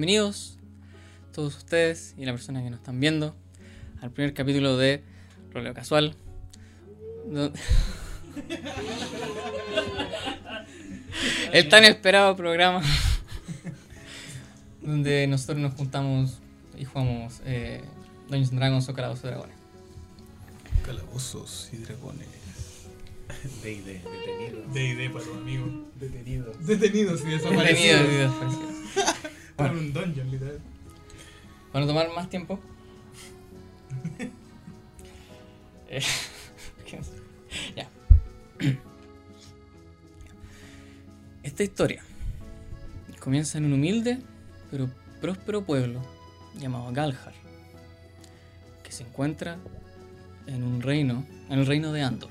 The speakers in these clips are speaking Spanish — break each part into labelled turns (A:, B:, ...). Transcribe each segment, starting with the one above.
A: bienvenidos todos ustedes y las personas que nos están viendo al primer capítulo de Roleo Casual. do- El tan esperado programa donde nosotros nos juntamos y jugamos eh, Dungeons and Dragons o Calabozos y Dragones.
B: Calabozos y dragones.
C: D&D, detenido.
B: D&D para un amigo.
C: Detenido.
B: Detenidos y
A: Bienvenidos,
B: desaparecidos.
A: bienvenidos.
B: Para un dungeon, literal.
A: Para no tomar más tiempo. Eh, ya. Esta historia comienza en un humilde pero próspero pueblo llamado Galhar, que se encuentra en un reino, en el reino de Andor.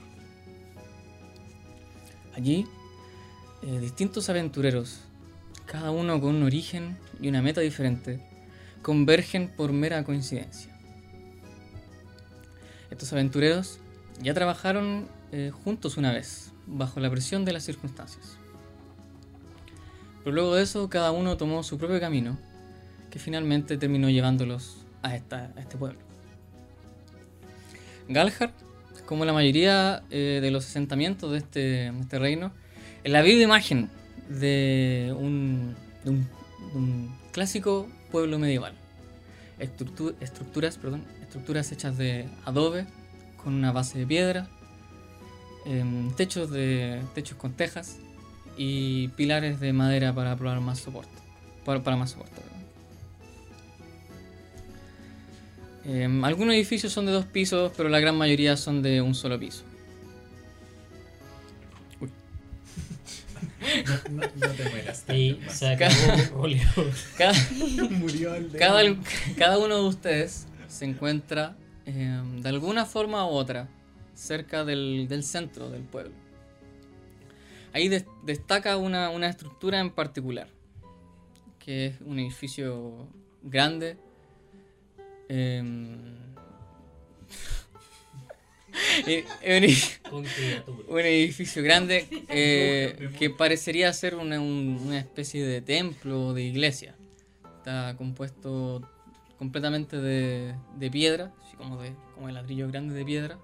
A: Allí, eh, distintos aventureros, cada uno con un origen y una meta diferente, convergen por mera coincidencia. Estos aventureros ya trabajaron eh, juntos una vez, bajo la presión de las circunstancias. Pero luego de eso, cada uno tomó su propio camino, que finalmente terminó llevándolos a, esta- a este pueblo. Galhar, como la mayoría eh, de los asentamientos de este, de este reino, es la viva imagen de un- de un un clásico pueblo medieval. Estructu- estructuras, perdón, estructuras hechas de adobe con una base de piedra, em, techos, de, techos con tejas y pilares de madera para probar más soporte. Para, para más soporte. perdón. Em, algunos edificios son de dos pisos, pero la gran mayoría son de un solo piso.
C: No, no te mueras.
D: Y
C: tanto,
D: se acabó Julio.
A: Cada,
C: Murió al de...
A: Cada, cada uno de ustedes se encuentra eh, de alguna forma u otra cerca del, del centro del pueblo. Ahí des- destaca una, una estructura en particular, que es un edificio grande. em, eh, un edi-
D: Con criatura.
A: un edificio grande eh, que parecería ser una, un- una especie de templo o de iglesia. Está compuesto completamente de, de piedra, así como de, como de ladrillos grandes de piedra.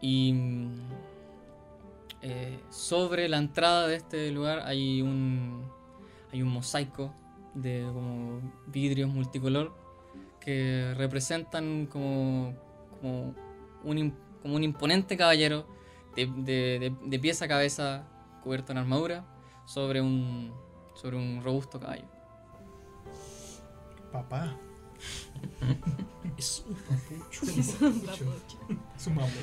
A: Y mm, eh, sobre la entrada de este lugar hay un, hay un mosaico de como vidrios multicolor que representan como, como, un, im- como un imponente caballero de, de- de- de pies a cabeza cubierto en armadura sobre un, sobre un robusto caballo.
B: Papá.
D: Es
B: Su mamucho.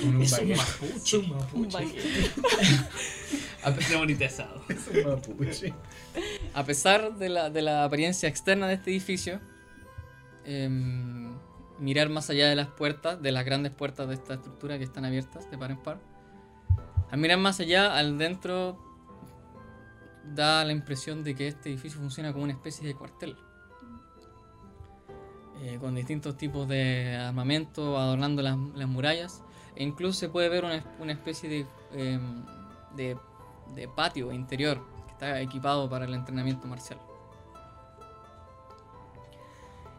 C: Con un
D: Es un
C: baguette.
D: mapuche.
B: Su mapuche.
D: Qué bonito asado.
C: Es un mapuche.
A: A pesar de la, de la apariencia externa de este edificio, em, mirar más allá de las puertas, de las grandes puertas de esta estructura que están abiertas de par en par, al mirar más allá, al dentro, da la impresión de que este edificio funciona como una especie de cuartel. eh, con distintos tipos de armamento adornando las, las murallas. E incluso se puede ver una, es- una especie de, em, de de patio interior que está equipado para el entrenamiento marcial.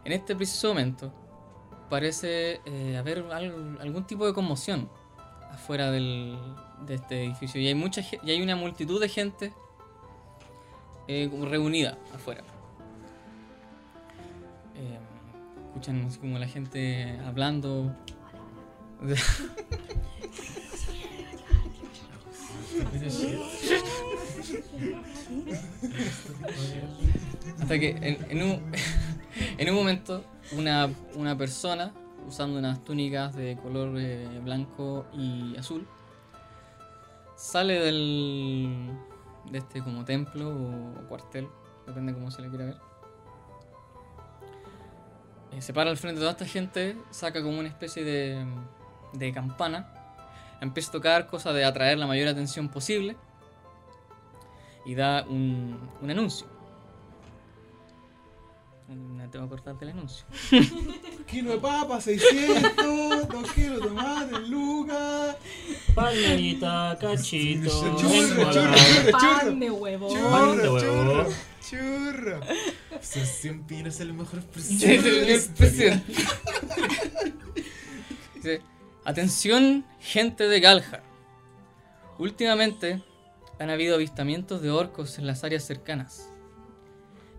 A: En este preciso momento parece eh, haber al- algún tipo de conmoción afuera del, de este edificio y hay, mucha, ge- y hay una multitud de gente eh, como reunida afuera. Eh, escuchan así como la gente hablando. Hasta que en, en un, en un momento una, una persona usando unas túnicas de color eh, blanco y azul sale del de este como templo o cuartel, depende cómo se le quiera ver. Eh, se para al frente de toda esta gente, saca como una especie de, de campana, empieza a tocar cosa de atraer la mayor atención posible y da un, un anuncio. Me tengo que cortar del anuncio.
B: Kilo de papa, 600. Dos kilos de tomate, Lucas.
D: Palmerita, cachito.
B: Churro, churro, churro,
D: enguarrado.
B: churro.
E: Pan de huevo.
B: Churro,
D: Pan de huevo.
B: churro.
C: Sebastián Piñera es el mejor
A: Sí,
C: presidente.
A: sí,
C: de la
A: el presidente. Dice, Atención, gente de Galjar. Últimamente han habido avistamientos de orcos en las áreas cercanas.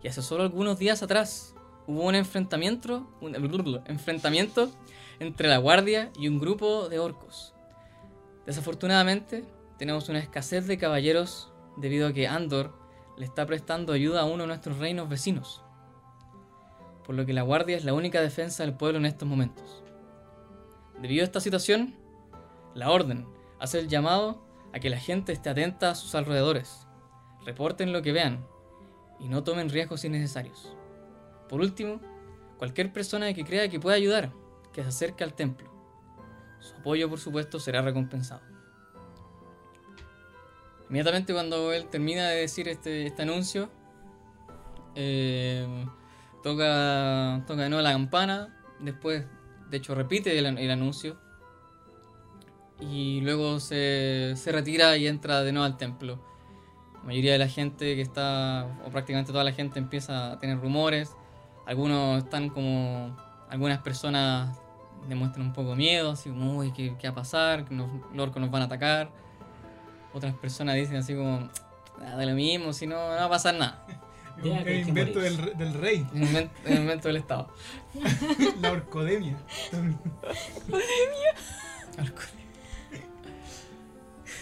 A: Y hace solo algunos días atrás hubo un enfrentamiento, un enfrentamiento entre la guardia y un grupo de orcos. Desafortunadamente, tenemos una escasez de caballeros debido a que Andor le está prestando ayuda a uno de nuestros reinos vecinos por lo que la guardia es la única defensa del pueblo en estos momentos. Debido a esta situación, la orden hace el llamado a que la gente esté atenta a sus alrededores, reporten lo que vean y no tomen riesgos innecesarios. Por último, cualquier persona que crea que pueda ayudar, que se acerque al templo. Su apoyo, por supuesto, será recompensado. Inmediatamente cuando él termina de decir este, este anuncio, eh, toca, toca de nuevo la campana, después, de hecho, repite el, an- el anuncio y luego se, se retira y entra de nuevo al templo. La mayoría de la gente que está, o prácticamente toda la gente empieza a tener rumores, algunos están como, algunas personas demuestran un poco de miedo, así como, uy, ¿qué, qué va a pasar? ¿Que nos- ¿Los orcos nos van a atacar? Otras personas dicen así como, "Ah, da lo mismo, si no, no va a pasar nada.
B: Es un-
D: Ya,
B: es
D: que-
B: un
D: que
B: invento
D: morís.
B: del, re- del rey,
A: En el momento- en el momento del Estado.
B: la orcodemia.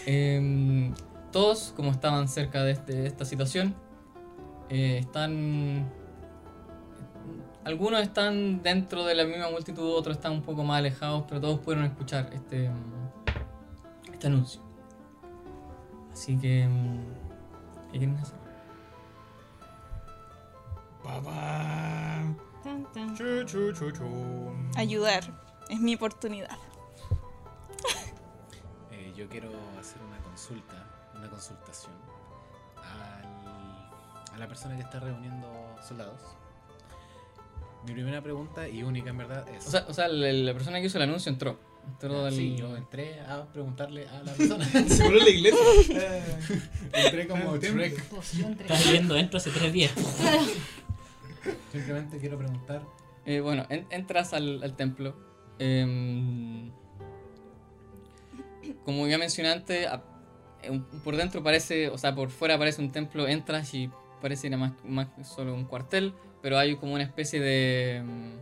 A: Em, todos, como estaban cerca de, este- de esta situación, eh, están... Algunos están dentro de la misma multitud, otros están un poco más alejados, pero todos pudieron escuchar este, mm, este anuncio. Así que... mm, ¿Qué quieren hacer?
B: Papá.
E: Tan, tan.
C: Chu, chu, chu, chu.
E: Ayudar. Es mi oportunidad.
C: Eh, yo quiero hacer una consulta, una consultación al- a la persona que está reuniendo soldados. Mi primera pregunta y única en verdad es...
A: O sea, o sea, la, la persona que hizo el anuncio entró. Entró del...
C: Sí, yo entré a preguntarle a la persona.
B: Se voló la iglesia.
C: entré como
B: Al templo.
C: Shrek.
D: Estás viendo dentro hace tres días.
C: Simplemente quiero preguntar...
A: Eh, bueno, en- entras al, al templo. Em, como ya mencioné antes, a- eh, un- por dentro parece, o sea, por fuera parece un templo, entras y parece nada más, más que solo un cuartel, pero hay como una especie de... em,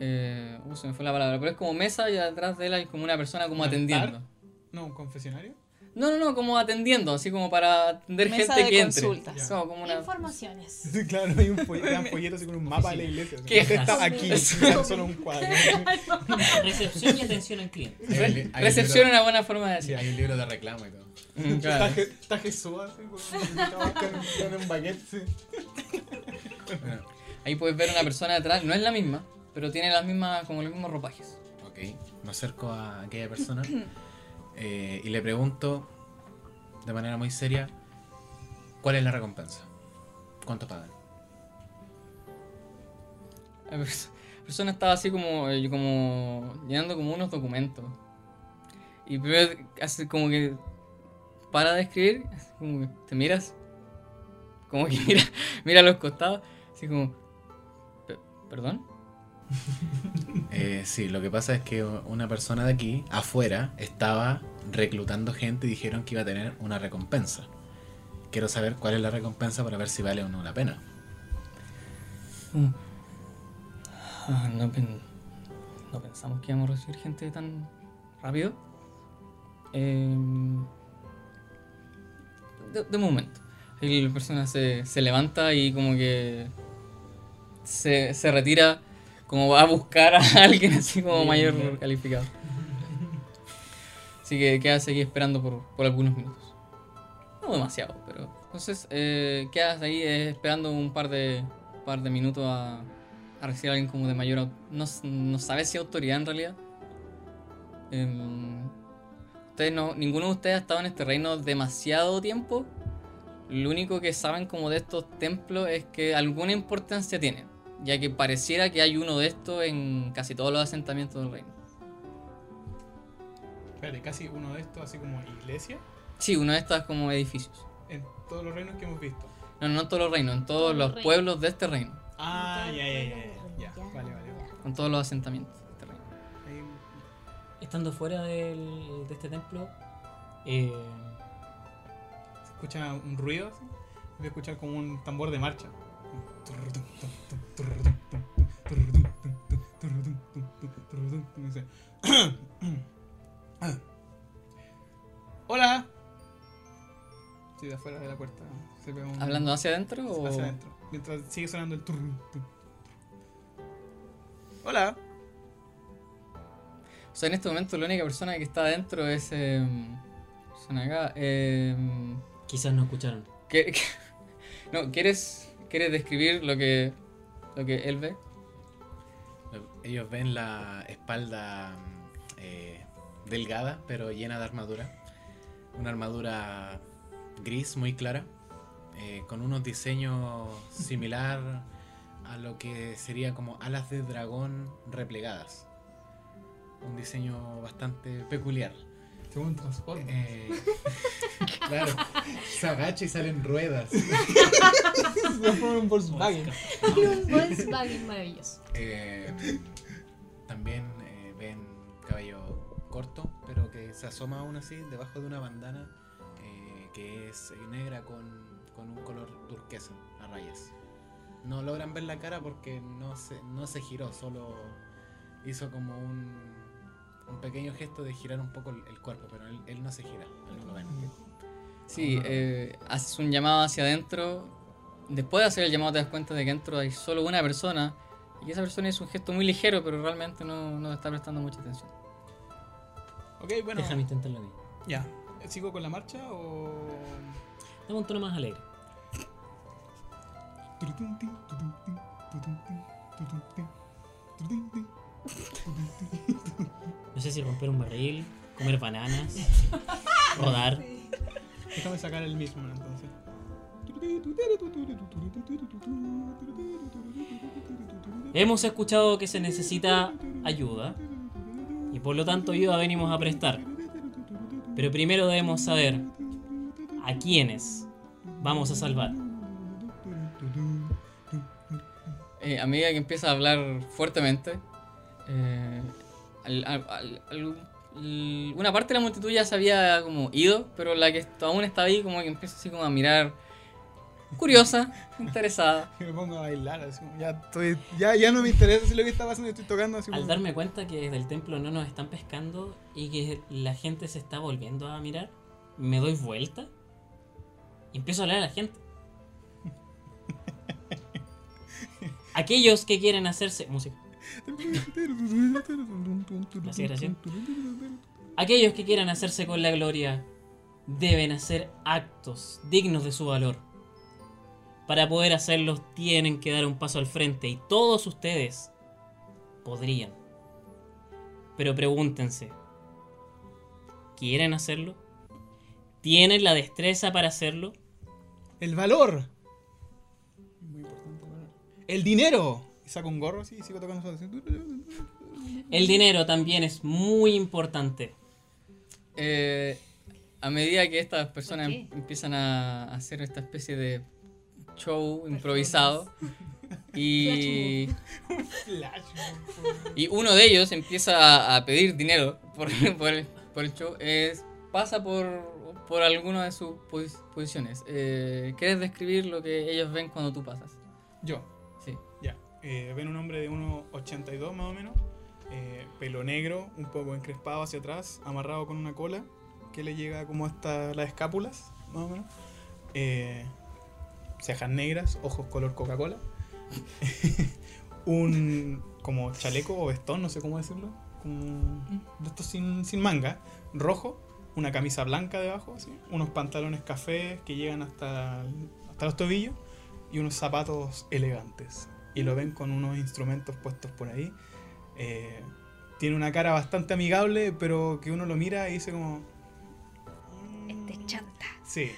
A: eh, uh, se me fue la palabra, pero es como mesa y atrás de él hay como una persona como
B: ¿Un altar?
A: atendiendo.
B: No, un confesionario.
A: No, no, no, como atendiendo, así como para atender
E: Mesa
A: gente
E: de
A: que entre.
E: consultas.
A: Como- como una-
F: Informaciones.
B: Claro, hay un folleto, dan folletos así con un mapa de la iglesia. así,
A: Quejas.
B: usted está aquí,
A: Eso.
B: solo un cuadro.
D: Recepción y atención al cliente.
C: Hay un li- hay un
A: Recepción es
C: libro-
A: una buena forma de
C: sí,
A: decir.
C: Hay un libro de reclamo y todo.
A: Mm, claro.
B: Taje, taje soa, así, con, con un baguette. sí.
C: Bueno,
A: Ahí puedes ver una persona detrás, no es la misma, pero tiene las mismas, como los mismos ropajes.
C: Ok, me acerco a aquella persona eh, y le pregunto de manera muy seria, ¿cuál es la recompensa? ¿Cuánto pagan?
A: La pers- persona estaba así como, eh, como llenando como unos documentos. Y primero hace como que para de escribir, así como que te miras, como que mira, mira a los costados, así como, "Pe- ¿perdón?
C: Eh, sí, lo que pasa es que una persona de aquí, afuera, estaba reclutando gente y dijeron que iba a tener una recompensa. Quiero saber cuál es la recompensa para ver si vale o no la pena.
A: Mm. Ah, no, pen- no pensamos que íbamos a recibir gente tan rápido. Em, de, de momento. Y la persona se, se levanta y como que se, se retira como va a buscar a alguien así como mayor calificado. Así que quedas aquí esperando por, por algunos minutos. No demasiado, pero... Entonces eh, quedas ahí eh, esperando un par de, par de minutos a, a recibir a alguien como de mayor. au- No, s- no sabe si autoridad en realidad. Em, ustedes no, ninguno de ustedes ha estado en este reino demasiado tiempo. Lo único que saben como de estos templos es que alguna importancia tienen, ya que pareciera que hay uno de estos en casi todos los asentamientos del reino.
B: Espérate, casi uno de estos, así como iglesia,
A: Sí, uno de estos como edificios.
B: en todos los reinos que hemos visto.
A: No, no en todos los reinos, en todos
F: Todos los
A: los
F: reinos.
A: pueblos de este reino.
B: Ah, ya, ya, ya, ya. Ya, vale, vale. vale.
A: En todos los asentamientos de este reino.
B: Ahí-
D: Estando fuera del- de este templo, eh,
B: Se escucha un ruido así. Voy a escuchar como un tambor de marcha. Y dice, Hola. Sí, de afuera de la puerta. Se ve un-
A: ¿Hablando hacia adentro o.?
B: hacia adentro. Mientras sigue sonando el turrun, tum, tum. Hola.
A: O sea, en este momento la única persona que está adentro es. Eh, persona acá. eh,
D: quizás no escucharon.
A: que- que- no, ¿quieres, ¿quieres describir lo que, lo que él ve?
C: Ellos ven la espalda mm, eh, delgada, pero llena de armadura. Una armadura gris muy clara, eh, con unos diseños similar a lo que sería como alas de dragón replegadas. Un diseño bastante peculiar.
B: Según transforme.
C: Eh, claro, se agacha y salen ruedas.
B: un Volkswagen.
F: Y un Volkswagen maravilloso.
C: Eh, también eh, ven caballo corto, pero que se asoma aún así debajo de una bandana eh, que es negra con, con un color turquesa a rayas. No logran ver la cara porque no se, no se giró, solo hizo como un, un pequeño gesto de girar un poco el, el cuerpo, pero él, él no se gira. él no lo ven.
A: Sí, eh, haces un llamado hacia adentro. Después de hacer el llamado te das cuenta de que adentro hay solo una persona. Y que esa persona hizo un gesto muy ligero, pero realmente no, no te está prestando mucha atención.
B: Ok, bueno.
D: Déjame intentarlo a mí.
B: Ya. ¿Sigo con la marcha o.?
D: Dame un tono más alegre. No sé si romper un barril, comer bananas, rodar.
B: Déjame sacar el mismo entonces.
D: Hemos escuchado que se necesita ayuda y por lo tanto ayuda venimos a prestar. Pero primero debemos saber a quiénes vamos a salvar.
A: Eh, a medida que empieza a hablar fuertemente, eh, al- al- al- al- l- una parte de la multitud ya se había como ido, pero la que est- aún estaba ahí como que empieza así como a mirar curiosa, interesada.
B: Y me pongo a bailar así como, ya estoy, ya, ya no me interesa si lo que está pasando, estoy tocando así
D: Al
B: como-
D: darme cuenta que desde el templo no nos están pescando y que la gente se está volviendo a mirar, me doy vuelta y empiezo a hablar a la gente. Aquellos que quieren hacerse música, Gracias, gracias. aquellos que quieran hacerse con la gloria deben hacer actos dignos de su valor. Para poder hacerlos tienen que dar un paso al frente y todos ustedes podrían. Pero pregúntense, ¿quieren hacerlo? ¿Tienen la destreza para hacerlo?
B: El valor. Muy importante, el valor. El dinero. Y saco un gorro así y sigo tocando así.
D: El dinero también es muy importante.
A: Eh, a medida que estas personas
F: Ok.
A: em- empiezan a hacer esta especie de show improvisado y,
B: Flash.
A: y uno de ellos empieza a, a pedir dinero por, por el, por el show, es, pasa por, por alguna de sus pos- posiciones. Eh, ¿Quieres describir lo que ellos ven cuando tú pasas?
B: Yo.
A: Sí.
B: Ya, eh, ven un hombre de 1,82 más o menos, eh, pelo negro, un poco encrespado hacia atrás, amarrado con una cola que le llega como hasta las escápulas, más o menos. Eh, cejas negras, ojos color Coca-Cola. un como chaleco o vestón, no sé cómo decirlo, como de estos sin, sin manga, rojo, una camisa blanca debajo, así, unos pantalones cafés que llegan hasta, hasta los tobillos y unos zapatos elegantes. Y lo ven con unos instrumentos puestos por ahí. Eh, tiene una cara bastante amigable, pero que uno lo mira y dice como... "Mm,
F: Este chanta.
B: Sí,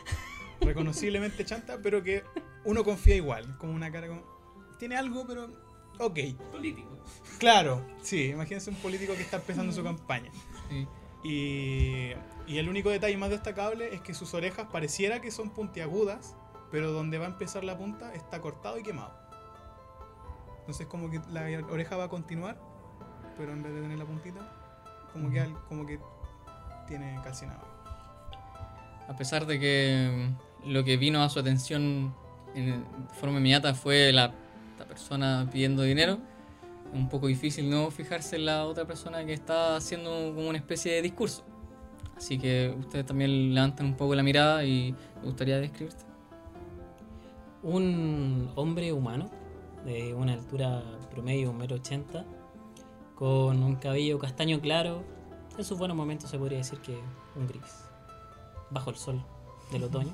B: reconociblemente chanta, pero que uno confía igual. Como una cara como... Tiene algo, pero... Ok.
D: Político.
B: Claro, sí, imagínense un político que está empezando
F: Mm.
B: su campaña.
A: Sí.
B: Y, y el único detalle más destacable es que sus orejas pareciera que son puntiagudas, pero donde va a empezar la punta está cortado y quemado. Entonces como que la oreja va a continuar, pero en vez de tener la puntita, como que, al- como que tiene calcinado.
A: A pesar de que mm, lo que vino a su atención en de forma inmediata fue la, esta persona pidiendo dinero, es un poco difícil no fijarse en la otra persona que está haciendo como una especie de discurso. Así que ustedes también levantan un poco la mirada y me gustaría describirte.
D: Un hombre humano de una altura promedio, un metro ochenta, con un cabello castaño claro. En sus buenos momentos se podría decir que un gris, bajo el sol del otoño.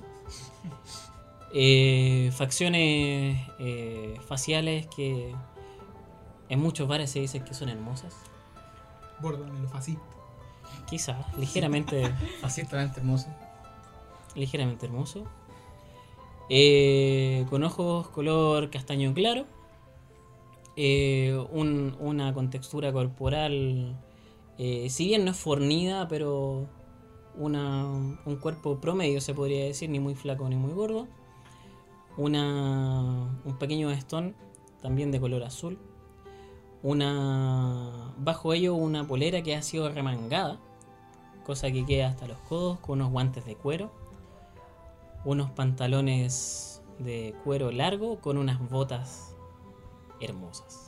D: Eh, facciones eh, faciales que en muchos bares se dice que son hermosas.
B: Gordon, el fascista.
D: Quizás, ligeramente
A: Así totalmente hermoso.
D: ligeramente hermoso. Eh, con ojos color castaño claro. Eh, un- una contextura corporal, eh, si bien no es fornida, pero una, un cuerpo promedio se podría decir, ni muy flaco ni muy gordo. Una, un pequeño vestón, también de color azul. Una, bajo ello una polera que ha sido remangada, cosa que queda hasta los codos, con unos guantes de cuero unos pantalones de cuero largo con unas botas hermosas.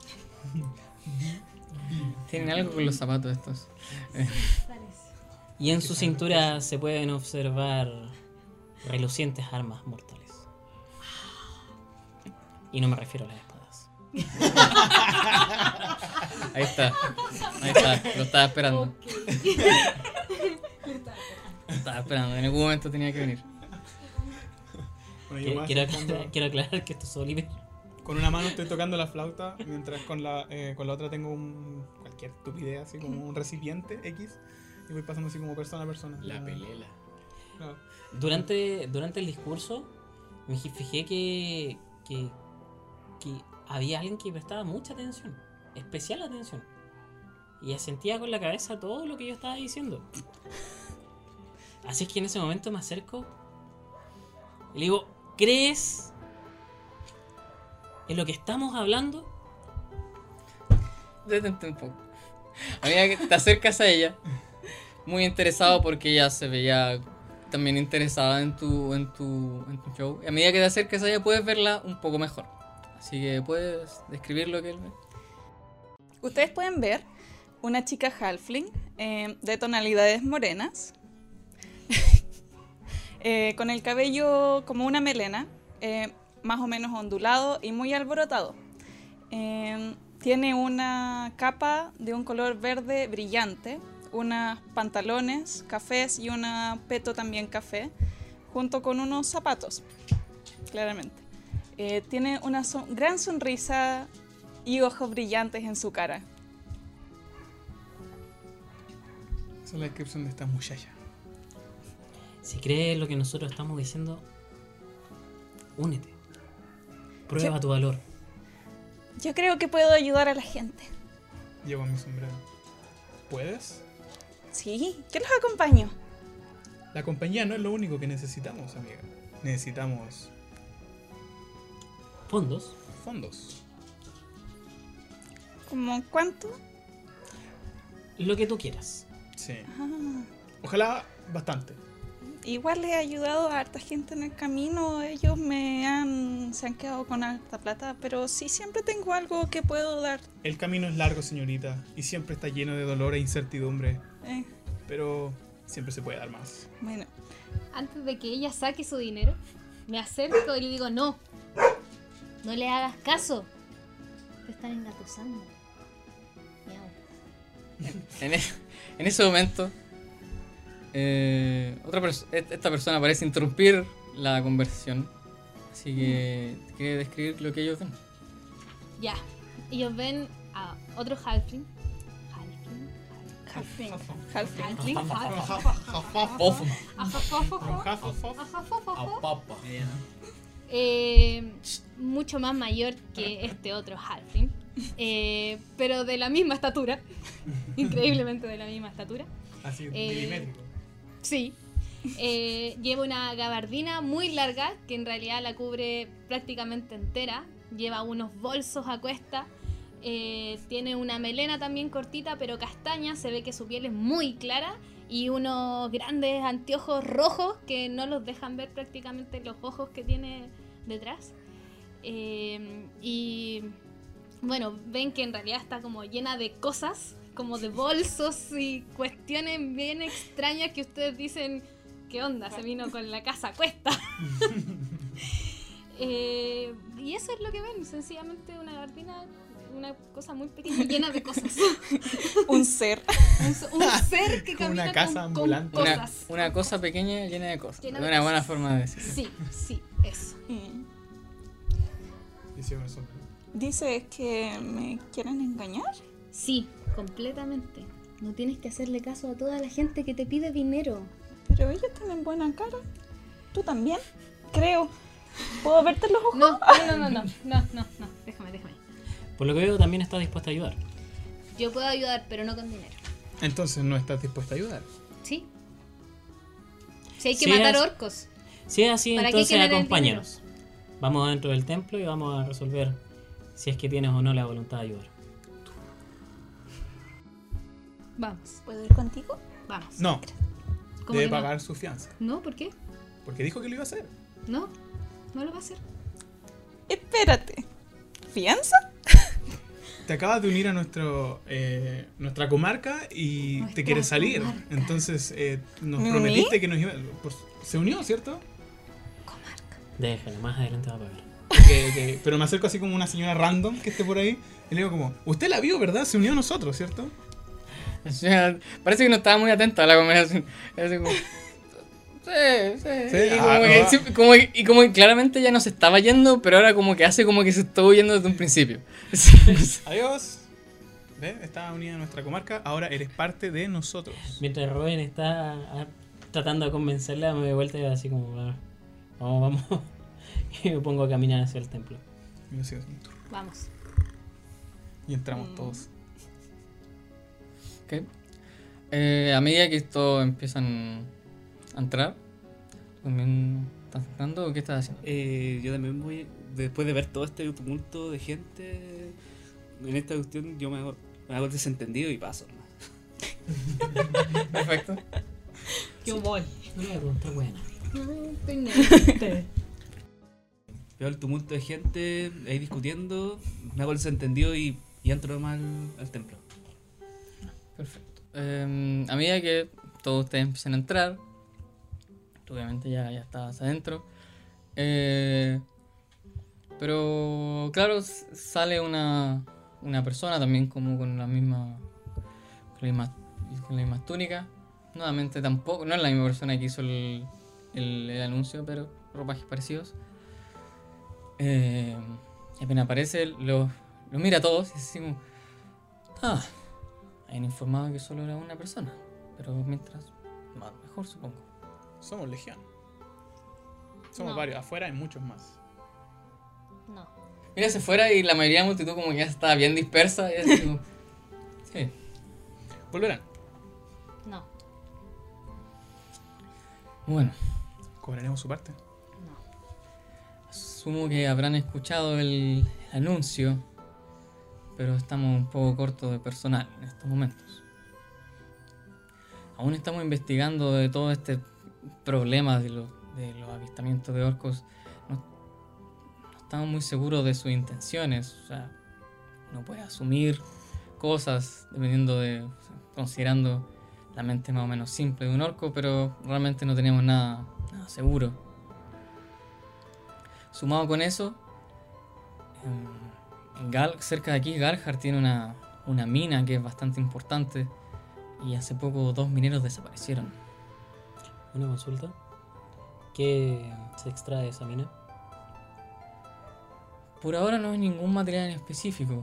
A: Tienen algo con los zapatos estos.
F: Parece.
D: Y en su cintura se pueden observar relucientes armas mortales. Y no me refiero a las espadas.
A: Ahí está. Ahí está. Lo estaba esperando.
F: Ok.
A: Lo estaba esperando. En algún momento tenía que venir.
B: Bueno, yo
D: Quiero,
B: voy
D: quiero
B: acercando-
D: aclarar, quiero aclarar que esto es Oliver.
B: Con una mano estoy tocando la flauta, mientras con la, eh, con la otra tengo un, cualquier estupidez, así como un recipiente X, y voy pasando así como persona a persona.
C: La
B: Como-
C: pelela.
B: Claro.
D: Durante, durante el discurso me fi- fijé que, que, que había alguien que prestaba mucha atención, especial atención. Y asentía con la cabeza todo lo que yo estaba diciendo. Así es que en ese momento me acerco y le digo, ¿crees en lo que estamos hablando?
A: Detente un poco. A medida que te acercas a ella, muy interesado porque ella se veía también interesada en tu, en tu, en tu show. A medida que te acercas a ella puedes verla un poco mejor. Así que puedes describir lo que él ve.
E: Ustedes pueden ver una chica halfling eh, de tonalidades morenas, eh, con el cabello como una melena, eh, más o menos ondulado y muy alborotado. Eh, tiene una capa de un color verde brillante, unos pantalones cafés y una peto también café, junto con unos zapatos, claramente. Eh, tiene una son- gran sonrisa y ojos brillantes en su cara.
B: Esa es la descripción de esta muchacha.
D: Si crees en lo que nosotros estamos diciendo, únete. Prueba tu valor.
E: Yo creo que puedo ayudar a la gente.
B: Llevo mi sombrero. ¿Puedes?
E: Sí, yo los acompaño.
B: La compañía no es lo único que necesitamos, amiga. Necesitamos
D: Fondos.
B: fondos.
E: ¿Como cuánto?
D: Lo que tú quieras.
B: Sí.
E: Ah,
B: Ojalá bastante.
E: igual he ayudado a harta gente en el camino. Ellos me han, se han quedado con harta plata, pero sí siempre tengo algo que puedo dar.
B: El camino es largo, señorita, y siempre está lleno de dolor e incertidumbre,
E: Eh,
B: pero siempre se puede dar más.
E: bueno,
F: Antes de que ella saque su dinero, me acerco y le digo, no, no le hagas caso. Te están engatusando. Miau.
A: En, e- en ese momento, eh, otra pers- et- esta persona parece interrumpir la conversación. Así que quiere describir lo que ellos ven.
F: Ya. Ellos ven a otro halfling. Halfling.
E: halfling. halfling.
F: Halfling.
A: Ojo.
F: Ajafofofo.
B: Hufflepuff.
F: Ajafofofo.
C: papa.
F: Eh, mucho más mayor que este otro halfling. Eh, pero de la misma estatura. Increíblemente de la misma estatura.
B: Así,
F: Eh,
B: milimétrico.
F: Sí. Eh, lleva una gabardina muy larga que en realidad la cubre prácticamente entera. Lleva unos bolsos a cuesta. Eh, tiene una melena también cortita pero castaña. Se ve que su piel es muy clara. Y unos grandes anteojos rojos que no los dejan ver prácticamente los ojos que tiene detrás. Eh, y bueno, ven que en realidad está como llena de cosas, como de bolsos y cuestiones bien extrañas que ustedes dicen, ¿qué onda? Se vino con la casa a cuesta. Eh, y eso es lo que ven, sencillamente una gabardina, una cosa muy pequeña llena de cosas.
E: Un ser.
F: Un, s- un ser que
B: Como una
F: camina
B: casa
F: con, con
B: ambulante.
A: Una,
F: cosas.
A: una cosa pequeña llena de cosas.
F: Llena
A: es
F: de
A: una buena
F: cosas.
A: forma de decirlo.
F: Sí, sí, eso.
E: Mm.
B: Hicieron eso.
E: Dices que me quieren engañar.
F: Sí, completamente. No tienes que hacerle caso a toda la gente que te pide dinero.
E: Pero ellos tienen buena cara. Tú también, creo. ¿Puedo verte los ojos?
F: No, no, no, no, no, no, no, no, déjame, déjame.
D: Por lo que veo, también está dispuesta a ayudar.
F: Yo puedo ayudar, pero no con dinero.
B: Entonces no estás dispuesta a ayudar.
F: ¿Sí? Si hay que
D: Sí,
F: matar
D: es-
F: orcos.
D: Si es así,
F: ¿Para qué
D: entonces
F: querer el
D: acompáñanos. Vamos adentro del templo y vamos a resolver si es que tienes o no la voluntad de ayudar.
F: Vamos,
E: ¿Puedo ir contigo?
F: vamos.
B: No,
F: ¿Cómo
B: debe
F: que no?
B: pagar su fianza.
F: No, ¿por qué?
B: Porque dijo que lo iba a hacer.
F: No, no lo va a hacer.
E: Espérate. ¿Fianza?
B: Te acabas de unir a nuestro, eh, nuestra comarca y
F: Nuestra
B: te quieres salir.
F: comarca.
B: Entonces eh, nos
E: ¿Me
B: prometiste que nos iba. pues, se unió, ¿cierto?
D: Déjalo, más adelante va a pagar.
B: Que- que- pero me acerco así como una señora random que esté por ahí y le digo como, usted la vio, ¿verdad? Se unió a nosotros, ¿cierto?
A: O sea, parece que no estaba muy atenta a la conversación. Era así como, Sí, sí.
B: Sí,
A: y, como
B: ah,
A: que,
B: no.
A: sí, como que- y como que claramente ya no se estaba yendo, pero ahora como que hace como que se estuvo yendo desde un principio. Sí, sí.
B: Adiós. ¿Ve? Está unida a nuestra comarca, ahora eres parte de nosotros.
D: Mientras Rubén está ah, tratando de convencerla, me doy vuelta y así como, "Ah, vamos, vamos. Y me pongo a caminar hacia el templo.
B: Y lo sigo así.
F: Vamos.
B: Y entramos
E: Mm.
B: todos.
A: Ok. Eh, a medida que todos empiezan a entrar, también estás entrando o qué estás haciendo?
G: Eh, yo también voy, después de ver todo este tumulto de gente, en esta cuestión yo me hago, me hago el desentendido y paso. ¿no?
A: Perfecto.
D: Yo voy. No le voy a preguntar, buena.
G: Veo el tumulto de gente ahí discutiendo, me hago el desentendido y, y entro nomás al, al templo.
A: Perfecto. Eh, a medida que todos ustedes empiezan a entrar, tú obviamente ya, ya estabas adentro. eh, pero claro, s- sale una, una persona también como con la misma. Con la misma, con la misma túnica. Nuevamente tampoco. No es la misma persona que hizo el, el- el anuncio, pero ropajes parecidos. Eh, y apenas aparece, los lo mira a todos y decimos. Ah, han informado que solo era una persona, pero mientras, más mejor supongo.
B: Somos legión. Somos
F: No.
B: varios, afuera hay muchos más.
F: No.
A: Mira hacia afuera y la mayoría de la multitud como que ya estaba bien dispersa. Y así como, sí.
B: Volverán.
F: No,
A: Bueno,
B: Cobraremos su parte.
F: no.
A: asumo que habrán escuchado el anuncio, pero estamos un poco cortos de personal en estos momentos. Aún estamos investigando de todo este problema de, los- de los avistamientos de orcos. No, no estamos muy seguros de sus intenciones. O sea, uno puede asumir cosas dependiendo de. o sea, considerando la mente más o menos simple de un orco, pero realmente no tenemos nada, nada seguro. Sumado con eso, en- en Gal- cerca de aquí Galhar tiene una, una mina que es bastante importante y hace poco dos mineros desaparecieron.
D: Una consulta. ¿Qué se extrae de esa mina?
A: Por ahora no hay ningún material en específico.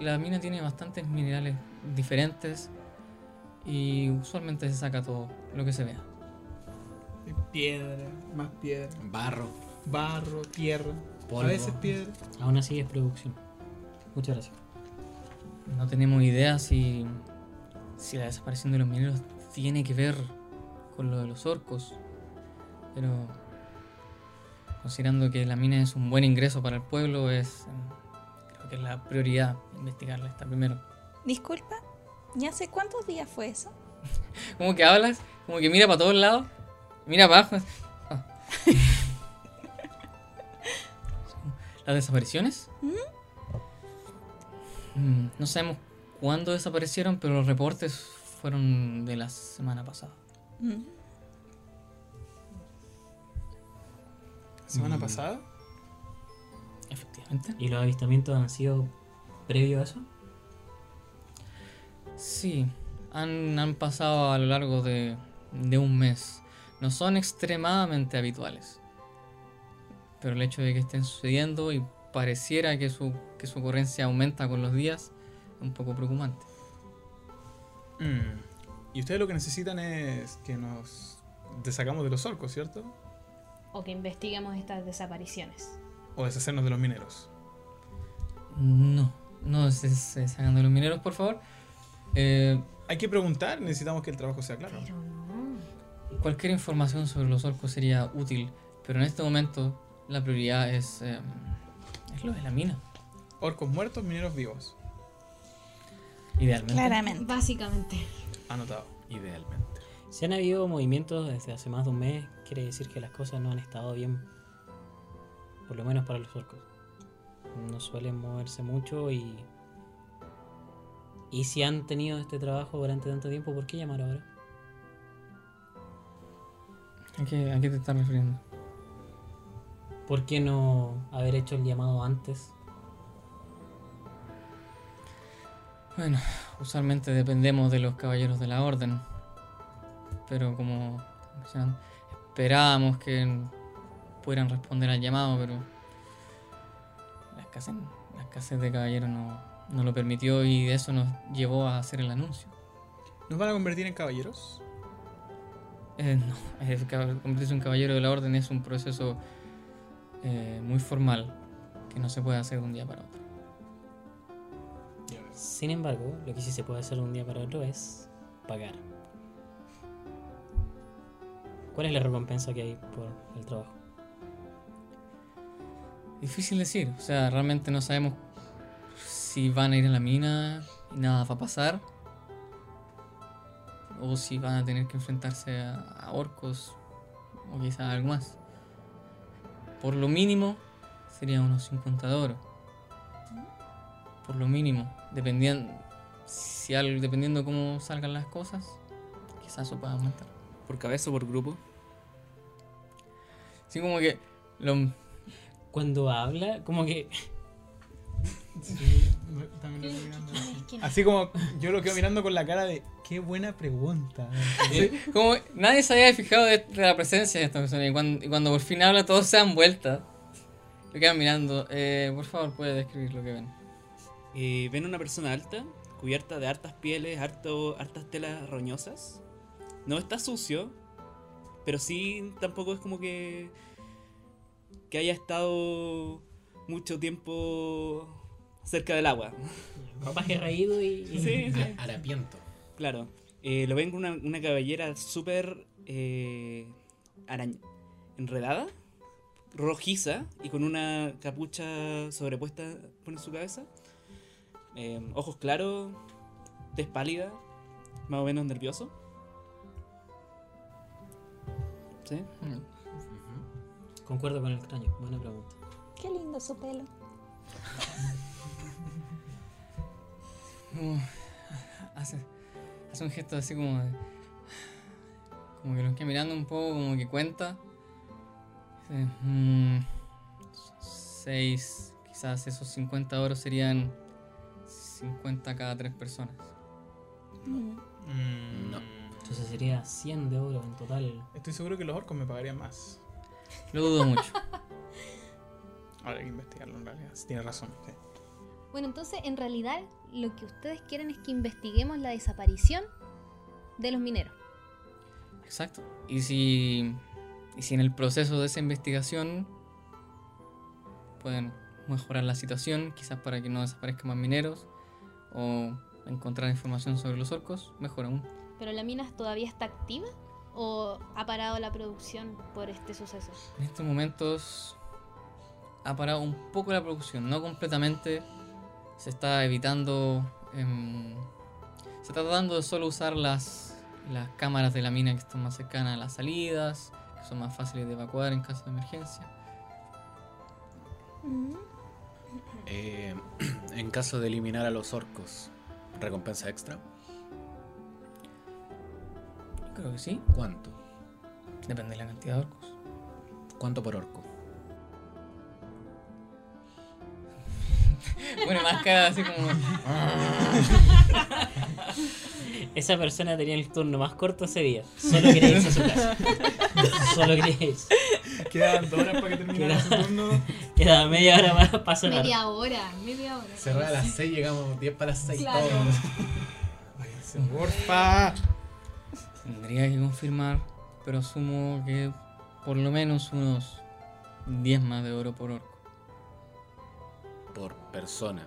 A: La mina tiene bastantes minerales diferentes y usualmente se saca todo lo que se vea.
B: Piedra, más piedra.
C: Barro.
B: Barro, tierra.
C: Polvo.
B: A veces piedra.
D: Aún así es producción. Muchas gracias.
A: No tenemos idea si, si la desaparición de los mineros tiene que ver con lo de los orcos pero considerando que la mina es un buen ingreso para el pueblo, es eh, creo que es la prioridad investigarla esta primero.
E: Disculpa, ¿y hace cuántos días fue eso?
A: Como que hablas, como que mira para todos lados, mira para abajo. Ah. ¿Las desapariciones? Mm, No sabemos cuándo desaparecieron, pero los reportes fueron de la semana pasada.
E: Mm.
B: ¿La semana
C: Mm.
B: pasada?
A: Efectivamente.
D: ¿Y los avistamientos han sido previo a eso?
A: Sí, han, han pasado a lo largo de, de un mes. No son extremadamente habituales. Pero el hecho de que estén sucediendo y pareciera que su, que su ocurrencia aumenta con los días es un poco preocupante.
B: Mm. Y ustedes lo que necesitan es que nos deshagamos de los orcos, ¿cierto?
F: O que investiguemos estas desapariciones.
B: O deshacernos de los mineros.
A: No, no se, se salgan de los mineros, por favor. Eh,
B: Hay que preguntar, necesitamos que el trabajo sea claro.
F: Pero no.
A: Cualquier información sobre los orcos sería útil, pero en este momento la prioridad es, eh, es lo de la mina,
B: Orcos muertos, mineros vivos.
A: idealmente.
E: Claramente.
F: Básicamente.
B: Anotado.
C: Idealmente.
D: Si han habido movimientos desde hace más de un mes, quiere decir que las cosas no han estado bien. Por lo menos para los orcos. No suelen moverse mucho y. Y si han tenido este trabajo durante tanto tiempo, ¿por qué llamar ahora?
A: ¿A qué, a qué te estás refiriendo?
D: ¿Por qué no haber hecho el llamado antes?
A: Bueno, usualmente dependemos de los caballeros de la orden, pero como mencionan, esperábamos que pudieran responder al llamado, pero la escasez, la escasez de caballeros no, no lo permitió y de eso nos llevó a hacer el anuncio.
B: ¿Nos van a convertir en caballeros?
A: Eh, no, el cab- convertirse en caballero de la orden es un proceso eh, muy formal que no se puede hacer de un día para otro.
D: Sin embargo, lo que sí se puede hacer de un día para otro es pagar. ¿Cuál es la recompensa que hay por el trabajo?
A: Difícil decir, o sea, realmente no sabemos si van a ir a la mina y nada va a pasar. O si van a tener que enfrentarse a, a orcos o quizás algo más. Por lo mínimo sería unos 50 de oro. Por lo mínimo, dependiendo si al- dependiendo cómo salgan las cosas, quizás eso pueda aumentar.
G: ¿Por cabeza o por grupo?
A: Así como que lo,
D: Cuando habla, como que.
F: ¿Qué- qué- es que no?
B: Así como yo lo quedo mirando con la cara de qué buena pregunta.
C: Eh,
A: Sí, como nadie se había fijado de, de la presencia de esta persona y cuando, y cuando por fin habla todos se dan vuelta. Lo quedan mirando. Eh, por favor, puede describir lo que ven.
G: Eh, ven una persona alta, cubierta de hartas pieles, harto, hartas telas roñosas. No está sucio, pero sí tampoco es como que, que haya estado mucho tiempo cerca del agua.
D: Baje reído y. y-
G: Sí, sí.
C: A- Harapiento.
G: Claro. Eh, lo ven con una, una cabellera súper eh, arañ- enredada, rojiza y con una capucha sobrepuesta por en su cabeza. Eh, ojos claros, tez pálida, más o menos nervioso. ¿Sí?
D: Concuerdo con el extraño, buena pregunta.
E: Qué lindo su pelo.
A: Como- hace, hace un gesto así como de. Como que los queda mirando un poco, como que cuenta. Dice, "Mm, seis, quizás esos 50 oros serían 50 cada tres personas.
E: Mm.
C: No.
D: Entonces sería 100 de oro en total.
B: Estoy seguro que los orcos me pagarían más.
A: Lo dudo mucho.
B: Ahora hay que investigarlo en realidad. Sí, Tienes razón. sí.
F: Bueno, entonces en realidad lo que ustedes quieren es que investiguemos la desaparición de los mineros.
A: Exacto. Y si, y si en el proceso de esa investigación pueden mejorar la situación, quizás para que no desaparezcan más mineros, o encontrar información sobre los orcos, mejor aún.
F: ¿Pero la mina todavía está activa? ¿O o ha parado la producción por este suceso?
A: En estos momentos ha parado un poco la producción, no completamente. Se está evitando. em, se está tratando de solo usar las, las cámaras de la mina que están más cercanas a las salidas, que son más fáciles de evacuar en caso de emergencia.
F: Mm.
C: Eh, en caso de eliminar a los orcos, recompensa extra.
A: Yo creo que sí,
C: ¿Cuánto?
A: depende de la cantidad de orcos.
C: ¿Cuánto por orco?
A: Bueno, más cara así como.
D: Esa persona tenía el turno más corto ese día. Solo quería irse a su casa. Solo quería irse.
B: Quedaban dos horas para que terminara su turno.
D: Quedaba media hora más para sonar.
F: Media hora, media hora.
C: Cerrar a las 6, llegamos 10 para las 6.
F: Claro.
B: Váyanse, Porfa.
A: Tendría que confirmar, pero asumo que por lo menos unos 10 más de oro por orco.
C: Por persona.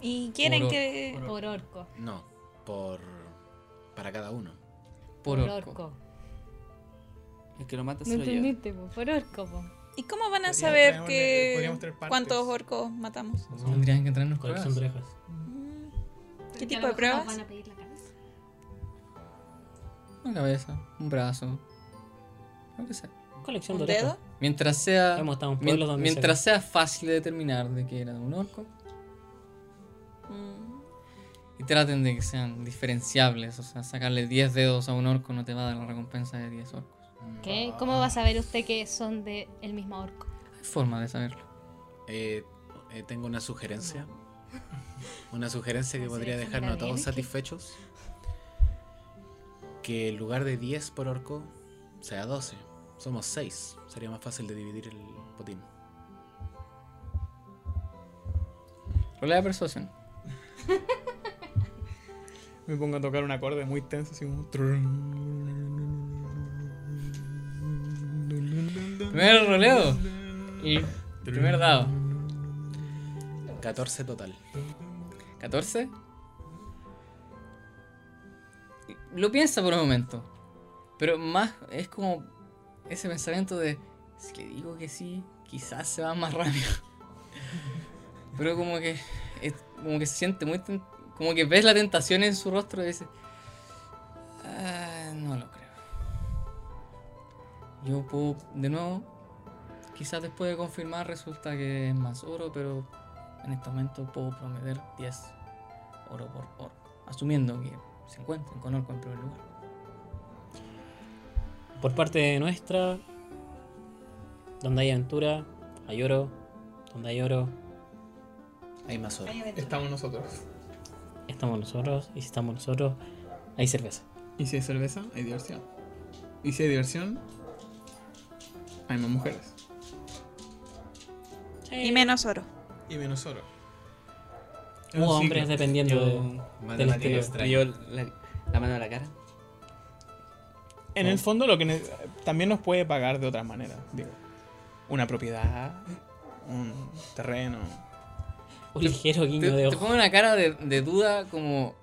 E: Y quieren
A: Oro.
E: que.
F: Por orco.
C: No, por. para cada uno.
A: Por orco.
G: El que lo mata
F: ¿Me
G: se lo lleva.
F: entendiste? po? Por orco, po.
E: ¿Y cómo van a
B: Podríamos
E: saber
B: traer-
E: que
B: podríamos traer partes.
E: cuántos orcos matamos? Mm.
A: Tendrían que traernos
D: Con
A: pruebas.
D: son orejas.
E: ¿Qué
F: Porque
E: tipo
F: a lo
E: de
F: mejor
E: pruebas?
F: nos van a pedir la cabeza.
A: Una cabeza, un brazo. Lo que sea.
D: Colección de
E: ¿Un
D: orejas.
E: dedo?
A: Mientras sea.
D: Hemos estado en
A: mien-
D: pueblos donde
A: mientras sea fácil de determinar de que era un orco.
E: Mm.
A: Y traten de que sean diferenciables. O sea, sacarle 10 dedos a un orco no te va a dar la recompensa de 10 orcos.
F: ¿Qué? ¿Cómo va a saber usted que son de el mismo orco?
A: Hay forma de saberlo.
C: Eh, eh, tengo una sugerencia. Una sugerencia que
F: Así
C: podría
F: es,
C: dejarnos a
F: mira,
C: todos
F: bien, que-
C: satisfechos. Que en lugar de 10 por orco, sea 12. Somos 6. Sería más fácil de dividir el botín.
A: Rolea de persuasión.
B: Me pongo a tocar un acorde muy tenso, así como.
A: Primer roleo. El primer dado.
C: 14 total.
A: 14. Lo piensa por un momento. Pero más es como ese pensamiento de, si le digo que sí, quizás se va más rápido. Pero como que es- como que se siente muy ten- como que ves la tentación en su rostro y dices, "Ah, no lo creo. Yo puedo de nuevo quizás después de confirmar resulta que es más oro, pero en este momento puedo prometer 10 oro por oro, asumiendo que se encuentren con orco en primer lugar.
D: Por parte nuestra, donde hay aventura, hay oro. Donde hay oro,
C: Hay más oro.
B: Estamos nosotros.
D: estamos nosotros. Y si estamos nosotros, hay cerveza.
B: Y si hay cerveza, hay diversión. Y si hay diversión, hay más mujeres.
F: Eh,
E: Y menos oro.
B: Y menos oro.
D: O hombres, dependiendo de.
C: Manda
D: Del
C: la
D: estilo.
C: tía
G: Yo,
C: extraña.
G: yo la, la mano a la cara.
B: En el fondo, lo que ne- también nos puede pagar de otras maneras. Digo, una propiedad, un terreno.
D: Un ligero
A: Te,
D: guiño de
A: te
D: ojo.
A: pongo una cara de, de duda como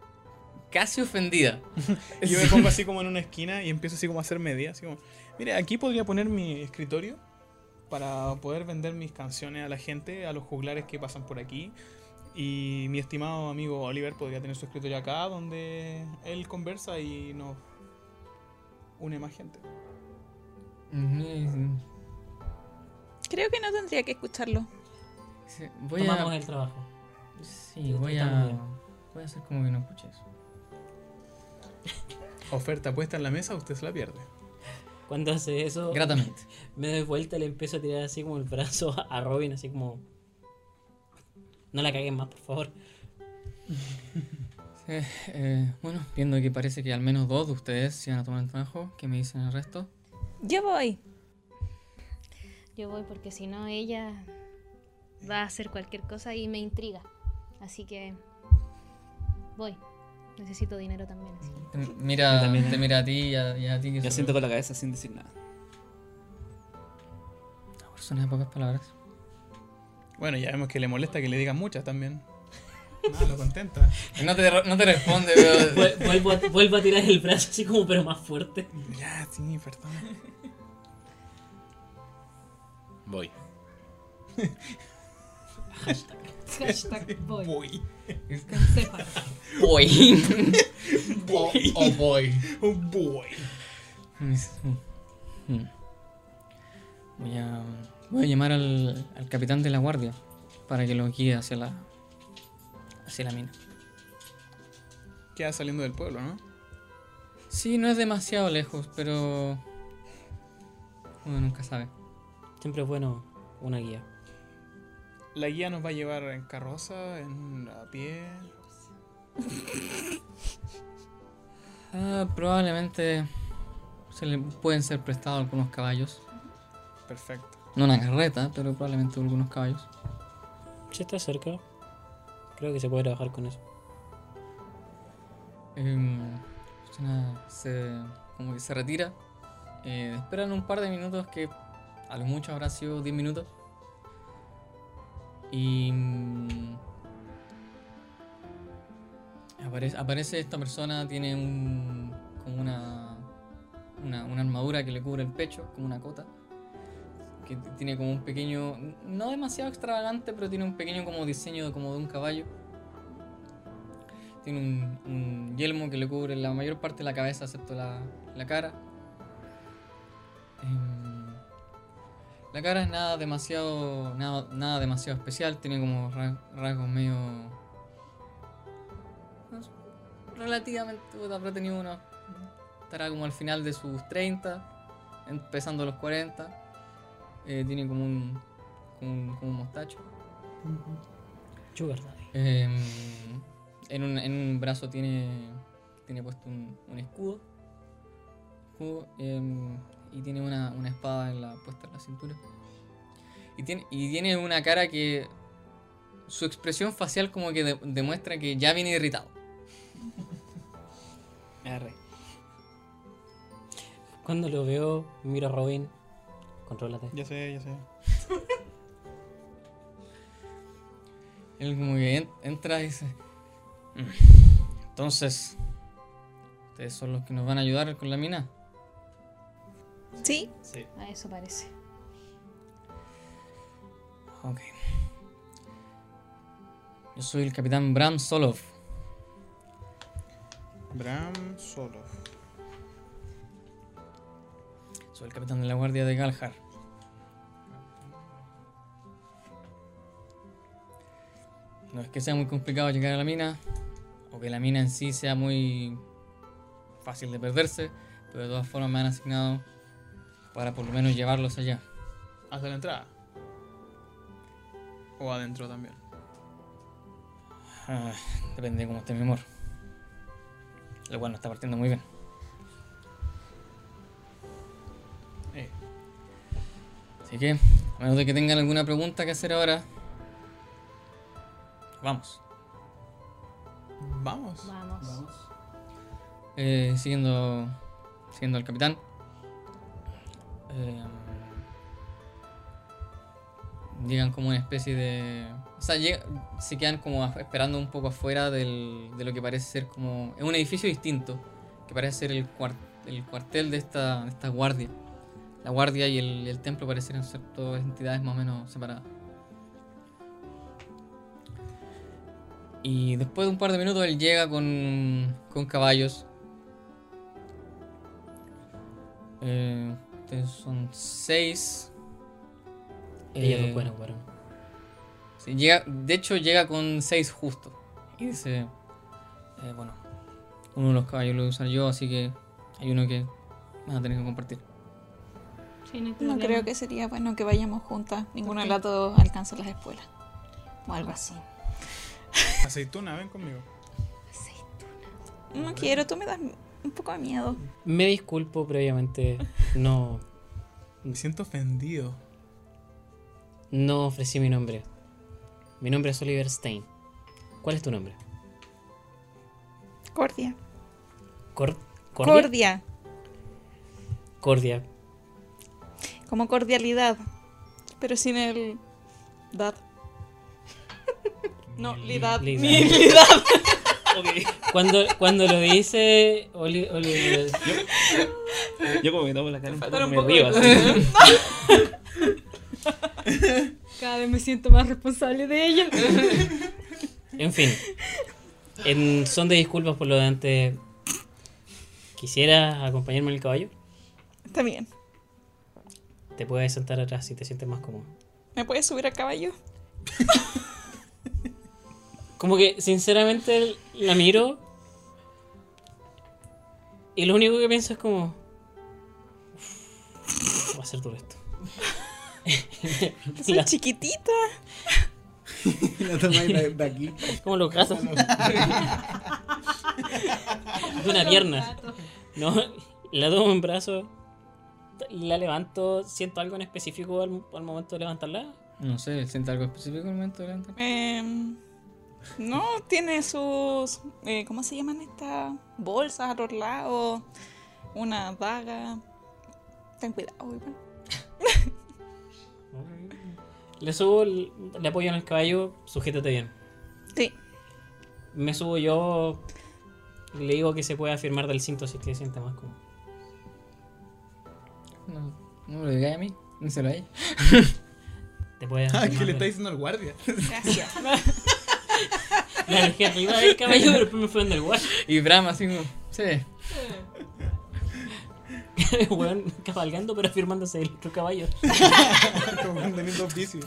A: casi ofendida.
B: Y yo me pongo así como en una esquina y empiezo así como a hacer medidas. Así como, mire, aquí podría poner mi escritorio para poder vender mis canciones a la gente, a los juglares que pasan por aquí. Y mi estimado amigo Oliver podría tener su escritorio acá, donde él conversa y nos une más gente.
A: Mm,
E: Creo que no tendría que escucharlo.
A: sí, Voy
D: Tomamos
A: a,
D: el trabajo.
A: sí, voy a, voy a hacer como que no escuché eso.
B: Oferta puesta en la mesa, usted se la pierde.
D: Cuando hace
G: Oh.
D: eso,
A: Gratamente.
D: me doy vuelta y le empiezo a tirar así como el brazo a Robin, así como. No la caguen más, por favor.
A: Eh, eh, bueno, viendo que parece que al menos dos de ustedes se van a tomar el trabajo, ¿qué me dicen el resto?
E: Yo voy.
F: Yo voy porque si no ella va a hacer cualquier cosa y me intriga. Así que voy. Necesito dinero también. así que-
A: Te mira,
G: también.
A: te mira a ti y a, y a ti que
G: Yo
A: sos
G: siento con la cabeza sin decir nada.
A: una persona de pocas palabras.
B: Bueno, ya vemos que le molesta que le digan muchas también. Nada, Ah, lo contenta.
A: No te, no te responde, pero.
D: Vuel- Vuelvo a, vuelvo a tirar el brazo así como, pero más fuerte.
B: Ya, sí, perdón.
C: Voy.
F: Hashtag voy.
B: Voy.
F: Consejo.
A: Voy.
C: O, o voy.
B: Un boy.
A: Mm. Voy a, voy a llamar al, al capitán de la guardia para que lo guíe hacia la, hacia la mina.
B: Queda saliendo del pueblo, ¿no?
A: Sí, no es demasiado lejos, pero... Uno nunca sabe.
D: Siempre es bueno una guía.
B: La guía nos va a llevar en carroza, en a pie.
A: Ah, probablemente se le pueden ser prestados algunos caballos.
B: Perfecto.
A: No una carreta, pero probablemente algunos caballos.
D: Si está cerca, creo que se puede trabajar con eso.
A: Em, suena- se, como que se retira. Eh, esperan un par de minutos que a lo mucho habrá sido 10 minutos. Y... mm, Aparece, aparece esta persona, tiene un, como una, una, una armadura que le cubre el pecho, como una cota. Que t- tiene como un pequeño, no demasiado extravagante, pero tiene un pequeño como diseño como de un caballo. Tiene un, un yelmo que le cubre la mayor parte de la cabeza, excepto la, la cara. Em, la cara es nada demasiado, nada, nada demasiado especial, tiene como ra- rasgos medio... no sé, Relativamente, puta, habrá tenido una... Estará como al final de sus 30, empezando los 40. Eh, tiene como un, como un, como un mostacho.
D: Sugar Daddy.
A: Em, en, un, en un brazo tiene, tiene puesto un, un escudo. Escudo, em, y tiene una, una espada en la, puesta en la cintura. Y tiene, y tiene una cara que. Su expresión facial, como que de- demuestra que ya viene irritado.
G: Me agarré.
D: Cuando lo veo, miro a Robin. Contrólate.
B: Ya sé, ya sé.
A: Él, como que en- entra y dice: "Mm, Entonces, ¿ustedes son los que nos van a ayudar con la mina?
E: Sí.
F: A eso parece.
A: Ok. Yo soy el capitán Bram Solov.
B: Bram solo.
A: Soy el capitán de la guardia de Galhar. No es que sea muy complicado llegar a la mina, o que la mina en sí sea muy fácil de perderse, pero de todas formas me han asignado para por lo menos llevarlos allá.
B: Hasta la entrada. O adentro también.
A: Ah, depende de cómo esté mi humor. Lo cual no está partiendo muy bien.
B: Eh,
A: Así que, a menos de que tengan alguna pregunta que hacer ahora, vamos.
B: vamos.
F: Vamos.
A: Eh, siguiendo, siguiendo al capitán. Eh, llegan como una especie de... O sea, llega- se quedan como af- esperando un poco afuera del- de lo que parece ser como... Es un edificio distinto, que parece ser el, cuar- el cuartel de esta, de esta guardia. La guardia y el, el templo parecieron ser dos entidades más o menos separadas. Y después de un par de minutos él llega con, con caballos. Eh, ustedes son seis.
D: Ella
A: Eh,
D: es buena, varón.
A: Sí, llega, de hecho, llega con 6 justo. Y dice: eh, Bueno, uno de los caballos lo voy a usar yo, así que hay uno que vas a tener que compartir.
F: Sí, no hay
E: No
F: problema.
E: creo que sería bueno que vayamos juntas. Ninguna de las dos alcanza las espuelas. O algo así.
B: Aceituna, ven conmigo.
E: No quiero, tú me das un poco de miedo.
D: Me disculpo previamente. No,
B: Me siento ofendido.
D: no ofrecí mi nombre. Mi nombre es Oliver Stein. ¿Cuál es tu nombre?
E: Cordia.
D: Cor- Cordia.
E: Cordia.
D: Cordia.
E: Como cordialidad. Pero sin el. Dad. No, lidad.
D: Lidad.
E: Ni lidad.
G: Ok.
D: Cuando, cuando lo dice Oli, Oli-
G: Yo como me tomo la cara un
E: faltaron
G: poco,
E: un
G: me
E: poco
G: río
E: de
G: así.
F: Cada vez me siento más responsable de ella.
D: en fin. En son de disculpas por lo de antes. ¿Quisieras acompañarme en el caballo?
E: Está bien.
D: Te puedes sentar atrás si te sientes más cómodo.
E: ¿Me puedes subir al caballo?
D: Como que sinceramente la miro. Y lo único que pienso es como. Va a ser duro esto.
E: Soy
D: La-
E: chiquitita.
C: La tomáis de, de aquí.
D: ¿Cómo lo casas? De una pierna. No, la tomo en brazo. La levanto. ¿Siento algo en específico al, al momento de levantarla?
A: No sé, ¿siente algo específico en el momento de levantar?
E: Em, no, tiene sus. eh, ¿Cómo se llaman estas bolsas a los lados? Una daga. Ten cuidado, igual.
D: Le subo, le apoyo en el caballo. Sujétate bien.
E: Sí.
D: Me subo yo. Le digo que se puede afirmar del cinto si es que se siente más cómodo.
A: No, no me lo digáis a mí, no se lo hay.
D: Te puedes
B: Ah,
D: afirmar
B: ¿qué le está
D: del-
B: diciendo al guardia?
E: Gracias.
D: La dejé arriba del caballo, pero después me fue en el guay.
A: Y Brahma así como, sí,
D: Weón, cabalgando, pero afirmándose del otro caballo.
B: Como un delito oficio.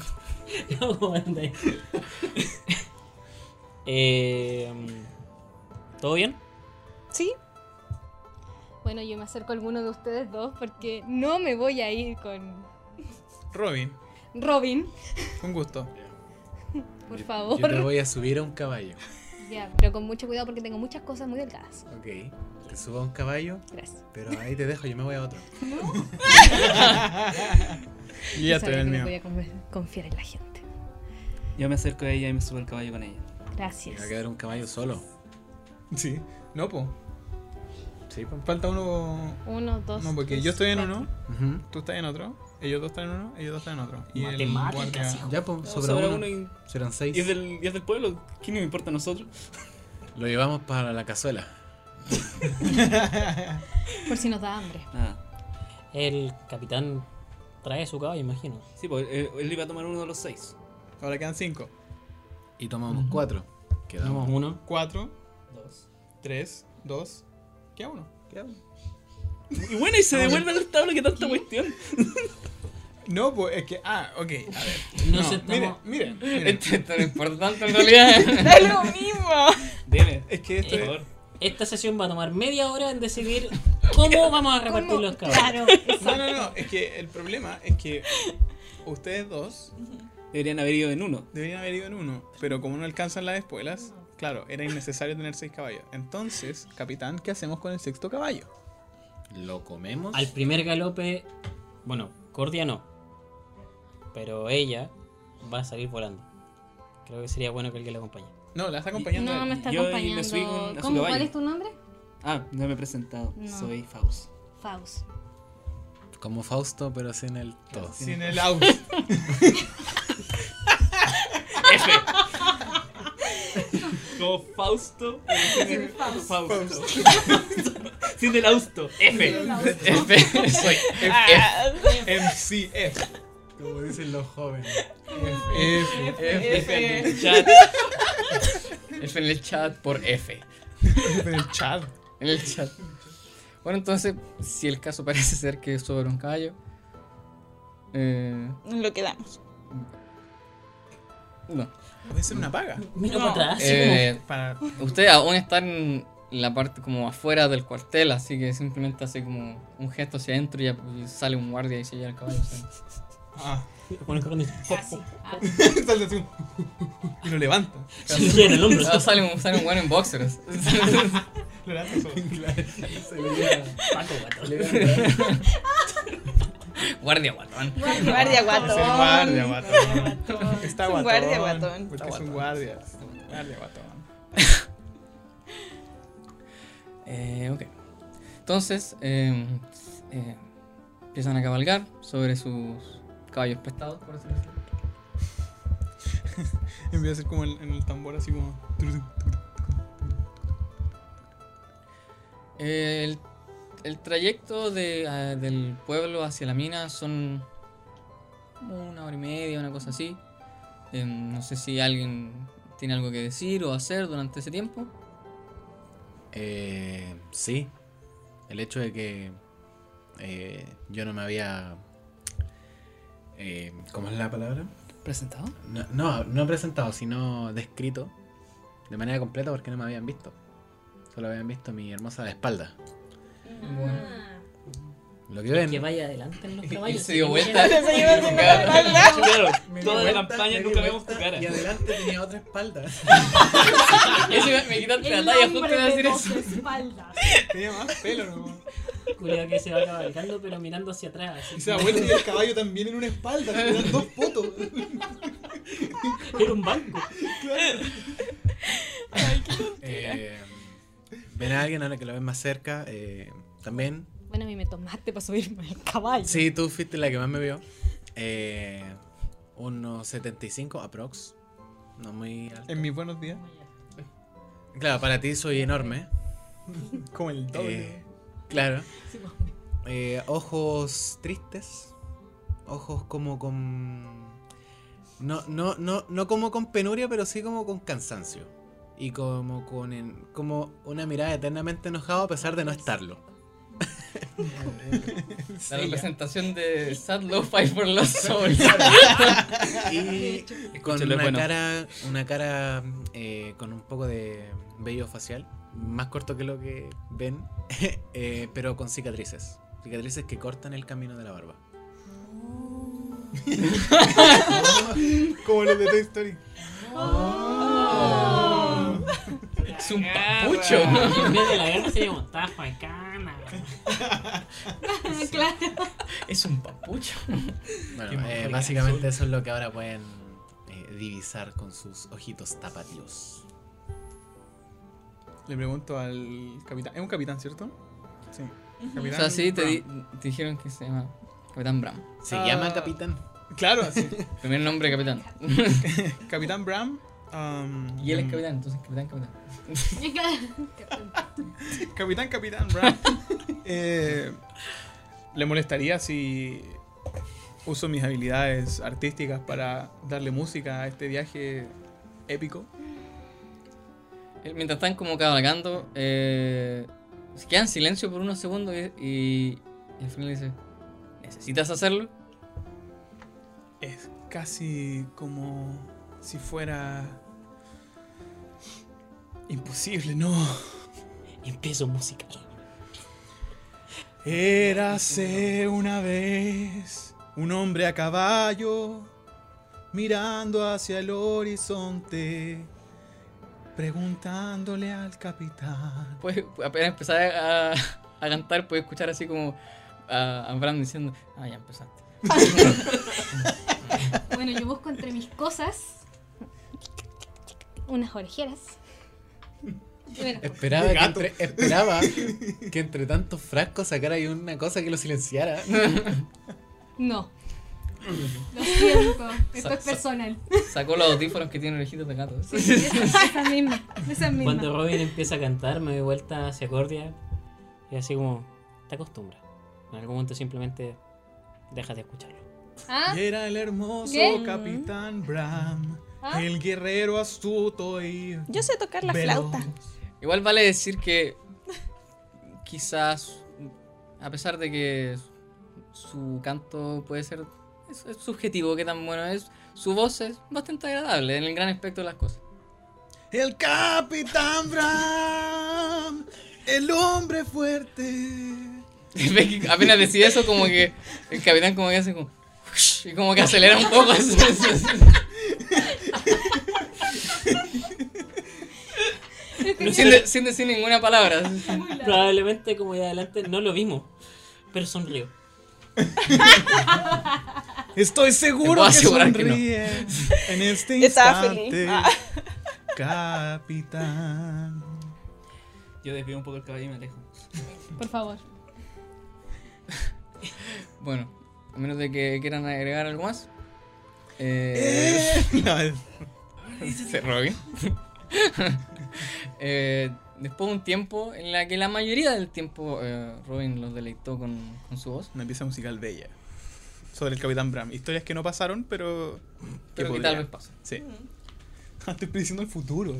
D: No, ¿cómo anda ahí? Eh, ¿Todo bien?
E: Sí,
F: Bueno, yo me acerco a alguno de ustedes dos porque no me voy a ir con
B: Robin,
F: Robin,
B: con gusto.
F: por
C: Yo-
F: favor.
C: Yo te voy a subir a un caballo.
F: Ya, pero con mucho cuidado porque tengo muchas cosas muy delgadas.
C: Ok. Te subo a un caballo,
F: Gracias.
C: pero ahí te dejo, yo me voy a otro.
B: Yo ya
F: Yo
B: estoy en
F: sabía
B: el
F: que no
B: mío.
F: podía conf- confiar en la gente.
G: Yo me acerco a ella y me subo al caballo con ella.
C: Me va a
F: Gracias.
C: quedar un caballo solo.
B: Sí. No, po.
C: Sí, pues.
B: Falta uno.
F: Uno, dos.
B: No, porque
F: tres,
B: yo estoy en
F: cuatro.
B: uno, tú estás en otro, ellos dos están en uno, ellos dos están en otro. el
D: Matemáticas,
B: guardia-
D: hijo.
C: Ya, pues, sobra,
G: Sobra
C: uno.
G: uno y,
C: Serán seis.
G: y es del, y es del pueblo. ¿Qué nos importa a nosotros?
C: Lo llevamos para la cazuela.
F: Por si nos da hambre.
G: Nada.
D: El capitán trae su caballo, imagino.
G: Sí, pues él, él iba a tomar uno de los seis.
B: Ahora quedan cinco.
C: Y tomamos cuatro.
D: Damos
C: Quedamos.
D: uno.
B: Cuatro,
G: Dos.
B: tres, dos. Queda uno. Queda uno.
G: Y bueno, y se devuelve al establo que tanta cuestión.
B: No, pues es que. Ah, ok, a ver.
D: Nos sentamos.
B: Miren, miren, miren.
A: este es tan importante en realidad.
E: es lo mismo.
G: Dele.
B: Es que
G: Por
B: esto
G: favor.
D: Esta sesión va a tomar media hora en decidir cómo vamos a repartir
F: ¿Cómo?
D: los caballos.
F: Claro.
B: es... No, no, no, es que el problema es que ustedes dos
G: Deberían haber ido en uno.
B: deberían haber ido en uno, pero como no alcanzan las espuelas, claro, era innecesario tener seis caballos. Entonces, capitán, ¿qué hacemos con el sexto caballo?
C: Lo comemos.
D: Al primer galope, bueno, Cordia no. Pero ella va a salir volando. Creo que sería bueno que alguien la acompañe.
B: No, la está acompañando.
F: No
B: él.
F: me está
G: Yo ahí me subí con- a
F: acompañando.
G: su
F: ¿Cómo? ¿Cuál
G: caballo.
F: es tu nombre?
G: Ah, no me he presentado.
F: No.
G: Soy Faust.
F: Faust.
C: Como Fausto, pero sin el todo.
B: Sin el auto.
G: Como Fausto. Sin Fausto. Sin el Austo. F.
A: F, soy F.
E: Ah.
B: MCF.
C: Como dicen los jóvenes.
A: este,
B: F.
A: F,
G: Chat.
A: F en el chat por F.
B: En el chat.
A: En el chat. Bueno, entonces, si el caso parece ser que sobra un caballo, eh,
E: Lo quedamos.
A: no.
B: Puede ser una paga.
D: Mira para atrás. así
A: Eh,
B: Para.
A: Ustedes aún están en la parte como afuera del cuartel, así que simplemente hace como un gesto hacia adentro y ya pues, y sale un guardia y se lleva el caballo. o sea.
B: Ah.
D: como- bueno, con el-
F: Casi. Ah,
B: Sale así. un- Y lo levanta.
D: Sí, sí, en el hombro.
A: Ah, sale, un, sale un bueno en boxers.
B: Lo levanta solo.
D: Paco, gato.
A: guardia guatón.
B: Es
E: Guardia
B: el guardia,
E: guatón.
B: guatón. Está
E: Es
B: guatón.
E: un guardia guatón.
B: Porque
A: Está
B: es un
A: guatón.
B: guardia. es un Guardia guatón.
A: Eh, ok. Entonces, eh, eh, empiezan a cabalgar sobre sus caballos prestados, por decirlo así.
B: Empieza a hacer como en, en el tambor, así como. turu, turu, turu.
A: El, el trayecto de, ah, del pueblo hacia la mina son como una hora y media, una cosa así. Em, no sé si alguien tiene algo que decir o hacer durante ese tiempo.
C: Eh, sí, el hecho de que eh, yo no me había... eh, ¿Cómo es la palabra?
G: ¿Presentado?
C: No, no, no presentado, sino descrito de manera completa porque no me habían visto. Solo habían visto mi hermosa espalda.
F: Ah.
C: Lo que ven...
D: Que vaya adelante en los
A: Y
D: caballos.
A: se dio
D: que
A: vuelta.
D: vayan-
E: Se lleva el primer espalda.
G: Claro,
C: Me di
G: Ah, toda la
C: vuelta, me
G: campaña
C: di
G: nunca vemos tu
C: vuelta,
G: cara.
C: Y adelante tenía otra espalda.
A: Ese me, me quitaste la
F: El
A: talla justo
F: hombre
A: de
F: de
A: decir
F: dos
A: eso.
F: espaldas.
B: Tenía más pelo, ¿no?
D: Cuidado que se va cabalgando, pero mirando hacia atrás. así.
B: Y se da vuelta y el caballo también en una espalda, se dan dos fotos.
D: Era un banco.
B: Claro.
C: Eh, ven a alguien ahora que lo ven más cerca. eh, también.
F: Bueno, a mí me tomaste para subirme al caballo.
C: Sí, tú fuiste la que más me vio. Eh, unos 75 aprox. No muy alto.
B: En mis buenos días,
C: Claro, para ti soy enorme.
B: como el doble.
C: Eh, claro. Eh, ojos tristes. Ojos como con. No, no, no, no como con penuria, pero sí como con cansancio. Y como con en- como una mirada eternamente enojada a pesar de no estarlo.
A: La representación de Sad Low Fight for Lost Souls.
C: Y con una
G: Escúchalo, es bueno.
C: cara, una cara eh, con un poco de vello facial, más corto que lo que ven, eh, pero con cicatrices. Cicatrices que cortan el camino de la barba.
B: Como los de Toy Story.
A: Es un papucho.
D: En vez de la guerra se llama Tafa y Cana.
F: claro.
A: Es un papucho.
C: Bueno,
B: Qué
C: eh,
B: mujer
C: básicamente eso es lo que ahora pueden eh, divisar con sus ojitos tapatíos.
B: Le pregunto al capitán. Es un capitán, ¿cierto? Sí.
A: O
B: Capitán
A: sea, sí, te,
B: Brown.
A: di- te dijeron que se llama Capitán Bram.
C: Se
B: Ah.
C: llama capitán.
B: Claro, sí.
A: Primer nombre, Capitán.
B: capitán Bram. um,
A: Y él es Capitán, entonces Capitán, Capitán.
B: Capitán, capitán Bram. Eh, ¿Le molestaría si uso mis habilidades artísticas para darle música a este viaje épico?
A: Eh, Mientras están como cabalgando, eh, se quedan en silencio por unos segundos y, y, y al final dice, ¿necesitas hacerlo?
B: Es casi como si fuera imposible, no.
D: Y empiezo música.
B: Érase una vez un hombre a caballo mirando hacia el horizonte, preguntándole al capitán.
A: Puedes apenas empezar a, a cantar, puedes escuchar así como a, a Bram diciendo, ah, ya empezaste.
F: Bueno, yo busco entre mis cosas unas orejeras. Bueno,
C: Esperaba que, entre, esperaba que entre tantos frascos sacara ahí una cosa que lo silenciara.
F: no. Lo siento, esto
A: Sa-
F: es
A: sa-
F: personal.
A: Sacó los audífonos que tienen orejitas de gato.
F: Esa misma, esa misma.
D: Cuando Robin empieza a cantar, me doy vuelta hacia Cordia y así como, te acostumbras. En algún momento simplemente dejas de escucharlo.
F: ¿Ah?
B: Y era el hermoso
F: ¿Qué?
B: capitán Bram,
F: ¿Ah?
B: el guerrero astuto y...
E: Yo sé tocar la
B: veloz.
E: flauta.
A: Igual vale decir que quizás, a pesar de que su canto puede ser es, es subjetivo, que tan bueno es, su voz es bastante agradable en el gran aspecto de las cosas.
B: El capitán Bram, el hombre fuerte.
A: Ve que apenas decide eso, como que el capitán como que hace como... Y como que acelera un poco. así, así, así. sin, de- sin decir ninguna palabra.
D: Probablemente como ya adelante no lo vimos, pero sonrío.
B: Estoy
A: Te
B: seguro
A: puedo
B: que
A: asegurar que no.
B: sonríe en este
E: Estaba
B: instante.
E: feliz. Ah.
B: Ah. Capitán.
G: Yo desvío un poco el caballo y me alejo.
F: Por favor.
A: Bueno, a menos de que quieran agregar algo más. Eh,
B: ¿Se Robin?
A: eh, después de un tiempo en la que la mayoría del tiempo eh, Robin los deleitó con, con su voz.
B: Una pieza musical bella. Sobre el Capitán Bram. Historias que no pasaron, pero.
A: Pero que
B: podrían.
A: tal vez pasa.
B: Sí. Estoy prediciendo el futuro.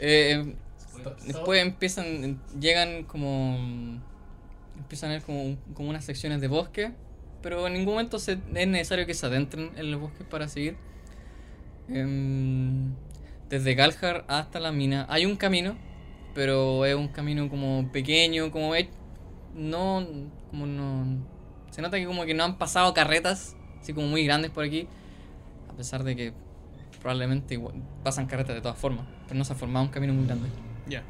A: Eh, después empiezan, llegan como... Empiezan a ver como, como unas secciones de bosque, pero en ningún momento se- es necesario que se adentren en los bosques para seguir. Em, desde Galhar hasta la mina hay un camino, pero es un camino como pequeño, como es- no, como no, se nota que como que no han pasado carretas, así como muy grandes por aquí, a pesar de que probablemente igual- pasan carretas de todas formas, pero no se ha formado un camino muy grande.
B: Ya.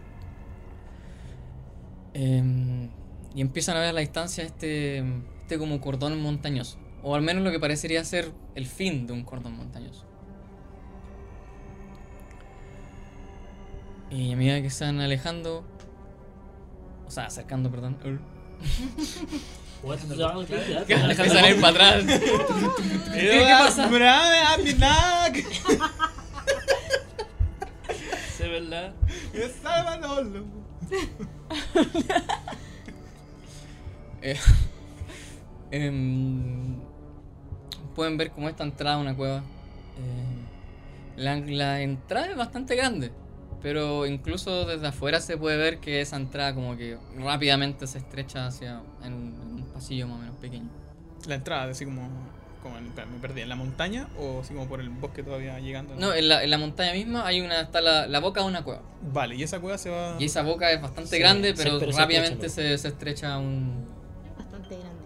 A: Em, y empiezan a ver a la distancia este, este como cordón montañoso, o al menos lo que parecería ser el fin de un cordón montañoso. Y a medida que se van alejando, o sea, acercando, perdón,
D: What's
A: empiezan a ir para atrás. ¿Qué, qué pasa?
D: Sí, ¿verdad?
A: Em, pueden ver cómo esta entrada a una cueva. Em, la, la entrada es bastante grande, pero incluso desde afuera se puede ver que esa entrada como que rápidamente se estrecha hacia en un, en un pasillo más o menos pequeño.
B: La entrada, así como. como en- me perdí, ¿en la montaña o así como por el bosque todavía llegando?
A: No, eh. en la, en la montaña misma hay una está la, la boca de una cueva.
B: Vale, y esa cueva se va.
A: Y esa boca es bastante
D: Sí,
A: grande,
D: sí,
A: pero,
D: pero se
A: rápidamente se, se estrecha a un...
F: Bastante grande.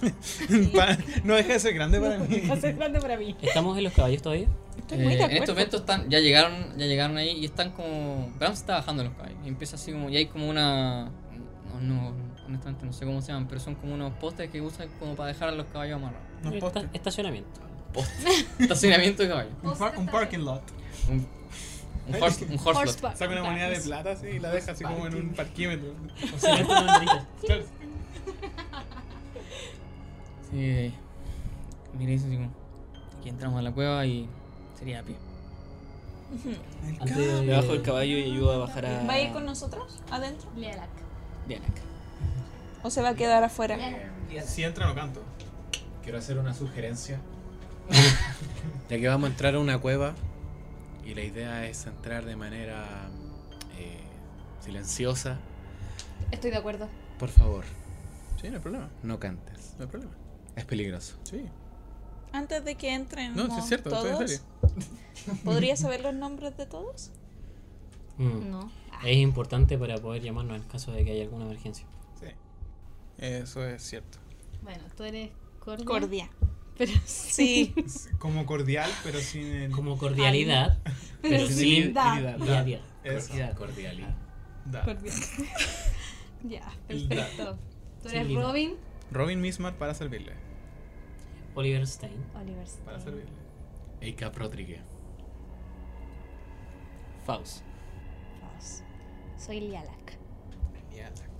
B: Pa- no deja de ser grande para mí.
E: Va a ser grande para mí.
D: ¿Estamos en los caballos todavía?
E: Estoy
A: Eh,
E: muy de
A: en estos
E: acuerdo.
A: momentos están, ya llegaron, ya llegaron ahí y están como. Bram se está bajando los caballos. Y empieza así como. Y hay como una. No, no, honestamente no sé cómo se llaman, pero son como unos postes que usan como para dejar a los caballos amarrados.
B: Unos
D: Esta-
B: postes.
D: estacionamiento.
A: Estacionamiento de caballos.
B: Un, par- un parking lot.
A: Un, un horse, un horse lot.
F: Horseback.
B: Saca una moneda de plata así y la deja así como en un parquímetro. Claro.
A: Sí. Mira, dice así como. Aquí entramos a la cueva y. Sería a pie.
D: Antes de-
G: Me bajo el caballo y ayudo a bajar a.
E: ¿Va a ir con nosotros adentro?
F: Lealak.
G: Bien,
E: ¿O se va a quedar afuera?
B: Si entra, no canto.
C: Quiero hacer una sugerencia. ya que vamos a entrar a una cueva y la idea es entrar de manera eh, silenciosa,
F: Estoy de acuerdo.
C: por favor,
B: Sí, no hay problema.
C: no cantes.
B: No hay problema.
C: Es peligroso.
B: Sí.
E: Antes de que entren
B: No, sí es cierto, estoy en
E: todos,
B: serio.
E: ¿podría saber los nombres de todos?
D: Mm.
F: No. Ah,
D: Es importante para poder llamarnos en caso de que haya alguna emergencia.
B: Sí. Eso es cierto.
F: bueno, tú eres cordia.
E: Cordia.
F: Pero
E: Sí.
B: Es Como cordial, pero sin el.
D: Como cordialidad,
F: Pero
D: pero
F: sin
D: sin
F: da.
D: cordialidad.
B: Eso.
C: Cordialidad.
B: Da.
E: Cordia.
F: Ya, perfecto. Tú eres
D: Sí,
F: Robin.
B: Robin Mismar para servirle.
D: Oliver Stein.
F: Oliver.
B: Para
F: Stein.
B: servirle.
C: Eika Protrigue.
G: Faust.
F: Ross. Soy Lialak.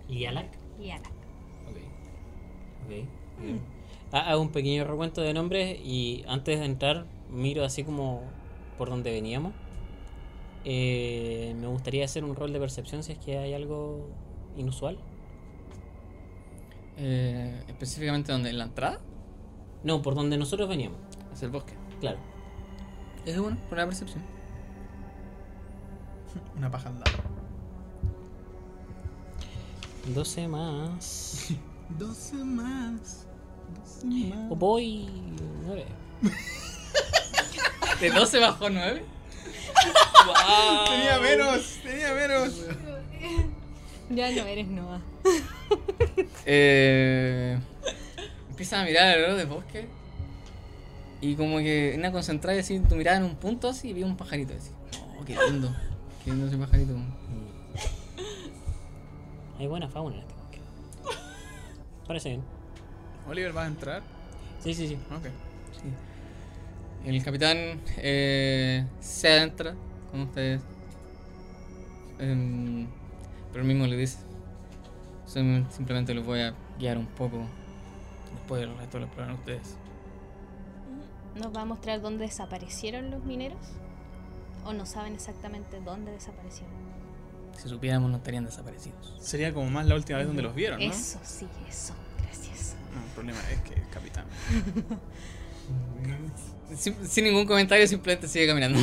D: Lialak.
F: Lialak.
D: Ok. Ha- Hago un pequeño recuento de nombres y antes de entrar miro así como por donde veníamos. Eh, me gustaría hacer un rol de percepción si es que hay algo inusual.
A: Eh, Específicamente donde, en la entrada.
D: No, por donde nosotros veníamos.
G: Es el bosque.
D: Claro.
A: Es bueno, por la percepción.
B: Una paja andada.
D: 12 más.
B: Doce más. Doce más.
D: Oh, voy. 9.
A: De 12 bajó 9.
B: Tenía menos, tenía menos.
F: Ya no eres Noah.
A: Eh, empiezas a mirar alrededor del bosque. Y como que una concentrada y así tu mirada en un punto así y vi un pajarito así. Oh, qué lindo. Qué lindo ese pajarito.
D: Mm. Hay buena fauna en este bosque. Parece bien.
B: Oliver, ¿vas a entrar?
D: Sí, sí, sí.
B: Ok.
A: El capitán eh, se adentra con ustedes. Em, pero él mismo le dice. "Sim- Simplemente los voy a guiar un poco. Después del resto lo prueban ustedes.
F: nos va a mostrar dónde desaparecieron los mineros. O no saben exactamente dónde desaparecieron.
A: Si supiéramos, no estarían desaparecidos.
B: Sería como más la última vez donde los vieron, ¿no?
F: Eso, sí, eso. Gracias.
B: No, el problema es que capitán.
A: Sin, sin ningún comentario, simplemente sigue caminando.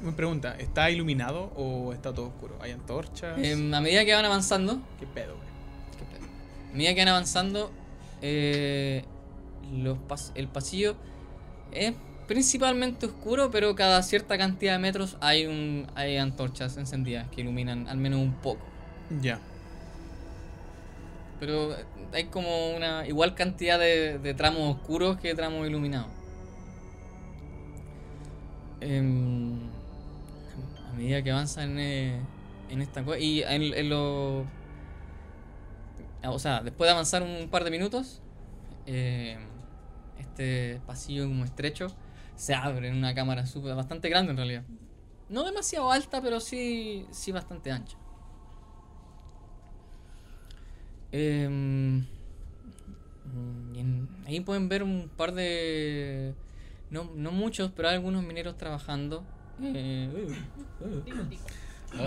B: Me pregunta, ¿está iluminado o está todo oscuro? ¿Hay antorchas?
A: Em, a medida que van avanzando,
B: ¿Qué pedo, güey?
A: a medida que van avanzando, eh, los pas- el pasillo es principalmente oscuro, pero cada cierta cantidad de metros hay, un, hay antorchas encendidas que iluminan al menos un poco.
B: Ya.
A: Pero eh, hay como una igual cantidad de, de tramos oscuros que tramos iluminados. Em, a medida que avanzan en, eh, en esta cueva. Y en, en lo. ah, O sea, después de avanzar un par de minutos, em, este pasillo como estrecho se abre en una cámara súper- bastante grande en realidad. No demasiado alta, pero sí, sí bastante ancha. Em, mm, y en- ahí pueden ver un par de. No, no muchos, pero hay algunos mineros trabajando. Eh,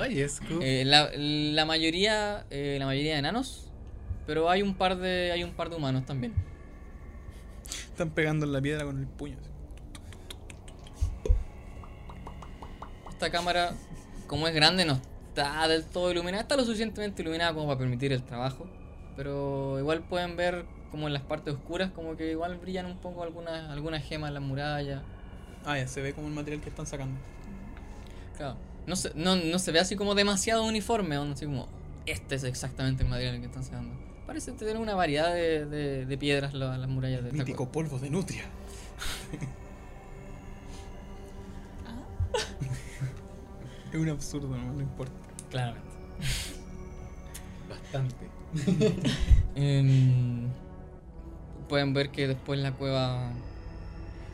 C: Oye, Scoop.
A: eh, la, la mayoría. eh, la mayoría de enanos. Pero hay un par de. hay un par de humanos también.
B: Están pegando en la piedra con el puño. así.
A: Esta cámara, como es grande, no está del todo iluminada. Está lo suficientemente iluminada como para permitir el trabajo. Pero igual pueden ver como en las partes oscuras, como que igual brillan un poco algunas, algunas gemas en las murallas.
B: Ah, ya se ve como el material que están sacando.
A: Claro. No se, no, no se ve así como demasiado uniforme, o no sé como este es exactamente el material que están sacando. Parece tener una variedad de, de- de piedras la- las murallas de esta
B: Mítico polvo de nutria. Ah. es un absurdo, no, no importa.
A: cueva. Claramente.
C: Bastante.
A: Em, pueden ver que después la cueva.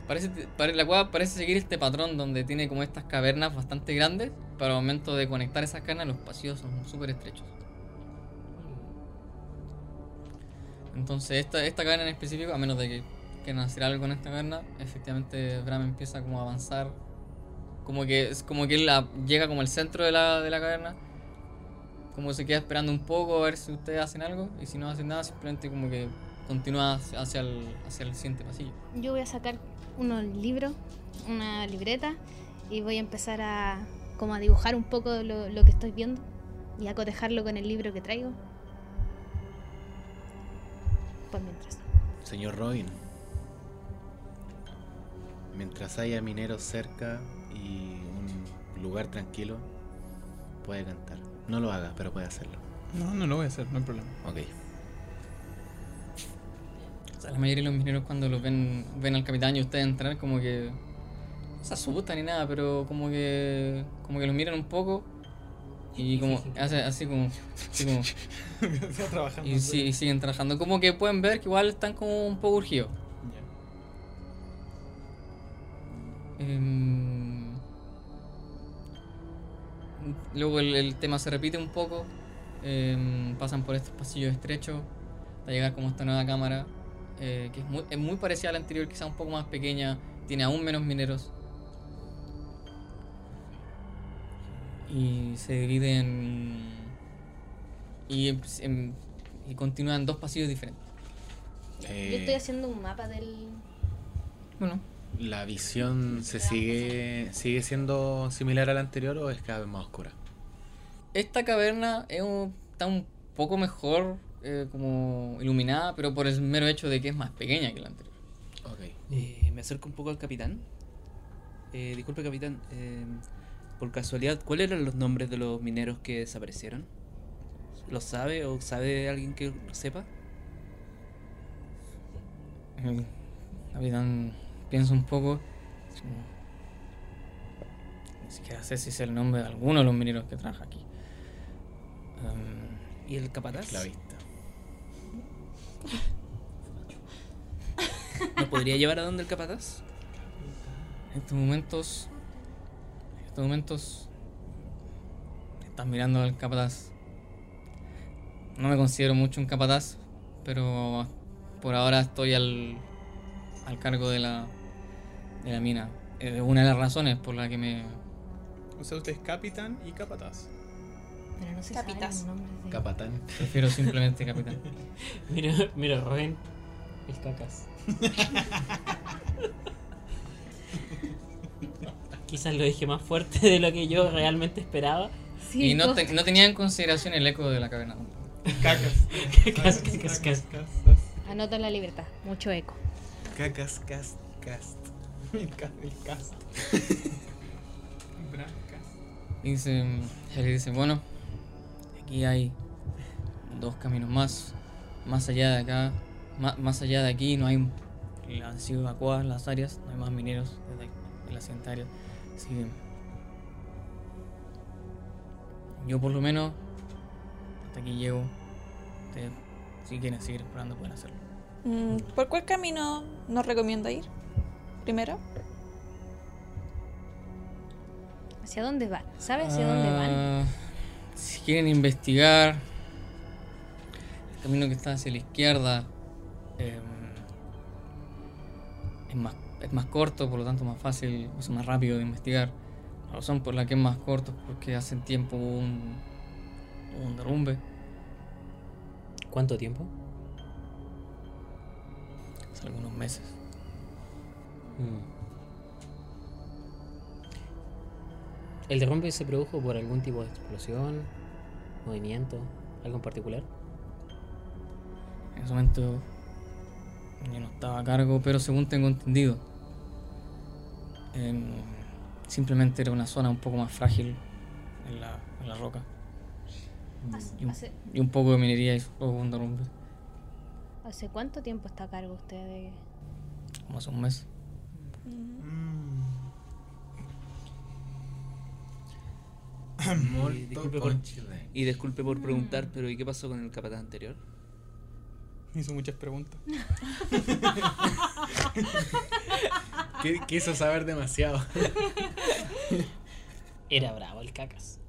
A: Parece, pare- la cueva parece seguir este patrón donde tiene como estas cavernas bastante grandes. Pero al momento de conectar esas cavernas, los pasillos son súper estrechos. Entonces, esta, esta caverna en específico, a menos de que quieran hacer algo con esta caverna, efectivamente Bram empieza como a avanzar. Como que, es como que él la- llega como al centro de la, de la caverna como se queda esperando un poco a ver si ustedes hacen algo y si no hacen nada simplemente como que continúa hacia hacia el, hacia el siguiente pasillo.
F: Yo voy a sacar unos libros, una libreta, y voy a empezar a como a dibujar un poco lo, lo que estoy viendo y a cotejarlo con el libro que traigo. Por Pues mientras.
C: Señor Robin, mientras haya mineros cerca y un lugar tranquilo, puede cantar. No lo haga, pero puede hacerlo.
B: No, no lo voy a hacer, no hay problema.
C: Ok.
A: O sea, la mayoría de los mineros cuando los ven ven al capitán y ustedes entrar como que no se asustan ni nada, pero como que como que los miran un poco y como hace- así como así como
B: Está trabajando.
A: y, sí- y siguen trabajando, como que pueden ver que igual están como un poco urgidos.
B: Ya.
A: Em, Luego el, el tema se repite un poco. em, pasan por estos pasillos estrechos hasta llegar como a esta nueva cámara, eh, que es muy, es muy parecida a la anterior, quizá un poco más pequeña, tiene aún menos mineros. Y se divide en... Y, em- em- y continúan dos pasillos diferentes.
F: Ya,
C: Eh.
F: Yo estoy haciendo un mapa del.
A: Bueno,
C: ¿La visión se sigue, sigue siendo similar a la anterior o es cada vez más oscura?
A: Esta caverna es un- está un poco mejor eh, como iluminada, pero por el mero hecho de que es más pequeña que la anterior.
C: Ok.
G: Eh, me acerco un poco al capitán. Eh, disculpe, capitán. eh, por casualidad, ¿cuáles eran los nombres de los mineros que desaparecieron? ¿Lo sabe o sabe alguien que lo sepa?
A: El capitán piensa un poco. es como, Ni siquiera sé si es el nombre de alguno de los mineros que trabaja aquí. Em,
G: ¿Y el capataz?
C: La vista.
G: ¿No podría llevar a dónde el capataz?
A: En estos momentos. En estos momentos. Estás mirando al capataz. No me considero mucho un capataz, pero por ahora estoy al. al cargo de la. de la mina. Es una de las razones por la que me.
B: O sea, usted es capitán y capataz.
H: Pero no se
E: Capitaz.
H: sabe los nombres de-
C: Capatán.
A: Prefiero simplemente capitán.
D: Mira, mira, Rubén. El cacas. Quizás lo dije más fuerte de lo que yo realmente esperaba.
H: Sí,
A: Y no,
H: vos-
A: te- no tenía en consideración el eco de la caverna tampoco.
B: Cacas.
D: Cacas, cacas, cacas.
B: cacas.
F: Anota en la libertad. Mucho eco.
G: Cacas, cast, cast.
B: El ca- el cast. Bracas.
A: Y dice, Harry dice, bueno, aquí hay dos caminos más. Más allá de acá, ma- más, allá de aquí, no hay... Han sido evacuadas las áreas, no hay más mineros desde de la siguiente área. Así que... Yo por lo menos, hasta aquí llego. Ustedes, si quieren seguir explorando, pueden hacerlo.
E: Mm, ¿Por cuál camino nos recomienda ir? Primero.
F: ¿Hacia dónde van? ¿Sabe hacia dónde van?
A: Ah, Si quieren investigar, el camino que está hacia la izquierda eh, es, más, es más corto, por lo tanto más fácil, es más rápido de investigar. La razón por la que es más corto es porque hace tiempo hubo un, hubo un derrumbe.
D: ¿Cuánto tiempo?
A: Hace algunos meses.
D: Mm. ¿El derrumbe se produjo por algún tipo de explosión, movimiento, algo en particular?
A: En ese momento yo no estaba a cargo, pero según tengo entendido, em, simplemente era una zona un poco más frágil en la, en la roca.
F: Hace-
A: Y un,
F: hace-
A: y un poco de minería y luego un derrumbe,
F: ¿Hace cuánto tiempo está a cargo usted de.?
A: como hace un mes.
G: Y disculpe, por, y disculpe por preguntar, pero ¿y qué pasó con el capataz anterior?
B: Me hizo muchas preguntas.
C: Qui- Quiso saber demasiado.
D: Era bravo el cacas.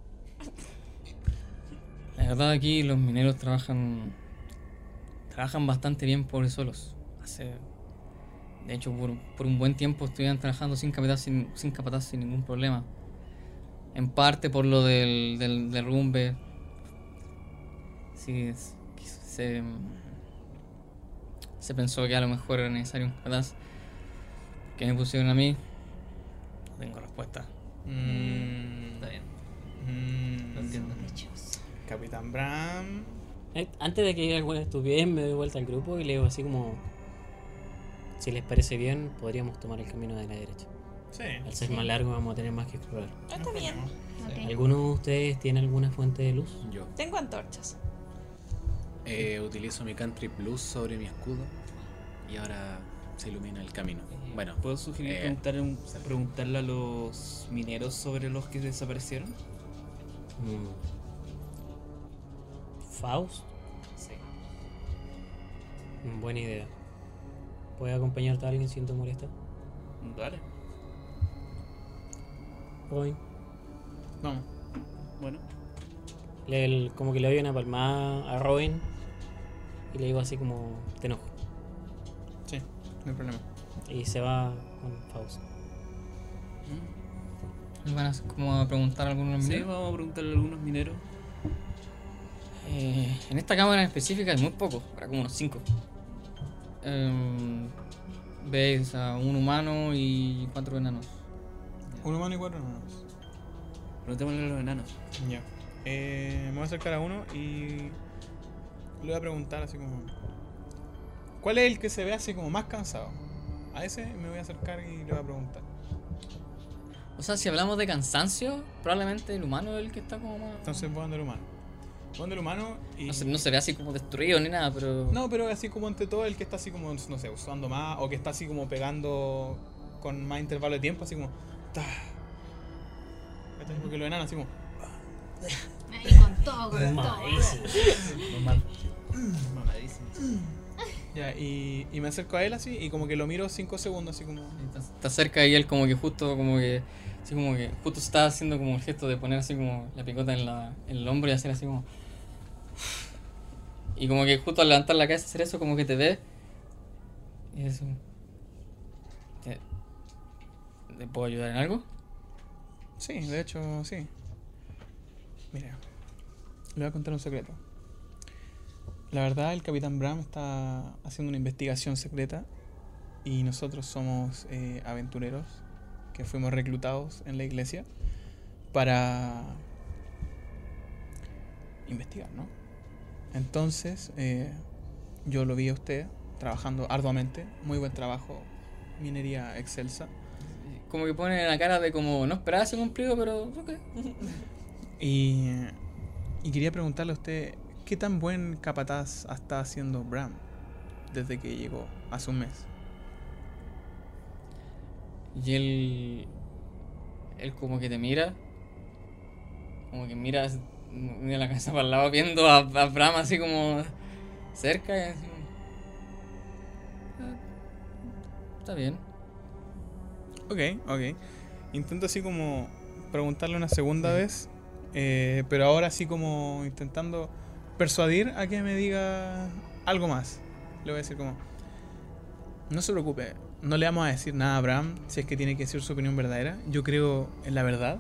A: La verdad aquí los mineros trabajan trabajan bastante bien por solos. Hace, de hecho, por, por un buen tiempo estuvieron trabajando sin capataz sin, sin capataz sin ningún problema. En parte por lo del, del derrumbe. Sí, es- que se, se pensó que a lo mejor era necesario un capataz. Que me pusieron a mí. No tengo respuesta.
G: Está bien,
B: Mm,
G: lo entiendo.
B: Capitán Bram.
D: Eh, Antes de que diga alguna estupidez, me doy vuelta al grupo y le digo así como... Si les parece bien, podríamos tomar el camino de la derecha.
B: Sí.
D: Al ser más largo vamos a tener más que explorar.
E: Está bien.
F: Ok.
D: ¿Alguno de ustedes tiene alguna fuente de luz?
C: Yo
E: Tengo antorchas.
C: eh, utilizo mi country plus sobre mi escudo y ahora se ilumina el camino. Bueno,
G: ¿Puedo sugerir
C: eh,
G: preguntarle, un- preguntarle a los mineros sobre los que desaparecieron?
D: Mm. Faust.
G: Sí.
D: Mm, Buena idea. ¿Puede acompañarte a alguien si no te molesta?
G: Vale,
D: Robin.
B: Vamos.
G: bueno.
D: Le- el- como que le doy una palmada a Robin y le digo así como, te enojo.
B: Sí, no hay problema.
D: Y se va con Faust.
A: ¿Me van a, como a preguntar a algunos
G: Sí,
A: mineros?
G: vamos a preguntarle a algunos mineros.
A: Eh, en esta cámara en específica hay muy pocos, habrá como unos 5. veis a un humano y cuatro enanos.
B: Un humano y cuatro enanos.
G: Preguntémosle a los enanos.
B: Ya. Eh, me voy a acercar a uno y le voy a preguntar así como... ¿Cuál es el que se ve así como más cansado? A ese me voy a acercar y le voy a preguntar.
A: O sea, si hablamos de cansancio, probablemente el humano es el que está como más.
B: Entonces voy andar humano. Voy andar humano y...
A: no, se, no se ve así como destruido ni nada, pero.
B: No, pero así como ante todo el que está así como, no sé, usando más o que está así como pegando con más intervalo de tiempo, así como... ta. ¿Cachai? Porque los enanos así como...
F: Ahí con todo, con todo.
G: Mamadísimos.
B: Ya, y, y me acerco a él así y como que lo miro cinco segundos así como...
A: Está, está cerca y él como que justo como que. Así como que justo está haciendo como el gesto de poner así como la picota en, la, en el hombro y hacer así como. Y como que justo al levantar la cabeza hacer eso como que te ve. Y es un- te- ¿Le puedo ayudar en algo?
B: Sí, de hecho, sí. Mira, le voy a contar un secreto. La verdad, el Capitán Bram está haciendo una investigación secreta y nosotros somos eh, aventureros que fuimos reclutados en la iglesia para investigar, ¿no? Entonces, eh, yo lo vi a usted trabajando arduamente, muy buen trabajo, minería excelsa.
A: Como que pone la cara de como, no esperaba ese cumplido, pero ok.
B: Y, y quería preguntarle a usted, ¿qué tan buen capataz está haciendo Bram desde que llegó hace un mes?
A: Y él. Él como que te mira. Como que mira, mira la cabeza para el lado viendo a, a Bram así como cerca. y así. "Ah, Está bien.
B: Ok, ok. Intento así como preguntarle una segunda vez, eh, pero ahora así como intentando persuadir a que me diga algo más. Le voy a decir como, no se preocupe, no le vamos a decir nada a Abraham si es que tiene que decir su opinión verdadera. Yo creo en la verdad,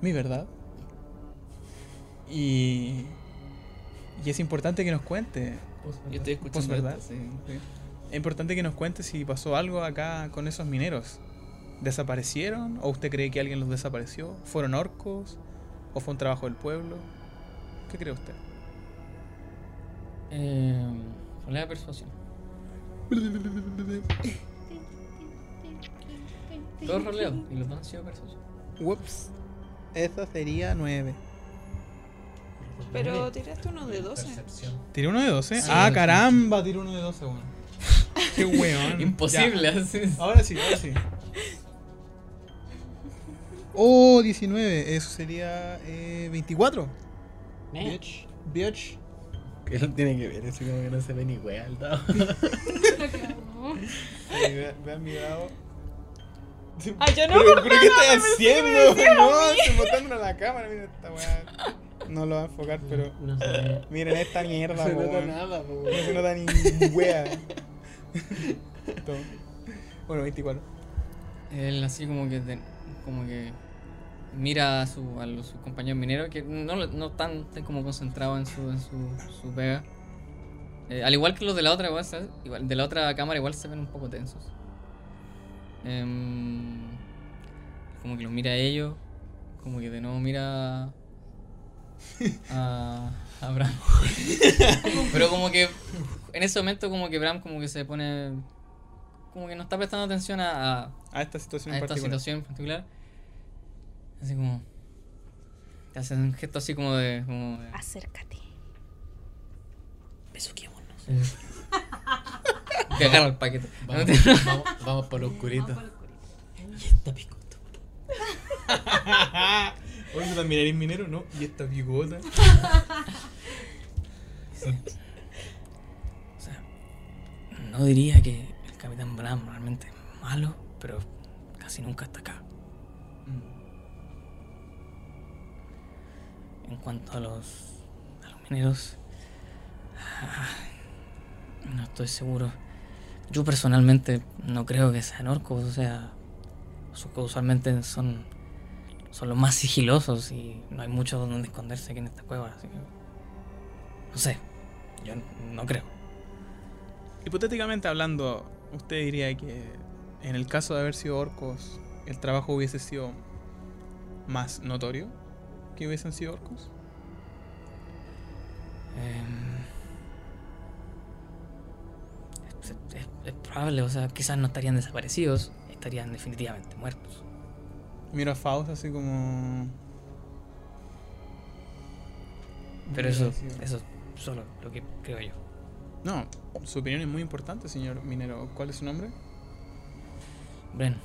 B: mi verdad. Y, y es importante que nos cuente
G: Yo estoy
B: Pues,
G: escuchando
B: ¿verdad?
G: esto, sí.
B: Es importante que nos cuente si pasó algo acá con esos mineros. ¿Desaparecieron? ¿O usted cree que alguien los desapareció? ¿Fueron orcos? ¿O fue un trabajo del pueblo? ¿Qué cree usted?
A: Eh, ¿cuál es la persuasión? Todo roleado y los dos han sido persuasión.
B: Ups. Esa sería 9.
E: Pero tiraste uno de 12.
C: Percepción.
B: ¿Tiré uno de 12?
A: Sí.
B: ah, caramba, tiré uno de 12, weón. Qué weón.
A: Imposible, así es.
B: Ya. Ahora sí, ahora sí. Oh, 19. Eso sería eh, 24.
D: Mitch.
B: Bitch.
C: ¿Qué lo tiene que ver? Así como que no se ve ni wea al dado.
B: Vean mi dado.
E: Ah, yo no,
B: ¿Pero, pero qué estás haciendo? No, estoy botando a la cámara, mira esta weá. No lo va a enfocar, pero.
D: No se ve.
B: Miren esta mierda,
C: No se nota
B: weón.
C: nada, po,
B: No
C: weón.
B: se nota ni wea. Toma. Bueno, 24.
A: Él así como que te- como que mira a, su, a los, sus compañeros mineros que no, lo- no están, están como concentrados en su, en su, su pega. Eh, al igual que los de la otra igual, se- igual- de la otra cámara igual se ven un poco tensos. Em, como que los mira a ellos, como que de nuevo mira a, a Bram. Pero como que en ese momento como que Bram como que se pone como que no está prestando atención a- a
B: A esta situación
A: a
B: en
A: esta
B: particular.
A: situación en particular. Así como. Te hacen un gesto así como de. Como de-
F: Acércate.
A: te agarra el paquete.
C: Vamos, vamos, vamos por lo oscurito.
D: Está picoto.
B: Oye, ¿tú también eres minero, ¿no? Y esta bigota.
A: O sea, no diría que el Capitán Bram realmente es malo, pero casi nunca está acá.
B: Mm.
A: En cuanto a los, a los mineros, ah, no estoy seguro. Yo personalmente no creo que sean orcos, o sea, su- usualmente son, son los más sigilosos y no hay mucho donde esconderse aquí en esta cueva, así que no sé, yo no creo.
B: Hipotéticamente hablando, usted diría que en el caso de haber sido orcos, el trabajo hubiese sido más notorio que hubiesen sido orcos.
A: Em, es, es- es probable, o sea, quizás no estarían desaparecidos, estarían definitivamente muertos.
B: Miro a Faust así como.
A: Pero eso,
B: Desaparecidos.
A: eso es solo lo que creo yo.
B: No, su opinión es muy importante, señor minero. ¿Cuál es su nombre?
A: Bren,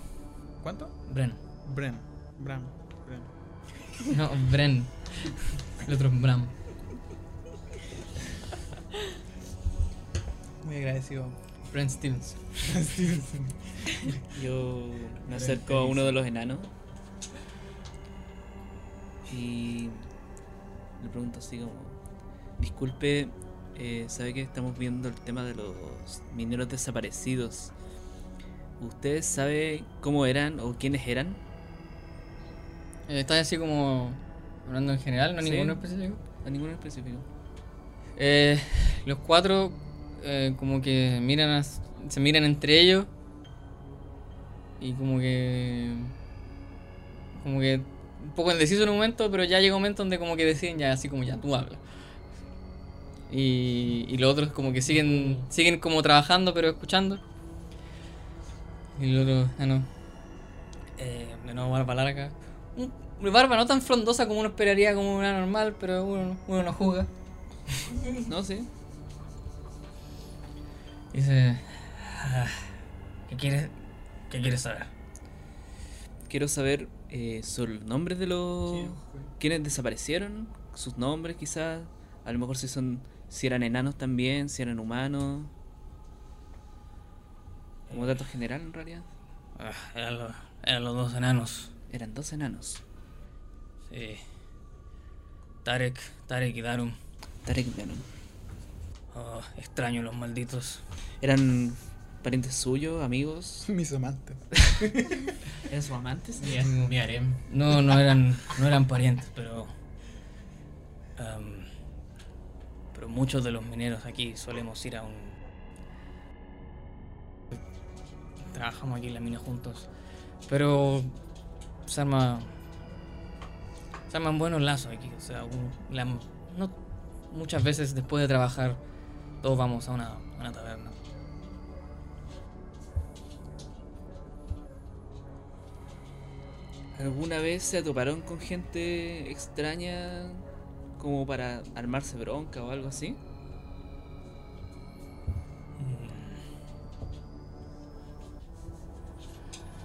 B: ¿Cuánto?
A: Bren.
B: Bren. Bram. Bren.
A: No, Bren. El otro es Bram.
B: Muy agradecido.
A: Bren Stevens.
B: Stevenson.
G: Yo me acerco a uno de los enanos y le pregunto así como, disculpe, eh, ¿sabe que estamos viendo el tema de los mineros desaparecidos? ¿Usted sabe cómo eran o quiénes eran?
A: Eh, ¿Estás así como hablando en general, no
G: Sí.
A: ninguno específico?
G: A ninguno en específico.
A: Eh, los cuatro eh, como que miran a- se miran entre ellos y como que como que un poco indeciso en un momento, pero ya llega un momento donde como que deciden ya así como ya tú hablas. Y, y los otros como que siguen siguen como trabajando pero escuchando. Y el otro, ah no. Eh, de nuevo barba larga. Un- Una barba no tan frondosa como uno esperaría como una normal, pero uno, uno no juzga.
G: No sé.
A: Dice. "Ah, ¿Qué quieres? ¿Qué quieres saber?
G: Quiero saber eh, sobre los nombres de los. ¿Quiénes desaparecieron? Sus nombres, quizás. A lo mejor si son. Si eran enanos también, si eran humanos. Como dato general, en realidad.
A: Ah, eran, los, eran los dos enanos.
G: Eran dos enanos.
A: Sí. Tarek, Tarek y Darum.
G: Tarek y Enanon.
A: Oh, extraño los malditos.
G: Eran parientes suyos, amigos.
B: Mis amantes.
D: ¿Eran sus amantes?
C: Mi, mi harem.
A: No, no eran, no eran parientes, pero. am, pero muchos de los mineros aquí solemos ir a un. Trabajamos aquí en la mina juntos. Pero. Se arma. Se arman buenos lazos aquí. O sea, un- la- no, muchas veces después de trabajar, todos vamos a una, a una taberna.
G: ¿Alguna vez se atoparon con gente extraña como para armarse bronca o algo así?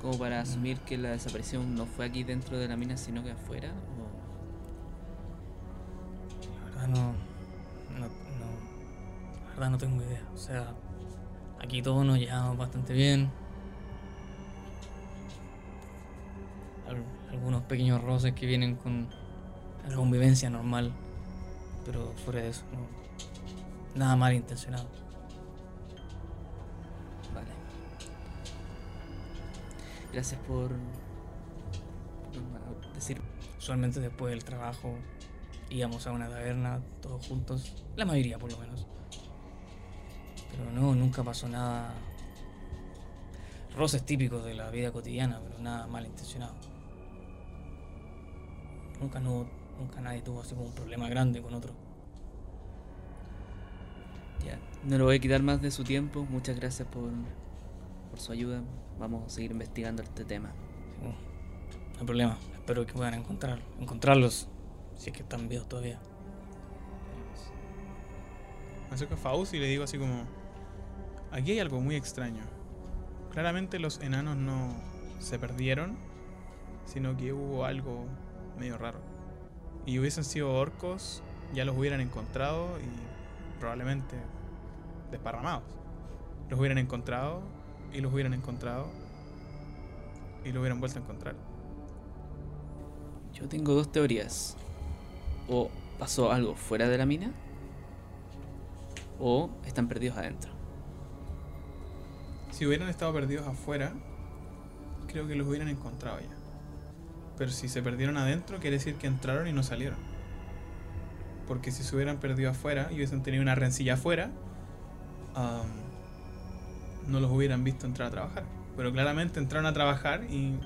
G: Como para asumir que la desaparición no fue aquí dentro de la mina, sino que afuera. ¿O
A: La verdad Ah, no, no, no, la verdad no tengo idea. O sea, aquí todos nos llevamos bastante bien. Al- algunos pequeños roces que vienen con la convivencia normal, pero fuera de eso, no, nada mal intencionado.
G: Vale. Gracias por por decir.
A: Usualmente después del trabajo íbamos a una taberna todos juntos, la mayoría por lo menos. Pero no, nunca pasó nada. Roces típicos de la vida cotidiana, pero nada malintencionado. Nunca, no, nunca nadie tuvo así como un problema grande con otro.
G: Ya. No lo voy a quitar más de su tiempo. Muchas gracias por, por su ayuda. Vamos a seguir investigando este tema.
A: No, hay problema. Espero que puedan encontrar, encontrarlos, si es que están vivos todavía.
B: Me acerco a Faust y le digo así como... Aquí hay algo muy extraño. Claramente los enanos no se perdieron, sino que hubo algo medio raro. Y hubiesen sido orcos, ya los hubieran encontrado y probablemente desparramados. Los hubieran encontrado y los hubieran encontrado y los hubieran vuelto a encontrar.
G: Yo tengo dos teorías. O pasó algo fuera de la mina. O están perdidos adentro.
B: Si hubieran estado perdidos afuera, creo que los hubieran encontrado ya. Pero si se perdieron adentro, quiere decir que entraron y no salieron. Porque si se hubieran perdido afuera y hubiesen tenido una rencilla afuera, am, no los hubieran visto entrar a trabajar. Pero claramente entraron a trabajar y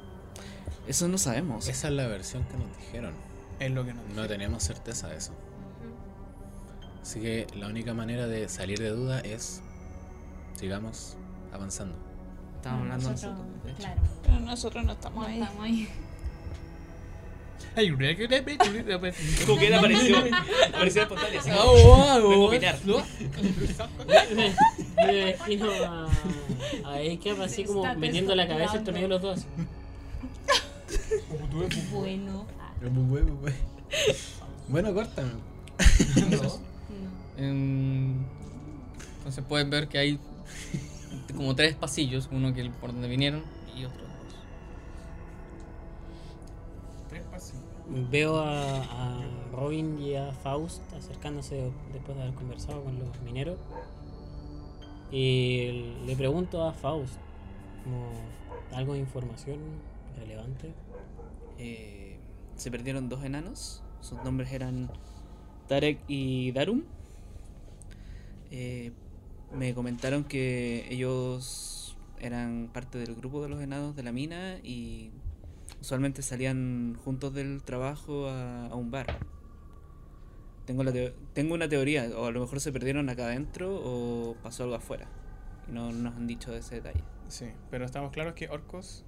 G: Eso no sabemos.
C: Esa es la versión que nos dijeron.
B: es lo que nos
C: No
B: dijeron.
C: tenemos certeza de eso. Así que la única manera de salir de duda es sigamos avanzando.
G: Estábamos hablando
F: Nosotros,
G: nosotros, de hecho.
F: claro,
E: Pero nosotros no
F: no
E: estamos ahí.
F: estamos ahí.
G: Como que apareció. apareció espontánea. así como, vengo a opinar.
D: Yo me imagino a, a Eka así como
F: Está
D: metiendo la cabeza entre medio de los dos.
F: Bueno, ah,
C: Bueno, córtame.
F: no.
A: Em, Entonces puedes ver que hay como tres pasillos, uno que por donde vinieron y otro dos.
D: Veo a, a Robin y a Faust acercándose después de haber conversado con los mineros. Y le pregunto a Faust, como algo de información relevante.
G: Eh, se perdieron dos enanos. Sus nombres eran Tarek y Darum. Eh, me comentaron que ellos eran parte del grupo de los enanos de la mina y usualmente salían juntos del trabajo a, a un bar. Tengo, la teo- tengo una teoría, o a lo mejor se perdieron acá adentro o pasó algo afuera. Y no nos han dicho ese detalle.
B: Sí, pero estamos claros que orcos.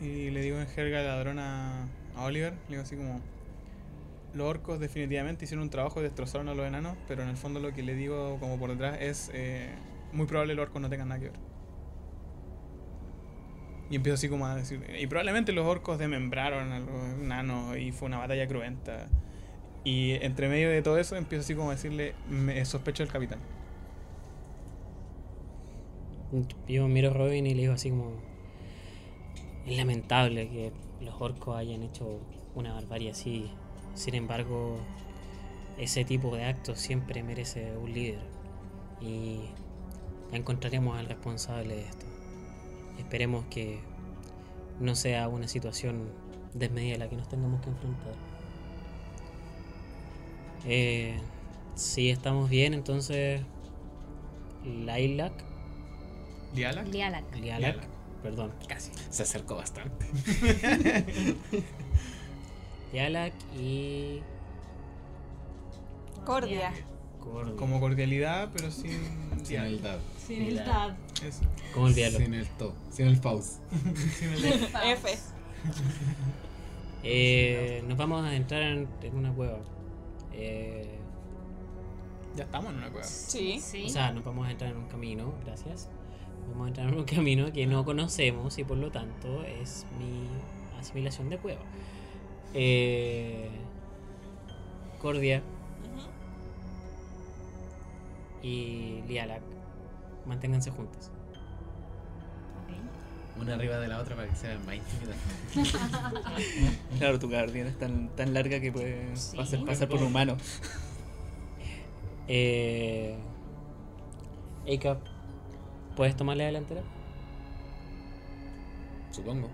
B: Y le digo en jerga ladrón a, a Oliver, le digo así como. Los orcos definitivamente hicieron un trabajo y destrozaron a los enanos, pero en el fondo lo que le digo como por detrás es eh, muy probable los orcos no tengan nada que ver. Y empiezo así como a decir, y probablemente los orcos desmembraron a los enanos y fue una batalla cruenta. Y entre medio de todo eso empiezo así como a decirle, me sospecho del capitán.
D: Yo miro a Robin y le digo así como... Es lamentable que los orcos hayan hecho una barbarie así. Sin embargo, ese tipo de actos siempre merece un líder. Y ya encontraremos al responsable de esto. Esperemos que no sea una situación desmedida a la que nos tengamos que enfrentar. Eh, si estamos bien, entonces... Lilac
B: ¿Liala?
F: Lialac.
D: Lialac, perdón.
A: Casi.
C: Se acercó bastante.
D: Lialac y.
E: Cordia.
B: Como cordialidad, pero sin...
C: Sin el dab.
F: Sin el tab.
B: Eso.
D: ¿Cómo olvidarlo?
C: Sin el to. Sin el pause.
E: F.
D: Eh, nos vamos a adentrar en, en una cueva. Eh,
B: Ya estamos en una cueva.
E: Sí.
F: Sí.
D: O sea, nos vamos a entrar en un camino, gracias. Vamos a entrar en un camino que no conocemos y por lo tanto es mi asimilación de cueva. Eh, Cordia y Lialac, manténganse juntas.
C: Una arriba de la otra para que sea más intimidante.
G: Claro, tu guardiana es tan, tan larga que puede
F: Sí.
G: hacer pasar por un humano.
D: Eh, Acap, ¿puedes tomar la delantera?
C: Supongo.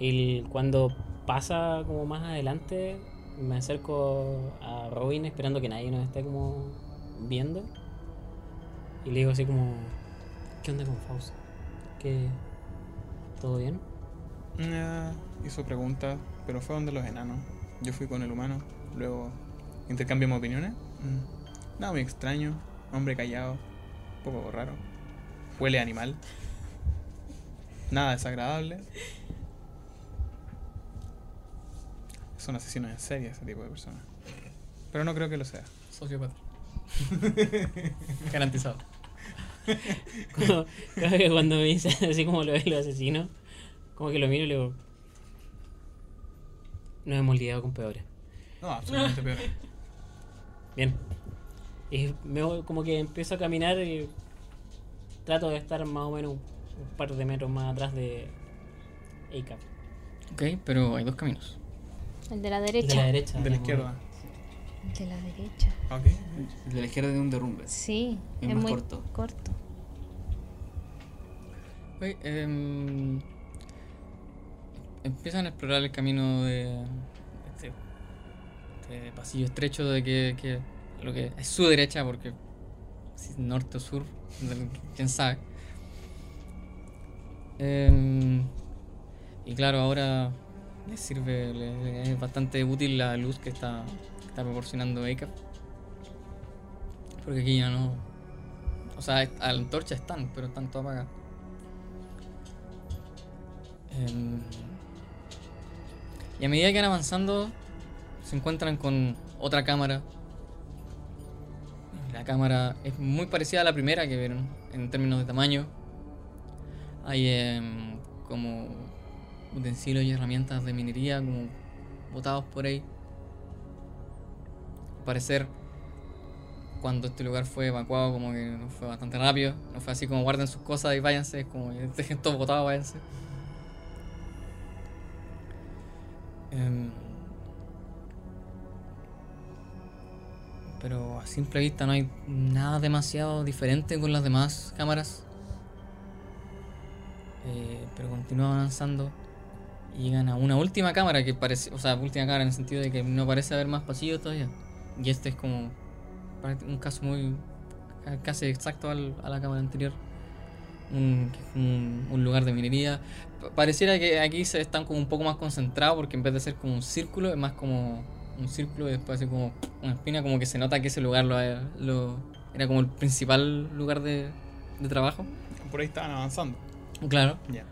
D: Y cuando pasa como más adelante, me acerco a Robin esperando que nadie nos esté como viendo. Y le digo así como, ¿qué onda con Faust? ¿Qué? ¿Todo bien?
B: Nah, Eh, hizo preguntas, pero fue donde los enanos. Yo fui con el humano, luego intercambiamos opiniones. Mm. Nada muy extraño, hombre callado, un poco raro. Huele a animal. Nada desagradable. Son asesinos en serie ese tipo de personas. Pero no creo que lo sea.
A: Sociópata. Garantizado.
D: Como- Cada vez que cuando me dice así como lo ves los asesinos, como que lo miro y le digo, nos hemos lidiado con peores.
B: No, absolutamente peor.
D: Bien. Y me voy- como que empiezo a caminar y trato de estar más o menos un par de metros más atrás de ACAP.
A: Ok, pero hay dos caminos.
F: El de la
D: De la
F: derecha.
D: derecha.
B: De la
D: digamos.
B: izquierda.
F: El de la derecha.
B: Ok.
G: El de la izquierda tiene un derrumbe.
F: Sí.
G: Es
F: Es,
G: más
F: muy
G: corto.
F: corto.
A: Ok, em, empiezan a explorar el camino de este, este pasillo estrecho de que, que lo que es su derecha porque si es norte o sur, del- quién sabe. Em, y claro, ahora les sirve, le- le es bastante útil la luz que está, que está proporcionando ACAP. Porque aquí ya no. O sea, est- a la antorcha están, pero están todas apagadas. Em, y a medida que van avanzando, se encuentran con otra cámara. La cámara es muy parecida a la primera que vieron en términos de tamaño. Hay em, como utensilios y herramientas de minería como botados por ahí. Al parecer, cuando este lugar fue evacuado, como que fue bastante rápido. No fue así como guarden sus cosas y váyanse, es como dejen todo botado, váyanse. Em, pero a simple vista no hay nada demasiado diferente con las demás cámaras. Eh, pero continúan avanzando y llegan a una última cámara que parece, o sea, última cámara en el sentido de que no parece haber más pasillos todavía. Y este es como práct- un caso muy ca- casi exacto al- a la cámara anterior. Un, que es como un- un lugar de minería. Pa- Pareciera que aquí se están como un poco más concentrados porque en vez de ser como un círculo, es más como un círculo y después así como una espina, como que se nota que ese lugar lo, lo- era como el principal lugar de, de trabajo.
B: Por ahí estaban avanzando.
A: Claro.
B: Ya.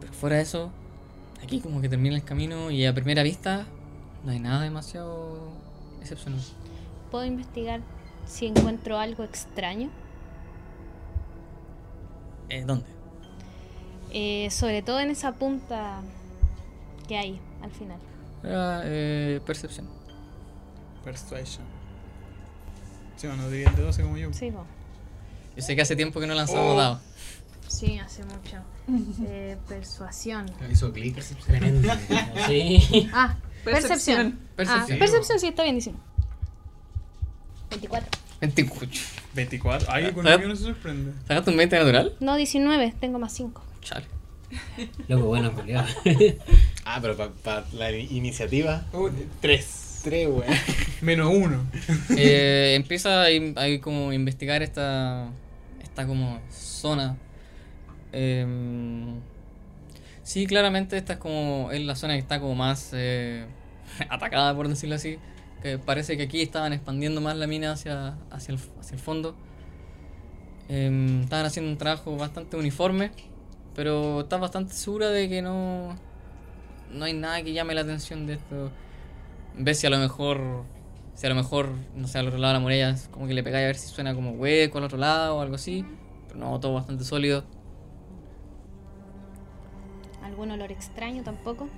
A: Pero fuera de eso, aquí como que termina el camino y a primera vista no hay nada demasiado excepcional.
F: ¿Puedo investigar si encuentro algo extraño?
A: Eh, ¿Dónde?
F: Eh, sobre todo en esa punta que hay al final.
A: Era, eh, percepción.
B: Persuasion. Sí, bueno, diría el de 12 como yo.
F: Sí, vos.
A: Yo sé que hace tiempo que no lanzamos
B: Oh.
A: dados.
F: Sí, hace mucho. Eh, persuasión.
C: Hizo clic.
D: Tremendo. Sí.
F: Ah, percepción.
E: Percepción.
F: Ah,
A: Percepción.
F: percepción, sí, está bien, 24.
A: 28.
B: 24. Ay, con
A: Ah,
B: el mío no se sorprende.
A: ¿Sacaste un 20 natural?
F: No, 19, tengo más 5.
A: Chale.
D: Loco, bueno, culiado.
C: Ah, pero para la iniciativa.
B: 3.
C: Tres, weón.
B: Oh, Menos 1.
A: Eh, empieza a, in- a como investigar esta esta como zona Em, sí claramente esta es como es la zona que está como más eh, atacada por decirlo así que parece que aquí estaban expandiendo más la mina hacia hacia el, hacia el fondo Em, estaban haciendo un trabajo bastante uniforme pero estás bastante segura de que no no hay nada que llame la atención de esto ves si a lo mejor si a lo mejor, no sé, al otro lado de la muralla, es como que le pegáis a ver si suena como hueco al otro lado o algo así. Pero no, todo bastante sólido.
F: ¿Algún olor extraño tampoco?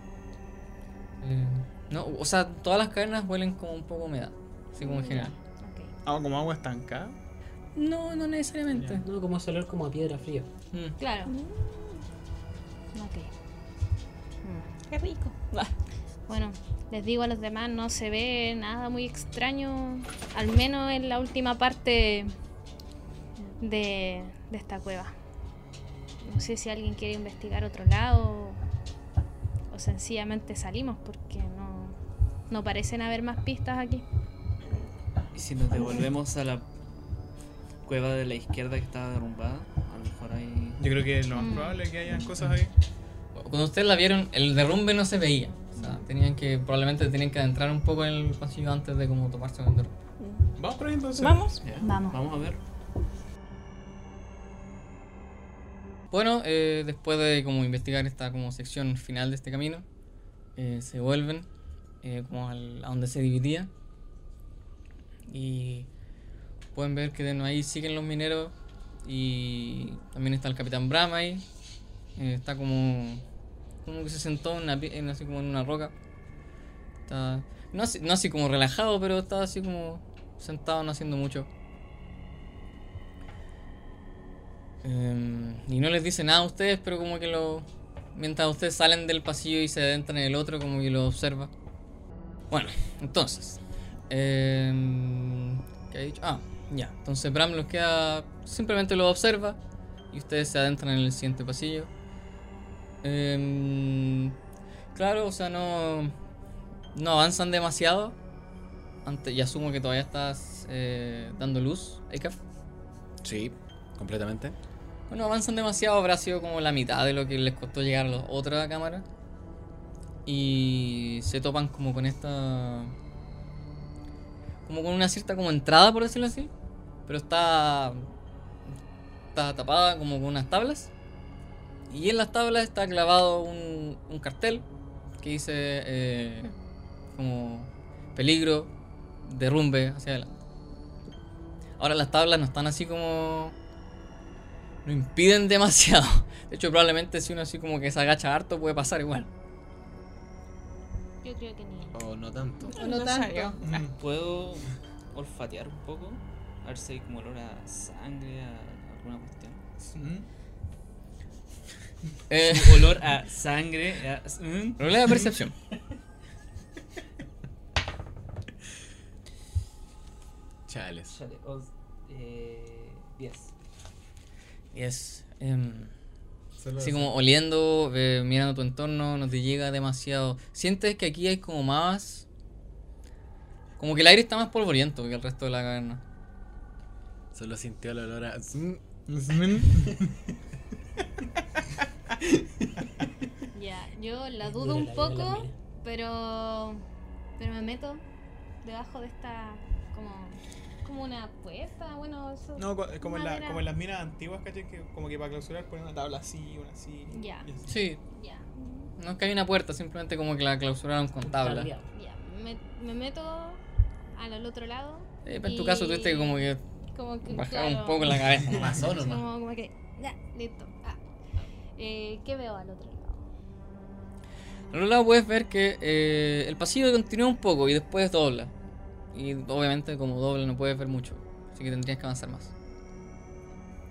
A: Eh, no, o sea, todas las cavernas huelen como un poco a humedad. Así como en general.
F: Ok.
B: Ah, como agua estancada.
A: No, no necesariamente.
D: No, como ese olor como a piedra fría.
A: Mm.
F: Claro. Ok. Mm.
E: Qué rico.
F: Bueno, les digo a los demás, no se ve nada muy extraño, al menos en la última parte de, de esta cueva. No sé si alguien quiere investigar otro lado o- o sencillamente salimos porque no, no parecen haber más pistas aquí.
G: Y si
D: Ah,
G: nos devolvemos a la cueva de la izquierda que estaba derrumbada, a lo mejor hay.
B: Yo creo que lo más
F: Mm.
B: probable es que hayan cosas ahí.
A: Cuando ustedes la vieron, el derrumbe no se veía. O sea, tenían que, probablemente tenían que adentrar un poco en el pasillo antes de como toparse con el derrumbe.
B: Vamos por ahí entonces.
E: Vamos.
G: Ya,
F: Vamos.
G: Vamos a ver.
A: Bueno, eh, después de como investigar esta como sección final de este camino, eh, se vuelven eh, como al- a donde se dividía y pueden ver que de nuevo ahí siguen los mineros y también está el capitán Brahma ahí, eh, está como como que se sentó en una, pi- en así como en una roca, está no así, no así como relajado pero está así como sentado no haciendo mucho. Em, y no les dice nada a ustedes, pero como que lo. Mientras ustedes salen del pasillo y se adentran en el otro, como que lo observa. Bueno, entonces. em, ¿Qué ha dicho? Ah, ya. Entonces Bram los queda. Simplemente lo observa. Y ustedes se adentran en el siguiente pasillo. Em, claro, o sea, no. No avanzan demasiado. Ante- y asumo que todavía estás eh, dando luz, Eikaf.
C: Sí, completamente.
A: Bueno, avanzan demasiado, habrá sido como la mitad de lo que les costó llegar a la otra cámara. Y se topan como con esta. como con una cierta como entrada, por decirlo así. Pero está. está tapada como con unas tablas. Y en las tablas está clavado un, un cartel que dice. eh, como. peligro, derrumbe hacia adelante. Ahora las tablas no están así como no impiden demasiado. De hecho, probablemente si uno así como que se agacha harto puede pasar igual.
F: Yo creo que ni...
C: O no tanto.
E: No tanto.
B: Mm.
G: ¿Puedo olfatear un poco? A ver si hay como olor a sangre, a alguna cuestión.
B: Mm.
A: Eh,
G: Olor a sangre. a- ¿Mm?
A: problema de percepción.
C: Chales.
G: Chale, os- eh, 10.
A: Yes. em,
C: Solo
A: Así
C: eso.
A: como oliendo, eh, mirando tu entorno, no te llega demasiado. Sientes que aquí hay como más. Como que el aire está más polvoriento que el resto de la caverna.
C: Solo sintió el olor a. Mm,
B: Mm.
F: Ya, yo la
D: Es
F: dudo
D: dura
F: un
D: la vida de la
F: poco,
D: mina.
F: pero. Pero me meto debajo de esta. como. como una puerta, bueno, eso.
B: No, co- como en, la-
F: Madera.
B: como en las minas antiguas, ¿cachai? Que como que para clausurar ponen una tabla así, una así.
F: Ya.
B: y así.
A: Sí,
F: Ya,
A: no es que hay una puerta, simplemente como que la clausuraron con tabla.
F: ya. Me, me meto al, al otro lado.
A: Eh, pero en tu caso tuviste que como que
F: Como que.
A: bajar un
F: claro,
A: poco la cabeza. nomás.
C: Pasó
F: así
C: nomás.
F: Como, como que. Ya, listo. Ah. Eh, ¿Qué veo al otro lado?
A: Al otro lado puedes ver que eh, el pasillo continúa un poco y después dobla. Y obviamente como dobla no puedes ver mucho, así que tendrías que avanzar más.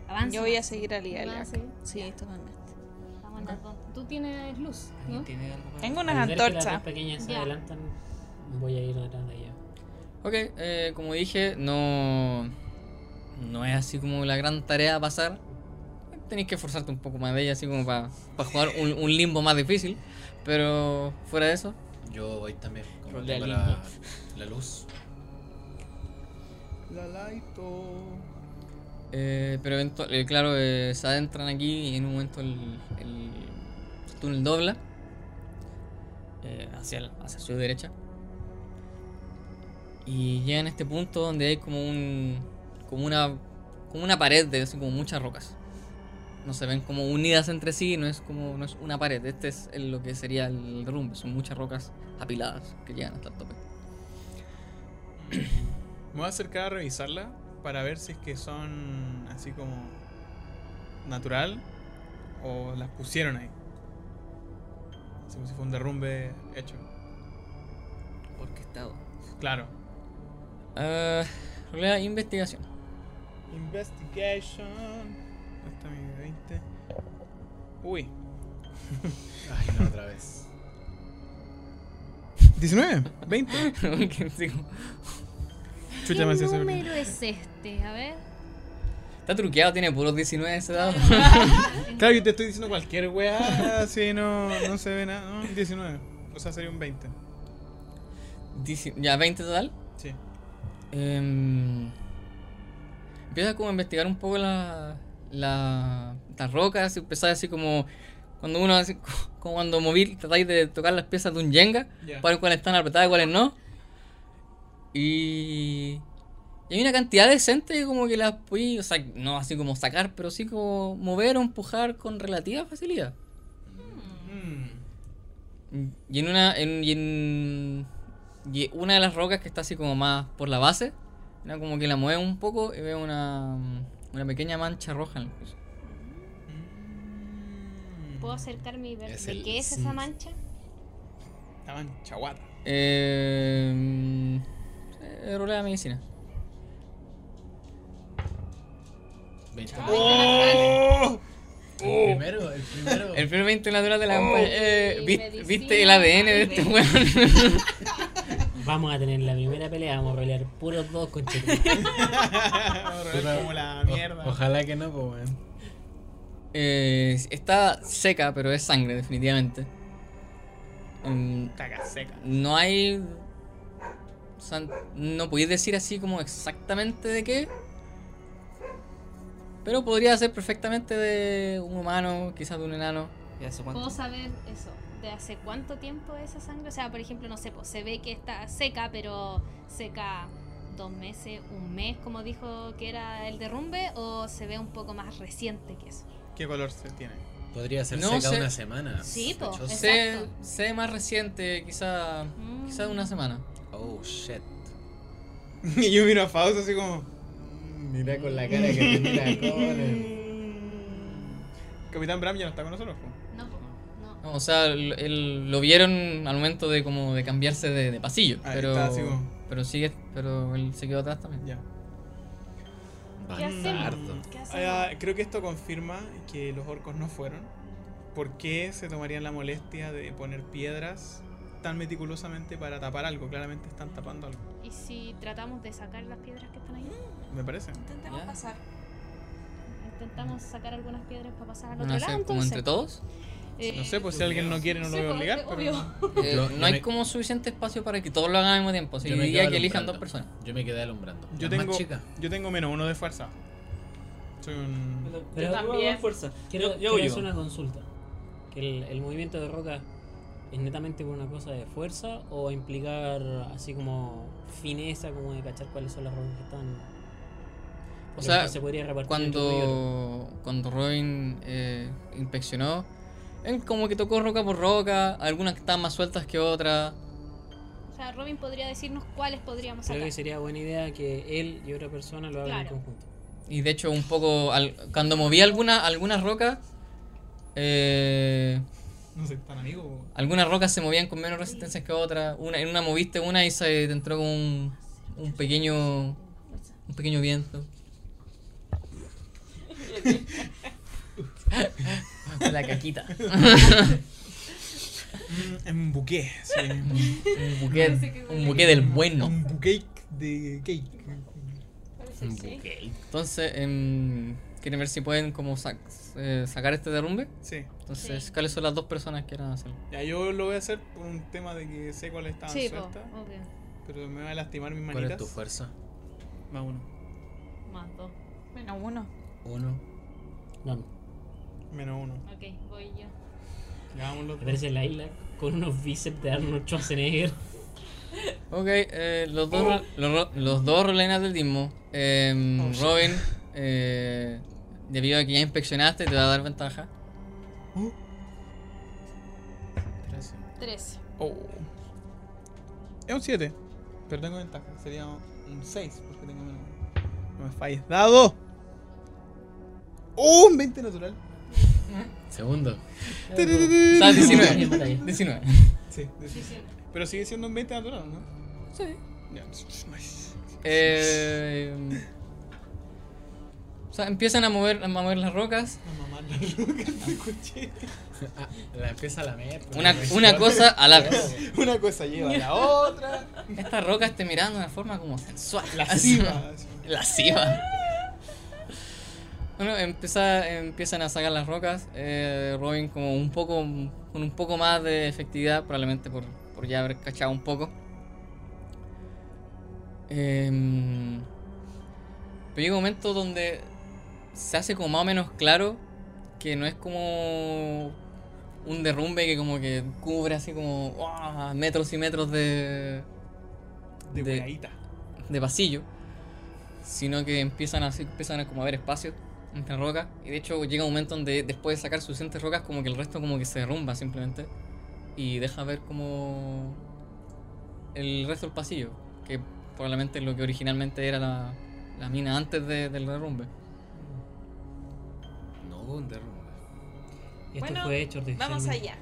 F: Avanza.
E: Yo voy a seguir a Lilia.
F: Ah, sí.
E: Ah, Sí, totalmente.
F: Vamos a andar con- Tú tienes luz, ¿no?
G: ¿Tiene algo para-
E: Tengo
D: Al
E: unas
D: ver que las dos
E: antorchas.
D: pequeñas se
F: Ya.
D: adelantan, voy a ir detrás de ellas.
A: Ok, eh, como dije, no, no es así como la gran tarea a pasar. Tenéis que esforzarte un poco más de ella, así como para jugar un, un limbo más difícil. Pero fuera de eso,
C: Yo voy también. Como
G: Rolé
C: tengo
G: al
C: la, la luz.
B: La laito.
A: Eh, pero eventu- eh, claro, eh, se adentran aquí y en un momento el, el túnel dobla eh, hacia, el- hacia su derecha. Y llegan a este punto donde hay como un. como una. como una pared de así como muchas rocas. No se ven como unidas entre sí, no es como. no es una pared. Este es el- lo que sería el derrumbe. Son muchas rocas apiladas que llegan hasta el tope.
B: Me voy a acercar a revisarla para ver si es que son así como natural o las pusieron ahí. Así Como si fue un derrumbe hecho.
A: Orquestado.
B: Claro.
A: Eh, rolea investigación.
B: Investigation. ¿Dónde está mi 20? Uy.
C: Ay, no, otra vez.
B: 19, 20.
A: Que así como-
B: Chucha, me
F: ¿Qué
B: hacía saber.
F: número es este? A ver.
A: Está truqueado, tiene puros 19 ese dado.
B: Claro, yo te estoy diciendo cualquier weá. Sí, no, no se ve nada. No, 19. O sea, sería un 20.
A: Dieci- ya, 20 total.
B: Sí.
A: Em, empiezas como a investigar un poco la, la, las rocas, y empezás así como cuando uno hace, como cuando moví, tratáis de tocar las piezas de un Jenga,
B: Ya.
A: para ver cuáles están apretadas y cuáles no. Y, y hay una cantidad decente que como que las podí, o sea, no así como sacar, pero sí como mover o empujar con relativa facilidad.
B: Mm.
A: Y en una. En, y en- y una de las rocas que está así como más por la base, ¿no? como que la mueve un poco y veo una, una pequeña mancha roja en el piso.
F: ¿Puedo acercarme y ver
C: Es
F: de
C: el-
F: qué es
C: sí.
F: esa mancha?
B: Estaban chaguata.
A: Eh, eh, rolea medicina.
C: 20.
B: ¡Oh!
C: El primero, el primero.
A: El primer 20 natural de la campaña. Eh,
F: Y
A: vi-
F: medicina,
A: ¿Viste el ADN de este
F: ADN.
A: weón?
D: Vamos a tener la primera pelea, vamos a pelear puros dos con
B: como la
C: O-
B: mierda.
C: ojalá que no, pues, weón.
A: Eh, está seca, pero es sangre, definitivamente. Mm,
B: Caca seca.
A: no hay. o sea, no podéis decir así como exactamente de qué. Pero podría ser perfectamente de un humano, quizás de un enano.
G: ¿Ya hace cuánto?
F: ¿Puedo saber eso? ¿De hace cuánto tiempo esa sangre? O sea, por ejemplo, no sé, pues, se ve que está seca, pero seca dos meses, un mes, como dijo que era el derrumbe, o se ve un poco más reciente que eso.
B: ¿Qué color se tiene?
C: Podría ser
A: No
C: seca
A: sé.
C: una semana.
F: Sí, po,
C: Sospechoso.
F: es-
A: Sé,
F: Exacto.
A: sé más reciente, quizá,
F: Mm.
A: quizá una semana.
C: Oh, shit.
B: y yo miro a Fausto así como.
C: Mira con la cara que te mira con
B: Mm. Capitán Bram ya no está con nosotros. po.
F: No, po, no.
A: No, o sea, el- el- lo vieron al momento de como de cambiarse de, de pasillo.
B: Ah,
A: pero,
B: está así como-
A: pero sigue, pero él se quedó atrás también.
B: Ya.
F: ¿Qué
C: Mm,
F: hacemos?
C: Bastardo.
F: ¿Qué
B: Ah,
F: hacemos?
B: creo que esto confirma que los orcos no fueron. ¿Por qué se tomarían la molestia de poner piedras tan meticulosamente para tapar algo? Claramente están tapando algo.
F: ¿Y si tratamos de sacar las piedras que están ahí?
B: Me parece.
E: Intentemos
A: Ya.
E: pasar.
F: intentamos sacar algunas piedras para pasar al
A: ¿Van
F: otro
A: a
F: lado.
A: hacer como
F: entonces.
A: entre todos?
F: Eh,
B: No sé, pues si alguien no quiere no lo
F: sí,
B: voy a
F: pues,
B: obligar,
F: eh,
B: pero
F: obvio.
A: Eh,
C: Yo- yo
A: no hay
C: me-
A: como suficiente espacio para que todos lo hagan al mismo tiempo, así
C: Yo
A: que
C: me
A: diría
C: quedo
A: que elijan
C: alumbrando.
A: dos personas.
C: Yo me quedé alumbrando.
B: yo
C: Las más
B: tengo,
C: chicas.
B: yo tengo menos uno de fuerza. Soy un...
D: Pero-
G: yo también. fuerza.
D: Quiero,
G: yo, yo
D: quiero
G: huyo.
D: hacer una consulta. ¿Que el, el movimiento de roca es netamente por una cosa de fuerza o va a implicar así como fineza, como de cachar cuáles son las rocas que están? Porque
A: sea,
D: esto se podría repartir entre uno y otro.
A: Cuando, cuando Robin eh, inspeccionó, él como que tocó roca por roca, algunas que estaban más sueltas que otras.
F: O sea, Robin podría decirnos cuáles podríamos
D: Creo
F: sacar.
D: que sería buena idea que él y otra persona lo hagan en
F: Claro.
D: conjunto.
A: Y de hecho, un poco, al- cuando moví alguna, algunas rocas, eh,
B: No soy tan amigo.
A: algunas rocas se movían con menos resistencia que otras. Una, en una moviste una y se te entró con un, un pequeño un pequeño viento. La caquita.
B: Mm, un buque, sí.
A: Un buque, un buque del bueno.
B: Un buque de cake.
A: Entonces, em, quieren ver si pueden como sac- eh, sacar este derrumbe.
B: Sí.
A: Entonces,
F: Sí.
A: ¿cuáles son las dos personas que eran hacerlo?
B: Ya, yo lo voy a hacer por un tema de que sé cuáles estaban
F: Sí, po,
B: sueltas,
F: obvio.
B: pero me va a lastimar mis
C: ¿Cuál es
B: manitas.
C: tu fuerza?
G: Más uno.
F: Más dos.
E: Menos uno.
C: Uno.
D: Vamos.
B: Menos uno.
F: Ok, voy yo.
B: Ya, vamos los dos.
D: Aparece la isla con unos bíceps de Arnold Schwarzenegger.
A: Ok, eh, los dos, ro- los, ro- los dos rolenas del dismo. Em,
B: Oh, shit.
A: Robin, eh, debido a que ya inspeccionaste, te va a dar ventaja.
C: Trece.
F: Tres.
B: Oh. Es un 7, pero tengo ventaja. Sería un 6, porque tengo menos uno. No me falles. ¡Dado! ¡Oh! Un 20 natural.
C: Segundo.
A: O sea, 19.
D: Diecinueve.
A: 19.
B: Sí, de- pero sigue siendo un 20 natural, ¿no? Sí.
A: Eh, o sea, empiezan a mover, a mover las rocas.
B: A mamar la roca, te escuché.
C: Ah, la empieza a lamer. pues.
A: Una, una cosa a la vez.
B: Una cosa lleva a la otra.
A: Esta roca esté mirando de una forma como sensual.
B: Lasciva.
A: Lasciva. Bueno, empieza, empiezan a sacar las rocas. eh, Robin como un poco con un poco más de efectividad, probablemente por, por ya haber cachado un poco. Em, pero llega un momento donde se hace como más o menos claro que no es como un derrumbe que como que cubre así como ¡guau! metros y metros de, De-
B: De buenadita.
A: de pasillo, sino que empiezan a, empiezan a como haber espacios entre rocas. Y de hecho llega un momento donde después de sacar suficientes rocas, como que el resto como que se derrumba simplemente. Y deja ver como el resto del pasillo, que probablemente es lo que originalmente era la, la mina antes de- del derrumbe.
C: No hubo un derrumbe.
D: Esto
E: Bueno,
D: fue hecho
E: Vamos
D: artificialmente.
E: allá.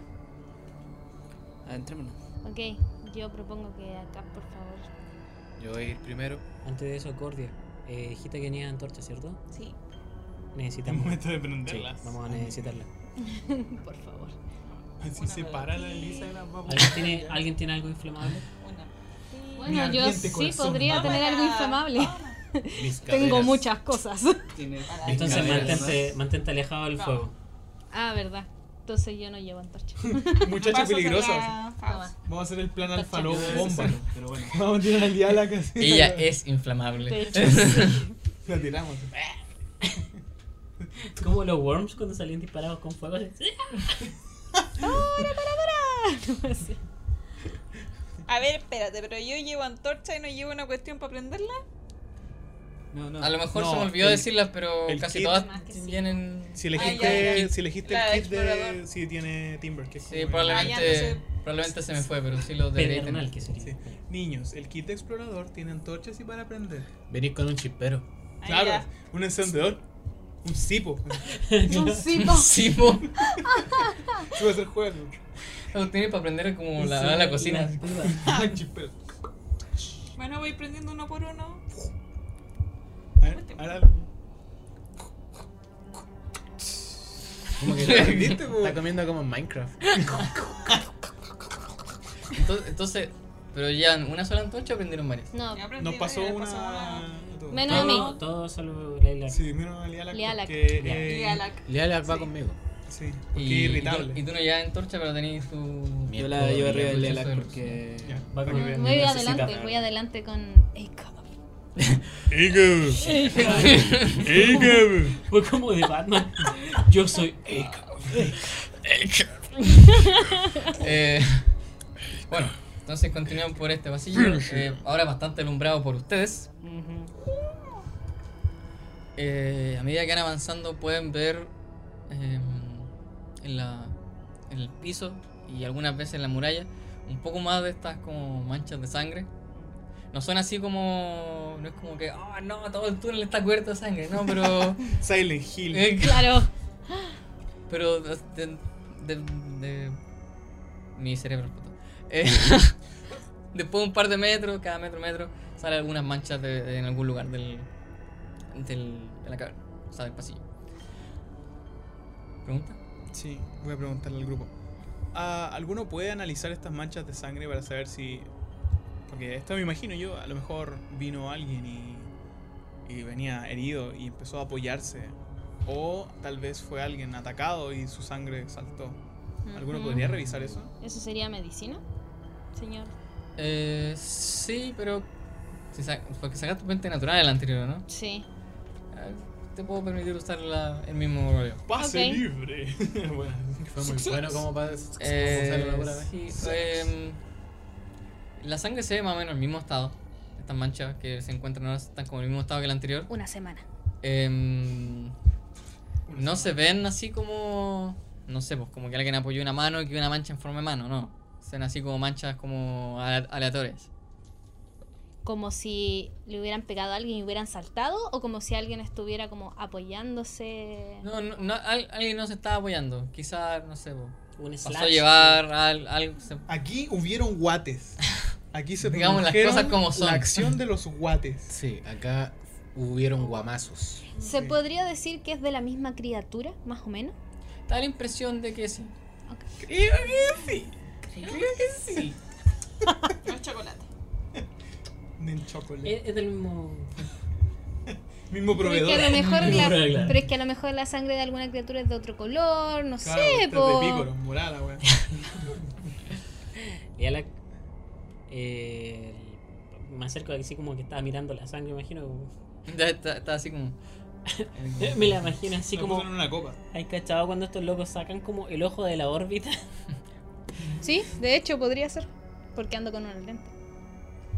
G: Adentrémonos.
F: Ok, yo propongo que acá, por favor.
C: Yo voy a ir primero.
D: Antes de eso, Cordia, eh, dijiste que tenías antorcha, ¿cierto?
E: Sí.
B: Es
D: Necesitamos.
B: momento de
D: Sí,
B: prenderlas.
D: vamos a necesitarla.
F: por favor.
B: Si se para la Elisa, la vamos
D: ¿Alguien tiene, ¿alguien tiene algo inflamable?
E: Una.
B: Mi
F: Bueno, yo
B: ardiente
F: sí
B: corazón.
F: podría
B: Vamos
F: tener algo
E: a-
F: inflamable.
C: Mis
F: Tengo
C: caderas.
F: muchas cosas.
D: Entonces
C: caderas.
D: mantente, mantente alejado del
E: No.
D: fuego.
F: Ah, verdad. Entonces yo no llevo antorcha.
B: Muchachos peligrosos.
F: Toma.
B: Vamos a hacer el plan alfalo
G: Pero-
B: bomba.
G: Pero bueno.
B: Vamos a tirar al día a la casa.
A: Ella es inflamable.
B: La tiramos.
D: Como los worms cuando salían disparados con fuego.
E: A ver, espérate, pero yo llevo antorcha y no llevo una cuestión para prenderla.
G: No, no.
A: A lo mejor
G: No,
A: se me olvidó
G: el-
A: decirlas, pero
B: el
A: casi
B: kit-
A: todas
F: Más que sí.
A: vienen...
B: Si
E: Ah, ya,
B: elegiste,
E: ya.
B: si elegiste
E: La
B: el kit de.
E: explorador.
B: Si tiene Timber, que es como
A: Sí,
B: el-
A: probablemente,
E: Ah, ya, no sé.
A: probablemente se me fue, pero sí lo debería tener.
D: Pedernal, que sería.
B: Sí. Niños, el kit de explorador tiene antorchas y para prender.
C: Venís con un chispero.
E: Ah,
B: Claro,
E: ya.
B: un encendedor. Un cipo.
F: Un cipo.
A: Sí, po.
B: Se va a hacer juego.
A: Lo tiene para aprender como la, la cocina.
B: Ah, chispero.
E: Bueno, voy prendiendo uno por uno.
B: A ver, ahora.
C: Como que
B: ¿Viste, po?
C: está comiendo como en Minecraft.
A: Entonces, entonces, Pero ya en una sola antorcha aprendieron varias.
F: No,
B: Nos pasó una.
F: Menos-
D: Todo,
F: a mí.
D: todo salvo Leila.
B: Sí, menos a Lialak.
F: Lialak.
B: porque,
D: Ya.
B: eh,
C: Lealak va
B: Sí.
C: conmigo.
B: Sí, porque
A: y,
B: es
A: y tú-
B: irritable.
A: y tú no llevas antorcha, pero tenías tu.
G: Yo la llevo arriba del Lilac
A: Celos.
G: porque.
B: Ya,
D: Va
B: para
D: con-
B: que vean.
F: voy
G: necesita-
F: adelante, voy adelante con Jacob.
C: Eh,
D: Fue como de Batman. Yo soy
A: Ah.
D: Eka.
A: Eh, bueno, entonces continuamos por este pasillo. eh, ahora bastante alumbrado por ustedes. Eh, a medida que van avanzando pueden ver eh, en, la, en el piso y algunas veces en la muralla un poco más de estas como manchas de sangre. No son así como... No es como que... Ah, no, todo el túnel está cubierto de sangre. No, pero...
B: Silent Hill.
A: eh,
F: Claro,
A: pero de, de- de- de- mi cerebro explotó. Eh, después de un par de metros, cada metro metro, salen algunas manchas de, de- en algún lugar del, del- de la caverna, o sea, del pasillo. ¿Pregunta?
B: Sí, voy a preguntarle al grupo. Ah, ¿Alguno puede analizar estas manchas de sangre para saber si.? Porque esto me imagino yo, a lo mejor vino alguien y, y venía herido y empezó a apoyarse. O tal vez fue alguien atacado y su sangre saltó. ¿Alguno
F: Ujú.
B: podría revisar eso?
F: ¿Eso sería medicina? Señor.
A: Eh, sí, pero. si sa- porque sacaste tu mente natural el anterior, ¿no?
F: Sí.
A: Eh, Te puedo permitir usar la- el mismo rollo.
B: ¡Pase
F: Ok.
B: libre! bueno,
C: Fue muy bueno como para
A: Eh,
C: usarlo vez.
A: sí, em, la sangre se ve más o menos en el mismo estado. Estas manchas que se encuentran ahora están como en el mismo estado que la anterior.
F: Una semana.
A: Em, no se ven así como. No sé, pues como que alguien apoyó una mano y que una mancha en forma de mano, no. Se ven así como manchas como ale- aleatorias.
F: Como si le hubieran pegado a alguien y hubieran saltado, o como si alguien estuviera como apoyándose.
A: No, no, no, al- alguien no se estaba apoyando. Quizás, no sé, pues,
D: Un slash.
A: pasó a llevar al- algo. se-
B: Aquí hubieron guates. Aquí se
A: Digamos las
B: produjeron
A: cosas como son.
B: La acción de los guates.
C: Sí, acá hubieron guamazos.
F: ¿Se
B: Sí.
F: podría decir que es de la misma criatura, más o menos?
A: Da la impresión de que sí.
E: No es chocolate.
B: Del chocolate.
D: Es, es del mismo.
B: Mismo
F: Pero es, Eh, que a
B: proveedor.
F: lo mejor
D: No,
F: la,
D: pero claro.
F: pero es que a lo mejor la sangre de alguna criatura es de otro color, no
B: Claro,
F: sé,
B: usted
F: po.
B: de pícoro, morada, weón.
D: Lilac. Eh, me acerco así como que estaba mirando la sangre, me imagino. como-
A: Está, está- está así como. Mm. eh,
D: Me la imagino así
B: La
D: como.
B: puso en una copa.
D: ¿Hay cachado cuando estos locos sacan como el ojo de la órbita?
F: Sí, de hecho podría ser, porque ando con una lente.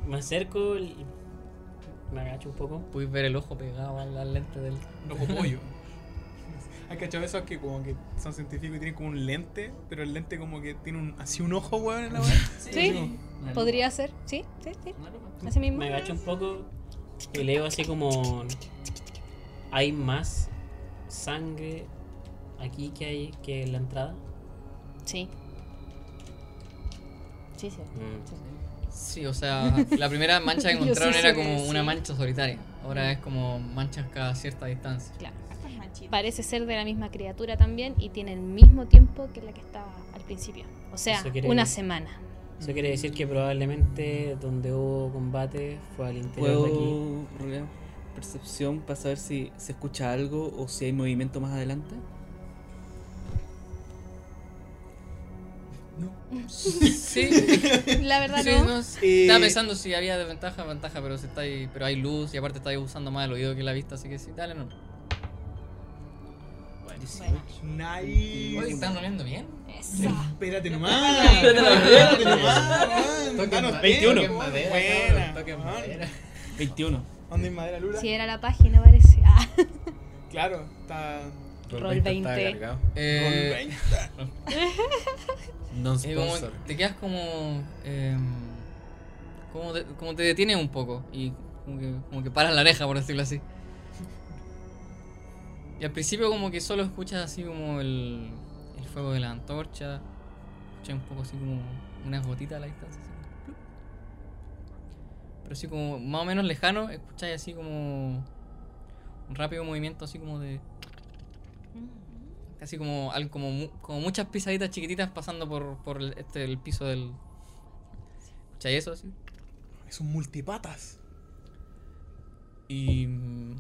D: Me acerco y me agacho un poco.
A: Puedes ver el ojo pegado al, al lente del.
B: Loco pollo. ¿Has cachado esos que como que son científicos y tienen como un lente? Pero el lente como que tiene un, así un ojo, weón, en la weón.
F: Sí, podría ser, sí, sí, sí. Así mismo.
D: Me agacho un poco y leo así como... Hay más sangre aquí que hay que en la entrada.
F: Sí. Sí, sí.
A: Sí, o sea, la primera mancha que
F: Yo sí
A: encontraron
F: sé
A: era
F: que
A: como
F: sí.
A: una mancha solitaria. Ahora es como manchas cada cierta distancia.
F: Claro.
E: Estas manchitas.
F: Parece ser de la misma criatura también y tiene el mismo tiempo que la que estaba al principio. O sea,
D: Eso quiere
F: una
D: decir-
F: semana.
D: Eso quiere decir que probablemente donde hubo combate fue al interior de aquí.
G: ¿Puedo rolear percepción para saber si se escucha algo o si hay movimiento más adelante?
A: Sí,
F: La verdad
A: sí,
F: no.
A: no, sí. estaba pensando si había desventaja o ventaja, pero si está ahí, pero hay luz y aparte estáis usando más el oído que la vista, así que sí, dale no.
F: Bueno,
A: Oye,
B: Nice.
A: están durmiendo bien.
F: esa.
B: Espérate nomás. Espérate nomás. weón.
C: Toquen
B: Danos
C: madera,
B: 21.
C: toquen madera,
B: Buena.
A: Ah.
C: cabrón, toquen
B: weón.
C: madera.
G: 21.
B: ¿Dónde hay madera lula?
F: Si era la página parece. Ah.
B: Claro, está.
F: Roll
C: 20 está
F: 20.
C: cargado.
A: Eh, eh, como-
C: Non-sponsor.
A: te quedas como. em, como, te, como te detienes un poco y como que, como que paras la oreja, por decirlo así. Y al principio como que solo escuchas así como el, el fuego de la antorcha. Escuchas un poco así como unas gotitas a la distancia. así como plup. Pero así como más o menos lejano, escuchas así como un rápido movimiento así como de... Casi como, al- como, mu- como muchas pisaditas chiquititas pasando por, por el, este, el piso del... ¿Cachai eso así?
B: Es un multipatas.
A: Y. mm,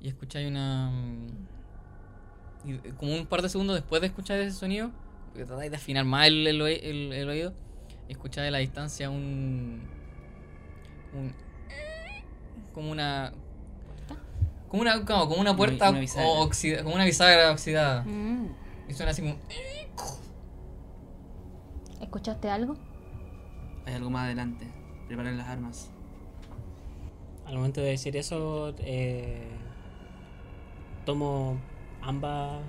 A: Y escucháis una. mm, y de- como un par de segundos después de escuchar ese sonido, porque tratáis de afinar más el, el oí- el- el oído, escucháis a la distancia un. un como una. Como una, como, como una puerta
G: una bisagra. Mm.
A: o- oxida- como una bisagra oxidada.
F: Mm.
A: Y suena así como.
F: ¿Escuchaste algo?
G: Hay algo más adelante. Preparen las armas.
D: Al momento de decir eso, eh, tomo ambas,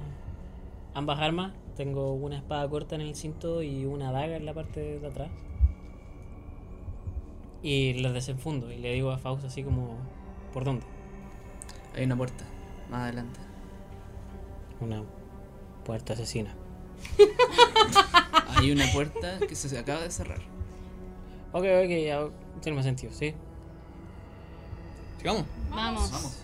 D: ambas armas. Tengo una espada corta en el cinto y una daga en la parte de atrás. Y las desenfundo y le digo a Faust así como, ¿por dónde?
G: Hay una puerta. Más adelante.
D: Una puerta asesina.
G: Hay una puerta que se acaba de cerrar.
D: Ok, ok, ya tiene más sentido, ¿sí?
B: Sigamos.
E: Vamos.
G: Vamos.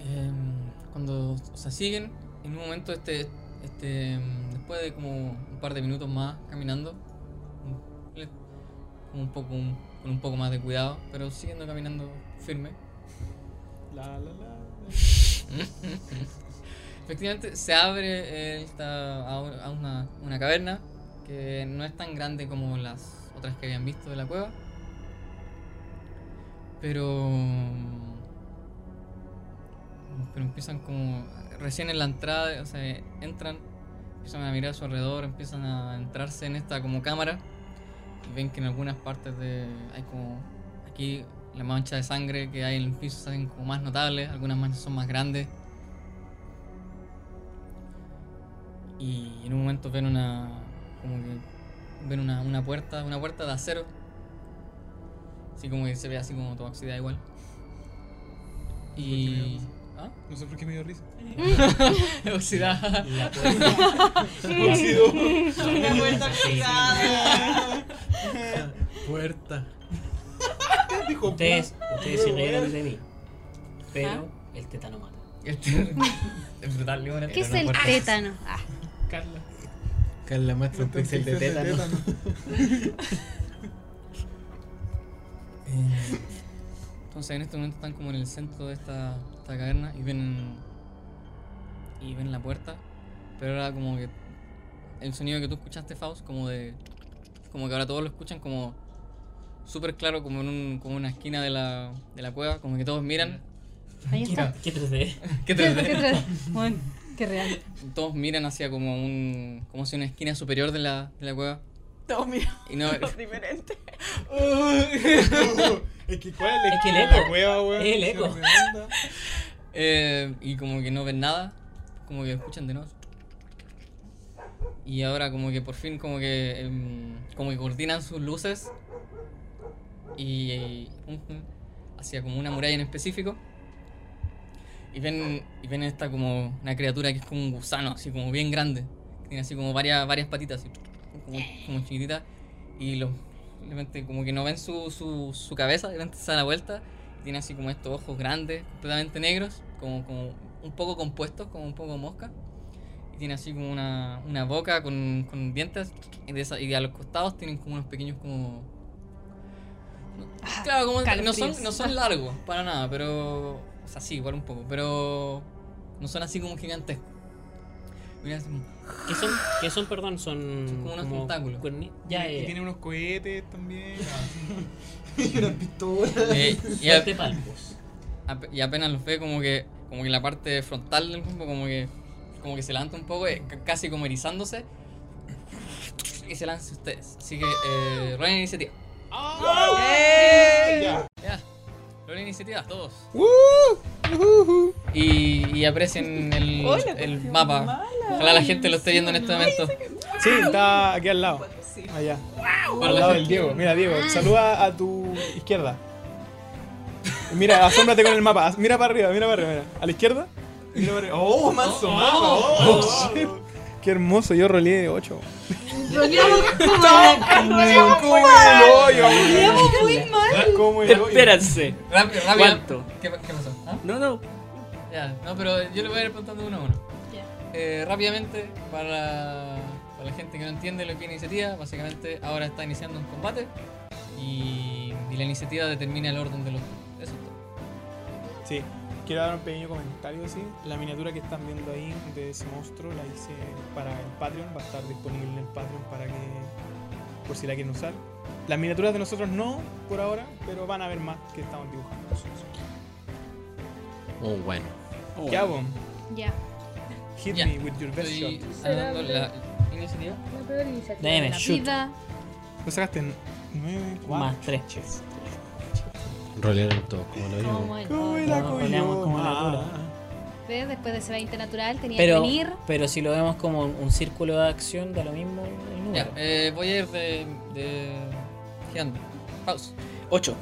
A: Em, cuando se siguen, en un momento este, este, em, después de como un par de minutos más caminando, un- le- como un poco, un- con un poco más de cuidado, pero siguiendo caminando firme,
B: La, la, la.
A: efectivamente se abre esta, a, un- a una, una caverna que no es tan grande como las otras que habían visto de la cueva, pero mm, pero empiezan como recién en la entrada, o sea, entran, empiezan a mirar a su alrededor, empiezan a entrarse en esta como cámara y ven que en algunas partes de hay como aquí la mancha de sangre que hay en el piso se hacen como más notables, algunas manchas son más grandes. Y en un momento ven una como que ven una, una puerta, una puerta de acero. Así como que se ve así como toda oxidada igual. Y ¿Ah?
B: No sé por qué me dio risa.
A: Oxidada.
D: La puerta,
E: Una puerta cruzada.
C: Puerta.
B: Dijo
D: ustedes, ustedes se rieron de mí, pero el tetano mata.
A: Este- es brutal, León.
C: Era
H: ¿Qué es
C: una
H: el
C: puerta.
H: tétano? Ah,
B: Carla.
C: Carla muestra un pixel de tétano.
A: Eh, Entonces en este momento están como en el centro de esta, esta caverna y ven y ven la puerta, pero ahora como que el sonido que tú escuchaste Faust como de como que ahora todos lo escuchan como súper claro como en un, como una esquina de la, de la cueva, como que todos miran,
H: ahí está.
D: Ah, ¿Qué 3D?
A: ¿Qué
H: ¿Qué,
A: te parece?
H: tra- Bueno, qué real.
A: todos miran hacia como un como hacia una esquina superior de la, de la cueva
E: Todos miramos
A: y no
E: diferente.
B: es que cuál es
D: Es que el
B: esquina de
D: eco.
B: la cueva, weón.
D: Es el
B: Se
D: eco.
B: redonda.
A: Eh, y como que no ven nada, como que escuchan de nuevo. Y ahora como que por fin como que em, como que coordinan sus luces y, y- ujú, hacia como una muralla en específico. Y ven y ven esta como una criatura que es como un gusano, así como bien grande, que tiene así como varias varias patitas así, como, como chiquititas y los simplemente como que no ven su, su, su cabeza, simplemente se da la vuelta tiene así como estos ojos grandes, completamente negros, como, como un poco compuestos, como un poco mosca. Y tiene así como una, una boca con, con dientes. Y, de esa- y a los costados tienen como unos pequeños como... Claro, como no son,
H: Calofríos.
A: no son largos, para nada, pero... O sea, sí, igual un poco, pero... No son así como gigantescos. Mira, así como-
D: ¿Qué son? ¿Qué son, perdón? Son,
A: Son como unos tentáculos.
D: cuerni- Ya, eh,
B: Y
D: ya,
B: tiene
D: ya.
B: unos cohetes también. y una pistola.
A: Eh, y a-
D: Siete palpos.
A: Ape- y apenas los ve como que como que la parte frontal del cuerpo como que como que se levanta un poco eh, c- casi como erizándose y se lanza ustedes así que eh, rolen iniciativa
B: Ya.
A: ya rolen iniciativa todos y, y aprecien el,
E: Hola,
A: el mapa ojalá la gente lo esté viendo en este momento
B: Sí, está aquí al lado. Allá.
A: Para
B: Al
A: la
B: lado del
A: gente-
B: Diego. Mira, Diego,
H: Ah.
B: saluda a tu izquierda. Mira, asómbrate con el mapa. As- Mira para arriba, mira para arriba. Mira. A la izquierda. Mira para arriba. ¡Oh, manso mapa! Oh, shit. ¡Qué hermoso! Yo roleé 8. ¡Cómo el hoyo!
H: muy mal.
B: ¡Cómo el hoyo!
G: Espérense.
A: rápido rápido
G: ¿Cuánto?
A: ¿Qué, pa- qué pasó? ¿Ah?
G: No, no.
A: Ya, no, pero yo le voy a ir preguntando uno a uno. Eh, rápidamente, para, Para la gente que no entiende lo que es iniciativa, básicamente ahora está iniciando un combate y, y la iniciativa determina el orden de los. Eso es todo.
I: Sí, quiero dar un pequeño comentario, sí. La miniatura que están viendo ahí de ese monstruo la hice para el Patreon, va a estar disponible en el Patreon para que, por si la quieren usar. Las miniaturas de nosotros no, por ahora, pero van a ver más que estamos dibujando.
C: Oh, bueno.
I: Ya, bon,
F: Ya.
I: hit
A: Ya.
I: me with your best
A: Estoy
I: shot.
A: anotando la iniciativa.
J: La peor iniciativa.
D: Deme,
J: de la
D: shoot.
F: Vida.
I: ¿Lo sacaste? 9,
D: Más 3.
C: Rolear el todo, como lo digo.
F: Como el-
I: ¿Cómo la
D: No,
I: cogió?
D: peleamos como la
I: Ah.
D: dura.
F: ¿Ves? Después de ese 20 natural tenía
D: Pero,
F: que venir.
D: pero si lo vemos como un círculo de acción, da lo mismo el
A: Ya,
D: número.
A: eh, voy a ir de. de. ¿Qué ando? Pause.
G: 8.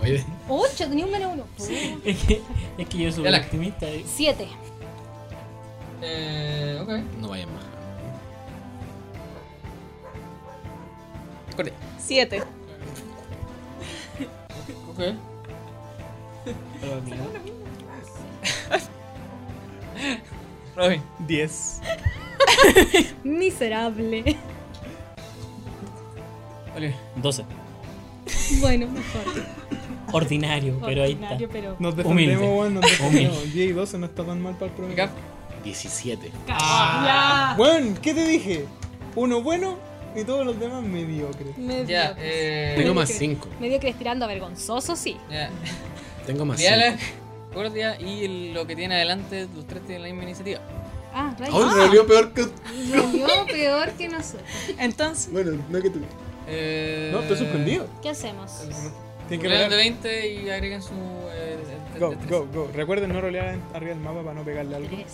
C: Oye,
F: 8, tenía un menos uno.
D: Es que, es que yo soy
A: Ya la-
D: optimista. eh.
F: 7.
A: Eh, ok.
C: no vayan más.
A: Corte.
E: Siete.
A: Ok. Robin.
I: 10.
F: Miserable.
D: 12.
F: Bueno, mejor.
D: Ordinario, pero ahí está.
J: Ordinario, pero-
I: Nos
D: Humilde.
I: defendemos, weón, nos defendemos. 10 y 12 no está tan mal para el
A: Pick
I: problema.
A: up.
C: 17.
I: Weón, ¿qué te dije? Uno bueno y todos los demás mediocres.
J: Medio.
A: Ya, eh.
C: Tengo más 5.
F: Medio que estirando a vergonzoso, sí.
A: Ya.
C: Tengo más 5.
A: Diala, Cordia y el- lo que tiene adelante, los tres tienen la misma iniciativa.
F: Ah, rayos.
C: Oh, roleó peor que.
F: Yo peor que nosotros.
E: Entonces,
C: Bueno, no que tú.
A: Eh,
I: No, estoy sorprendido.
F: ¿Qué hacemos?
I: Tienen que
A: Rolean de
I: rolear.
A: 20 y agreguen su. eh, de-
I: Go,
A: de- de-
I: go, go. Recuerden no rolear en- arriba del mapa para no pegarle algo.
F: 3,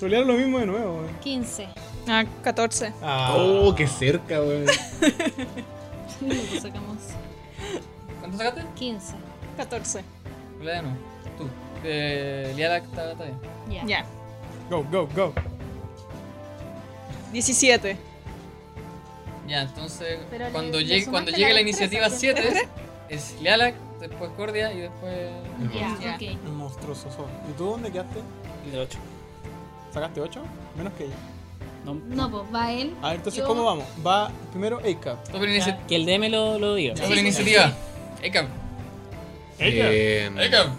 I: Rolear lo mismo de nuevo, eh. weón.
F: 15.
E: ah, 14.
I: Ah,
C: Oh, qué cerca, weón.
F: Lo que sacamos.
A: ¿Cuánto sacaste?
F: 15.
E: 14.
A: Rolea de nuevo. Tú. Eh, Liala está, está bien.
F: Ya.
E: Ya.
I: Go, go, go.
E: 17.
A: Ya, entonces,
F: Pero le-
A: cuando
F: le
A: llegue,
F: sumaste
A: cuando
F: la
A: llegue la
F: destreza,
A: iniciativa
F: ¿cierto?
A: 7, es Lialac, después Cordia y después.
F: Ya,
A: Ya.
F: ok.
I: Monstruoso son. ¿Y tú dónde quedaste?
G: El 8.
I: ¿Sacaste 8? Menos que ella.
F: No, pues va él.
I: A ver, entonces,
F: Yo-
I: ¿cómo vamos? Va primero A-Cup.
A: Sobre, inici-
D: Ya, Que el DM lo, lo diga.
A: sobre iniciativa. Ecam,
C: Eh,
A: Ecam.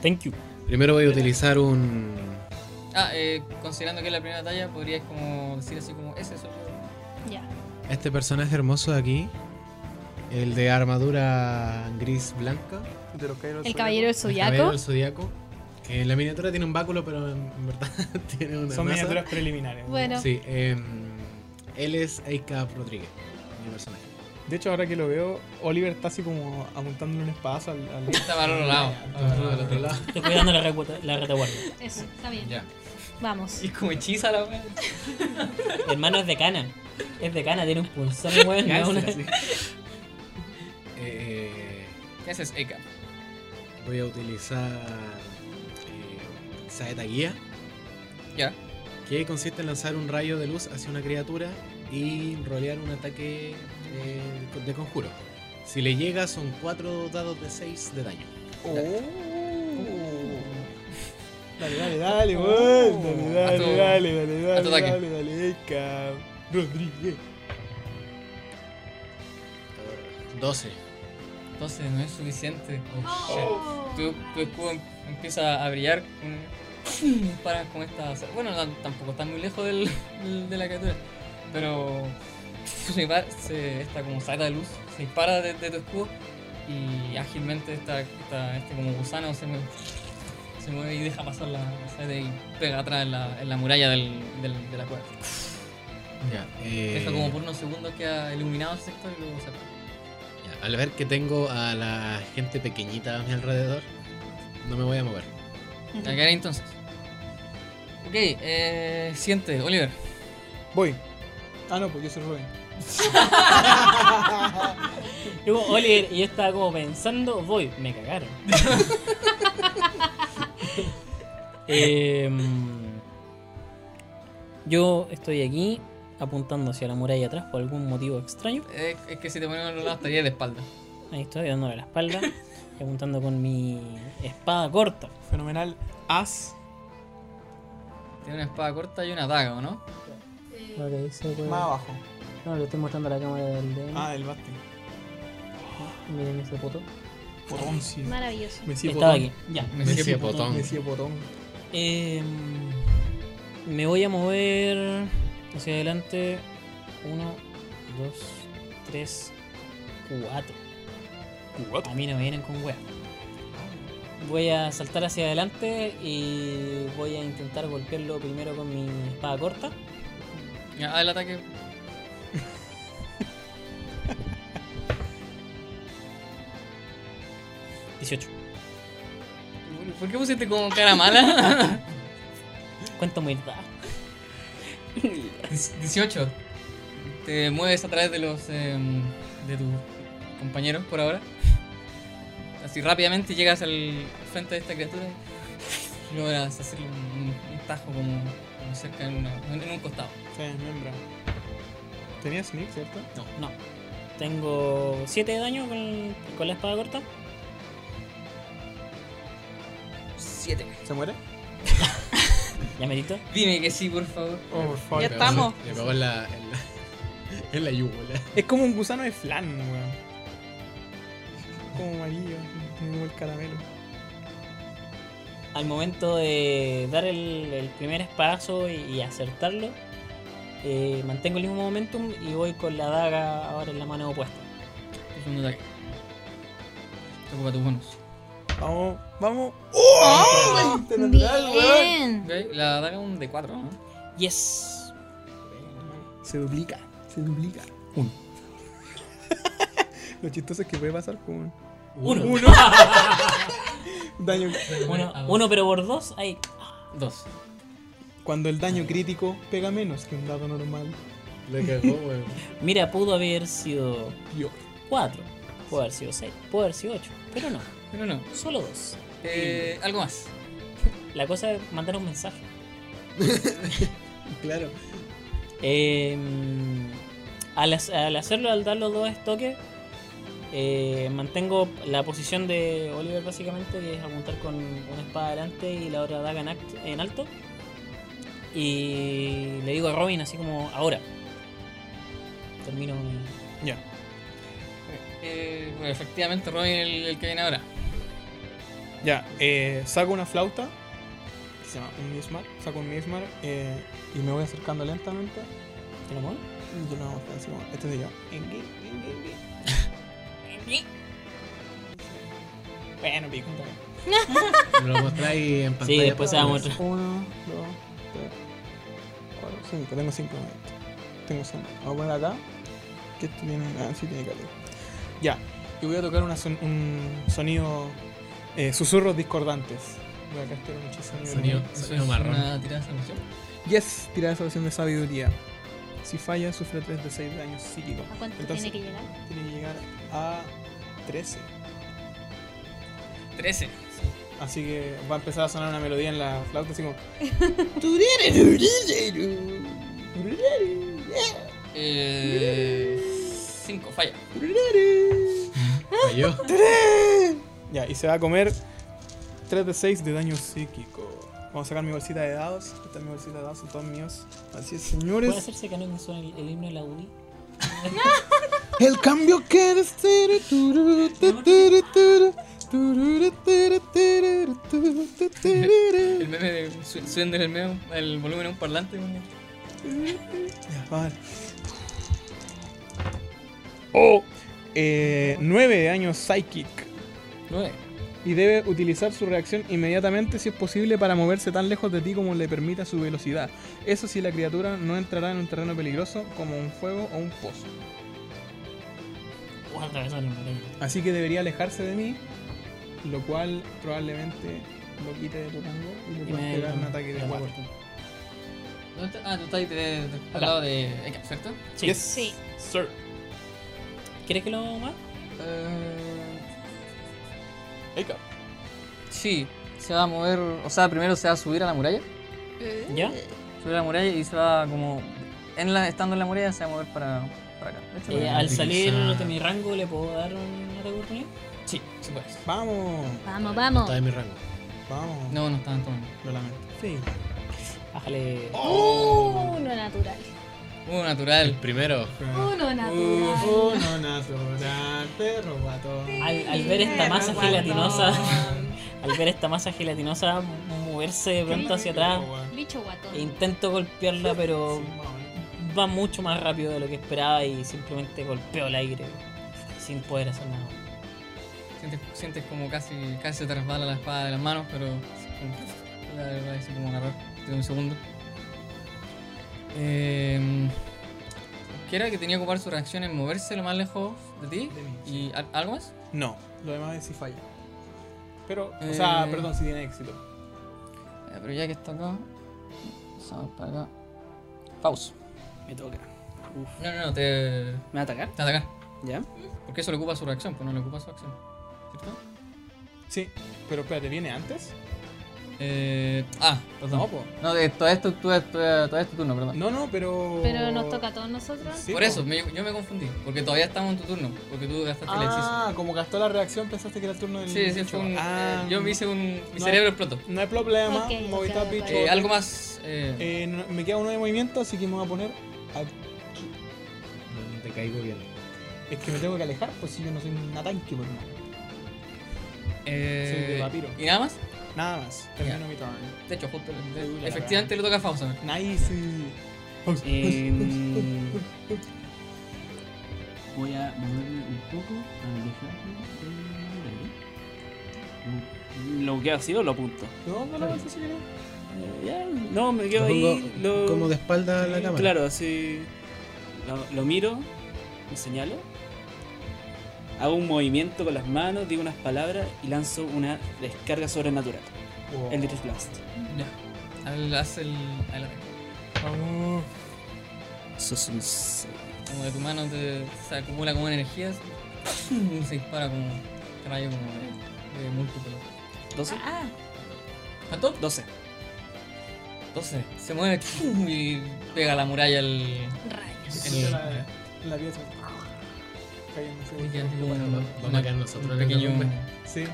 D: Thank you.
C: primero voy a utilizar un.
A: Ah, eh, considerando que es la primera talla, podrías como decir así como, ese soy yo.
F: Ya.
C: Este personaje hermoso de aquí. El de armadura gris blanca.
I: De los Kairos
F: El caballero
C: Caballero
F: del zodiaco.
C: del zodiaco. Que en la miniatura tiene un báculo, pero en, en verdad tiene una.
I: Son
C: masa.
I: miniaturas preliminares.
F: Bueno,
C: Sí, em, él es Eika Rodríguez, mi personaje.
I: De hecho, ahora que lo veo, Oliver está así como apuntándole un espadazo al. al-
A: Está para el otro lado.
C: Del otro lado.
D: Estoy cuidando la, recua- la retaguardia.
F: eso, está bien.
C: Ya.
F: Vamos.
A: Y como hechiza la wea.
D: Mi hermano es de cana. Es de cana, tiene un punzón, weón. no, una-
C: Eh,
A: ¿Qué haces, Ecam?
C: voy a utilizar eh, Saeta Guía,
A: Ya.
C: que consiste en lanzar un rayo de luz hacia una criatura y rolear un ataque eh, de conjuro. Si le llega son cuatro dados de 6 de daño.
I: Oh. Dale, dale, dale, weón. Dale,
A: Uh, A tu-
I: dale, dale, dale,
A: a tu
I: dale,
A: ataque.
I: dale, dale, Eka. Rodríguez.
C: 12.
D: Mm.
A: Entonces no es suficiente.
F: Oh.
A: shit. Tu, tu escudo em- empieza a brillar. mm, Para con esta. Bueno, no, tampoco está muy lejos del, del- de la criatura. Pero. Se, va- se- esta como saeta de luz se dispara de, de tu escudo. Y ágilmente esta, esta- este como gusano se mueve, se mueve y deja pasar la saeta y pega atrás en la, en la muralla del, del- de la cueva.
C: Ya, eh,
A: Deja como por unos segundos que ha iluminado el sector y luego se apaga.
C: ya, al ver que tengo a la gente pequeñita a mi alrededor, no me voy a mover.
A: La cara entonces. Ok, eh, siente, Oliver.
I: Voy. Ah, no, pues yo soy Robin.
D: Yo como, Oliver, y yo estaba como pensando, voy, me cagaron. Em, yo estoy aquí apuntando hacia la muralla atrás por algún motivo extraño.
A: Es, es que si te pones a los lados estaría de espalda.
D: Ahí estoy dándole la espalda y apuntando con mi espada corta.
I: Fenomenal. As.
A: Tiene una espada corta y una daga, ¿o no?
F: Eh,
K: Lo que dice, weón.
B: Más abajo.
K: No, le estoy mostrando a la cámara del DM.
B: Ah, del Basti.
K: Miren ese puto.
B: Potón, sí.
F: Maravilloso.
B: Me sigue
D: Estaba
B: potón.
D: aquí. Ya.
A: Me sigue
C: Messi
A: potón.
C: Potón.
B: Me sigue potón.
D: Em, me voy a mover hacia adelante. Uno, dos, tres, cuatro. A mí no me vienen con wea. Voy a saltar hacia adelante y voy a intentar golpearlo primero con mi espada corta.
A: Ya, ah, el ataque.
D: Dieciocho.
A: ¿Por qué pusiste como cara mala?
D: Cuento muy raro.
A: 18. Te mueves a través de los. em, de tus compañeros por ahora. Así rápidamente llegas al frente de esta criatura y logras hacerle un, un tajo como, como cerca en, una- en- en un costado.
B: Se desmembra. Tenía sneak, ¿cierto?
D: No, no. Tengo 7 de daño con, con la espada corta.
A: 7.
B: ¿Se muere?
D: Ya merito.
A: Dime que sí, por favor.
B: Oh, por favor.
E: Ya estamos.
C: Le pegó en la, en la, en la yúgola.
B: Es como un gusano de flan, weón. Como amarillo, así, tiene como el caramelo.
D: al momento de dar el, el primer espadazo y, y acertarlo, eh, mantengo el mismo momentum y voy con la daga ahora en la mano opuesta.
A: Tu segundo ataque. Te ocupa tu bonus.
B: Vamos, vamos.
F: Bien.
A: Ok, La daga es un D4, ¿no?
D: Yes.
B: Se duplica, se duplica. Uno. Lo chistoso es que puede pasar pues, con un
D: Uno. Uno,
B: daño.
D: uno, pero por dos hay.
A: ah, Dos.
B: Cuando el daño crítico pega menos que un dado normal.
C: Le cagó, weón.
D: Mira, pudo haber sido
B: Yo.
D: cuatro, pudo haber sido seis, pudo haber sido ocho, pero no,
A: Pero no.
D: solo dos.
A: Eh, algo más.
D: La cosa es mandar un mensaje.
C: Claro.
D: Eh, al, hac- al hacerlo, al dar los dos toques, eh, mantengo la posición de Oliver básicamente, que es apuntar con una espada adelante y la otra daga en, act- en alto. Y le digo a Robin así como, ahora. Termino mi...
B: Ya.
A: Eh, bueno, efectivamente, Robin es el, el que viene ahora.
B: Ya, eh, saco una flauta. que Se llama un mismar. Saco un mismar eh, y me voy acercando lentamente.
D: ¿Te lo muevo?
B: Yo no, encima. Este soy yo. Bueno, pico. está bien.
C: Me lo mostráis en
D: Sí,
C: pantalla.
D: después se va a mostrar.
B: Uno, dos, tres, cuatro, cinco. Tengo cinco en esto. Tengo cinco. Vamos a poner acá. Que esto tiene. Ah, sí, tiene calor. Ya. Yo voy a tocar una son- un sonido. eh, susurros discordantes. Voy a castear un hechizo nivel
C: Sonido,
B: uno.
C: sonido
A: es
C: marrón.
A: Una tirada de salvación.
B: Yes, tirada de salvación de sabiduría. Si falla, sufre 3 de 6 daños psíquicos.
F: ¿A cuánto
B: Entonces,
F: tiene que llegar?
B: tiene que llegar a 13.
A: 13.
B: Así que va a empezar a sonar una melodía en la flauta, así como.
A: Eh, 5, falla.
C: Falló.
B: Ya, y se va a comer 3 de 6 de daño psíquico. Vamos a sacar mi bolsita de dados. Esta es mi bolsita de dados, son todos míos. Así es,
D: ¿Puede
B: señores.
D: hacerse que no me suene el, el himno de la UDI?
B: El cambio que destere, turu, te, tere, turu, tururu, tere, tere, turu, te,
A: El
B: tere.
A: meme de. su- Suben el, meme, el volumen a un parlante. un-
B: Ya, vale. Oh, eh, 9 de daño psychic.
A: Nueve.
B: Y debe utilizar su reacción inmediatamente si es posible para moverse tan lejos de ti como le permita su velocidad. Eso si la criatura no entrará en un terreno peligroso como un fuego o un pozo.
D: Voy a atravesar el muro.
B: Así que debería alejarse de mí, lo cual probablemente lo quite de tu rango y le
D: Y me-
B: puedas pegar un ataque de
D: me-
B: 4.
A: ¿Dónde está? Ah, tú estás ahí de- de-
D: Acá.
A: al lado de Eka, ¿cierto?
D: Sí.
F: Sí.
G: Sir.
D: ¿Quieres que lo mueva?
A: Eh, sí, se va a mover. O sea, primero se va a subir a la muralla.
F: Eh,
D: ¿Ya?
A: Subir a la muralla y se va como. En la, estando en la muralla se va a mover para, para acá. De hecho,
D: Eh,
A: para-
D: al salir
C: utilizar-
D: de mi rango, ¿le puedo dar un ataque de oportunidad?
A: Sí, sí puedes.
B: Vamos,
F: Vamos,
C: Está
F: vamos.
C: de mi rango.
B: vamos.
A: No, no estaban tomando.
B: Lo lamento.
G: Bájale.
F: Oh, Uno natural.
A: Uh, natural.
C: Primero,
F: Uno natural.
B: Uno natural, perro guato.
D: Al, al ver esta masa gelatinosa, al ver esta masa gelatinosa moverse de pronto hacia atrás,
F: Bicho guatón.
D: e intento golpearla, pero va mucho más rápido de lo que esperaba y simplemente golpeo el aire sin poder hacer nada.
A: Sientes, sientes como casi, casi te resbala la espada de las manos, pero como- la verdad es como agarrar. Tiene un segundo. Eh, que era que tenía que ocupar su reacción en moverse lo más lejos de ti?
B: De mí,
A: ¿Y al- algo más?
B: No, lo demás es si falla. Pero, o sea,
A: Eh.
B: perdón, si tiene éxito.
A: Eh, pero ya que está acá, pasamos para acá. Pausa.
G: Me toca. Uf.
A: No, no, no, te.
G: ¿Me va a atacar?
A: Te acá.
G: ¿Ya?
A: Porque eso le ocupa su reacción, pues no le ocupa su acción. ¿Cierto?
B: Sí, pero espérate, ¿viene antes?
A: Eh, ah,
B: No,
A: perdón.
B: po.
A: No, de todo esto, todo esto, todo esto turno, perdón.
B: No, no, pero.
F: Pero nos toca a todos nosotros.
B: Sí,
A: Por
B: po.
A: eso, me- yo me confundí. Porque todavía estamos en tu turno. Porque tú gastaste el hechizo.
B: Ah, como gastó la reacción, pensaste que era el turno del.
A: Sí, sí, fue un.
B: Ah,
A: eh, yo me hice un. Mi
B: no.
A: cerebro explotó.
B: No hay problema,
F: Ok,
B: movita
F: ok,
B: bicho.
A: Eh, algo más. Eh,
B: Eh, no- me queda uno de movimiento, así que me voy a poner. a-
C: donde te caigo bien.
B: Es que me tengo que alejar, pues si yo no soy una tanque, por nada.
A: eh,
B: soy de vampiro.
A: ¿Y nada más?
B: Nada más, termino mi turn.
A: De hecho, justo. de-
B: Uy, la
A: efectivamente le toca a Fausa.
B: Nice.
G: Em, voy a moverme un poco a alejarme de ahí. ¿Lo quedo así o lo apunto?
B: ¿De dónde lo vas a seguir?
G: Eh, ya, no, me quedo
C: Lo
G: ahí.
C: pongo
G: Lo...
C: como de espalda a la
G: Sí,
C: cámara.
G: Claro, así. Lo, lo miro, me señalo. Hago un movimiento con las manos, digo unas palabras y lanzo una descarga sobrenatural. El Eldritch Blast.
A: Ya. Al- Haz el. al ataque.
I: Oh.
B: Vamos.
G: Eso es un seis.
A: Como de tu mano te, se acumula como energía. así, Se dispara como. este Rayo como de, de múltiplo.
G: 12.
A: ¿Cuánto?
G: 12.
A: 12. Se mueve y pega la muralla al.
F: Rayos.
A: el-
B: La, la pieza. Cayendo así.
A: Y que así como
C: Bueno,
A: un-
C: va- vamos a quedar nosotros
A: un
C: en la
A: pequeño.
C: tumba.
B: Sí.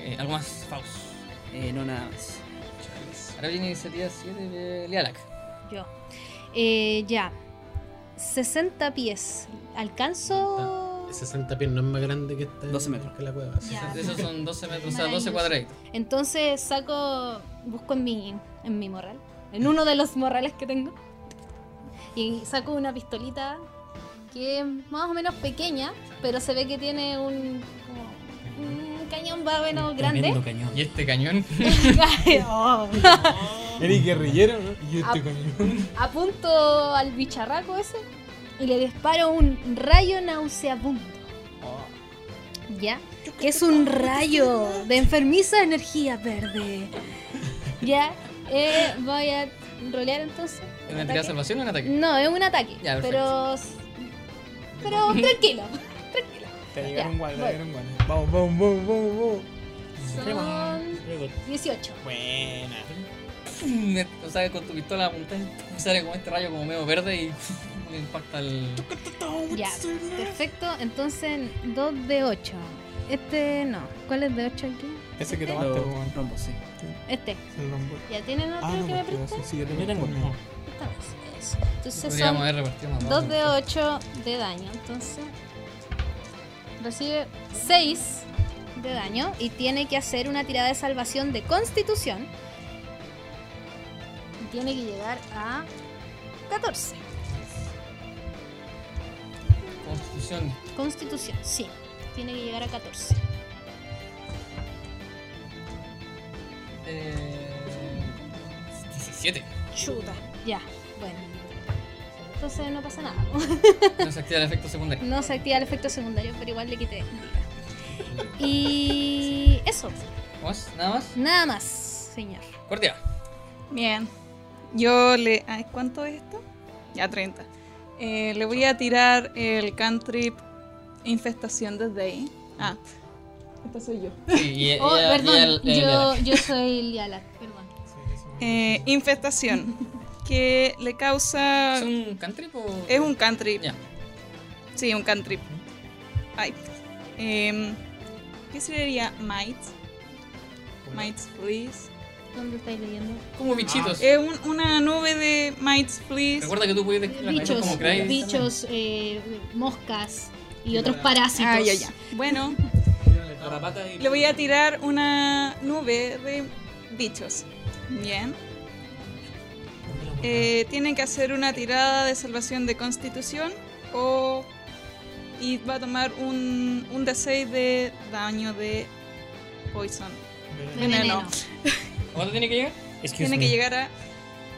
A: Eh, algo más, Faust.
G: Eh, no nada más.
A: Ahora viene iniciativa 7 de Lialac.
F: Yo. Eh, ya. 60 pies. ¿Alcanzo?
C: 60 pies no es más grande que esta.
G: 12 metros.
C: Que la cueva.
F: Ya.
A: Esos son 12 metros, o sea, 12
F: Maravilloso.
A: cuadraditos.
F: Entonces saco, busco en mi, en mi morral, en uno de los morrales que tengo, y saco una pistolita que es más o menos pequeña, pero se ve que tiene un, como un cañón más o menos grande.
D: Tremendo cañón.
A: Y este cañón.
F: Oh.
B: Eric guerrillero, ¿no? Y
F: Ah.
B: este cañón.
F: Apunto al bicharraco ese y le disparo un rayo nauseabundo. ¿Ya? Que es un rayo de enfermiza energía verde. ¿Ya? Eh, voy a rolear entonces.
A: ¿Es una tirada de
F: Ataque.
A: salvación o un ataque?
F: No, es un ataque.
A: Ya, perfecto.
F: pero. Pero tranquilo.
B: Te llegaron
F: Ya,
B: guay, te
F: voy.
B: llegaron guay. Vamos, vamos, vamos, vamos, vamos.
F: Son 18.
B: Buena.
A: Me- O sea, con tu pistola apuntas, sale como este rayo como medio verde y le impacta el.
F: Ya, perfecto. Entonces, 2 de 8. Este no. ¿Cuál es de 8 aquí?
B: Ese que tomaste,
G: Lo
B: weón.
G: rompo, sí.
F: este.
B: El rombo.
F: ¿Ya tienen otro
B: Ah, no,
F: que me
B: porque
F: prestan?
B: eso sí, yo
D: Yo tengo
B: uno.
D: uno.
F: Esta vez, eso. Entonces
A: Podríamos
F: son
A: haber repartido más.
F: 2 de
A: bajo.
F: 8 de daño. Entonces, recibe 6 de daño y tiene que hacer una tirada de salvación de constitución. Y tiene que llegar a 14.
A: Constitución.
F: Constitución, sí. Tiene que llegar a 14.
A: Eh, 17.
F: Chuta. Ya, bueno. Entonces no pasa nada.
A: No se activa el efecto secundario.
F: No se activa el efecto secundario, pero igual le quité. vida. Y eso.
A: ¿Más? ¿Nada más?
F: Nada más, señor.
A: Cortea.
E: Bien. Yo le. ay, ¿Cuánto es esto? Ya 30. Eh, le voy a tirar el cantrip Infestación desde ahí. Ah. Esta soy yo.
A: Sí, y, y-
F: Oh,
A: y-
F: perdón,
A: y el- el-
F: yo, yo soy Liala, perdón.
E: Eh, infestación. Que le causa.
A: ¿Es un cantrip o.?
E: Es un cantrip.
A: Ya.
E: Sí, un cantrip. Ay. Em, ¿Qué sería might? Might, please.
F: ¿Dónde estáis leyendo?
A: Como bichitos.
E: Es un- una nube de Mites, please.
A: Recuerda que tú puedes describir las cosas
F: Bichos,
A: como creáis.
F: bichos, eh, moscas y otros parásitos.
E: Ah, ya, ya. Bueno,
G: Garrapata y.
E: le voy a tirar una nube de bichos. Bien. Eh, tienen que hacer una tirada de salvación de constitución o... Y va a tomar un, un D6 de daño de poison.
F: Veneno.
E: Veneno.
A: ¿Cuánto tiene que llegar?
E: Tiene que llegar a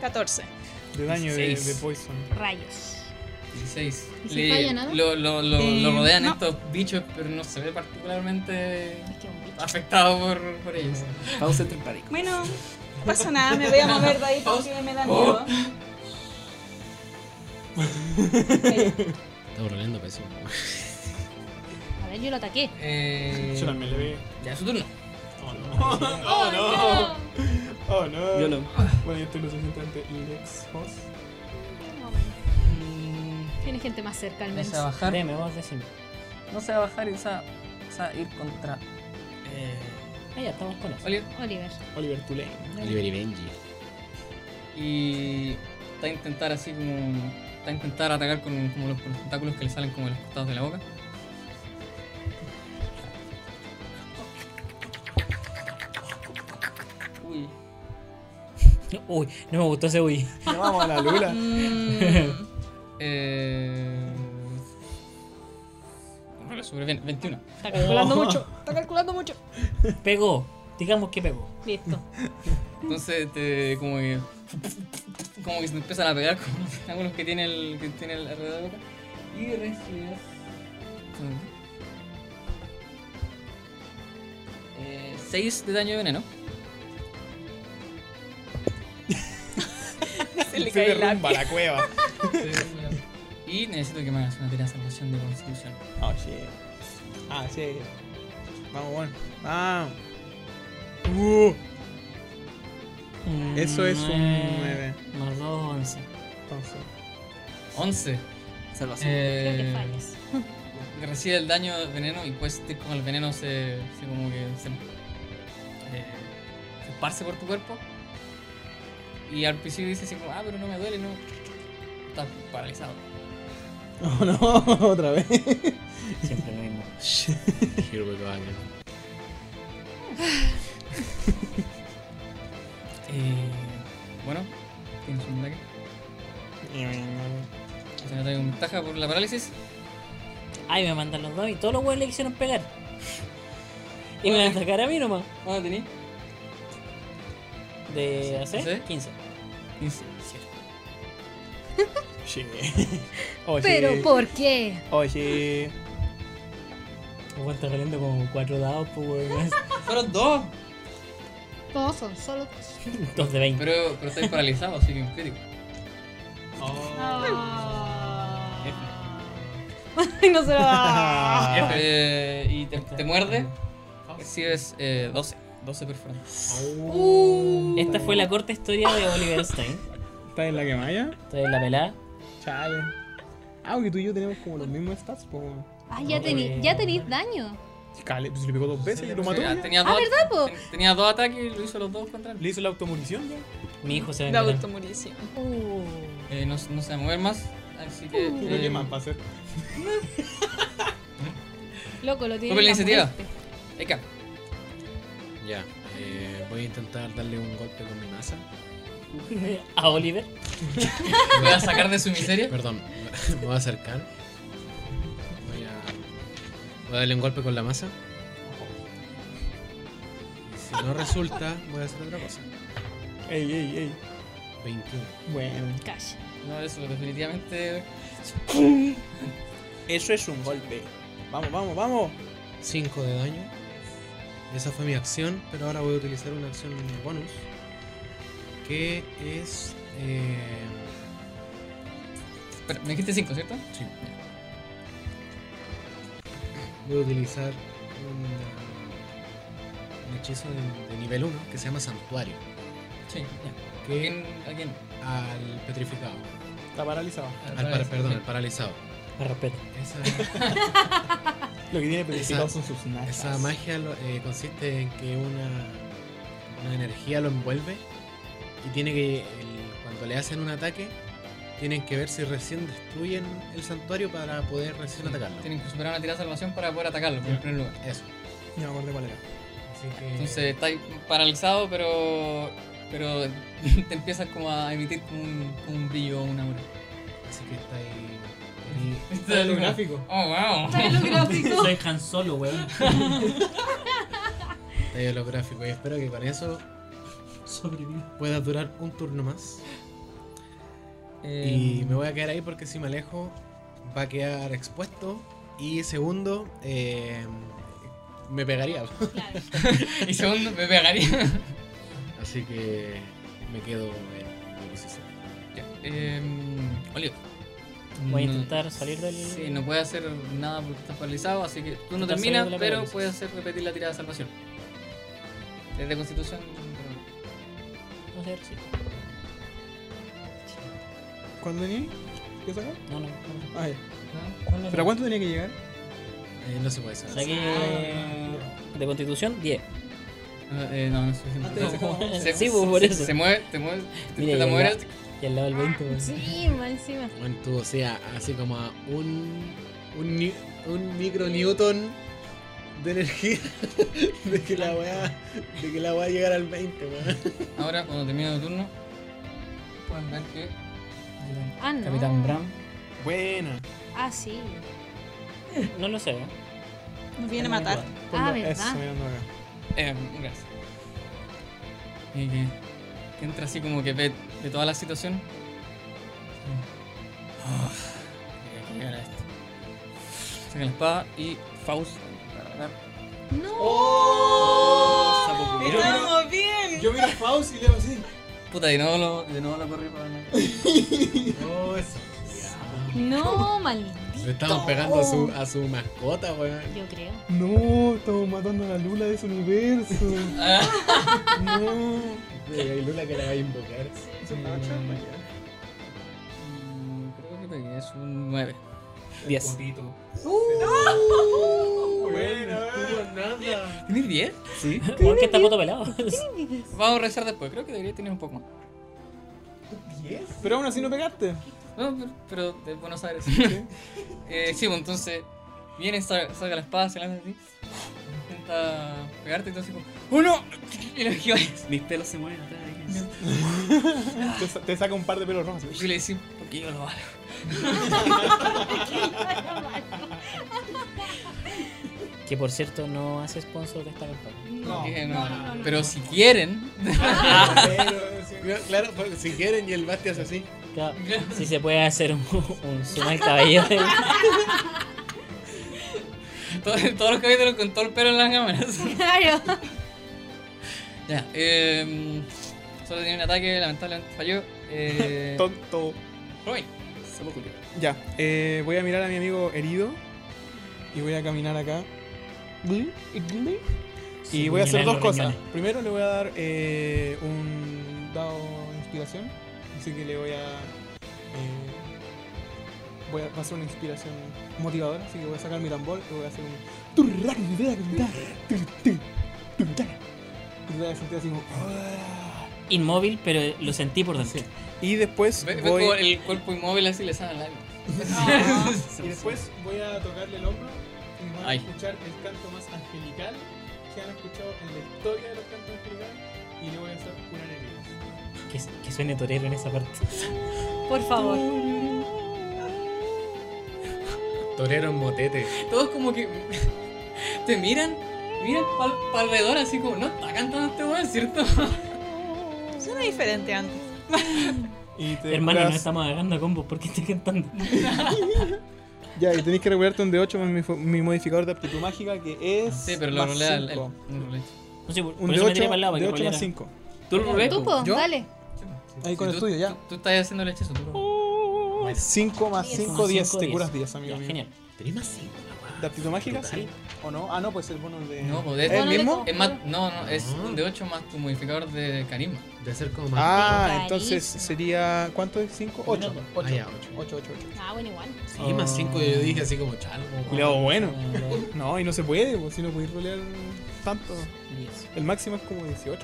E: 14.
I: De daño de,
A: Seis.
I: de Poison.
F: Rayos.
A: 16.
F: ¿Y si
A: Le-
F: falla nada?
A: Lo, lo, lo,
E: Eh,
A: lo rodean
E: no.
A: estos bichos, pero no se ve particularmente
F: Es que un bicho.
A: afectado por, por ellos.
G: Pausa entre paréntesis.
E: Bueno, no pasa nada, me voy a mover de ahí porque me da miedo.
C: Estamos roleando pues, pésimo.
F: A ver, yo lo ataqué.
A: Eh,
I: Yo también le vi.
A: ya es su turno.
I: Oh no.
F: ¡Oh, no!
I: Oh no.
G: Yo lo.
I: Bueno, yo estoy lo suficientemente Ilex Hoss.
A: Mm,
F: Tiene gente más cerca al menos.
A: a bajar.
D: Deme, vos decime.
A: No se va a bajar y se va, se va a ir contra. Eh,
D: Ah, ya, estamos con eso.
A: Oliver.
F: Oliver.
I: Oliver Tulane.
C: Oliver y Benji.
A: Y está a intentar así como. Está a intentar atacar con como los, con los tentáculos que le salen como de los costados de la boca. Uy.
D: No, uy, no me gustó ese uy.
I: Ya vamos a la lula.
E: Mm,
A: Eh... No le sube bien, 21.
F: Está calculando mucho. Está calculando mucho.
D: Pegó. Digamos que pegó.
F: Listo.
A: Entonces, te, como que. Como que se te empiezan a pegar con los ángulos que tiene, el, que tiene el alrededor de la boca. Y recibes. Eh, 6 de daño de veneno.
E: se le
I: Se
E: cae la...
I: derrumba la cueva.
A: Y necesito que me hagas una tirada de salvación de constitución.
I: Oh shit. Ah, sí. Vamos, bueno. Ah. Uh, eso es un
D: Nueve
I: 9.
D: Más 2, 11.
I: Entonces.
A: 11.
G: Salvación.
F: Creo que
A: Eh,
F: fallas.
A: recibe el daño de veneno y puedes sentir como el veneno se, se como que se, eh, se esparce por tu cuerpo. Y al principio dices así como, ah, pero no me duele, no. Estás paralizado.
I: Oh no, otra vez.
D: Siempre lo mismo.
C: Here we go again.
A: Eh, bueno, tienes un ataque.
I: Eh,
A: Es un ataque con ventaja por la parálisis.
D: Ay, me mandan los dos y todos los huevos le quisieron pegar. Y me van a atacar a mí nomás.
I: Ah,
A: ¿Cuánto tenés?
D: De hacer
A: ¿Sí?
D: 15.
A: 15.
I: Shit.
A: oh,
I: Oye.
F: Pero ¿por qué?
I: Oye.
D: Voy a estar saliendo como 4 dados, pues weón.
A: Fueron dos.
F: Todos son solo dos.
D: 2 de 20.
A: Pero, pero estáis paralizado, así que un crítico.
L: Ay, no se va.
I: Ah.
A: Eh, y te, te muerde. Recibes eh, 12. 12 perforantes.
I: Oh.
D: Esta fue la corta historia de Oliver Stein.
I: ¿Estás en la quemalla?
D: Estoy en la pelada.
I: Chale. Ah, porque tú y yo tenemos como los mismos stats, po.
F: Ah, ya, tení, ya tenéis daño.
I: Cale, pues le pegó dos veces y lo mató. ya.
A: Tenía
F: Ah,
A: dos,
F: ¿verdad, po?
A: ten- tenía dos ataques y lo hizo los dos contra él.
I: Le hizo la automorición ya.
D: Mi hijo se va a
E: La
D: enterar.
E: automurición.
F: Uh,
A: Eh, no, no se va a mover más, así que...
I: ¿Qué
A: eh,
I: que más va a hacer?
F: loco, lo tiene.
A: Tome la
F: la
A: iniciativa.
F: muerte.
A: Eka,
C: Ya. eh, voy a intentar darle un golpe con mi masa.
D: A Oliver.
A: ¿me voy a sacar de su miseria?
C: Perdón, me voy a acercar. Voy a, voy a darle un golpe con la masa. Y si no resulta, voy a hacer otra cosa.
I: Ey, ey, ey.
C: 21.
I: Bueno.
F: Calla.
A: No, eso definitivamente...
I: Eso es un golpe. Vamos, vamos, vamos.
C: 5 de daño. Esa fue mi acción, pero ahora voy a utilizar una acción bonus. Que es. eh,
A: Espera, me dijiste 5, ¿cierto?
C: voy a utilizar una- un hechizo de, de nivel 1 que se llama Santuario.
A: Sí, ya. ¿A
C: Que
A: quién? ¿A quién?
C: al petrificado.
I: Está paralizado.
A: Al
C: Al par-
A: revés.
C: perdón, al paralizado.
D: Me respeto.
C: Esa.
I: Lo que tiene
C: petrificado
I: son sus
C: Esa magia lo- eh, consiste en que una una energía lo envuelve y tiene que, el- cuando le hacen un ataque, tienen que ver si recién destruyen el santuario para poder
I: Mm.
C: recién atacarlo.
A: Tienen que superar una tirada de salvación para poder atacarlo, por el primer lugar.
C: Eso.
I: Ya me acordé cuál era.
C: Así que...
A: Entonces estáis paralizado, pero pero te empiezas como a emitir como un, como un brillo, una aura.
C: Así que está ahí.
A: Está en lo gráfico. Oh, wow. Está en lo gráfico.
D: Soy Han Solo, weón.
C: Ahí lo gráfico y espero que con eso pueda durar un turno más.
D: Eh,
C: Y
I: Em.
C: me voy a quedar ahí porque si me alejo va a quedar expuesto. Y segundo, eh, me pegaría.
A: y segundo, me pegaría.
C: Así que me quedo en la posición.
A: Ya, em, Oliver.
D: Voy a
A: No-
D: intentar salir del-
A: Sí, no puedes hacer nada porque estás paralizado, así que tú no
D: Intentar salir
A: terminas,
D: de la
A: pero
D: parálisis.
A: puedes hacer repetir la tirada de salvación. Desde Constitución. pero-
D: No sé si.
I: ¿Cuánto tenía? ¿Qué sacar?
D: No, no. no.
I: Ah, ya.
D: No, no,
I: ¿Pero
D: no.
I: a cuánto tenía que llegar?
C: Eh, no se puede saber.
D: Saqué de constitución 10.
A: Ah, eh, no, no es suficiente.
I: Antes de
A: No,
I: esa-
A: se-
D: Sí,
A: se-
D: pues, por
A: se-
D: eso.
A: Se mueve, te mueves, te
D: Mira,
A: intentas
D: ya,
A: mover,
D: ya. Y al lado del 20, weón.
F: Sí, más encima.
C: Bueno, tú, o sea, así como a un, un, ni- un micro newton de energía de que la voy a, de que la voy a llegar al 20, weón.
A: Ahora, cuando termine tu turno, pueden ver que
F: Ah, no.
A: Capitán Bram
I: Buena.
F: Ah, sí.
D: No lo sé,
I: ¿eh?
D: weón.
E: Nos viene a matar.
F: Ah,
I: Pongo S
F: verdad.
I: mirando acá.
A: Eh, gracias. Y que, que entra así como que ve, ve toda la situación. Ah, tenía que llegar a esto. Saca la espada y Faust.
F: No.
I: Yo miro,
E: Oh, ¡Estamos bien!
I: yo miro a Faust y le hago así.
A: Puta, de nuevo lo, de nuevo lo corrí para ganar.
C: Oh, eso.
F: No, maldito.
C: Le estamos pegando a su, a su mascota, weón.
F: Yo creo.
I: No, estamos matando a la Lula de su universo. no.
C: Y Lula que la va a invocar.
I: Eso está ocho, vaya.
A: Mm, Creo que pegué, es un 9.
G: 10.
A: Uh.
I: Buena.
F: eh.
A: ¿Tienes 10?
D: Weón, que está coto pelado.
A: Vamos a revisar después, creo que debería tener un poco más.
I: Pero aún así no pegaste.
A: No, pero, pero de Buenos Aires. eh, sí, pues entonces viene, sa- saca la espada, se lanza así. Intenta pegarte, entonces como ¡Uno! Y lo esquivas.
G: Mis pelos se mueven. atrás.
I: Te, sa- te saca un par de pelos rojos.
A: Y le decís, ¿por qué yo lo hago?
D: Que por cierto, no hace sponsor de esta campaña.
I: No,
A: Dije,
F: no, no, no,
A: pero
F: no.
A: si quieren,
I: Pero, sí.
C: Claro, porque si quieren y el Basti hace así.
D: Claro, si se puede hacer un, un zoom al cabello del.
A: todo- todos los capítulos con todo el pelo en las cámaras.
F: Claro.
A: ya, eh, solo tenía un ataque, lamentablemente falló. Eh,
I: Tonto.
A: Roy.
I: Ya, eh, voy a mirar a mi amigo herido y voy a caminar acá. Y voy a hacer dos cosas. Primero le voy a dar eh, un dado de inspiración, así que le voy a, eh, voy a... Va a ser una inspiración motivadora, así que voy a sacar mi tambor y voy a hacer un... Y voy a sentir así como-
D: Inmóvil, pero lo sentí por dentro.
I: Y después
A: Ve, ve
I: voy...
A: como el cuerpo inmóvil así le sale al alma.
I: Y después voy a tocarle el hombro y van a
A: Ay.
I: escuchar el canto más angelical que han escuchado en la historia de los cantos angelicales y le voy a hacer curar heridas.
D: Que, que suene torero en esa parte.
F: Por favor.
C: Torero en motete.
A: Todos como que te miran, miran para alrededor así como, no está cantando este weón, ¿cierto?
E: Suena diferente antes.
I: Y te
D: Hermano, no
I: curas-
D: estamos agarrando a combos porque estoy cantando.
I: Ya, y tenéis que recuperarte un D8 más mi, fo- mi modificador de aptitud mágica que es.
A: Sí, pero lo
I: más
A: rolea el, el,
I: cinco.
A: el rolea.
D: No sé, por,
I: Un
D: por eso me tiré para el lado,
I: D8,
D: para que
I: D8 más
D: roleara.
I: 5.
A: ¿Tú lo roleas?
F: Tú, po,
I: ¿Yo?
F: dale.
I: Ahí con
A: Sí,
I: el
A: tú-
I: tuyo, ya.
A: Tú, tú estás haciendo el hechizo, tú lo-
I: Oh. 5 más
F: Diez.
I: 5,
D: Ah,
I: 10.
D: cinco,
I: Te
D: diez.
I: curas 10, amigo
D: Ya,
I: mío.
D: genial.
C: Prima sí.
I: ¿De aptitud mágica? Sí. ¿O no? Ah, no, pues el bono de.
A: No, pues de-
I: ¿Es
A: Bono
I: el
F: de
I: mismo?
F: con-
A: Es más, no, no, es
C: Ah.
A: un de 8 más tu modificador de carisma.
C: De ser como más.
I: Ah,
F: Carísimo.
I: entonces sería. ¿Cuánto es? ¿5? 8.
D: Bueno,
C: Ah, ya, ocho.
I: 8, 8, 8.
F: Ah, bueno, igual.
C: Sí, más 5 yo dije así como chalgo. weón.
I: Culeado bueno. No, y no se puede, pues, si no podéis rolear tanto.
D: Diez.
I: El máximo es como 18.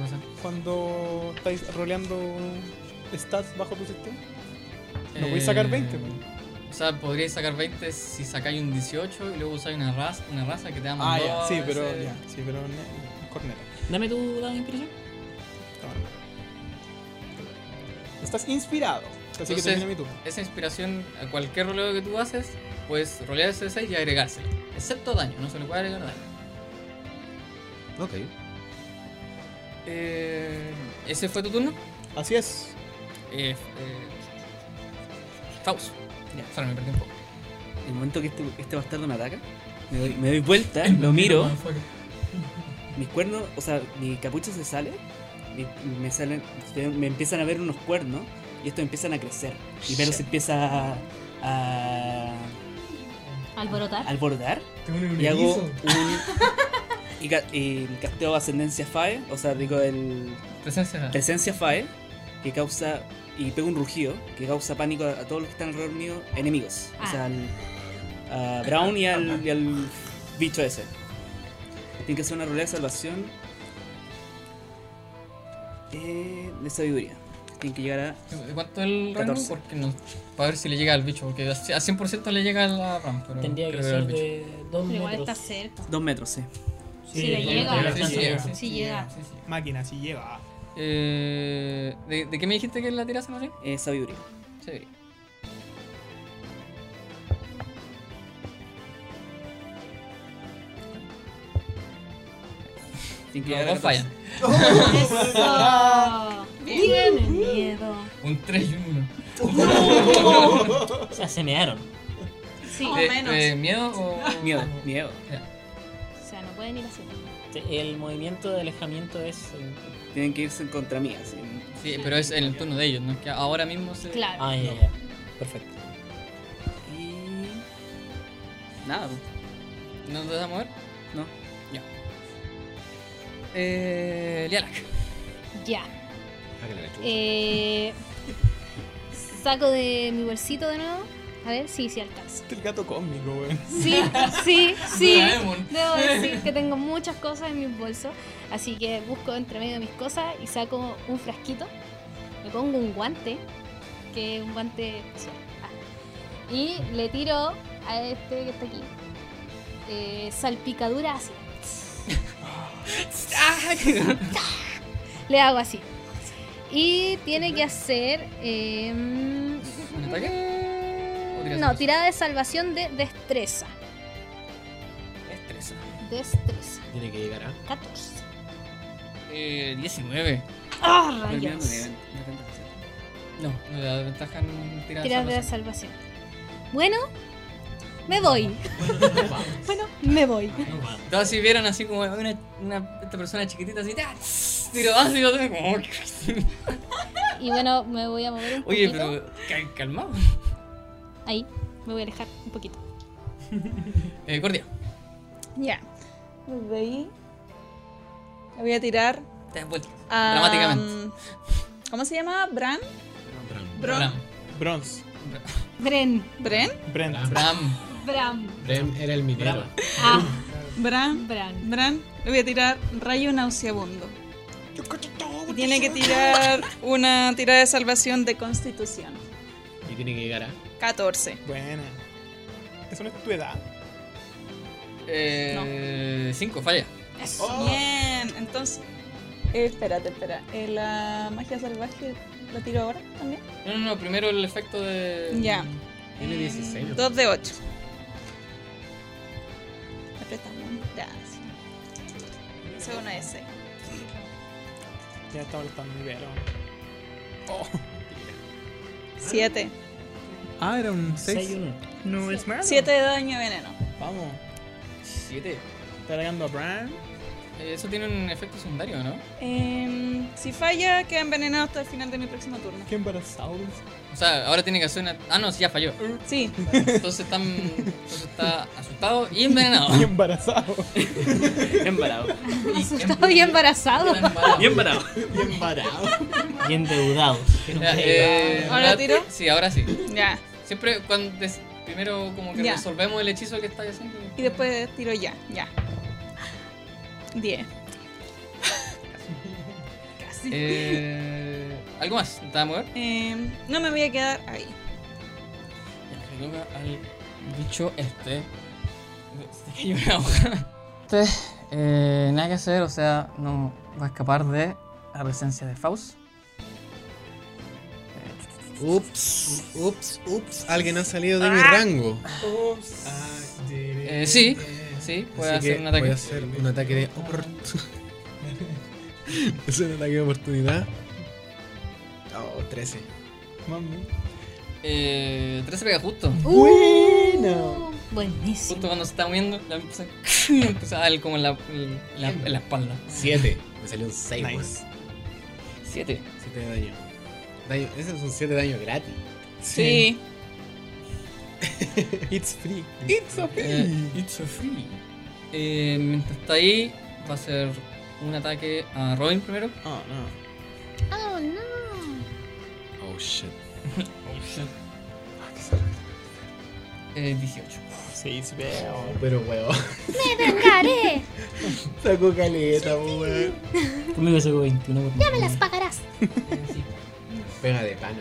A: pasa?
B: Cuando estáis roleando stats bajo tu sistema. No podéis sacar 20. pues.
A: Eh, O sea, podríais sacar 20 si sacáis un 18 y luego usáis una raza, una raza que te da más
B: Ah,
A: dos
B: ya,
A: a
B: sí, pero
A: veces.
B: ya, sí, pero no, no, corneta.
D: Dame tu dado de inspiración.
B: Estás inspirado. Así que
A: Entonces,
B: termina mi turno.
A: Esa inspiración a cualquier roleo que tú haces, puedes rolear ese 6 y agregárselo. Excepto daño, no se le puede agregar daño.
I: Ok. Ah,
A: Eh, ¿Ese fue tu turno?
B: Así es.
A: Eh, eh, Faust.
G: Ya.
A: Sorry, me perdí un poco.
G: El momento que este, este bastardo me ataca, me doy, me doy vuelta, lo miro, mis cuernos, o sea, mi capucha se sale, mi- me salen, me empiezan a ver unos cuernos y estos empiezan a crecer. Y Velo se empieza a, a
F: Alborotar.
G: alborotar
B: Tengo un
G: y hago
B: erizo.
G: un. Y, ca- y casteo ascendencia FAE, o sea, digo el.
A: Presencia.
G: Presencia FAE, que causa. Y pego un rugido, que causa pánico a, a todos los que están alrededor mío, enemigos. O sea, al, a Brown y al, y al bicho ese. Tiene que hacer una rueda de salvación. eh, de sabiduría. Tiene que llegar a.
A: ¿De cuánto es el rango?
G: 14.
A: Porque no, para ver si le llega al bicho, porque a 100% le llega a la RAM, pero
D: Tendría que
A: Mm, creo era
D: ser
A: al bicho.
D: de 2
F: Pero igual
D: metros.
F: está cerca.
G: Dos metros, sí.
F: Sí, le llega.
A: sí, sí, llega.
F: Sí, llega.
B: Máquina, si llega.
A: Eh, ¿de, de qué me dijiste que la tirase, María?
G: Eh, sabiduría.
A: Sí.
G: Tiene que
A: No,
G: llegar a
A: dos
G: 14.
A: fallan.
F: Eso. Tienen Oh, miedo.
A: Un 3 y un 1.
D: O sea, se mearon.
F: Sí.
E: Más o menos.
A: Eh, ¿Miedo o.?
G: Miedo, miedo.
F: O sea, no pueden ir así.
D: El movimiento de alejamiento es. eh,
G: Tienen que irse en contra mía. así.
A: Sí, pero es en el turno de ellos, no es que ahora mismo se.
F: Claro.
D: Ah, ya, ya. Perfecto.
G: Y. Nada, pues.
A: ¿No te vas a mover?
G: no.
A: Eh. Lialak.
F: Ya.
I: Hágale la chucha.
F: Eh, saco de mi bolsito de nuevo. A ver si sí, alcanza.
B: Este es el gato cósmico, weón.
F: Sí, sí, sí.
A: Doraemon.
F: Debo decir que tengo muchas cosas en mis bolsos. Así que busco entre medio de mis cosas y saco un frasquito. Me pongo un guante, que es un guante especial. Ah. Y le tiro a este que está aquí. eh, salpicadura ácida. le hago así. Y tiene que hacer. eh,
A: ¿Un ataque? ¿O tiras
F: no,
A: dos?
F: tirada de salvación de destreza.
A: Destreza.
F: Destreza.
I: Tiene que llegar a.
F: 14.
A: Eh. 19.
F: ¡Ah,
G: Terminando,
F: rayos!
G: me- me encanta hacer.
A: No, no le da ventaja en tirar
F: Tirar de la
A: salvación.
F: salvación. Bueno, me voy. Bueno, me voy.
A: Todos si vieron así como una, una- esta persona chiquitita así, ¡ah! tss, tiro ácido, así como...
F: Y bueno, me voy a mover un
A: Oye,
F: poquito.
A: pero cal- calmado.
F: Ahí, me voy a alejar un poquito.
A: Eh, Cordia.
E: Ya. Desde ahí. Le voy a tirar
A: Te das vuelta.
E: a.
F: Ah,
E: um,
A: Dramáticamente.
E: ¿Cómo se llama? ¿Bran? Bron.
A: Bram.
B: Bronze.
F: Bren,
E: ¿Bren?
B: Brent.
A: Bram.
F: Bram,
I: Brem era el minero.
F: ah,
E: ¿Bran?
F: Bran.
E: Bran, le voy a tirar rayo nauseabundo. Y Tiene que tirar una tirada de salvación de constitución.
I: Y tiene que llegar a.
E: 14.
B: Buena. Eso no es tu edad.
A: Eh, cinco, falla.
I: Oh.
E: Bien, entonces. eh, espérate, espera. eh, la magia salvaje la tiro ahora también.
A: No, no, no, primero el efecto de...
E: Ya.
I: Tiene 16. ¿no?
E: 2 de 8. Apretamos. Gracias. Eso es una de seis.
B: Ya este estaba listando mi velo.
E: 7.
B: Ah, era un
D: 6 y 1.
B: No es malo.
E: 7 de daño de veneno.
B: Vamos.
A: Siete.
B: Está atacando a Bran.
A: Eh, Eso tiene un efecto secundario, ¿no?
E: Em, si falla, queda envenenado hasta el final de mi próximo turno.
B: Qué embarazado.
A: O sea, ahora tiene que hacer una... Ah, no, sí, ya falló.
E: Sí,
A: Entonces, están... Entonces está asustado y envenenado.
B: Qué embarazado.
G: Embalado.
F: Asustado y Ah, embarazado.
A: embarazado.
G: embalado.
D: Y endeudados. Pero
A: Ya,
D: que-
A: eh,
E: ¿Ahora
A: la-
E: tiro?
A: Sí, ahora sí.
E: ya.
A: Siempre cuando des- primero como que
E: Ya.
A: resolvemos el hechizo que estáis haciendo.
E: Y después tiro ya, ya. 10. Sí.
A: Eh, ¿Algo más? ¿Te vas a mover?
E: Em, no me voy a quedar ahí.
A: Ya, le toca al bicho este. Se cayó una hoja. Este, eh, nada que hacer, o sea, no va a escapar de la presencia de Faust.
I: Ups, ups, ups. Alguien ha salido de mi rango. Ah,
A: Eh, sí, sí, puede
I: Así que
A: hacer un ataque.
I: Voy a hacer un ataque de oportunidad. es un ataque de oportunidad. Oh, 13.
B: Mami.
A: Eh, 13 pega justo.
F: Bueno. Uh. Buenísimo.
A: Justo cuando se está moviendo, la empieza, le empieza a dar como en la, en la- en la espalda.
C: 7. Me salió un 6, weón.
B: Nice.
A: 7.
C: 7 de daño. daño. Ese es un 7 de daño gratis.
E: Sí.
B: It's free.
C: It's a
A: it's a free. Eh, mientras está ahí, va a ser un ataque a Robin primero.
G: Oh, no.
F: Oh, no.
C: Oh shit.
A: Eh, 18.
B: Sí, it's
A: Oh.
B: real.
C: Pero weón.
F: ¡Me vengaré!
C: Sacó caleta, weón.
D: Conmigo sacó 21 por
F: ¡Me las pagarás!
C: Pega de pana.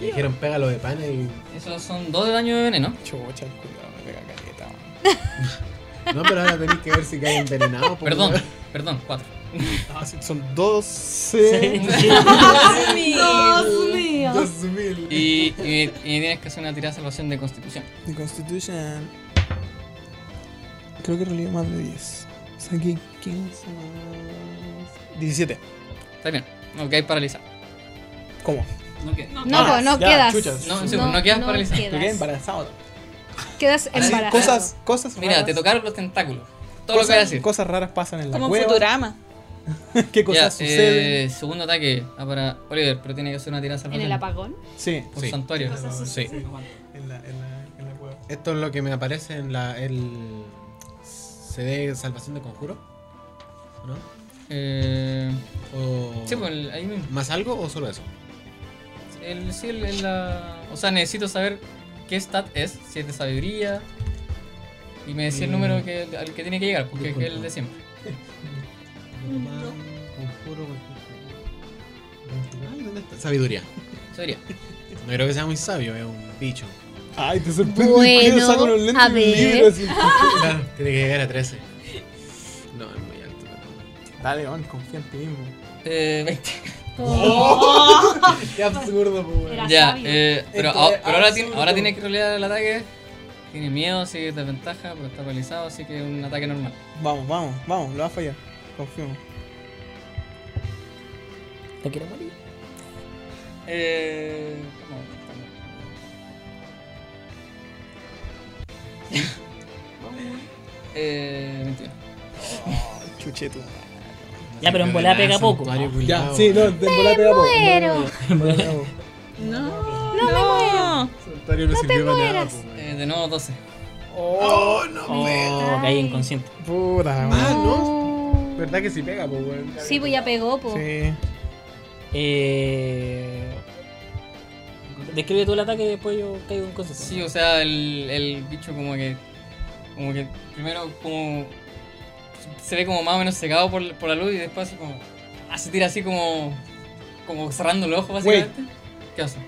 C: Le dijeron pégalo de pana y.
A: Esos son 2 de daño de veneno.
B: Chucha, el culiao me pega caleta. man.
C: No, pero ahora tenéis que ver si cae envenenado. po,
A: Perdón,
C: weón.
A: perdón, 4.
B: Ah, sí, son 12.
H: Dios mío.
C: Dios mío.
A: Y, y- y tienes que hacer una tirada de salvación de constitución.
B: The Constitution. Creo que rolé más de 10. Saqué 15 más. 17.
A: Está bien, no quedas paralizado.
B: ¿Cómo?
A: No quedas. No,
F: No,
B: Ah,
F: pues no
B: ya,
F: quedas.
B: chuchas.
A: no, en serio, no quedas paralizado.
B: Me quedé
F: Quedas,
B: embarazado.
F: Quedas
A: Así,
F: embarazado.
B: Cosas, cosas
A: Mira,
B: raras.
A: te tocaron los tentáculos. Todo lo que voy a
B: cosas,
A: decir.
B: cosas raras pasan en la
E: Como en
B: cueva.
E: Futurama.
B: ¿Qué cosas
A: Ya,
B: suceden?
A: eh, segundo ataque ah, para Oliver, pero tiene que hacer una tirada de
F: En
A: salvación.
F: el apagón.
B: Sí.
A: Por
C: Sí.
A: santuario.
C: Sí.
B: En la, en la, en la cueva.
C: Esto es lo que me aparece en la. El. CD de Salvación de Conjuro. ¿No?
A: Eh,
C: O...
A: sí, pues el- ahí mismo.
C: ¿Más algo o solo eso?
A: El, sí, el, el, la... O sea, necesito saber qué stat es, si es de sabiduría. Y me decía el
C: Mm.
A: número que, al que tiene que llegar, porque es
C: Disculpa.
A: el de siempre.
B: Mm,
C: Conjuro, Ay, ¿dónde está? Sabiduría.
A: Sabiduría.
C: No creo que sea muy sabio, es un bicho.
B: Ay, te sorprende.
F: Bueno,
B: el culiao saca unos lentes
F: a
B: y un
F: ver.
B: libro así.
C: Claro, tiene que llegar a 13. No, es muy alto. pero-
B: Dale, on, confía en ti mismo.
A: Eh, 20.
C: Qué absurdo, po, weón.
F: Era
A: Ya,
F: sabio.
A: eh, pero,
B: Esto
A: ah-
B: es
A: pero ahora, tiene,
B: absurdo.
A: ahora tiene que rolear el ataque. Tiene miedo, así que es desventaja, pero está paralizado, así que es un ataque normal.
B: Vamos, vamos, vamos, lo va a fallar. Confiamos.
K: ¿Te quiero morir?
A: Eh, ¿cómo? eh, 21.
B: Chucheto.
D: Ya, pero en volada pega poco.
C: Santuario
B: Ya,
C: culiao,
B: sí, no,
C: weón.
B: de volar pega poco.
F: muero.
B: En volar pega poco.
E: No,
F: no
E: me
C: Santuario no sirvió para nada,
F: mueras.
C: po, weón.
A: Eh, de nuevo 12.
B: Oh,
D: Oh, caí inconsciente.
B: puta madre.
C: Ah, no. ¿Verdad que sí pega, po, weón?
F: Sí, pues ya pegó, po.
B: Sí.
D: Eh... Describe tú el ataque y después yo caigo inconsciente.
A: Sí, o sea, el, el bicho como que. Como que primero como. Se ve como más o menos secado por, por la luz y después así como. ah, se tira así como. Como cerrando los ojos,
B: Wait.
A: básicamente. ¿Qué hace?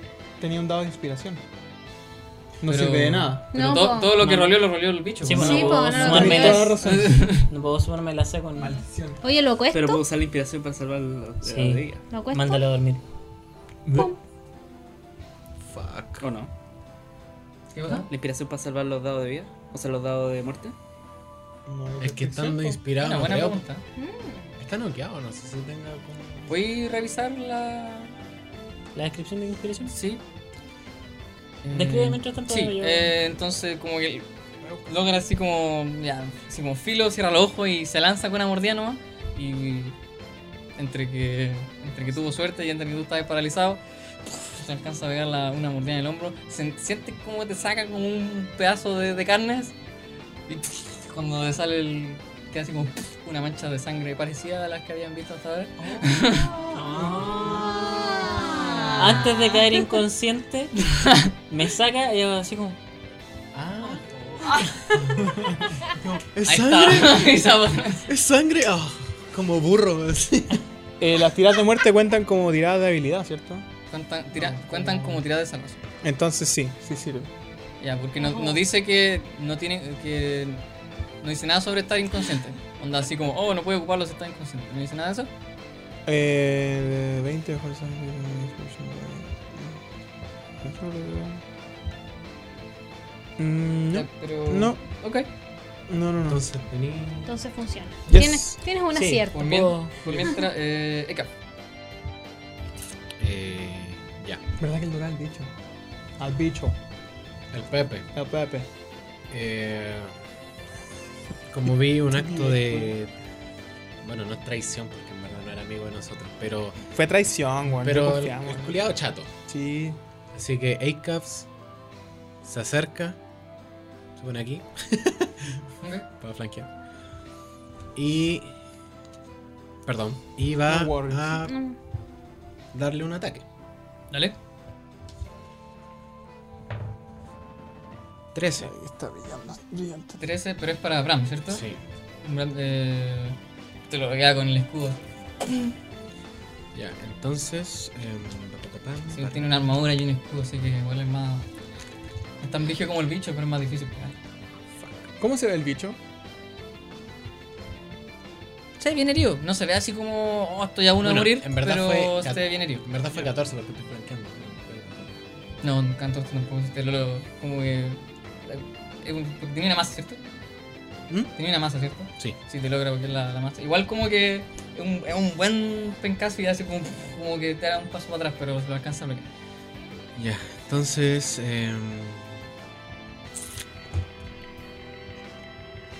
B: Tenía un dado de inspiración. No
A: Pero-
B: sirve de nada.
A: Pero
F: No,
A: to-
F: po.
A: todo lo que
D: No.
A: roleó lo roleó el bicho.
D: Sí,
A: po.
D: pues
F: Sí,
D: no
F: po,
D: puedo
F: no lo
D: sumarme
B: Tenía toda la
D: la
B: razón.
D: No puedo sumarme la C con...
B: Maldición.
F: Oye, lo cuesto.
G: Pero puedo usar la inspiración para salvar la, la
D: Sí.
G: de ella.
F: Lo cuesto.
D: Mándalo a dormir.
C: Fuck.
G: ¿O no?
A: ¿Qué pasa?
G: ¿La inspiración para salvar los dados de vida? O sea, los dados de muerte.
B: No,
C: Es que estando inspirado,
A: Una
C: no
A: buena
C: creo.
A: pregunta.
C: Está noqueado, no sé si tenga como.
A: Voy a revisar la.
D: ¿La descripción de inspiración?
A: Sí.
D: Describe
A: Eh,
D: mientras tanto,
A: Sí,
D: yo-
A: eh, entonces como que logra así como. Ya, así como filo, cierra los ojos y se lanza con una mordida nomás. Y. Entre que. Entre que tuvo suerte y entre que tú estabas paralizado. Se alcanza a pegar la- una mordida en el hombro. Se, siente como te saca como un pedazo de, de carnes. Y cuando te sale el. Queda así como una mancha de sangre parecida a las que habían visto hasta ahora.
B: Ah.
D: Antes de caer inconsciente, me saca y hago así como...
C: Ah,
I: ¿Es
A: Ahí
I: sangre?
A: está. Ahí está.
I: ¿Es sangre? Ah, como burro. así.
B: Eh, las tiradas de muerte cuentan como tiradas de habilidad, ¿cierto?
A: Cuentan, tira- cuentan como tiradas de salvación.
B: Entonces sí, sí sirve.
A: Ya, porque no, no dice que no tiene que no dice nada sobre estar inconsciente. Onda así como, "Oh, no puede ocuparlo si está inconsciente." No dice nada de eso.
B: Eh, 20 de fuerza. Mm, No,
A: Ya, pero-
B: no,
A: Ok.
B: no, no, no.
I: Entonces vení.
F: Entonces funciona.
B: Yes.
F: Tienes, tienes un
B: Sí,
F: acierto.
A: Por, mien- por mientras eh Eka.
C: Eh, ya.
B: ¿Verdad que el local al bicho? Al bicho,
C: El Pepe.
B: al Pepe.
C: Eh, como vi un acto de. Bueno, no es traición porque en verdad no era amigo de nosotros, pero.
B: Fue traición, weón.
C: Pero el,
B: confiamos.
C: el culiado chato.
B: Sí.
C: Así que ACAPS se acerca. Se pone aquí. Para flanquear. Y. Perdón. Y va
B: No worries.
C: a
F: Mm.
C: darle un ataque.
A: Dale.
C: 13.
B: Está brillando, brillante.
A: 13, Este pero es para Bram, ¿cierto?
C: Sí.
A: Bram, eh, te lo queda con el escudo.
C: Ya, entonces. em, pa, pa, pa, pa,
A: Sí,
C: para-
A: tiene una armadura y un escudo, así que igual es más. Es tan vigio como el bicho, pero es más difícil pegar.
B: ¿Cómo se ve el bicho?
A: Se ve bien herido. No se ve así como oh, estoy a uno de
C: Bueno,
A: morir,
C: en verdad
A: pero
C: fue-
A: se ve bien herido.
C: En verdad fue 14 porque estoy flanqueando.
A: No, no canto tampoco. Te lo- lo, como que. es un- porque Tiene una masa, ¿cierto?
C: ¿Mm?
A: Tiene una masa, ¿cierto?
C: Sí.
A: Si te logra porque la, la masa. Igual como que es un, es un buen pencazo y hace como, como que te da un paso para atrás, pero lo alcanza a bloquear.
C: Ya, entonces. em,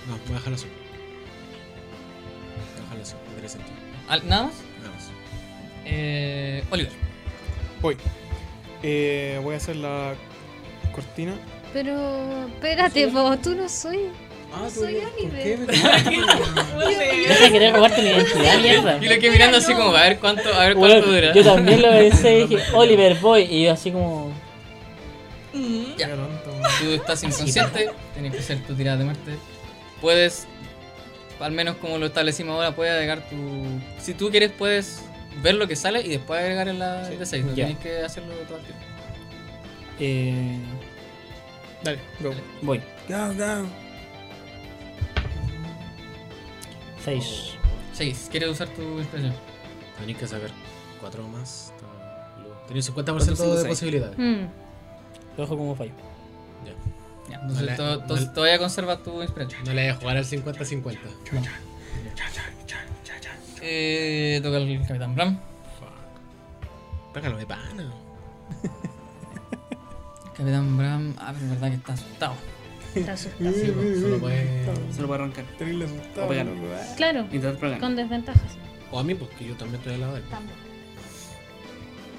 C: No, voy a dejarlo así. Voy a dejarlo así, no tiene sentido.
A: Al- Nada más.
C: Nada más.
A: Eh, Oliver.
B: Voy. Eh, voy a hacer la cortina.
F: Pero espérate, vos, tú no soy.
B: Ah,
F: tú- Soy ¿por qué?
D: Vas a querer robarte mi identidad, mierda.
A: Y lo que mirando así como a ver cuánto, a ver
D: Bueno,
A: cuánto dura.
D: yo también lo pensé y dije, Oliver, voy. Y yo así como.
A: Tú estás inconsciente, tienes que hacer tu tirada de muerte. Puedes, al menos como lo establecimos ahora, puedes agregar tu. Si tú quieres, puedes ver lo que sale y después agregar en la de 6. No
D: Ya.
A: tienes que hacerlo todo el tiempo.
D: Eh,
B: Dale, go.
D: voy.
B: Go, go.
D: Seis.
A: 6. ¿Quieres usar tu expresión?
C: Tenéis que saber 4 más. está luego. Tenéis 50% de
G: seis.
C: posibilidades.
F: Mm.
D: Lo dejo como fallo.
A: Ya, entonces
C: Vale,
A: to- to-
C: vale.
A: todavía conserva tu expresión.
C: No le voy a jugar al 50-50.
A: Eh, toca al Capitán Bram.
C: Págalo de pana.
A: Capitán Bram, ah, pero es verdad que está asustado.
F: Está asustado.
C: Sí, pues, solo puede.
G: Solo para arrancar.
B: Terrible asustado.
G: O pegarlo.
F: Claro,
G: Intentar para ganar.
F: con desventajas.
C: O a mí, porque yo también estoy al lado de él.
F: También.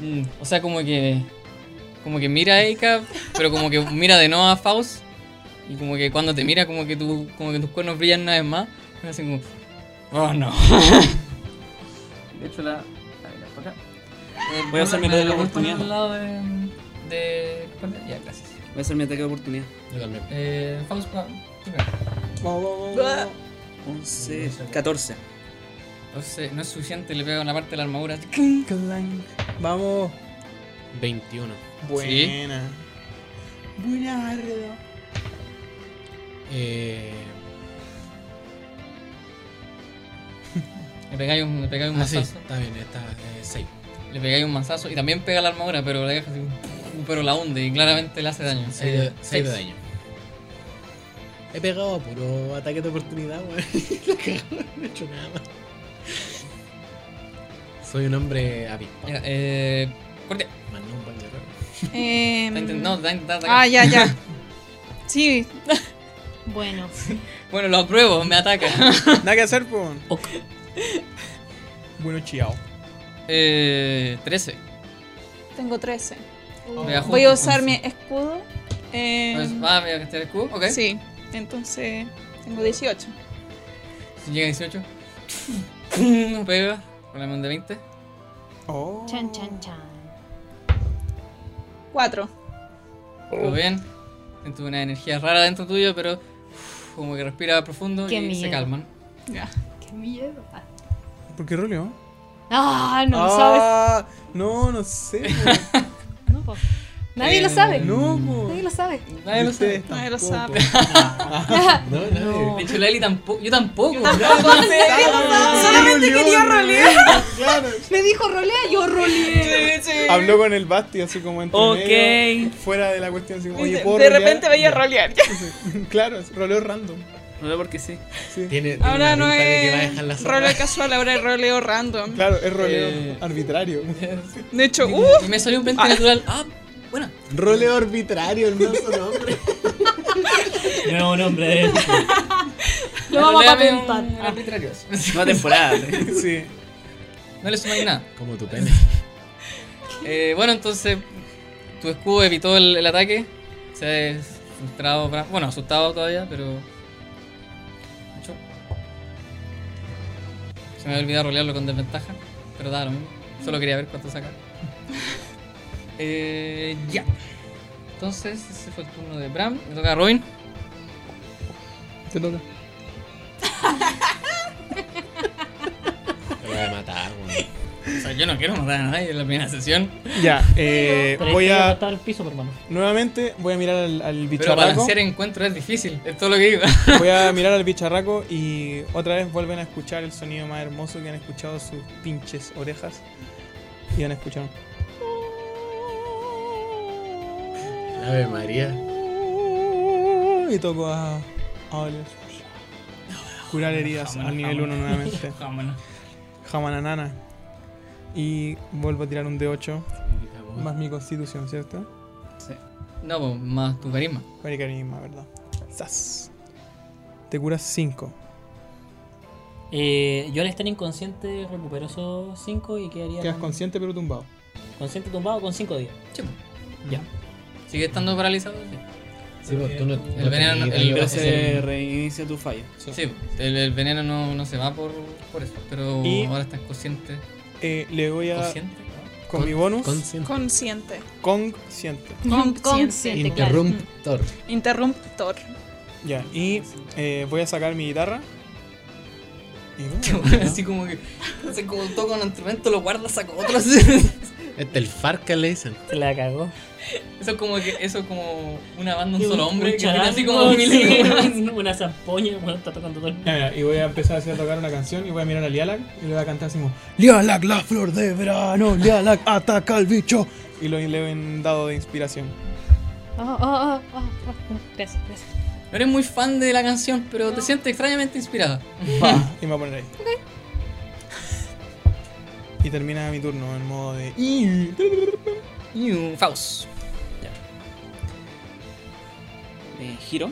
A: Mm, o sea, como que. Como que mira a Eika, pero como que mira de nuevo a Faust. Y como que cuando te mira, como que, tu, como que tus cuernos brillan una vez más. Y hacen como. Oh no. De hecho, la.
G: Voy a hacer mi ataque de oportunidad.
A: Al lado de. de- ¿cuál? Ya, gracias.
G: Voy a hacer mi ataque de oportunidad.
C: Yo también.
A: Eh, Faust, va, primero.
B: Vamos, vamos, vamos.
G: 11, 14.
A: Entonces, no es suficiente, le pego en la parte de la armadura.
B: Clank. Vamos.
C: 21.
B: Buena. Buena, Arredo.
C: Eh,
A: Le pegáis un, le pegáis un
C: ah, sí,
A: mazazo.
C: está bien, está eh, 6.
A: Le pegáis un mazazo y también pega la armadura, pero la deja así, pero la hunde y claramente le hace daño.
C: 6 de,
A: Eh,
C: seis de
A: seis.
C: daño. He pegado a puro ataque de oportunidad, güey. La cagó, no he hecho nada. más. Soy un hombre avispado.
A: Ya, eh. Corte.
C: Más no un buen guerrero.
E: Em,
A: Está intent- No, está intentando
E: ah,
A: atacar.
E: ya, ya. Sí,
F: Bueno,
A: Bueno, lo apruebo, me ataca.
B: Nada que hacer, pon. Bueno, chiao.
A: eh. 13.
E: tengo 13.
F: Oh.
A: Me da
E: Voy a
A: justo.
E: usar mi escudo. eh,
A: Entonces, ah, voy a gastar el cubo, ok.
E: Sí, entonces tengo 18.
A: Si llega a 18. Pum, pega. Con la mano de 20.
B: Oh.
F: chan, chan, chan.
E: 4.
A: Todo bien. Siento una energía rara dentro tuyo, pero. uf, como que respira profundo
F: Qué
A: y se
F: miedo.
A: calman.
E: Ya.
F: Qué miedo.
B: ¿Por qué Ah, roleo?
F: Ah, no lo sabes.
I: No, no sé.
F: No, po. Nadie lo
C: Eh,
F: sabe.
I: No, po.
F: Nadie lo sabe.
A: Nadie lo sabe.
I: Ustedes
E: Nadie lo
I: tampoco.
E: sabe.
I: No, nadie.
A: De hecho, la Eli tampoco. Yo tampoco.
E: Solamente quería rolear.
I: Claro.
F: Me dijo rolea, yo roleé.
B: Habló con el Basti así como entre
D: Ok.
B: medio, fuera de la cuestión así como, oye,
E: De-
B: ¿puedo
E: de
B: rolear?
E: repente veía
B: Ya.
E: rolear.
B: Sí. Claro, es roleo random.
G: No sé por qué sí.
I: Tiene, tiene
E: Ahora
I: una
E: no
I: pinta de que va a
E: es
I: dejar la zorra.
E: roleo casual, ahora es roleo random.
B: Claro, es roleo
A: Eh.
B: arbitrario.
E: De hecho, uh,
A: Y me salió un 20 natural. Ah, buena.
I: Roleo arbitrario, el manso nombre.
D: Nuevo nombre de
F: Lo vamos a
A: Roleame un
F: patentar.
A: arbitrario.
G: Nueva temporada.
B: sí.
A: No le sumáis nada.
I: Como tu pene.
A: Eh, bueno, entonces tu escudo evitó el, el ataque. Se ha frustrado, Bra- bueno, asustado todavía, pero. Mucho. Se me había olvidado rolearlo con desventaja, pero da lo mismo. Solo quería ver cuánto saca. Eh, ya. Entonces, ese fue el turno de Bram. Le toca a Robin.
B: Te toca.
I: Te voy a matar, weón.
A: O sea, yo no quiero matar a nadie en la primera sesión.
B: Ya, eh, voy a.
D: estar el piso, por hermano.
B: Nuevamente voy a mirar al, al
A: Pero
B: bicharraco.
A: balancear encuentros es difícil, es todo lo que digo.
B: Voy a mirar al bicharraco y otra vez vuelven a escuchar el sonido más hermoso que han escuchado sus pinches orejas. Y han escuchado.
C: Ave María.
B: Y toco a. a Oliver. Curar heridas al nivel 1 nuevamente.
A: Vámonos.
B: Jamananana. Y vuelvo a tirar un D8. Más mi constitución, ¿cierto?
A: No, pues, más tu carisma.
B: Cari carisma, ¿verdad? ¡Sas! Te curas 5.
D: Eh, yo al estar inconsciente recupero esos 5 y quedaría
B: Quedas
D: con-
B: consciente pero tumbado.
D: consciente tumbado con 5 días.
A: Sí, pues.
D: Ya.
A: ¿Sigue estando paralizado? Sí.
C: Sí, pues, tú no,
A: El veneno-
C: tenías
A: el-
G: Pero
C: algo que
G: se reinicia tu falla.
A: Sí, el, el veneno no, no se va por, por eso, pero
B: Y-
A: ahora estás consciente.
B: Eh, le voy a.
A: ¿Consciente?
B: Con
C: Con-
B: mi bonus.
C: consciente.
E: consciente.
B: Consciente.
E: Consciente.
F: Consciente, claro.
C: Interruptor.
E: mm. Interruptor.
B: Ya, y eh, voy a sacar mi guitarra. Y bueno,
A: Así como que. Así como toca un instrumento, lo guarda, saca otro. así.
C: Este el Farca le dicen.
D: Se la cagó.
A: Eso es como que. Eso es como una banda, un
D: Y
A: solo hombre.
D: un
A: que tiene así
D: charango,
A: como
D: sí,
A: mil líneas.
D: una- Una zampoña, bueno, está tocando todo el
B: ya, mira, y voy a empezar así a tocar una canción y voy a mirar a Lialak y le voy a cantar así como
I: Lialac, la flor de verano. Lialac, ataca al bicho.
B: y lo leo en dado de inspiración.
F: Oh, oh, oh, oh, oh. Gracias, gracias.
A: No eres muy fan de la canción, pero te sientes extrañamente inspirada.
B: Pa, y me voy a poner ahí. Y termina mi turno en modo de "Iu".
A: Iu, Faust.
G: Eh, giro.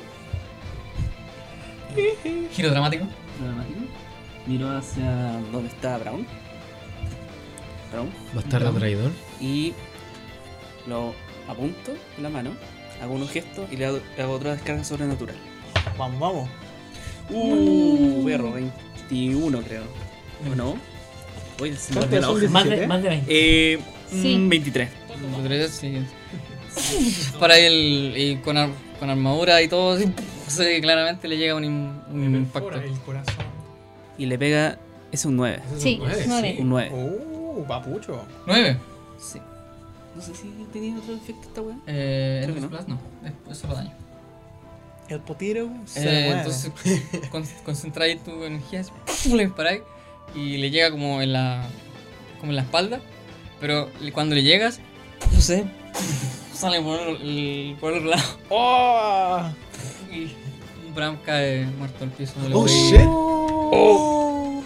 A: Giro dramático.
G: Dramático. Miro hacia donde está Brown. Brown.
C: Bastardo traidor.
G: Y lo apunto con la mano. Hago unos gestos y le hago, le hago otra descarga sobrenatural.
B: Vamos, vamos.
G: Uh, perro, 21 creo. ¿O no? Voy a hacer
B: ¿Cuánto
G: la
B: son
G: hoja.
D: Más de,
B: 17.
D: más de 20.
G: Eh,
F: Sí.
G: mm, 23.
A: Podría ser, sí. Para él, y con, ar- con armadura y todo, así, sí, claramente le llega un, im- un impacto.
B: el corazón.
G: Y le pega. Es un 9.
F: Sí, nueve.
G: Un 9.
B: Uh, papucho.
A: ¿Nueve?
G: Sí. No sé si tenía otro efecto esta weá.
A: Eh,
G: Creo que
A: Endless
G: no.
A: Blast no, es- es solo daño.
B: El potiro se
A: Eh,
B: mueve.
A: entonces con- concentráis tu energía, así, ¡pum! le disparáis y le llega como en la como en la espalda, pero le- cuando le llegas, no sé, sale por el, por otro lado
B: ¡Oh!
A: y Bram cae muerto al piso. de
C: Oh
A: lejos.
C: shit.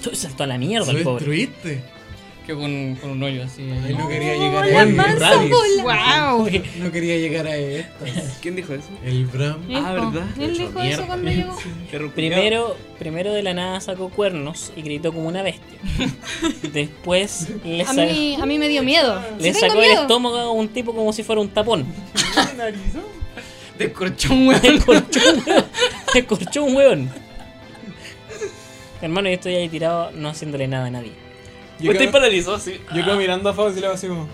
D: Chuy, Saltó a la mierda el
I: Lo
D: pobre.
I: destruiste.
A: Que con, con un hoyo así.
C: Ay, no
A: ¿no?
C: quería llegar
F: la
C: a
F: mansa
C: Raditz.
E: ¡Wow!
C: No quería llegar a esto.
G: ¿Quién dijo eso?
C: El Bram.
G: Ah, ¿verdad?
F: Él dijo eso cuando llegó.
G: Perro
D: Primero, primero de la nada sacó cuernos y gritó como una bestia. Después le,
F: A
D: sa-
F: mí, a mí me dio miedo.
D: le
F: Sí,
D: sacó
F: tengo
D: el
F: miedo.
D: estómago a un tipo como si fuera un tapón.
A: Descorchó un hueón.
D: Descorchó un hueón. Descorchó un hueón. Hermano, yo estoy ahí tirado no haciéndole nada a nadie.
B: Yo
G: estoy
B: quedo,
G: paralizado, sí.
B: yo quedo mirando a Faust y le hago así como.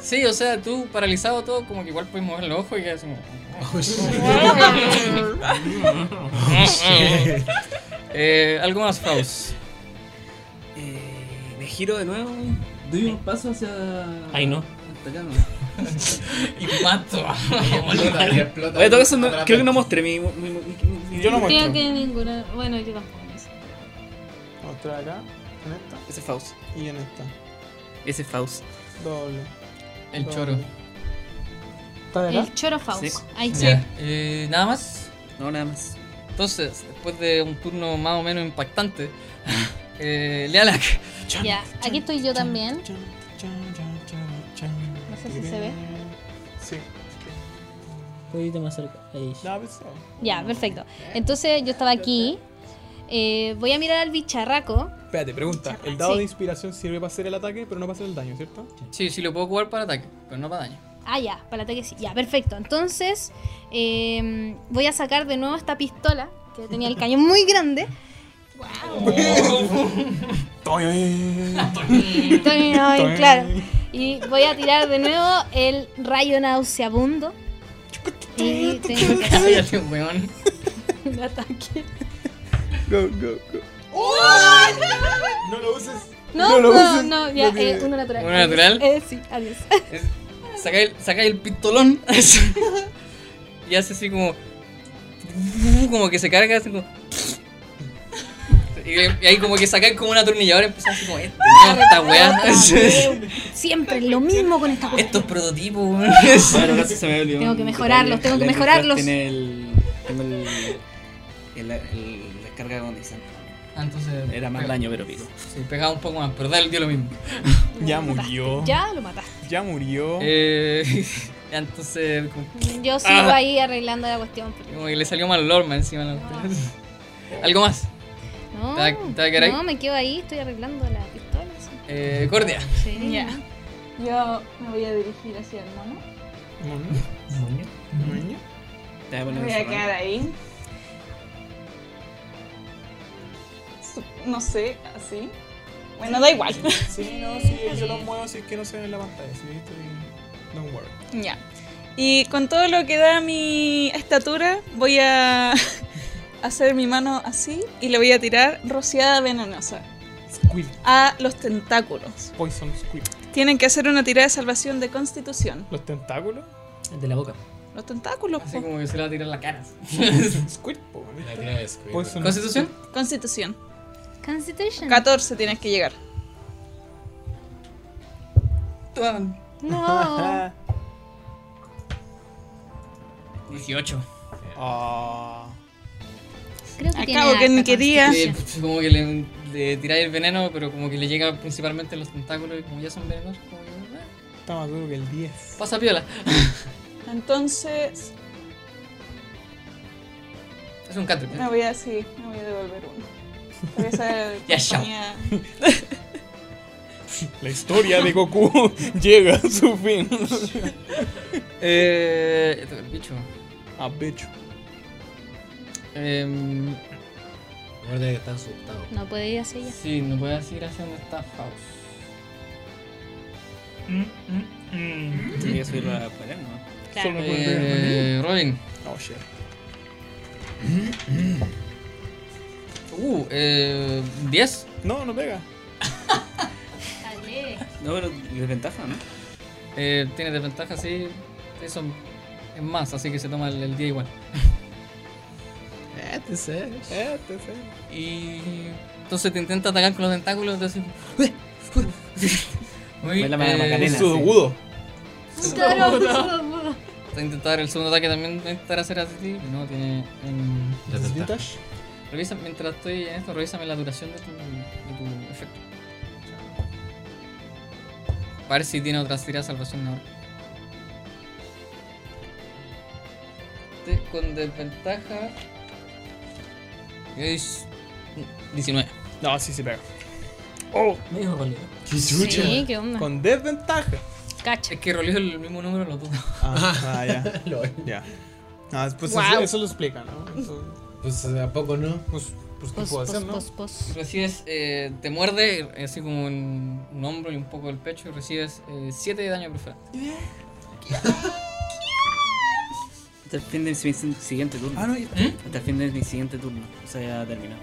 A: Sí, o sea, tú paralizado todo, como que igual puedes mover los ojos y quedas como.
C: Oh shit.
A: Eh, algo más, Faust.
G: Eh, me giro de nuevo, doy un paso hacia.
D: Ahí no.
G: Hasta acá, ¿no?
A: y mato.
C: Explota, y explota.
G: Oye, todo eso no- creo que no mostré mi. mi- mi- mi-
B: Yo no muestro.
F: Creo que ninguna. Bueno, yo tampoco. no sé.
B: Mostrar acá, en esta
G: Ese es Faust.
B: y en esta.
G: Ese es Faust.
B: Doble.
A: El
B: doble.
A: choro.
K: ¿Está de acá?
F: El choro Faust.
G: Sí.
F: Ahí
A: Sí.
F: está.
A: Eh, Nada más.
G: No, nada más.
A: Entonces, después de un turno más o menos impactante, eh, Lealak.
F: Ya, aquí estoy yo también. No sé si se ve.
B: Sí.
D: Ah,
K: Un poquito más cerca. Ahí.
B: Nada pesado.
F: Ya, perfecto. Entonces yo estaba aquí. Eh, voy a mirar al bicharraco.
B: Espérate, pregunta. El dado
F: Sí.
B: de inspiración sirve para hacer el ataque, pero no para hacer el daño, ¿cierto?
A: Sí, sí lo puedo jugar para ataque, pero no para daño.
F: Ah, ya, para el ataque sí. Ya, perfecto. Entonces eh, voy a sacar de nuevo esta pistola que tenía el cañón muy grande. Estoy- ay, claro. Y voy a tirar de nuevo el rayo nauseabundo. Y tengo que hacer
A: Cállate, weón.
F: un ataque. ¡Oh!
B: Go, go, go. No lo uses.
F: No,
B: lo
F: no,
B: uses,
F: no, ya,
B: lo que-
F: eh, uno natural.
A: ¿Uno natural?
F: Eh, sí, adiós.
A: Saca el, saca el pistolón. y hace así como. Como que se carga, así como. Y, y ahí como que sacáis como una atornilladora y empezáis así como este, no, esta weá.
F: Siempre lo mismo con esta cuestión.
A: Estos prototipos, weón.
G: Claro, casi se me olvidó
F: Tengo
G: un
F: que mejorarlos,
G: detalle.
F: tengo que
G: La
F: mejorarlos.
G: Tiene el. Tengo el. el, el- la carga agonizante.
A: Ah, entonces.
G: Era más
A: pega-
G: daño, pero pico.
A: Sí, pegaba un poco más, pero dale, dio lo mismo.
B: Ya
F: Lo mataste,
B: murió.
F: Ya lo mataste.
B: Ya murió.
A: Eh, ya entonces, como,
F: Yo sigo ahí arreglando la cuestión. pero-
A: Ah. como que le salió mal Lorma encima. de la- Algo más.
F: No,
A: ¿Te va- te va a quedar ahí?
F: no, me quedo ahí, estoy arreglando la pistola. sí.
A: Eh, Cordia.
F: Sí.
E: Ya. Yo me voy a dirigir hacia el mono.
G: Te voy a
E: Me
G: poner
E: voy
G: ese
E: a quedar
G: rango.
E: ahí. Su- No sé, así. Bueno, da igual.
B: Sí, no, sí, yo lo muevo así que no se ve en la pantalla. Sí, estoy... Don't worry.
E: Ya. Y con todo lo que da mi estatura, voy a hacer mi mano así y le voy a tirar rociada venenosa
B: Squid.
E: a los tentáculos.
B: Poison Squid.
E: Tienen que hacer una tirada de salvación de constitución.
B: ¿Los tentáculos?
D: El de la boca.
E: Los tentáculos,
A: Así
E: po.
A: como que se le va a tirar la cara. así.
B: Squid, po.
C: La tira de Squid.
B: Poison.
A: ¿Constitución?
E: Constitución.
F: Constitution.
E: 14 tienes que llegar.
F: No.
A: 18.
B: Ah.
F: Creo que
E: Acabo
F: tiene harta
E: que ni quería.
F: constitución.
A: Eh, pues, como que le, le tiráis el veneno, pero como que le llega principalmente a los tentáculos y como ya son venenosos, como que, eh,
B: Está más duro que el 10.
A: pasa piola.
E: Entonces,
A: Es un cantrip.
E: me
A: ¿eh?
E: voy a sí, me voy a devolver uno. Porque esa
A: Ya, chao.
E: compañía-
B: La historia de Goku llega a su fin.
A: Eh, esto, el bicho.
B: Ah, bicho.
A: Em,
C: Recuerda que está asustado.
F: No puede ir hacia ella.
A: sí, no puedes seguir haciendo esta Faust.
G: Voy a subirlo a pared, ¿no?
F: Claro.
B: Solo por ver.
A: Eh, Robin.
B: Oh, shit.
A: Uh, eh, 10.
B: No, no pega.
G: No, pero desventaja, ¿no?
A: Eh, tiene desventaja, sí. Eso es más, así que se toma el, el día igual.
B: Eh, te sé.
A: Y entonces te intenta atacar con los tentáculos, entonces. Eh, Muy,
G: Baila María
B: Un
G: Macarena.
B: sudogudo.
F: Claro,
A: Voy a intentar el segundo ataque también voy a intentar hacer así. No, tiene. em,
C: La tentaja.
B: Vintage.
A: revisa, mientras estoy en esto, revísame la duración de tu, de tu efecto. A ver si tiene otra tirada de salvación ahora. Este con desventaja. Es. 19.
B: No, sí, sí pega.
D: Me dijo Rolio.
A: Pues
F: Sí, qué onda.
B: Con desventaja.
F: Cacha.
A: Es que roleó el mismo número los dos.
B: Ah, ah, ya.
C: Lol.
B: Ya. Ah, pues
F: Wow.
B: eso, eso lo explica, ¿no? Eso,
C: Pues ¿a poco no?
B: pues, pues, ¿qué
F: Pos,
B: puedo
F: pos,
B: hacer, no?
F: pos, pos.
A: Recibes, eh, te muerde, así como en un hombro y un poco el pecho, y recibes 7 de daño perfecto.
G: Hasta el fin de mi si- siguiente turno. ¿Mm?
B: Ah, no, ya-
G: Hasta el fin de mi siguiente turno. O sea, ya terminado.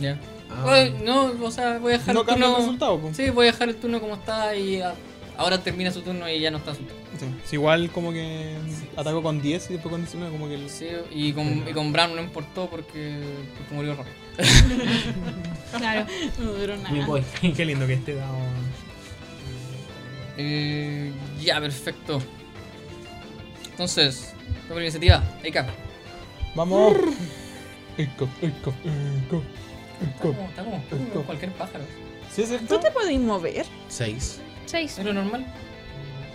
A: Ya.
C: Ah,
A: Bueno, no, o sea, voy a dejar
I: No
A: el
I: cambia
A: turno.
I: el resultado, po.
A: Sí, voy a dejar el turno como está y ah, ahora termina su turno y ya no está su turno.
I: Sí, es igual como que ataco con 10 y después con 19 como que... el-
A: Sí, y con, y con Brown no importó porque, porque murió rápido.
E: Claro, no duró nada.
I: Qué lindo que esté dado.
A: Eh, ya, perfecto. Entonces, toma la iniciativa. Eika.
I: ¡Vamos! Ico, ico, ico,
A: Está
I: ico.
A: como, está como
I: Eco.
A: cualquier pájaro.
I: ¿Sí es
E: ¿Tú
I: cierto?
E: te podés mover?
M: 6.
F: Seis.
A: ¿Es lo normal?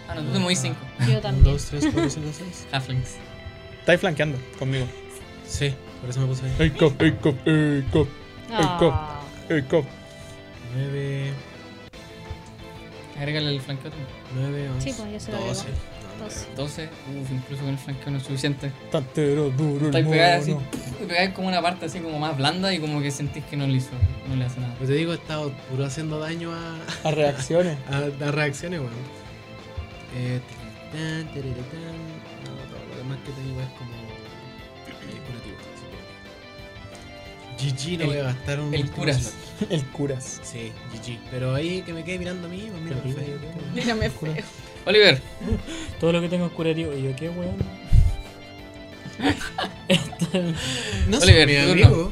A: Ah, no, tú te movís 5.
F: Yo
C: 1,
F: también.
C: 2, 3, 4, 5, 6.
A: Halflings.
I: Estáis flanqueando conmigo.
C: Sí, por eso me puse ahí.
I: Ico, ico, ico,
F: Ah.
I: ico.
C: 9,
A: Agrégale el flanqueo.
C: 9, 11.
F: Sí, pues, yo se lo agrego.
C: 12.
F: Entonces,
A: 12. Uf, incluso con el flanqueo no es suficiente.
I: Tantero duro el
A: Estáis pegadas así.
I: mono.
A: Y pegáis como una parte así como más blanda y como que sentís que no le hizo, no le hace nada.
C: Pues te digo, he estado puro haciendo daño a,
I: A reacciones.
C: a, a reacciones, weón. Eh, tiritán, tiritán. No, todo lo demás que tengo es como. eh, curativo. así que- GG, no
A: El-
C: voy a gastar un.
A: el
C: último
A: curas.
C: slot.
I: El curas.
C: Sí, GG. Pero ahí que me quede mirando a mí, pues mira,
D: Terrible,
C: feo.
E: Mírame feo.
A: Oliver,
D: Todo lo que tengo es curativo. Y yo, ¿qué weón?
C: No son
A: Oliver,
C: mi
A: tú
C: amigo.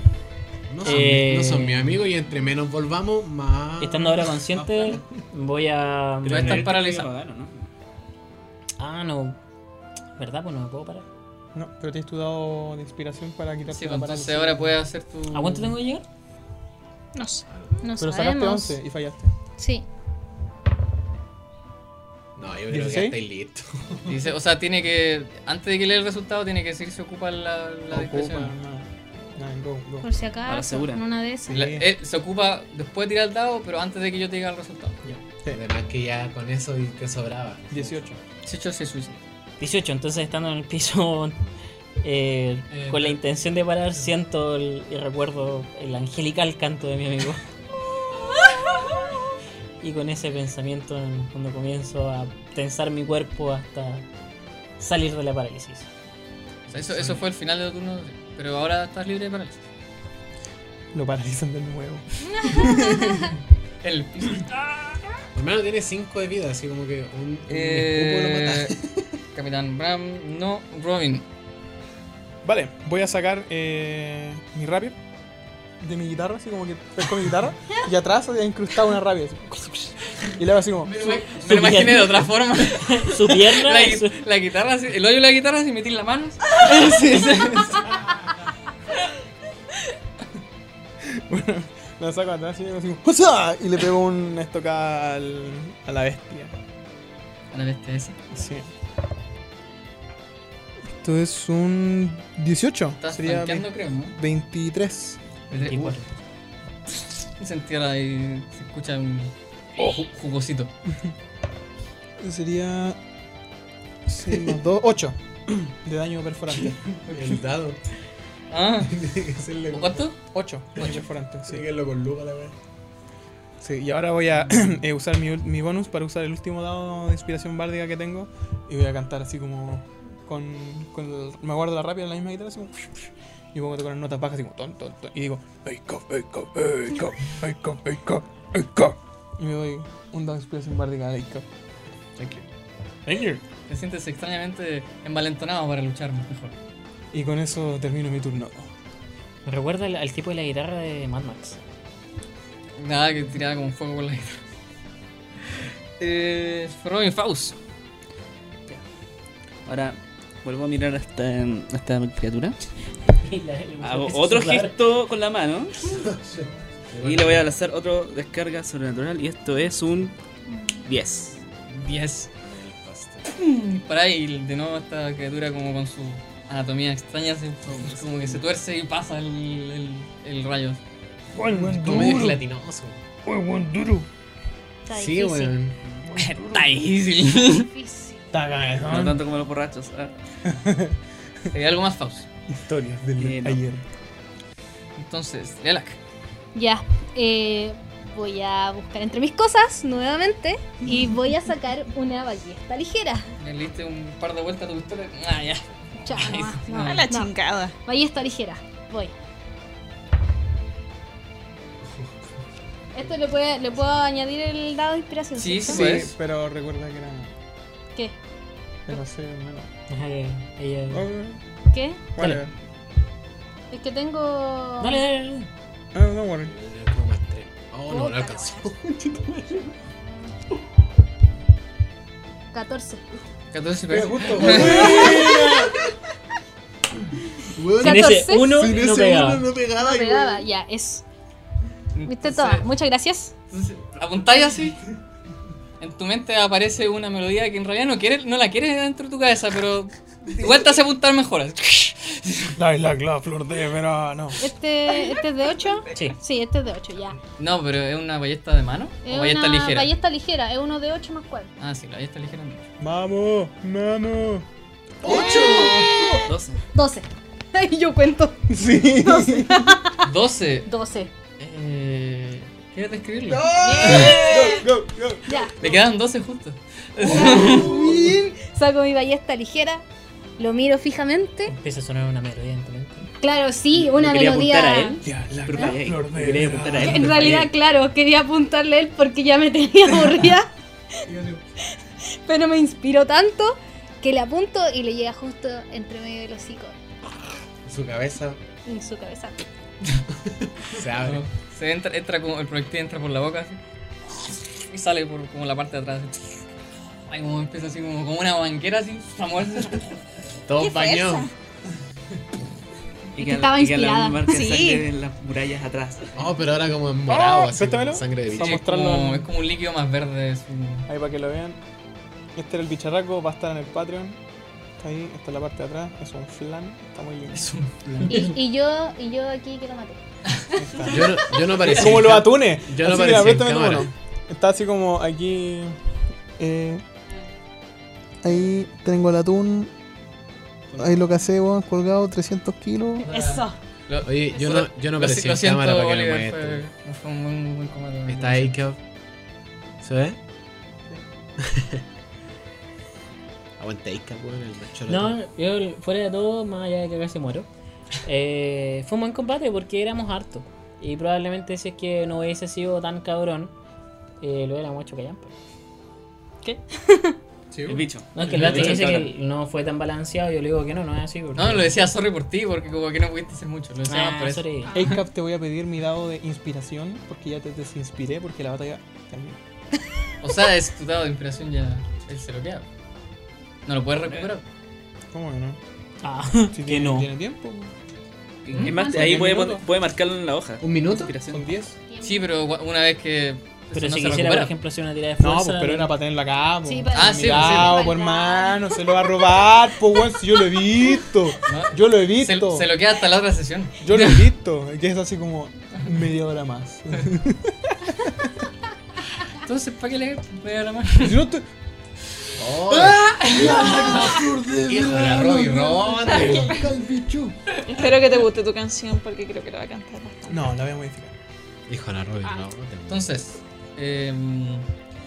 C: No son,
D: Eh.
C: mi, no son mi amigo y entre menos volvamos, más.
D: Estando ahora consciente, voy a.
A: Pero estás paralizado.
D: Ah, no. ¿Verdad? Pues no me puedo parar.
I: No, pero tienes tu dado de inspiración para quitarte
A: Sí,
I: la
A: pues, entonces
I: parálisis.
A: ahora puedes hacer tu.
D: ¿A cuánto tengo que llegar?
F: No sé. No
I: Pero sacaste
F: sabemos.
I: 11 y fallaste.
F: Sí.
C: No, yo creo que ya
I: 16.
C: estáis listos.
A: Dice, o sea, tiene que. Antes de que lea el resultado, tiene que decir si ocupa la, la
I: Ocupa,
A: discreción.
I: nada. Nada, go, go.
F: Por si
G: A la
F: acaso,
G: segura.
F: en una de esas.
A: La- él se ocupa después de tirar el dado, pero antes de que yo te diga el resultado.
I: Sí.
C: Además que ya con eso y te sobraba.
I: 18.
A: Se echó se suicida.
D: 18, entonces estando en el piso eh,
A: Eh,
D: con la
A: no.
D: intención de parar, siento el- y recuerdo el angelical canto de mi amigo. y con ese pensamiento, en- cuando comienzo a tensar mi cuerpo hasta salir de la parálisis.
A: O sea, eso, eso fue el final de tu turno, pero ahora estás libre para él.
I: Lo paralizan de nuevo.
A: El piso.
C: Hermano tiene 5 de vida, así como que un, un escupo lo mata.
A: Eh, Capitán Bram, no, Robin.
I: Vale, voy a sacar eh, mi rapier de mi guitarra, así como que pesco mi guitarra y atrás había incrustado una rapier. así. Y le hago así como.
A: Me lo imaginé de otra forma.
D: Su pierna
A: La,
D: y su-
A: gui- la guitarra, así- el hoyo de la guitarra, si metí la mano.
I: La saco atrás y le hago así como. "Husa", Y le pego una estocada al- a la bestia.
A: A la este, bestia esa.
I: Sí. Esto es un 18.
A: Estás
I: Sería
A: tanqueando, creo, ¿no?
I: 23.
A: Igual. Se entierra y se escucha un ju- jugosito.
I: Sería. 6 más 2, 8 de daño perforante.
C: El dado.
A: Ah,
C: Tiene que hacerle.
A: ¿cuánto?
I: 8 de daño perforante, sí.
C: Tiene que hacerlo con lupa la wea.
I: Sí, y ahora voy a eh, usar mi, ul- mi bonus para usar el último dado de inspiración bárdica que tengo. Y voy a cantar así como. Con, con el- me guardo la rápida en la misma guitarra, así como. Y pongo a tocar en notas bajas, así como. Ton, ton, ton, y digo. "Eiko, eiko, eiko, eiko, eiko, eiko". Y me doy un dado de inspiración bárdica a Eiko.
A: Thank you. Te sientes extrañamente envalentonado para luchar mejor.
I: Y con eso termino mi turno.
D: Me recuerda al, al tipo de la guitarra de Mad Max.
A: Nada que tiraba como fuego con la guitarra. Eh, Robin Faust.
G: Ahora vuelvo a mirar a esta, a esta criatura.
D: Y la- y
A: Ah,
G: Hago
D: me-
G: otro
D: sudar.
G: gesto con la mano. Y le voy a lanzar otro descarga sobrenatural. Y esto es un 10.
A: 10. Para ahí, de nuevo esta criatura como con su anatomía extraña, se- como que se tuerce y pasa el, el, el rayo.
C: Como medio gelatinoso.
F: Está
C: Sí,
F: difícil.
C: weón.
A: Está difícil.
F: Difícil.
G: No tanto como los borrachos. ah.
A: Eh, algo más Faust.
I: Historias del
G: Eh, no.
I: ayer.
A: Entonces, Lilac.
F: Ya, eh, voy a buscar entre mis cosas nuevamente y voy a sacar una ballesta ligera.
A: Le diste un par de vueltas a tu pistola. Ah, ya.
F: Chao,
A: Ay,
F: no,
A: no.
F: Ah, no,
E: A la
F: no.
E: chingada.
F: Ballesta ligera, voy. Esto le, puede, le puedo añadir el dado de inspiración. ¿cierto?
I: pues.
A: puedes.
N: pero recuerda que era.
F: ¿Qué?
N: Pero sí, bueno.
D: Ajá, que ella.
F: ¿Qué?
N: Whatever.
F: Es que tengo.
D: Dale, dale, dale.
N: Ah, no worry.
C: Oh, no, no alcanzó.
F: 14.
A: 14 pesos.
D: Sin ese
F: 14.
D: uno, no pegaba.
F: No pegaba, ya, eso. Viste todo. Muchas gracias.
A: Apuntáis así. En tu mente aparece una melodía que en realidad no quieres, no la quieres dentro de tu cabeza, pero igual te hace apuntar mejor.
I: La la la flor de verano.
F: Este, este es de 8.
A: Sí.
F: Sí, este es de 8, ya.
A: No, pero es una ballesta de mano
F: Es
A: o ballesta
F: una
A: ligera.
F: ballesta ligera, es uno de 8 más 4.
A: Ah, sí, la ballesta ligera. no.
N: Vamos, mano.
A: 12.
F: 12. Y yo cuento.
N: Sí.
A: 12.
F: 12.
A: Eh, ¿Quieres describirlo?
N: Go, go.
F: Ya.
A: Le quedan 12 justo.
F: Saco mi ballesta ligera, lo miro fijamente.
D: Empieza a sonar una melodía en tu mente.
F: Claro, sí, una
G: quería
F: melodía.
G: apuntar a él.
I: Ya la
G: Pero
I: la
G: fallé.
I: flor de
G: Yo quería apuntar a él.
F: En
G: pero
F: realidad,
G: fallé.
F: claro, quería apuntarle a él porque ya me tenía aburrida, pero me inspiró tanto que le apunto y le llega justo entre medio del hocico,
C: Su cabeza
F: en su cabeza.
C: se abre.
A: Se entra, entra como el proyectil entra por la boca así, y sale por como la parte de atrás. así. Ay, como empieza así como, como una banquera así, a moverse.
C: Todos
F: fuerza.
C: bañados.
G: Y
F: estaba
G: y queda la
F: inspirada.
G: marca de
E: Sí.
G: sangre en las murallas atrás.
C: Oh, pero ahora como en morado, así.
I: préstamelo.
C: Sangre de bicho.
A: Sí, es,
I: mostrarlo
A: como,
I: en-
A: es como un líquido más verde. es un-
I: Ahí para que lo vean. Este era el bicharraco, va a estar en el Patreon. Está ahí, está en la parte de atrás. Es un flan, está muy lindo.
A: es un-
F: Y, y yo, y yo aquí que lo maté.
I: Ahí está.
C: Yo no, yo no aparecí.
I: como los atunes.
C: Yo no
I: Así,
C: aparecí en
I: apriétame tú
C: cámara.
I: uno. Está así como aquí. eh, ahí tengo el atún. Ahí lo que hace, weón, colgado, 300 kilos.
E: Eso.
A: Lo-
C: Oye, yo no, yo no
A: lo,
C: aparecí
A: lo
C: en
A: siento,
C: cámara para que lo
A: Oliver,
C: muestre.
A: fue, no fue un buen, un buen combate.
C: Está ahí, Kev. ¿Se ve? Aguanta Ika, weón, el machorro.
D: No, yo fuera de todo, más allá de que casi muero, eh, fue un buen combate porque éramos hartos. Y probablemente si es que no hubiese sido tan cabrón, eh, lo hubiéramos hecho callampa.
G: El bicho.
D: No, es que el
A: Ya,
D: gato
A: dicho
D: dice
A: cara.
D: que no fue tan balanceado, yo le digo que no, no es así. porque-
A: No, lo decía sorry por ti, porque como que no pudiste hacer mucho. Lo decía
D: Ah,
A: más por eso.
D: sorry.
I: Acap, te voy a pedir mi dado de inspiración porque ya te desinspiré porque la batalla terminó.
A: O sea, es tu dado de inspiración ya. Él se lo queda. No lo puedes recuperar.
I: ¿Cómo que no?
D: Ah,
I: Si
G: Que no.
I: Tiene tiempo.
F: ¿Mm?
G: Es más,
A: Ah,
G: ahí
A: ¿un
G: puede,
A: minuto?
G: pon- puede marcarlo en la hoja.
C: ¿Un minuto?
G: Inspiración.
I: Son 10.
A: Sí, pero gua- una vez que.
D: pero
A: eso
D: si
A: no se
D: quisiera, por
A: recupera.
D: ejemplo, hacer una tirada de
I: No,
D: fuerza.
I: pues, pero era para tenerlo acá, po.
F: Sí, para-
A: Ah, sí,
I: Cuidado,
F: sí.
I: po, hermano, se lo va a robar, po, weón, si yo lo he visto.
A: No.
I: Yo lo he
A: Se,
I: visto.
A: se lo queda hasta la otra sesión.
I: Yo lo he visto. Que es así como media hora más.
A: Entonces, ¿para qué le voy a la mano?
I: Si no te-
C: ¡Oh! ¡Hijo de la Robbie Ronde!
E: Espero que te guste tu canción porque creo que la va a cantar bastante.
I: No, la voy a modificar.
C: ¡Hijo de la Robbie Ronde!
A: Entonces, eh,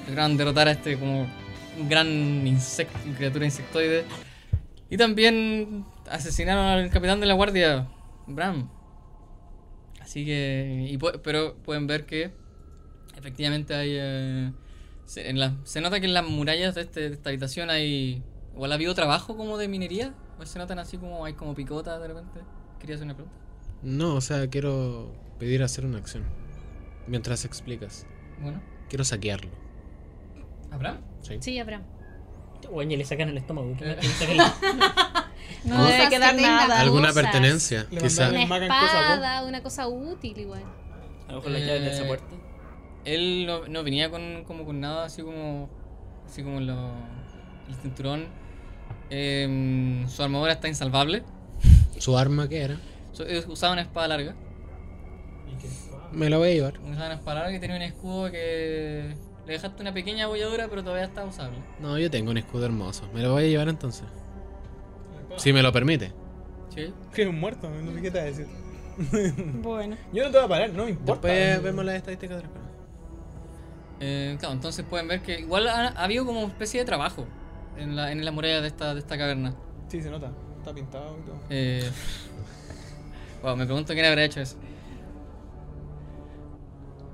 A: lograron derrotar a este como un gran insecto, criatura insectoide. Y también asesinaron al capitán de la guardia, Bram. Así que. y pu- pero pueden ver que efectivamente hay. eh, se, en la- se nota que en las murallas de, este- de esta habitación hay. Igual ha habido trabajo como de minería. O se notan así como hay como picotas de repente. Quería hacer una pregunta.
C: No, o sea, quiero pedir hacer una acción. Mientras explicas.
A: Bueno,
C: Quiero saquearlo.
A: ¿a Bram?
F: Sí, Abraham.
D: Oye, le sacan el estómago. que-
A: Eh.
D: que le sacan el-
E: No,
C: No.
E: debe quedar
F: Cosas que
E: nada.
F: tenga.
C: ¿Alguna
F: Babosas.
C: pertenencia?
I: Le
C: Quizá.
I: mandaron-
F: Una
I: Magan cosas, vos.
F: espada, una cosa útil igual.
G: A lo mejor la llave de esa
A: Eh,
G: puerta.
A: Él no, no venía con, como con nada, así como, así como lo, el cinturón. Em, su armadura está insalvable.
C: ¿Su arma qué era?
A: So- eh, usaba una espada larga.
C: Me la voy a llevar.
A: Usaba una espada larga y tenía un escudo que le dejaste una pequeña abolladura, pero todavía está usable.
C: No, yo tengo un escudo hermoso. Me lo voy a llevar entonces. Si me lo permite.
A: Sí.
I: Que es un muerto, no sé qué te va a decir.
E: Bueno.
I: Yo no te voy a parar, no me importa.
C: Después vemos las estadísticas de la espada.
A: Eh, claro, entonces pueden ver que igual ha, ha habido como especie de trabajo en la, en la muralla de esta, de esta caverna.
I: Sí, se nota. Está pintado y todo.
A: Eh, wow, me pregunto quién habrá hecho eso.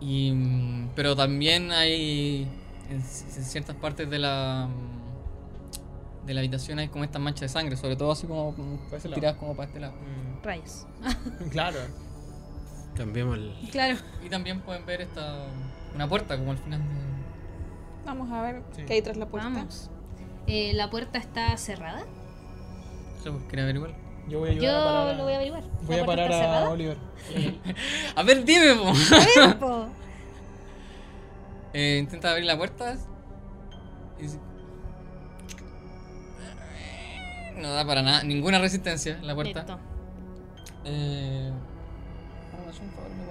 A: Y, mm, pero también hay en, c- en ciertas partes de la mm, de la habitación hay como estas manchas de sangre, sobre todo así como mm,
I: ese lado.
A: tiradas como para este lado.
F: Rayos.
I: Claro.
C: Cambiamos el.
F: Claro.
A: Y también pueden ver esta mm, una puerta como al final de-
E: Vamos a ver qué hay tras la puerta.
F: Vamos. Eh, ¿La puerta está cerrada?
A: Sí, pues, ¿Quería averiguar?
I: Yo voy a
F: Yo
I: ayudar a parar
F: lo voy a averiguar.
I: Voy
F: ¿La
I: a
F: puerta
I: parar
F: está
I: a
F: cerrada?
I: Oliver.
A: A ver, dime, po.
F: A ver, po.
A: Eh, intenta abrir la puerta. Y si- No da para nada, ninguna resistencia la puerta.
F: Listo.
A: Eh, hágame Ah, un favor, me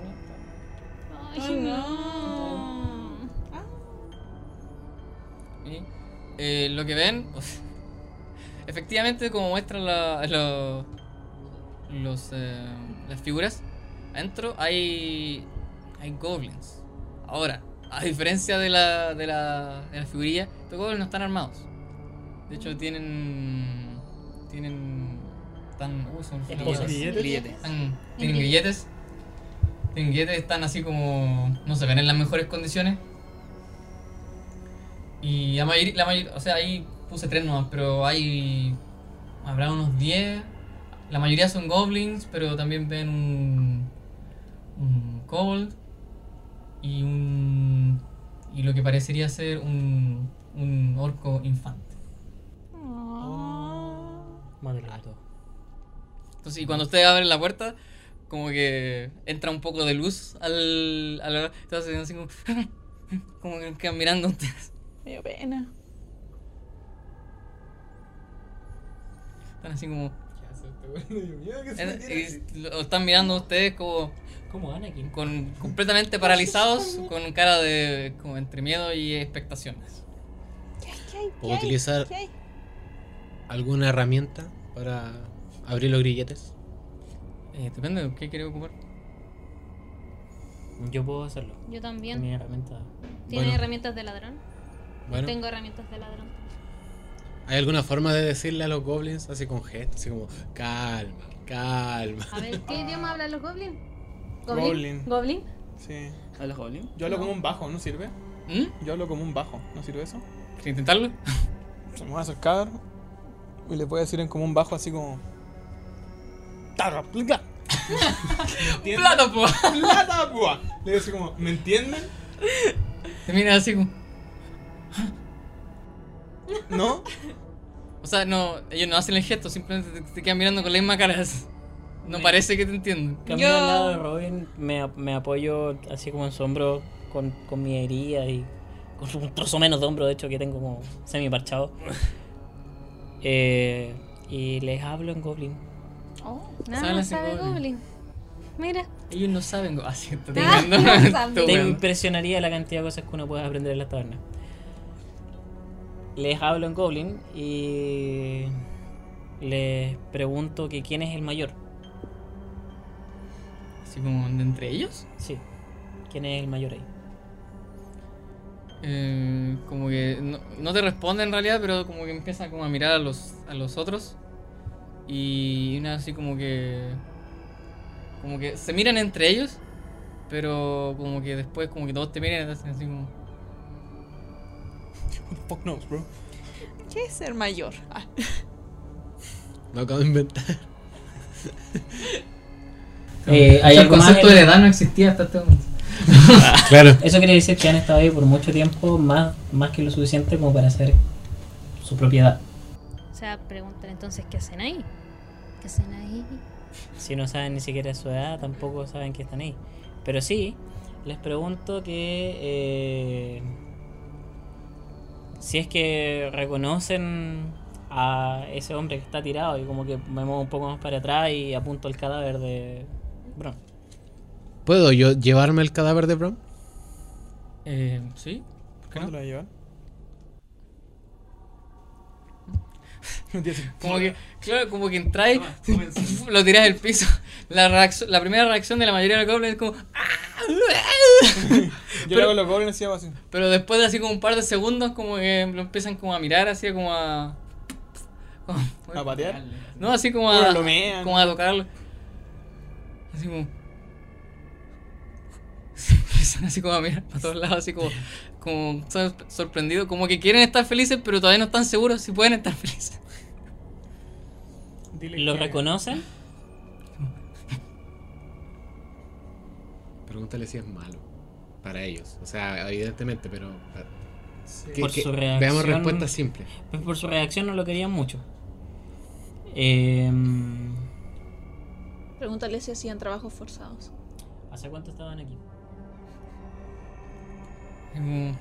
A: conecta.
F: Ay,
E: Oh, no.
A: Y, eh, lo que ven, efectivamente, como muestran la- lo- los, eh, las figuras, adentro hay, hay goblins. Ahora, a diferencia de la, de la, de la figurilla, estos goblins no están armados. De hecho, tienen. Tienen. Están. Uy, son
D: Esposas.
A: grilletes.
G: Grilletes.
A: Están- tienen grilletes. Tienen grilletes, están así como. No se ven en las mejores condiciones. Y la mayoría, la mayor- o sea, ahí puse tres nomás, pero hay. Habrá unos 10. La mayoría son goblins, pero también ven un. Un kobold. Y un. Y lo que parecería ser un. Un orco infante.
D: Maldito.
G: Ah.
A: Entonces, y cuando ustedes abren la puerta, como que entra un poco de luz al. al entonces, así como. Como que quedan mirando ustedes.
E: Me dio pena.
A: Están así como.
I: Oliver.
A: y lo están mirando ustedes como.
D: ¿Cómo gana aquí?
A: con completamente paralizados, con cara de como entre miedo y expectaciones.
C: ¿Puedo utilizar alguna herramienta para abrir los grilletes?
A: Eh, depende de qué quiere ocupar.
D: Yo puedo hacerlo.
F: Yo también.
D: Con mi herramienta.
F: ¿Tiene
C: Bueno.
F: herramientas de ladrón?
C: Bueno,
F: Tengo herramientas de ladrón.
C: ¿hay alguna forma de decirle a los goblins así con gestos? Así como, calma, calma.
F: A ver, ¿qué idioma hablan los goblins?
I: Goblin.
F: ¿Goblin?
I: Sí.
G: ¿A los goblins?
I: Yo hablo como un bajo, ¿no sirve?
A: ¿Mm?
I: Yo hablo como un bajo, ¿no sirve eso?
A: ¿Quieres intentarlo?
I: Se me va a acercar y le voy a decir en como un bajo así como. ¡Tarra, plica! ¿Entienden?
A: ¡Plata, po!
I: ¡Plata, bua! Le voy a decir como, ¿me entienden?
A: Te mira así como.
I: ¿No?
A: O sea, no, ellos no hacen el gesto, simplemente te, te quedan mirando con la misma cara. así. No parece que te entienden.
D: Camino
E: Yo-
D: al lado de Robin, me, ap- me apoyo así como en su hombro con, con mi herida y con un trozo menos de hombro, de hecho, que tengo como semi parchado. Eh, y les hablo en Goblin.
E: Oh.
A: Hablan
F: Nada, Ah, no
A: en
F: sabe
A: goblin.
F: goblin. Mira.
A: Ellos no saben. go- Así te
F: Ah,
A: mirando.
F: no
A: Tú,
F: saben.
D: Te
A: weón.
D: impresionaría la cantidad de cosas que uno puede aprender en las tabernas. Les hablo en Goblin y les pregunto que quién es el mayor.
A: Así como de entre ellos.
D: Sí, quién es el mayor ahí.
A: Eh, como que no, no te responde en realidad, pero como que empieza como a mirar a los, a los otros. Y una así como que... Como que se miran entre ellos, pero como que después como que todos te miran y te hacen así como...
I: Fuck knows, bro.
E: ¿Qué es ser mayor? Ah,
C: Lo acabo de inventar.
D: Eh, ¿hay
A: el
D: algo más
A: concepto
D: en-
A: de edad no existía hasta este momento.
C: Claro.
D: Eso quiere decir que han estado ahí por mucho tiempo, más, más que lo suficiente como para hacer su propiedad.
F: O sea, preguntan entonces, ¿qué hacen ahí? ¿Qué hacen ahí?
D: Si no saben ni siquiera su edad, tampoco saben que están ahí. Pero sí, les pregunto que eh, si es que reconocen a ese hombre que está tirado y como que me muevo un poco más para atrás y apunto el cadáver de Bron.
C: ¿Puedo yo llevarme el cadáver de Brom?
A: Eh, ¿sí? ¿Por qué no?
I: ¿Cuándo lo va a llevar? No tiene sentido.
A: Como que, claro, como que entráis, lo tirás del piso. La, reacción- la primera reacción de la mayoría de los goblins es como...
I: Yo le hago los goblins y hago así.
A: Pero después de así como un par de segundos, como que lo empiezan como a mirar, así como a...
I: ¿A patear?
A: No, así como
I: Bueno,
A: a...
I: lo mean.
A: Como a tocarlo. Así como... empiezan así como a mirar para todos lados, así como, como sor- sorprendidos, como que quieren estar felices, pero todavía no están seguros si pueden estar felices.
D: ¿Lo reconocen?
C: Pregúntale si es malo para ellos. O sea, evidentemente, pero. que-
D: Por
C: que-
D: su
C: veamos
D: reacción-
C: respuestas simples.
D: Pues por su reacción no lo querían mucho. Em,
E: Pregúntale si hacían trabajos forzados.
D: ¿Hace cuánto estaban aquí?
A: Como, Mm.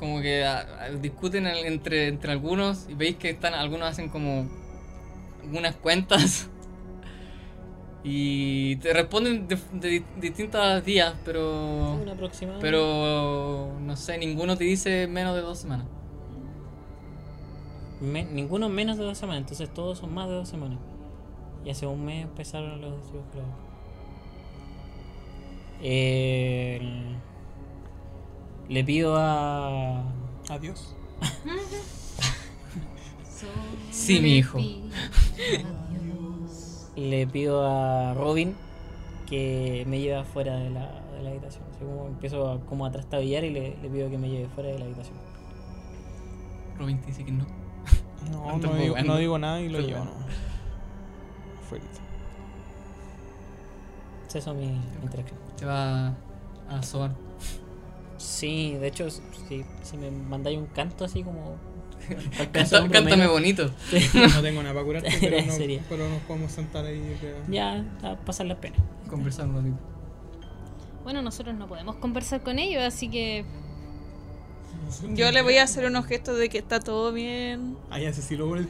A: como que a- a- discuten al- entre, entre algunos y veis que están algunos hacen como algunas cuentas y te responden de, de di- distintas días, pero
D: Un aproximado.
A: pero no sé, ninguno te dice menos de dos semanas.
D: Me- ninguno menos de dos semanas, entonces todos son más de dos semanas. Y hace un mes empezaron los estudios clásicos. El- Le pido a.
B: Adiós.
A: Sí, mi hijo.
D: Le pido a Robin que me lleve fuera de la, de la habitación. Así como empiezo a, como a trastabillar y le, le pido que me lleve fuera de la habitación.
A: Robin te dice que no.
B: No,
A: Antes
B: no digo,
A: jugando.
B: no digo nada y lo
A: Pero
B: llevo,
A: bueno.
B: no. Fuera.
D: Esa es mi interacción.
A: Te va a sobar.
D: Sí, de hecho, si, si me mandáis un canto así como.
A: Canta- cántame bonito.
B: No tengo nada para curarte, pero, no-
D: Sería.
B: pero nos podemos sentar ahí. que-
D: Ya, a pasar la pena.
A: Conversar un ratito.
F: Bueno, nosotros no podemos conversar con ellos, así que
E: Yo le voy a hacer unos gestos de que está todo bien.
B: Ahí hace sí luego el-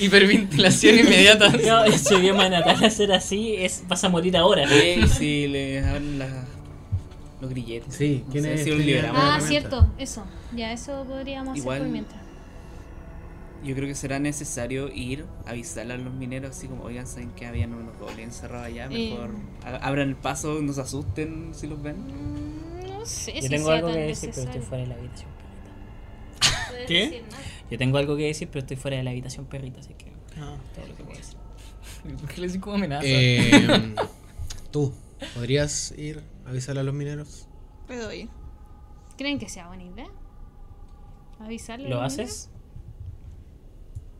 A: Hiperventilación inmediata.
D: No, su idioma natal hacer así es vas a morir ahora.
G: Eh, si le abren las- los grilletes.
C: Sí,
G: No
C: ¿quién
G: sé
C: es
G: si lo
C: este
G: liberamos.
C: Buena
F: Ah,
C: herramienta.
F: cierto, eso. Ya, eso podríamos
G: Igual-
F: hacer por mientras.
G: Yo creo que será necesario ir a avisarle a los mineros, así como, oigan, saben que habían unos goles encerrados allá, mejor a- abran el paso, nos asusten si los ven.
F: Mm, No sé
D: Yo
F: si
D: tengo
F: sea
D: algo
F: tan
D: que decir, pero estoy
F: necesario.
D: fuera de la habitación perrita.
F: Puedes
B: ¿Qué?
F: decir nada.
D: Yo tengo algo que decir, pero estoy fuera de la habitación perrita, así que
B: Ah.
D: todo lo que puedo decir.
A: ¿Por qué le decís como amenaza?
C: Eh, Tú, ¿podrías ir a avisarle a los mineros?
E: Puedo ir.
F: ¿Creen que sea buena idea? Avisarle. a
D: ¿Lo
F: los
D: haces?
F: niños.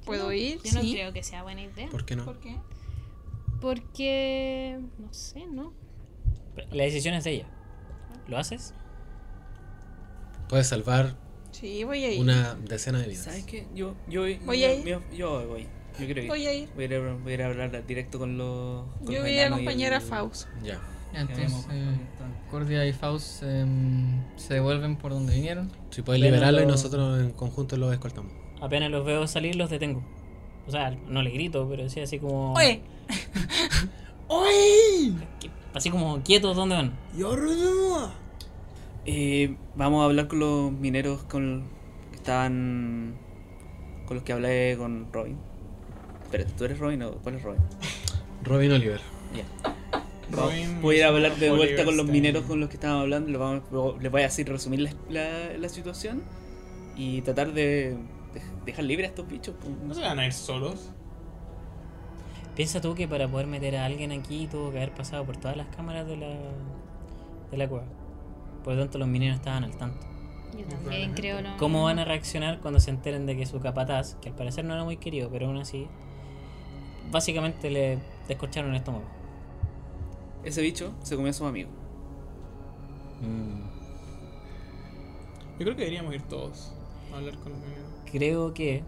E: ¿Puedo
F: No,
E: ir?
F: Yo no
E: Sí.
F: creo que sea buena idea.
C: ¿Por qué no?
E: ¿Por qué?
F: Porque. No sé, ¿no?
D: Pero La decisión es de ella. ¿Lo haces?
C: Puedes salvar
E: Sí, voy a ir.
C: una decena de vidas.
G: ¿Sabes qué? Yo, yo,
E: Voy
G: yo,
E: a ir.
G: Yo, yo voy. Yo creo que
E: Voy a ir.
G: Voy a ir a, voy a ir a hablar directo con los. con
E: Yo
G: los
E: voy a
G: enanos y
E: acompañar a
G: el-
E: Faust.
C: Ya.
A: Ya, Entonces,
G: Tenemos-
A: Cordia y Faust em, se devuelven por donde vinieron.
C: Si puedes
D: Pero
C: liberarlo y
D: lo-
C: nosotros en conjunto lo escoltamos.
D: Apenas los veo salir, los detengo. O sea, no le grito, pero sí así como.
E: Oye,
D: Así como quietos, ¿dónde van?
G: Eh, vamos a hablar con los mineros con que estaban. con los que hablé con Robin. Pero tú eres Robin o cuál es Robin?
C: Robin Oliver.
G: Ya.
B: Robin
G: Voy a ir a hablar de
B: Oliver
G: vuelta con los
B: Stein.
G: mineros con los que estaban hablando. Les, vamos- les voy a decir resumir la, la- la situación y tratar de, de dejar libre a estos bichos. pues.
B: No se van a ir solos.
D: Piensa tú que para poder meter a alguien aquí tuvo que haber pasado por todas las cámaras de la, de la cueva. Por lo tanto, los mineros estaban al tanto.
F: Yo también creo, ¿no?
D: ¿Cómo van a reaccionar cuando se enteren de que su capataz, que al parecer no era muy querido, pero aún así, básicamente le descorcharon este el estómago?
G: Ese bicho se comió a sus amigos.
B: Yo creo que deberíamos ir todos a hablar con los mineros.
D: Creo que,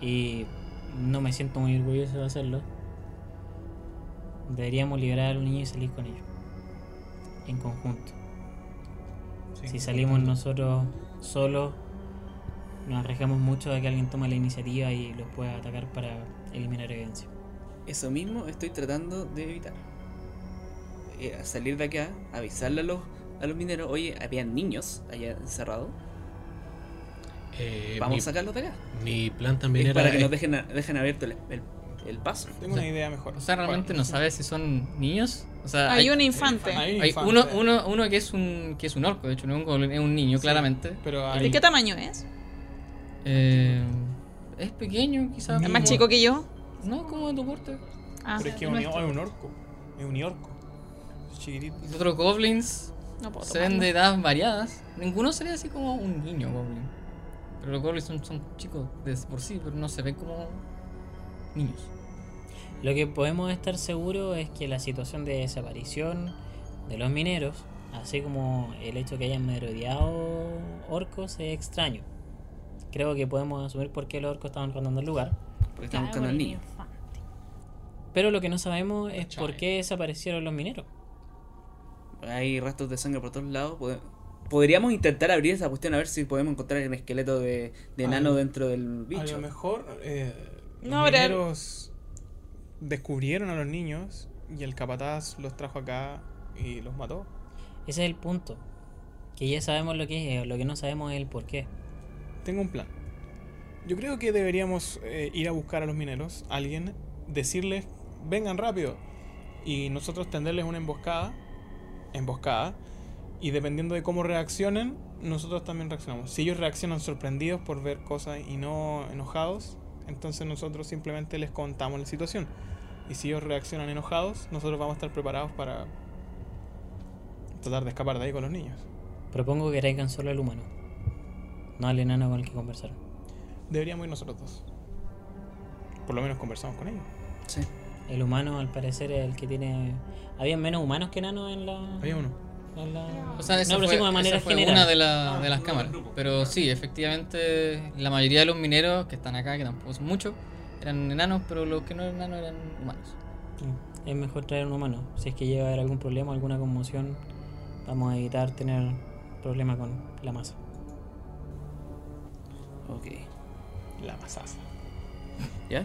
D: y no me siento muy orgulloso de hacerlo, deberíamos liberar al niño y salir con ellos, en conjunto. Si salimos nosotros solos, nos arriesgamos mucho a que alguien tome la iniciativa y los pueda atacar para eliminar evidencia.
G: Eso mismo estoy tratando de evitar. Eh, al salir de acá, avisarle a los, a los mineros, oye, habían niños allá encerrados.
C: Eh,
G: Vamos a
C: mi,
G: sacarlos de acá.
C: mi plan
G: Es
C: también era. eh,
G: para que nos dejen, a- dejen abierto el, el- el paso.
B: Tengo una idea mejor.
A: O sea, realmente no sabes si son niños. O sea,
E: hay un infante.
B: Hay un
A: hay
B: infante,
A: uno, uno, uno que es un que es un orco, de hecho, no es un goblin, es un niño,
B: Sí.
A: claramente.
B: Pero
E: ¿De
B: hay.
E: qué tamaño es?
A: Eh, es pequeño, quizás.
E: ¿Es
A: como-
E: más chico que yo?
A: No, como de tu porte.
E: Ah.
I: Pero es que es un,
E: Nuestro.
I: es un orco. Es un orco. Es chiquitito.
A: Los otros goblins
E: No puedo
A: se ven
E: tomarlo.
A: de edad variadas. Ninguno sería así como un niño goblin. Pero los goblins son, son chicos de por sí, pero no se ven como niños.
D: Lo que podemos estar seguros es que la situación de desaparición de los mineros, así como el hecho que hayan merodeado orcos, es extraño. Creo que podemos asumir por qué los orcos estaban rondando el lugar.
G: Porque
I: Ah,
G: están buscando al niño.
D: Pero lo que no sabemos es por qué desaparecieron los mineros.
G: Hay rastros de sangre por todos lados. Pod- Podríamos intentar abrir esa cuestión a ver si podemos encontrar el esqueleto de, de
I: Ah,
G: enano dentro del
I: A lo
G: bicho.
I: mejor eh,
E: No,
I: los
E: pero-
I: mineros descubrieron a los niños y el capataz los trajo acá y los mató.
D: Ese es el punto. Que ya sabemos lo que es, eh, lo que no sabemos es el por qué.
I: Tengo un plan. Yo creo que deberíamos eh, ir a buscar a los mineros, alguien, decirles, vengan rápido. Y nosotros tenderles una emboscada, emboscada, y dependiendo de cómo reaccionen, nosotros también reaccionamos. Si ellos reaccionan sorprendidos por ver cosas y no enojados, entonces nosotros simplemente les contamos la situación. Y si ellos reaccionan enojados, nosotros vamos a estar preparados para tratar de escapar de ahí con los niños.
D: Propongo que traigan solo al humano, no al enano con el que conversaron.
I: Deberíamos ir nosotros dos. Por lo menos conversamos con ellos.
G: Sí.
D: El humano, al parecer, es el que tiene. Había menos humanos que enanos en la.
I: Había uno.
D: en la-
A: O sea, esa
D: no, pero sí
A: fue,
D: como de manera
A: esa fue
D: general.
A: una de, la- de las cámaras. Pero sí, efectivamente, la mayoría de los mineros que están acá, que tampoco son muchos, eran enanos, pero los que no eran enanos eran humanos.
D: Es mejor traer un humano. Si es que llega a haber algún problema, alguna conmoción, vamos a evitar tener problemas con la masa.
G: Ok.
I: La masaza.
G: ¿Ya?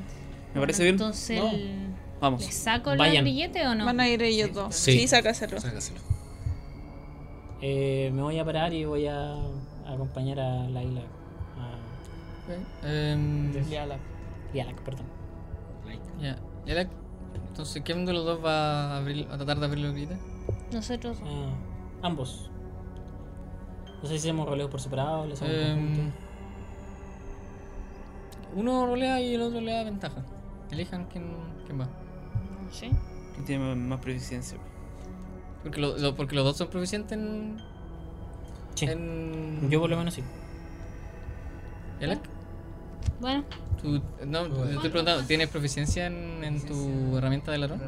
G: ¿Me parece bien?
F: Entonces,
G: No.
F: el-
G: Vamos.
F: ¿le saco el
D: Vayan.
F: billete o no?
E: Van a ir ellos dos.
C: Sí.
E: Sí, sácaselo.
C: Sácaselo.
D: Eh, me voy a parar y voy a, a acompañar a Laila. A
A: Em,
D: Lialak, perdón.
A: ya. Yalak, entonces, ¿quién de los dos va a, abrir, a tratar de abrir los grita?
F: Nosotros.
D: Ah, ambos. No sé si hacemos roleos por separado, les
A: Em,
D: hacemos conjunto.
A: uno rolea y el otro le da ventaja. Elijan quién, quién va.
F: No sé.
G: ¿Quién tiene más presencia?
A: Porque, lo- lo- porque los dos son proficientes en.
D: Sí.
A: en-
D: Yo por lo menos sí.
A: Yalak,
F: Bueno,
A: tú- no, te estoy preguntando, ¿tienes proficiencia en, en tu herramienta de ladrón?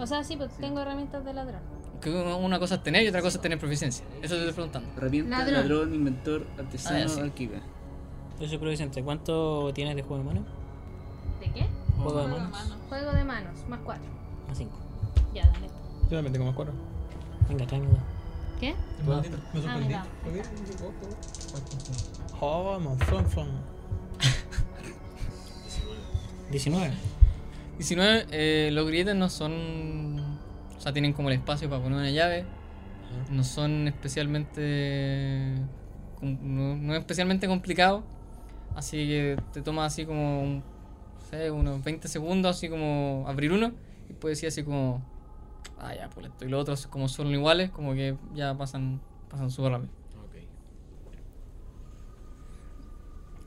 F: o sea, sí, pues tengo herramientas de ladrón.
A: Que una una cosa es tener y otra cosa es tener proficiencia. Eso te estoy preguntando.
G: Herramienta,
F: Ladrón.
G: ladrón, inventor, artesano,
A: Ah, ya, sí.
G: alquimia.
D: Yo soy proficiente. ¿Cuánto tienes de juego de mano?
F: ¿De qué?
D: Juego de Ah,
F: Juego
D: manos.
F: Juego de manos, más cuatro.
D: A 5.
F: Ya, dale.
I: Yo también tengo más cuatro.
D: Venga, tráeme dos.
F: ¿Qué?
I: Me
F: Ah, mira. ahí está.
I: Oh, monzón, son.
D: 19.
A: 19, eh, los grilletes no son. O sea, tienen como el espacio para poner una llave. No son especialmente. com- No, no es especialmente complicado. Así que te toma así como. un- No sé, unos 20 segundos, así como abrir uno. Y puedes ir así como. Ah, ya, pues esto y lo otro, como son iguales, como que ya pasan pasan súper rápido.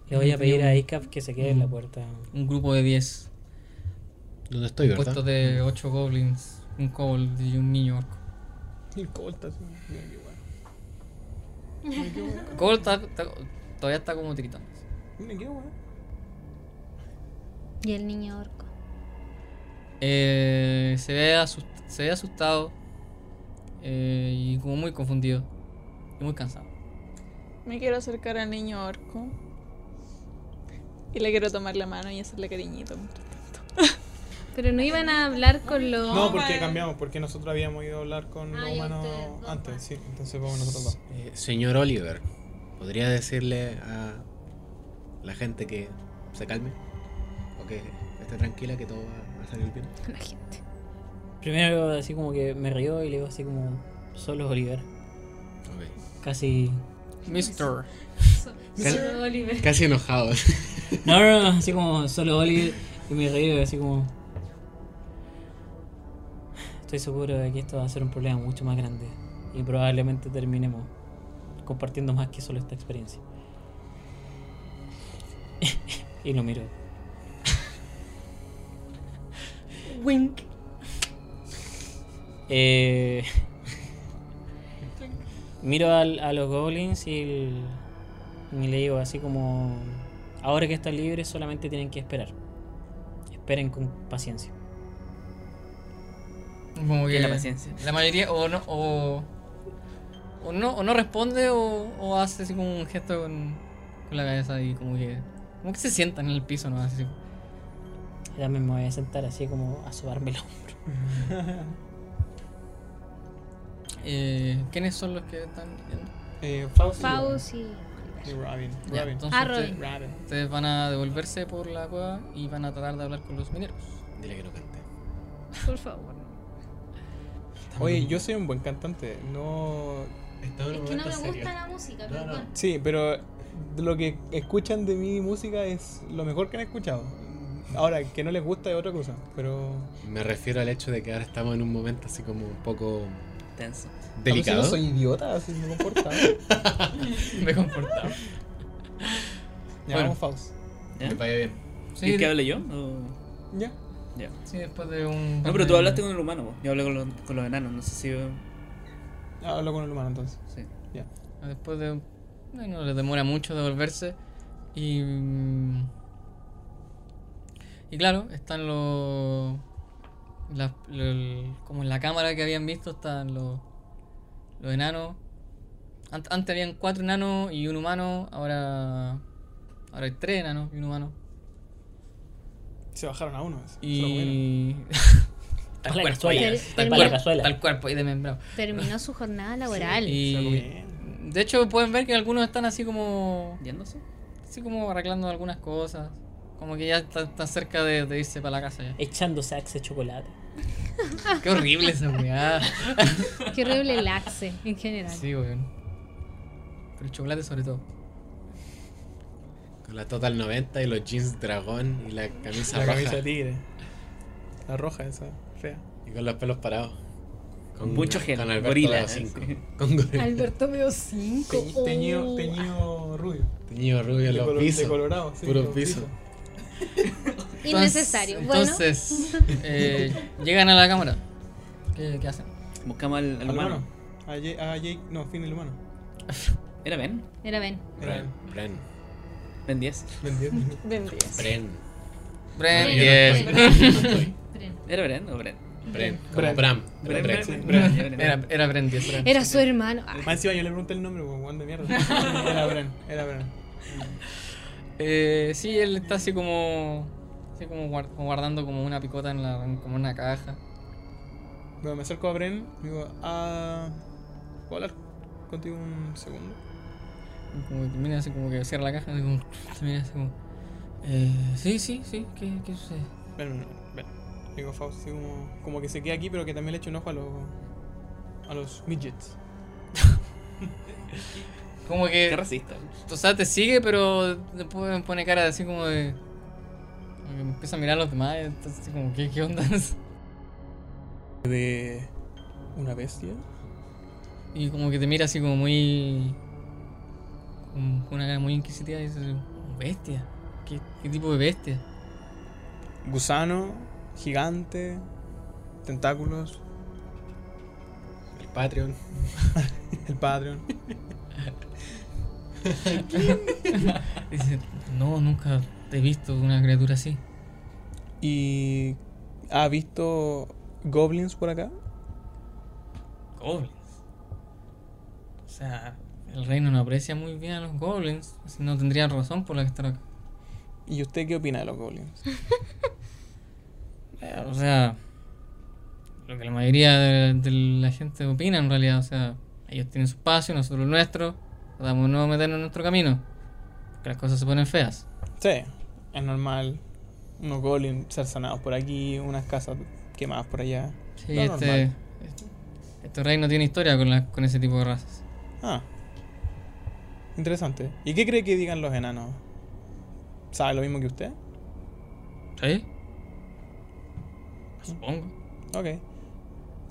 D: Le voy a pedir a ICAP que se quede en la puerta.
A: Un grupo de 10,
C: ¿Dónde estoy, verdad?
A: puestos de 8 goblins, un kobold y un niño orco.
I: El colt así. Mira qué bueno.
A: Cole está- está- todavía está como tiritando.
I: Mira qué bueno.
F: Y el niño orco.
A: Eh, se, ve asust- se ve asustado eh, y como muy confundido y muy cansado.
E: Me quiero acercar al niño orco. Y le quiero tomar la mano y hacerle cariñito.
F: Pero no iban a hablar con los.
I: No, porque
E: bueno.
I: cambiamos, porque nosotros habíamos ido a hablar con
F: Ah,
I: los
F: y
I: humanos
F: ustedes dos
I: antes,
F: más.
I: sí. Entonces vamos nosotros dos.
C: Eh, señor Oliver, ¿podría decirle a la gente que se calme? O que esté tranquila, que todo va a salir bien.
F: La gente.
D: Primero así como que me rió y le digo así como... Solo Oliver.
C: Ok.
D: Casi...
A: Mister.
F: Solo Oliver.
C: Casi enojado.
D: No, no, no, así como solo Oliver y me reí así como... Estoy seguro de que esto va a ser un problema mucho más grande y probablemente terminemos compartiendo más que solo esta experiencia. y lo miro.
A: Wink.
K: Eh, miro al- a los goblins y, el- y le digo así como... Ahora que están libres solamente tienen que esperar. Esperen con paciencia.
A: Como
D: Que
A: que
D: la paciencia.
A: La mayoría o no o, o no o no responde o, o hace así como un gesto con, con la cabeza y como que como que se sientan en el piso no así.
K: Ya me voy a sentar así como a sobarme el hombro.
A: Eh, ¿Quiénes son los que están yendo?
B: Eh, Faust. y-
F: Faust y
B: Y Robin.
A: Ya,
B: Robin.
A: entonces
F: Ah,
A: ustedes,
F: Robin.
B: Robin.
A: ustedes van a devolverse por la cueva y van a tratar de hablar con los mineros.
C: Dile que no cante.
F: por favor.
B: Oye, yo soy un buen cantante. No.
C: Estaba en
F: Es
C: un
F: que no me
C: momento serio.
F: gusta la música,
C: eh, No, no.
F: perdón.
B: Sí, pero lo que escuchan de mi música es lo mejor que han escuchado. Ahora, que no les gusta es otra cosa, pero.
C: Me refiero al hecho de que ahora estamos en un momento así como un poco
G: Tenso.
C: delicado.
B: Yo soy idiota, así me comportaba.
A: Me comportaba.
B: Ya,
A: Bueno.
B: vamos, Faust.
G: ¿Ya?
B: ¿eh?
C: Que vaya bien.
A: Sí,
G: ¿Quieres que
A: de-
G: hable yo? o-
B: Ya.
G: Ya.
A: sí, después de un
G: No, pero tú hablaste con el humano, vos. yo hablé con, los- con los enanos, no sé si... yo-
B: Hablo con el humano entonces.
G: Sí.
A: Después de. No, no les demora mucho devolverse. Y. mm, Y claro, están los. las- lo- el- como en la cámara que habían visto, están los. Los enanos. Ant- antes habían cuatro enanos y un humano, ahora. Ahora hay tres enanos y un humano.
B: Se bajaron a uno. se lo comieron.
A: Y.
K: Para la
A: cual,
K: cazuela.
F: Ter-
K: Para
F: termina-
K: la cazuela.
A: Tal cuerpo ahí desmembrado.
F: Terminó su jornada laboral.
B: Se lo
A: Y.
B: comieron.
A: De hecho, pueden ver que algunos están así como.
G: ¿Yéndose?
A: Así como arreglando algunas cosas. Como que ya está, está cerca de, de irse para la casa ya.
K: Echando sacks de chocolate.
A: Qué horrible esa weá.
F: Qué horrible el axe en general.
A: Sí, weón. Pero el chocolate sobre todo.
C: Con la Total 90 y los jeans dragón y la camisa
B: La
C: roja.
B: camisa de tigre. La roja esa, fea.
C: Y con los pelos parados. Con
G: Mucho gel,
C: Con Alberto
G: gorila,
C: Veo
G: eh,
C: cinco.
G: sí.
C: Con gorila.
F: Alberto veo 5.
B: Teñi- Teñido, teñido rubio.
C: Teñido rubio en
B: de,
C: los
B: colo- de
C: pisos.
B: colorado, sí,
C: puros
B: los
C: pisos.
F: Innecesario. bueno,
A: Entonces, eh, llegan a la cámara. ¿Qué, qué hacen?
G: Buscamos al, al
B: Al
G: humano.
B: humano. A Jake, a Jake, no, fin el humano.
G: ¿Era Ben?
F: era Ben.
C: Bren. Bren.
G: Ben 10.
E: Ben 10.
C: Bren.
A: Bren,
C: No, yo no
A: eh, bien.
C: estoy. No estoy.
G: ¿Era Ben o Bren?
C: Bren. Como
B: Bren.
C: Bram. Bren.
G: Bren,
C: Bren.
G: Bren, ya, Bren.
A: Era, era Bren 10. Bren.
F: Era su hermano. Ah,
B: Más encima yo le pregunté el nombre, pues, weón de mierda. Era Bren, era Bren.
A: Eh, sí, él está así como. Así como guar- como guardando como una picota en la. en como una caja.
B: Bueno, me acerco a Bren, digo, ah. ¿Puedo hablar contigo un segundo?
A: Y Como que mira así como que cierra la caja. Y como, se mira así como. Eh, sí, sí, sí. ¿Qué, qué sucede?
B: Ven, ven, ven. Digo, Faust, así como, como que se queda aquí, pero que también le echo un ojo a los. a los midgets.
A: Como que.
G: Qué racista.
A: O sea, te sigue, pero después me pone cara así como de. como que me empieza a mirar a los demás, y entonces así como, ¿qué, qué onda?
B: De. una bestia.
A: Y como que te mira así como muy. como con una cara muy inquisitiva y dice: así, ¿Bestia? ¿Qué, ¿Qué tipo de bestia?
B: Gusano, gigante, tentáculos,
C: El Patreon.
B: el Patreon.
A: Dice: No, nunca he visto una criatura así.
B: ¿Y. ha visto goblins por acá?
A: Goblins. O sea, el reino no aprecia muy bien a los goblins, así no tendría razón por la que estar acá.
B: ¿Y usted qué opina de los goblins?
A: Eh, O sea, lo que la mayoría de, de la gente opina en realidad, o sea, ellos tienen su espacio, nosotros el nuestro, tratamos de no meternos en nuestro camino, porque las cosas se ponen feas.
B: Sí, es normal. Unos goblins cercenados por aquí, unas casas quemadas por allá.
A: Sí,
B: Lo
A: este,
B: normal.
A: este reino tiene historia con, la- con ese tipo de razas.
B: Ah. Interesante. ¿Y qué cree que digan los enanos? ¿Sabe lo mismo que usted?
A: ¿Sí? Supongo.
B: Ok.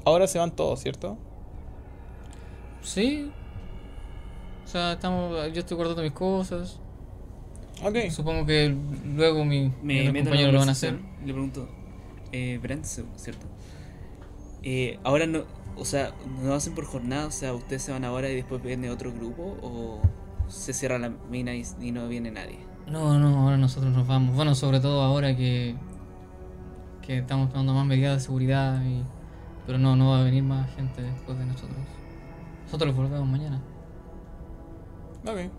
B: Ahora se van todos, ¿cierto?
A: Sí. O sea, estamos, yo estoy guardando mis cosas.
B: Ok.
A: Supongo que luego mi, mis
G: Me
A: otros
G: meto en la
A: compañeros lo van a hacer.
G: conversación, Le pregunto, eh, Branson, ¿cierto? Eh, ahora no, o sea, no lo hacen por jornada, o sea, ustedes se van ahora y después viene otro grupo o se cierra la mina y, y no viene nadie.
A: No, no, ahora nosotros nos vamos. Bueno, sobre todo ahora que, que estamos tomando más medidas de seguridad. Y, pero no, no va a venir más gente después de nosotros. Nosotros volvemos mañana.
B: Ok.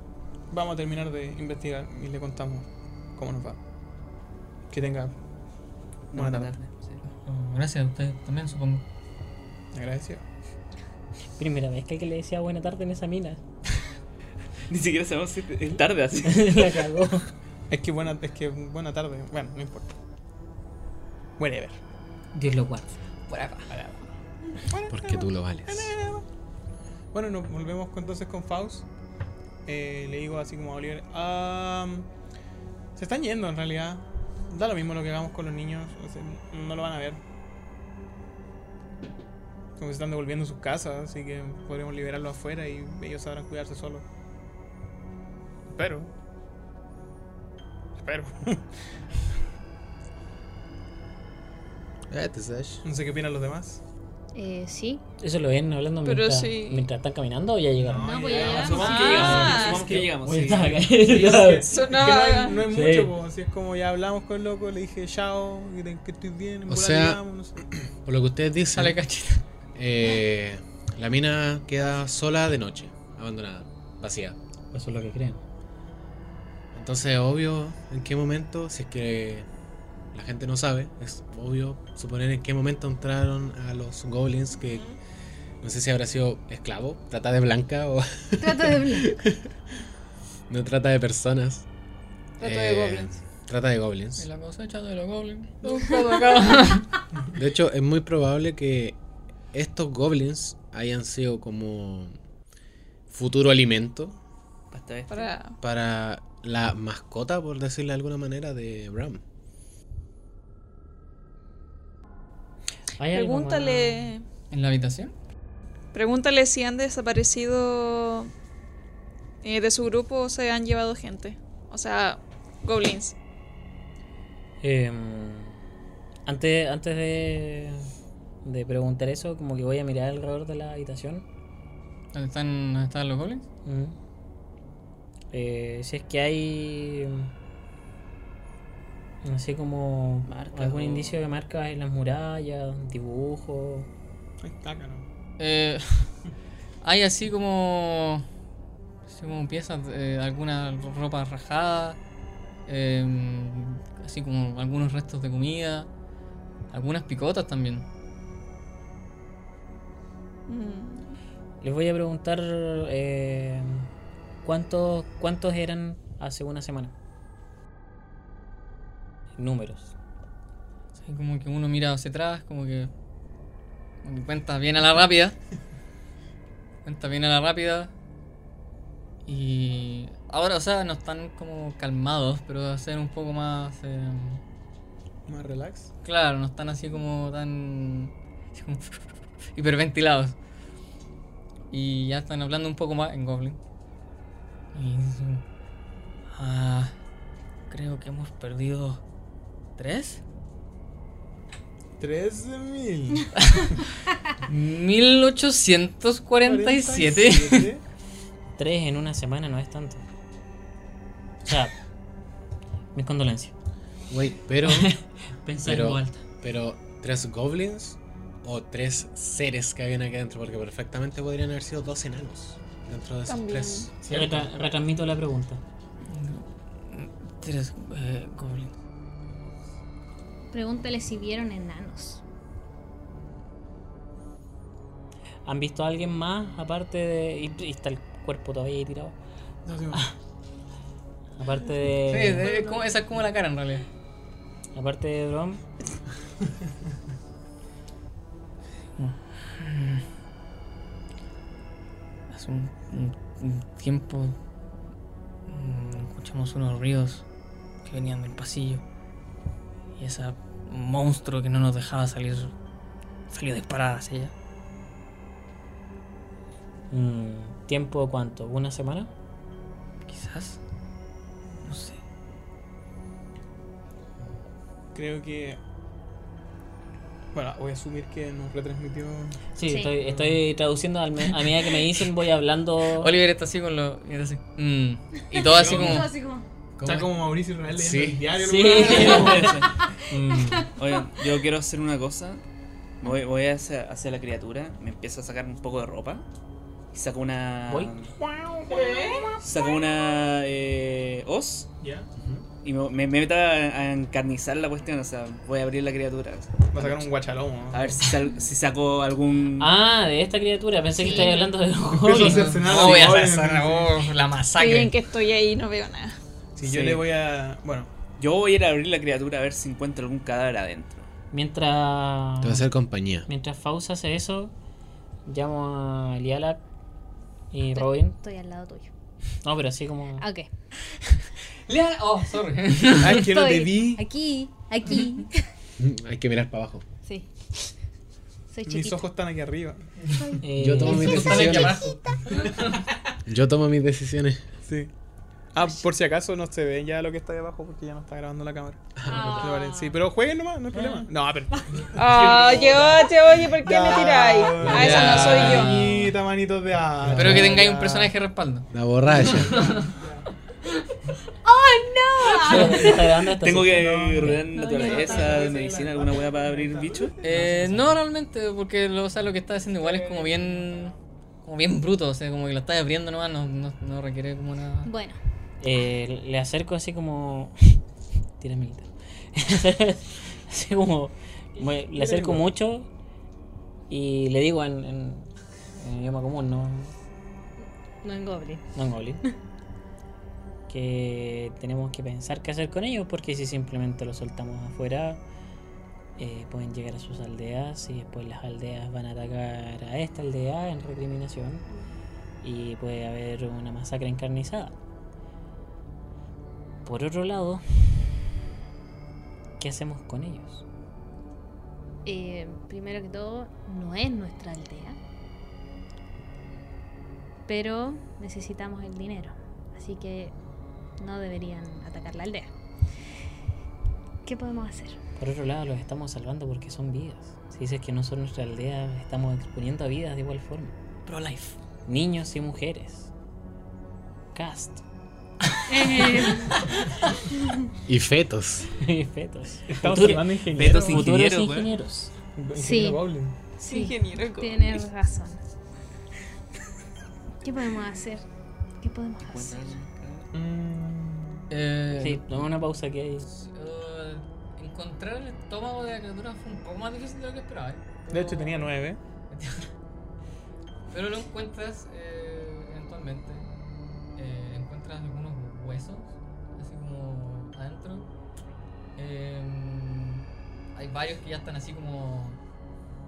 B: Vamos a terminar de investigar y le contamos cómo nos va. Que tenga buena
G: Buena
B: tarde.
G: tarde, sí.
A: Oh, Gracias a ustedes también, supongo.
B: Agradecido.
D: Primera vez que alguien le decía buena tarde en esa mina.
G: Ni siquiera sabemos si es tarde así.
D: La cagó.
B: Es que buena, es que buena tarde. Bueno, no importa. Whatever.
D: Dios lo guarde.
O: Porque tú lo vales.
B: Bueno, nos volvemos con- entonces con Faust. Eh, le digo así como a Oliver. "Am, se están yendo en realidad. Da lo mismo lo que hagamos con los niños. o sea, no lo van a ver. Como se están devolviendo a sus casas, así que podremos liberarlos afuera y ellos sabrán cuidarse solos. Espero. Espero.
C: Eh, te sabes.
B: no sé qué opinan los demás.
F: Eh, sí.
D: ¿Eso lo ven hablando
E: Pero
D: mientras,
E: sí.
D: mientras están caminando o ya llegaron?
F: No, pues ya llegamos.
G: Supongamos que
E: Ah,
G: llegamos,
E: es
G: supongamos que llegamos.
D: Oye,
G: sí.
D: estaba acá.
B: Sí, es que- es que no hay- no es
D: Sí.
B: mucho, po, así es como ya hablamos con el loco, le dije chao, que te- que estoy bien, en
O: O
B: volada
O: sea-
B: llegamos", no sé.
C: Por lo que ustedes dicen,
A: Sale cachita.
C: eh, la mina queda sola de noche, abandonada, vacía.
D: Eso es lo que creen.
C: Entonces, obvio, en qué momento, si es que la gente no sabe, es obvio suponer en qué momento entraron a los goblins que no sé si habrá sido esclavo, trata de blanca o
F: Trato de hablar.
C: no trata de personas.
E: Trata de
C: Eh,
E: goblins.
C: Trata de goblins.
A: la cosecha de los goblins.
C: De hecho, es muy probable que estos goblins hayan sido como futuro alimento
G: Basta de esto.
E: Para...
C: para la mascota, por decirlo de alguna manera, de Bram.
D: Hay algo más-
E: Pregúntale...
A: ¿En la habitación?
E: Pregúntale si han desaparecido eh, de su grupo o se han llevado gente. O sea, goblins.
D: Eh, antes antes de, de preguntar eso, como que voy a mirar alrededor de la habitación.
A: ¿Dónde están, dónde están los goblins?
D: Mm. Eh, si es que hay. No sé como.
G: Marcas
D: algún
G: o-
D: indicio de marcas en las murallas, dibujos.
B: Ay, tácano.
A: Eh, hay así como. Así como piezas, eh, alguna ropa rajada, em, así como algunos restos de comida, algunas picotas también.
E: Mm.
D: Les voy a preguntar. eh, ¿cuántos, ¿Cuántos eran hace una semana? Números.
A: Así como que uno mira hacia atrás, como que. como que cuenta bien a la rápida. Cuenta bien a la rápida. Y. Ahora, o sea, no están como calmados, pero hacen un poco más. em,
B: Más relax.
A: Claro, no están así como tan así como hiperventilados. Y ya están hablando un poco más en Goblin. Y dicen, ah, creo que hemos perdido tres,
B: 13.000.
A: 1847.
D: Tres en una semana no es tanto. O sea, mis condolencias.
C: Wait, pero,
D: Pensar
C: pero,
D: alta.
C: pero, ¿tres goblins o tres seres que habían acá adentro? Porque perfectamente podrían haber sido dos enanos dentro de esos
E: También.
C: tres.
D: Retra- retransmito la pregunta.
A: Tres eh, Goblin.
F: Pregúntale si vieron enanos.
D: ¿Han visto a alguien más aparte de. y, y está el cuerpo todavía ahí tirado?
B: No, sí,
D: Aparte
A: Sí,
D: de.
A: es como- esa es como la cara en realidad.
D: Aparte de Brom.
A: Hace un, un- un tiempo mm, escuchamos unos ríos que venían del pasillo. Y ese monstruo que no nos dejaba salir salió disparada hacia ella.
D: mm, ¿Tiempo cuánto? ¿Una semana?
A: Quizás. No sé.
B: Creo que
I: Bueno, voy a asumir que nos retransmitió.
D: Sí, Estoy, estoy traduciendo al me- a medida que me dicen, voy hablando.
A: Oliver está así con los. Y está así. "Mm". Y todo así como.
I: Está como Mauricio Israel leyendo
G: Sí.
I: el diario.
G: Sí.
I: ¿no?
G: Mm. Oye, yo quiero hacer una cosa. Me voy, voy hacia, hacia la criatura, me empiezo a sacar un poco de ropa. Y saco una.
D: Voy.
G: Saco una. Eh, os.
I: Ya.
G: Y me, me, me meto a, a encarnizar la cuestión, o sea, voy a abrir la criatura.
I: Va a sacar un guachalomo.
G: A ver si, sal- si saco algún.
D: Ah, de esta criatura, pensé que
G: Sí.
D: estabas hablando de los
I: Empiezo a
D: goblins.
I: hacer cenar a
A: No, voy a
I: los
A: hacer
I: jóvenes.
A: oh, la
E: Estoy
A: masacre.
E: en que estoy ahí, no veo nada.
I: Si yo
G: Sí.
I: le voy a. Bueno,
G: Yo voy a ir a abrir la criatura a ver si encuentro algún cadáver adentro.
D: Mientras.
C: Te va a hacer compañía.
D: Mientras Faust hace eso, llamo a Liala y Robin.
F: Estoy al lado tuyo.
D: No, pero así como.
F: Ah, Ok.
A: Lea- Oh, sorry.
I: ah, es que no te
F: Estoy
I: vi.
F: Aquí, aquí.
C: Hay que mirar para abajo.
F: Sí. Soy
I: Mis
F: chiquita.
I: ojos están aquí arriba.
D: eh,
C: Yo tomo mis
A: Están aquí
C: decisiones.
A: abajo.
C: Yo tomo mis decisiones.
I: Sí. Ah, por si acaso no se ve ya lo que está debajo porque ya no está grabando la cámara. Pero vale, Sí, pero jueguen nomás, no hay problema. No, pero.
E: Oye, oye, oye, ¿por qué me tiráis? Ah, esa no soy yo.
I: Manita, manitos de ar.
A: Espero que tengáis un personaje de respaldo.
C: La borracha.
D: está grabando hasta
G: Tengo
D: así.
G: que rodear naturaleza, medicina, alguna hueá para abrir bicho.
A: Eh, no, realmente, porque lo, o sea, lo que estás haciendo igual es como bien. Como bien bruto, o sea, como que lo estás abriendo nomás, no, no, no requiere como nada.
F: Bueno,
D: Eh, le acerco así como. Tírame el dedo. así como. me- le acerco mucho y le digo en, en, en idioma común, no,
F: no en Goblin.
D: no en goblin, que tenemos que pensar qué hacer con ellos porque si simplemente los soltamos afuera. eh, pueden llegar a sus aldeas y después las aldeas van a atacar a esta aldea en recriminación y puede haber una masacre encarnizada. Por otro lado, ¿qué hacemos con ellos?
F: Eh, primero que todo, no es nuestra aldea. Pero necesitamos el dinero. Así que no deberían atacar la aldea. ¿Qué podemos hacer?
D: Por otro lado, los estamos salvando porque son vidas. Si dices que no son nuestra aldea, estamos exponiendo a vidas de igual forma. Pro-life. Niños y mujeres. Cast.
I: Eh,
C: Y fetos.
D: Y fetos.
I: Estamos
D: Futuro-
I: hablando de
D: Futuros
G: Betos
I: ingenieros.
G: ingenieros, weón.
D: ingenieros.
F: Sí.
I: Goblin.
F: Sí,
E: Ingeniero
F: tienes razón. ¿Qué podemos hacer? ¿Qué podemos hacer?
I: Mm.
A: Eh,
D: Sí, toma una pausa que hay.
A: eh, encontrar el estómago de la criatura fue un poco más difícil de lo que esperaba. ¿eh?
I: De hecho,
A: Pero-
I: tenía nueve.
A: Pero lo encuentras eh, eventualmente. Eh, encuentras algunos huesos, así como adentro. Em, hay varios que ya están así como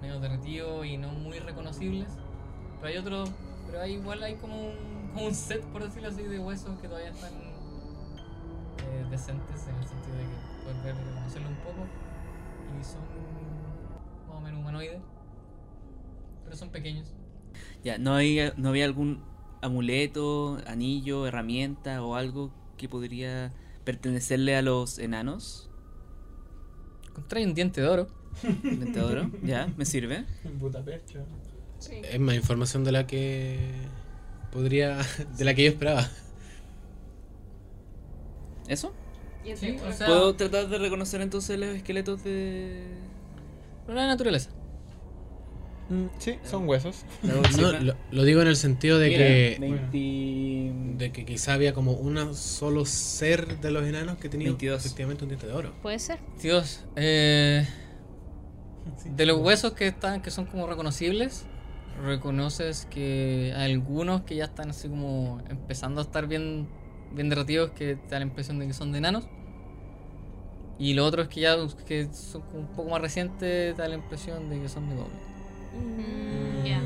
A: medio derretidos y no muy reconocibles. Pero hay otros, pero hay, igual hay como un, como un set, por decirlo así, de huesos que todavía están eh, decentes en el sentido de que puedes ver y reconocerlo un poco. Y son más o menos humanoides. Pero son pequeños.
G: Ya, ¿no, hay, ¿no había algún amuleto, anillo, herramienta o algo que podría pertenecerle a los enanos?
A: Encontré un diente de oro.
G: Diente de oro, ¿ya? ¿Me sirve?
I: Butapecho.
C: Es más información de la que podría. de la que yo esperaba.
G: ¿Eso?
A: Sí, o sea,
G: ¿Puedo tratar de reconocer entonces los esqueletos de...
A: pero la naturaleza.
I: Mm, Sí, son huesos.
G: la
C: No,
G: bolsita?
C: lo, lo digo en el sentido de
G: Mira,
C: que.
G: 20
C: De que quizá había como un solo ser de los enanos que tenía
G: 22.
C: efectivamente un diente de oro.
F: ¿Puede ser?
A: Dios, eh, de los huesos que están, que son como reconocibles, reconoces que hay algunos que ya están así como empezando a estar bien, bien derretidos, que te da la impresión de que son de enanos. Y los otros que ya que son como un poco más recientes, te da la impresión de que son de goblin.
F: Mm, ya.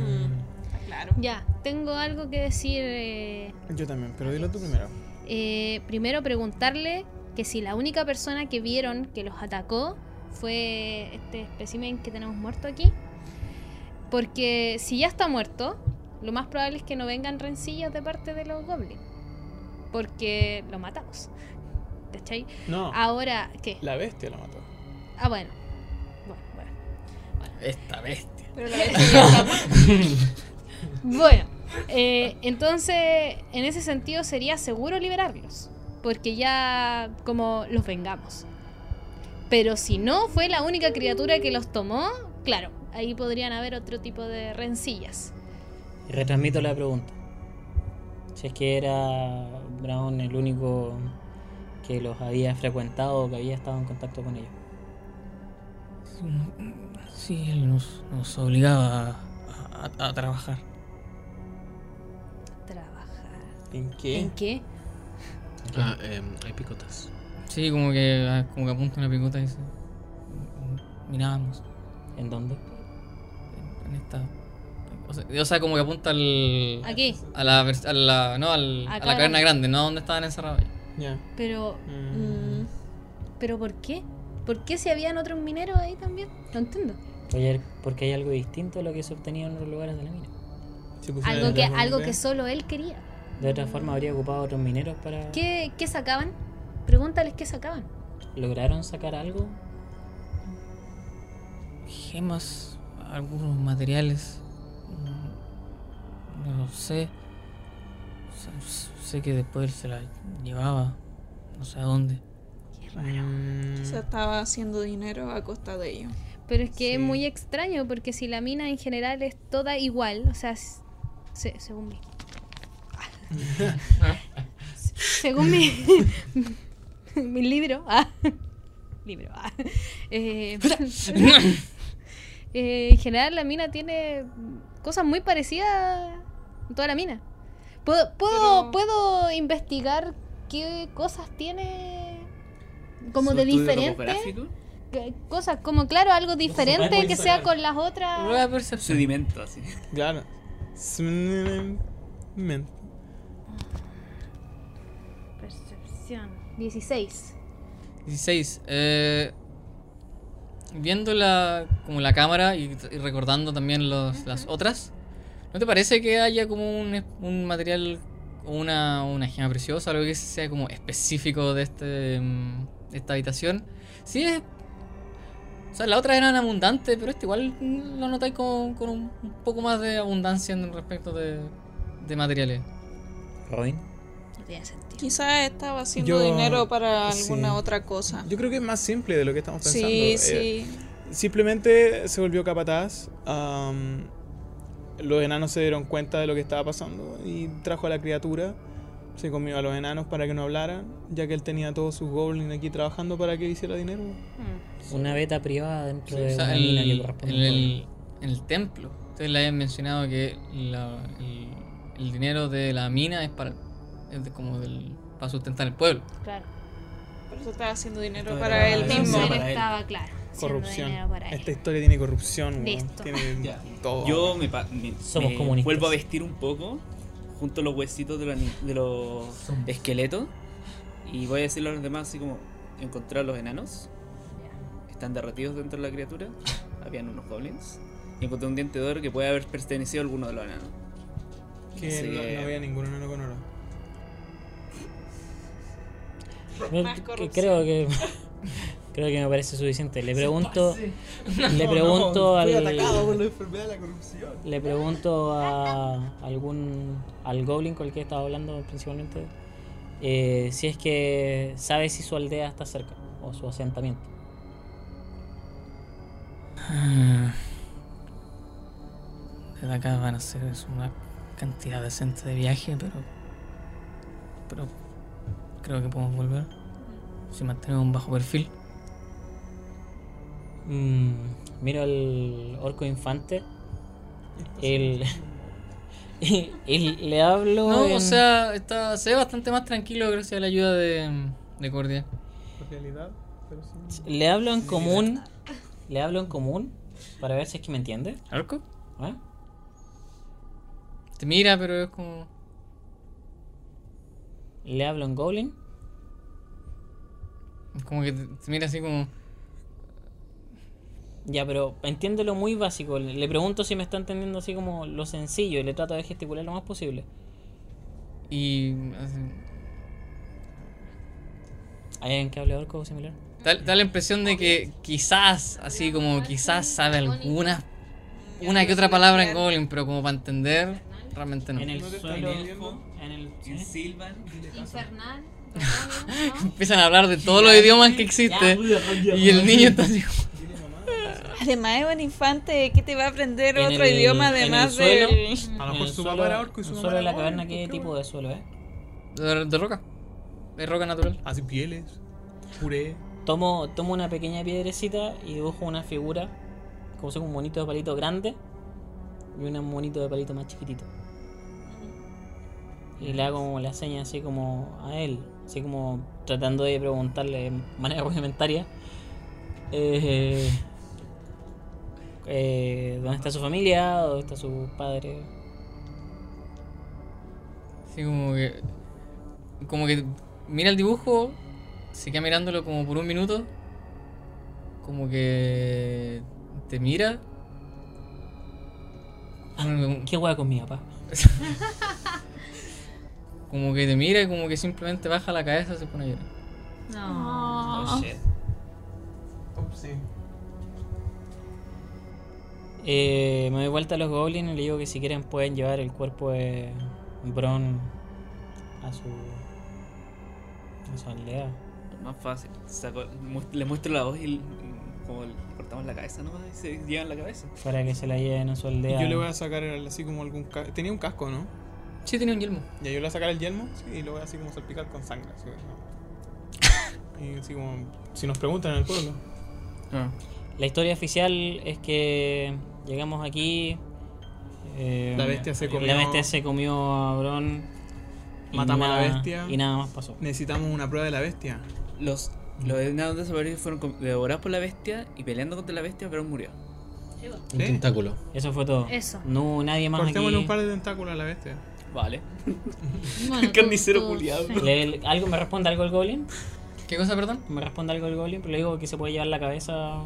E: Está claro.
F: Ya, tengo algo que decir. eh,
I: Yo también, pero dilo tú primero.
F: eh, primero preguntarle que si la única persona que vieron que los atacó fue este espécimen que tenemos muerto aquí. Porque si ya está muerto, lo más probable es que no vengan rencillas de parte de los goblins. Porque lo matamos. ¿Cachai?
I: No,
F: Ahora, ¿qué?
I: la bestia la mató.
F: Ah, bueno. Bueno, bueno.
A: Esta bestia.
F: Pero la bestia ya está muerta. Bueno, eh, entonces en ese sentido sería seguro liberarlos, porque ya como los vengamos. Pero si no fue la única criatura que los tomó, claro, ahí podrían haber otro tipo de rencillas.
D: Y retransmito la pregunta. Si es que era Brown el único que los había frecuentado o que había estado en contacto con ellos.
A: Sí, él nos, nos obligaba a, a- a trabajar.
F: Trabajar.
G: ¿En qué?
F: ¿En qué?
C: Ah, em, hay picotas.
A: Sí, como que, ah, como que apunta una picota y dice. Mirábamos
D: ¿En dónde?
A: en esta. O sea, o sea, como que apunta al.
F: Aquí.
A: A la, vers- a la, no, al- a
F: Acá.
A: la caverna grande, no donde estaban encerrados. ellos.
G: Ya.
F: Pero,
G: Mm.
F: mm, pero ¿por qué? ¿Por qué si habían otros mineros ahí también? No entiendo.
D: Oye, porque hay algo distinto a lo que se obtenía en otros lugares de la mina.
G: Se pusieron
F: Algo
G: en
F: que,
G: la
F: algo
G: bomba.
F: que solo él quería.
D: De otra forma, habría ocupado otros mineros para.
F: ¿Qué, qué sacaban? Pregúntales qué sacaban.
D: ¿Lograron sacar algo?
A: Gemas, algunos materiales. mm, No lo sé. S- Sé que después él se la llevaba. No sé a dónde.
I: Mm.
E: Se estaba haciendo dinero a costa de ello.
F: Pero es que es muy extraño porque si la mina en general es toda igual, o sea, s- se- según mi... Se- según mi... mi libro, ah, libro, ah, eh, eh, en general la mina tiene cosas muy parecidas en toda la mina. ¿Puedo,
E: Pero-
F: puedo, puedo investigar qué cosas tiene como
G: ¿Su
F: de
G: estudio
F: diferente?
G: topográfico?
F: que- cosas como, claro, algo diferente que sea con las otras.
A: Rueda percepción.
G: Sedimento, así.
B: Claro. Men.
F: Percepción. 16.
A: 16. eh, viendo la, como la cámara y, y recordando también los- las otras, ¿no te parece que haya como un, un material o una, una gema preciosa, algo que sea como específico de, este, mm, de esta habitación? Sí, es. O sea, las otras eran abundantes, pero este igual mm, lo notáis con, con un, un poco más de abundancia en respecto de, de materiales.
D: Robin.
F: No tiene sentido.
E: Quizás estaba haciendo
B: Yo-
E: dinero para
B: sí.
E: alguna otra cosa.
B: Yo creo que es más simple de lo que estamos pensando.
E: Sí,
B: Eh,
E: sí.
B: simplemente se volvió capataz. am, los enanos se dieron cuenta de lo que estaba pasando y trajo a la criatura. Se comió a los enanos para que no hablaran, ya que él tenía todos sus goblins aquí trabajando para que hiciera dinero.
F: Hmm,
D: Una beta privada dentro de
A: O sea,
D: una
A: el-
D: mina que
A: en
D: corresponde a un pueblo.
A: el, en el templo. Ustedes le habían mencionado que la- el, el dinero de la mina es para es de- como del, para sustentar el pueblo.
F: Claro.
E: Pero se estaba haciendo dinero
G: Estaba
E: para él
G: haciendo
E: mismo.
F: Entonces él
G: para él.
F: estaba claro. siendo
B: Corrupción.
F: dinero para él.
B: Esta
D: Este-
B: historia tiene corrupción, weón.
F: Listo.
B: Tiene
G: Ya.
B: todo.
G: Yo me, pa- me-
D: Oh. Somos
G: me
D: comunistas.
G: vuelvo a vestir un poco, junto los huesitos de, la ni- de los esqueletos, y voy a decirle a los demás así como, encontrar los enanos, están derretidos dentro de la criatura, habían unos goblins, y encontré un diente de oro que puede haber pertenecido a alguno de los enanos.
B: que
G: Así
B: no,
G: que-
B: no había ningún enano con oro.
D: Me-
E: Más
D: que-
E: corrupción.
D: creo que creo que me parece suficiente. Le pregunto le pregunto al
B: por la enfermedad de la corrupción.
D: le pregunto a algún al goblin con el que estaba hablando principalmente eh, si es que sabe si su aldea está cerca o su asentamiento.
A: Desde acá van a ser una cantidad decente de viaje, pero. Pero creo que podemos volver. Si mantenemos un bajo perfil.
D: Mm, miro al orco infante. Él, él- le hablo
A: No, o
D: en-
A: sea, está, se ve bastante más tranquilo gracias a la ayuda de, de Cordia.
B: Realidad, pero sí.
D: le hablo en común. Le hablo en común para ver si es que me entiende.
A: ¿Arco?
D: ¿eh?
A: Te mira, pero es como.
D: Le hablo en Goblin.
A: Como que te- te mira así como.
D: Ya, pero entiéndelo muy básico. Le le pregunto si me está entendiendo así como lo sencillo y le trato de gesticular lo más posible.
A: Y. hace-
D: ¿Hay alguien que hable orco o similar?
A: Da, da la impresión de que quizás, así como quizás sabe algunas, una que otra palabra en Goblin, pero como para entender, realmente no.
D: En el suelo, en el...
G: En Silvan.
F: Infernal.
A: Empiezan a hablar de todos los idiomas que existen y el niño está así como,
E: Además es un infante que te va a aprender
D: en
E: otro
D: el-
E: idioma
D: en el
E: además
D: suelo,
E: de...
D: ¿eh? en
B: A lo mejor
D: el
B: su
D: suelo-
B: papá era orco y su
D: el
B: mamá
D: suelo de
B: era
D: la caverna,
B: orco,
D: ¿qué
B: qué
D: tipo de suelo es?
A: de, de roca, de roca natural.
D: Ah.
B: Así pieles, puré.
D: Tomo, tomo una pequeña piedrecita y dibujo una figura, como sea, un monito de palito grande y un monito de palito más chiquitito. Y le hago como la seña así como a él, así como tratando de preguntarle de manera rudimentaria eh, eh, dónde está su familia, dónde está su padre.
A: Así como que. Como que mira el dibujo, se queda mirándolo como por un minuto. Como que. Te mira. Como-
D: ¿Qué hueá con mi papá?
A: Como que te mira y como que simplemente baja la cabeza y se pone a llorar.
D: Oh.
F: No.
B: Sí.
D: Eh, me doy vuelta a los goblins y le digo que si quieren pueden llevar el cuerpo de Bron a su, a su aldea.
G: Más fácil. Saco- mu- le muestro la voz y l- y como le cortamos la cabeza nomás y se llevan la cabeza.
D: Para que se la lleven a su aldea.
B: Yo le voy a sacar el- así como algún ca- Tenía un casco, ¿no?
A: Sí, tenía un yelmo.
B: Ya yo le voy a sacar el yelmo sí, y lo voy a así como salpicar con sangre. Así, ¿no? y así como. Si nos preguntan en el pueblo.
D: Ah. La historia oficial es que llegamos aquí. eh,
B: La bestia se comió-
D: La bestia se comió a Bron. y
B: Matamos a la
D: nada-
B: bestia.
D: Y nada más pasó.
B: Necesitamos una prueba de la bestia.
G: Los, los enanos desaparecidos fueron com- devorados por la bestia y peleando contra la bestia, pero murió.
I: Un
B: ¿Sí?
I: tentáculo.
D: Eso fue todo.
F: Eso.
D: No, nadie más
B: Cortémosle un
D: aquí.
B: par de tentáculos a la bestia.
G: Vale.
F: Bueno,
G: Carnicero
F: tú- tú-
G: culiado.
F: sí.
D: Le- ¿Algo me responde algo el goblin?
A: ¿Qué cosa, perdón?
D: me responde algo el goblin, pero le digo que se puede llevar la cabeza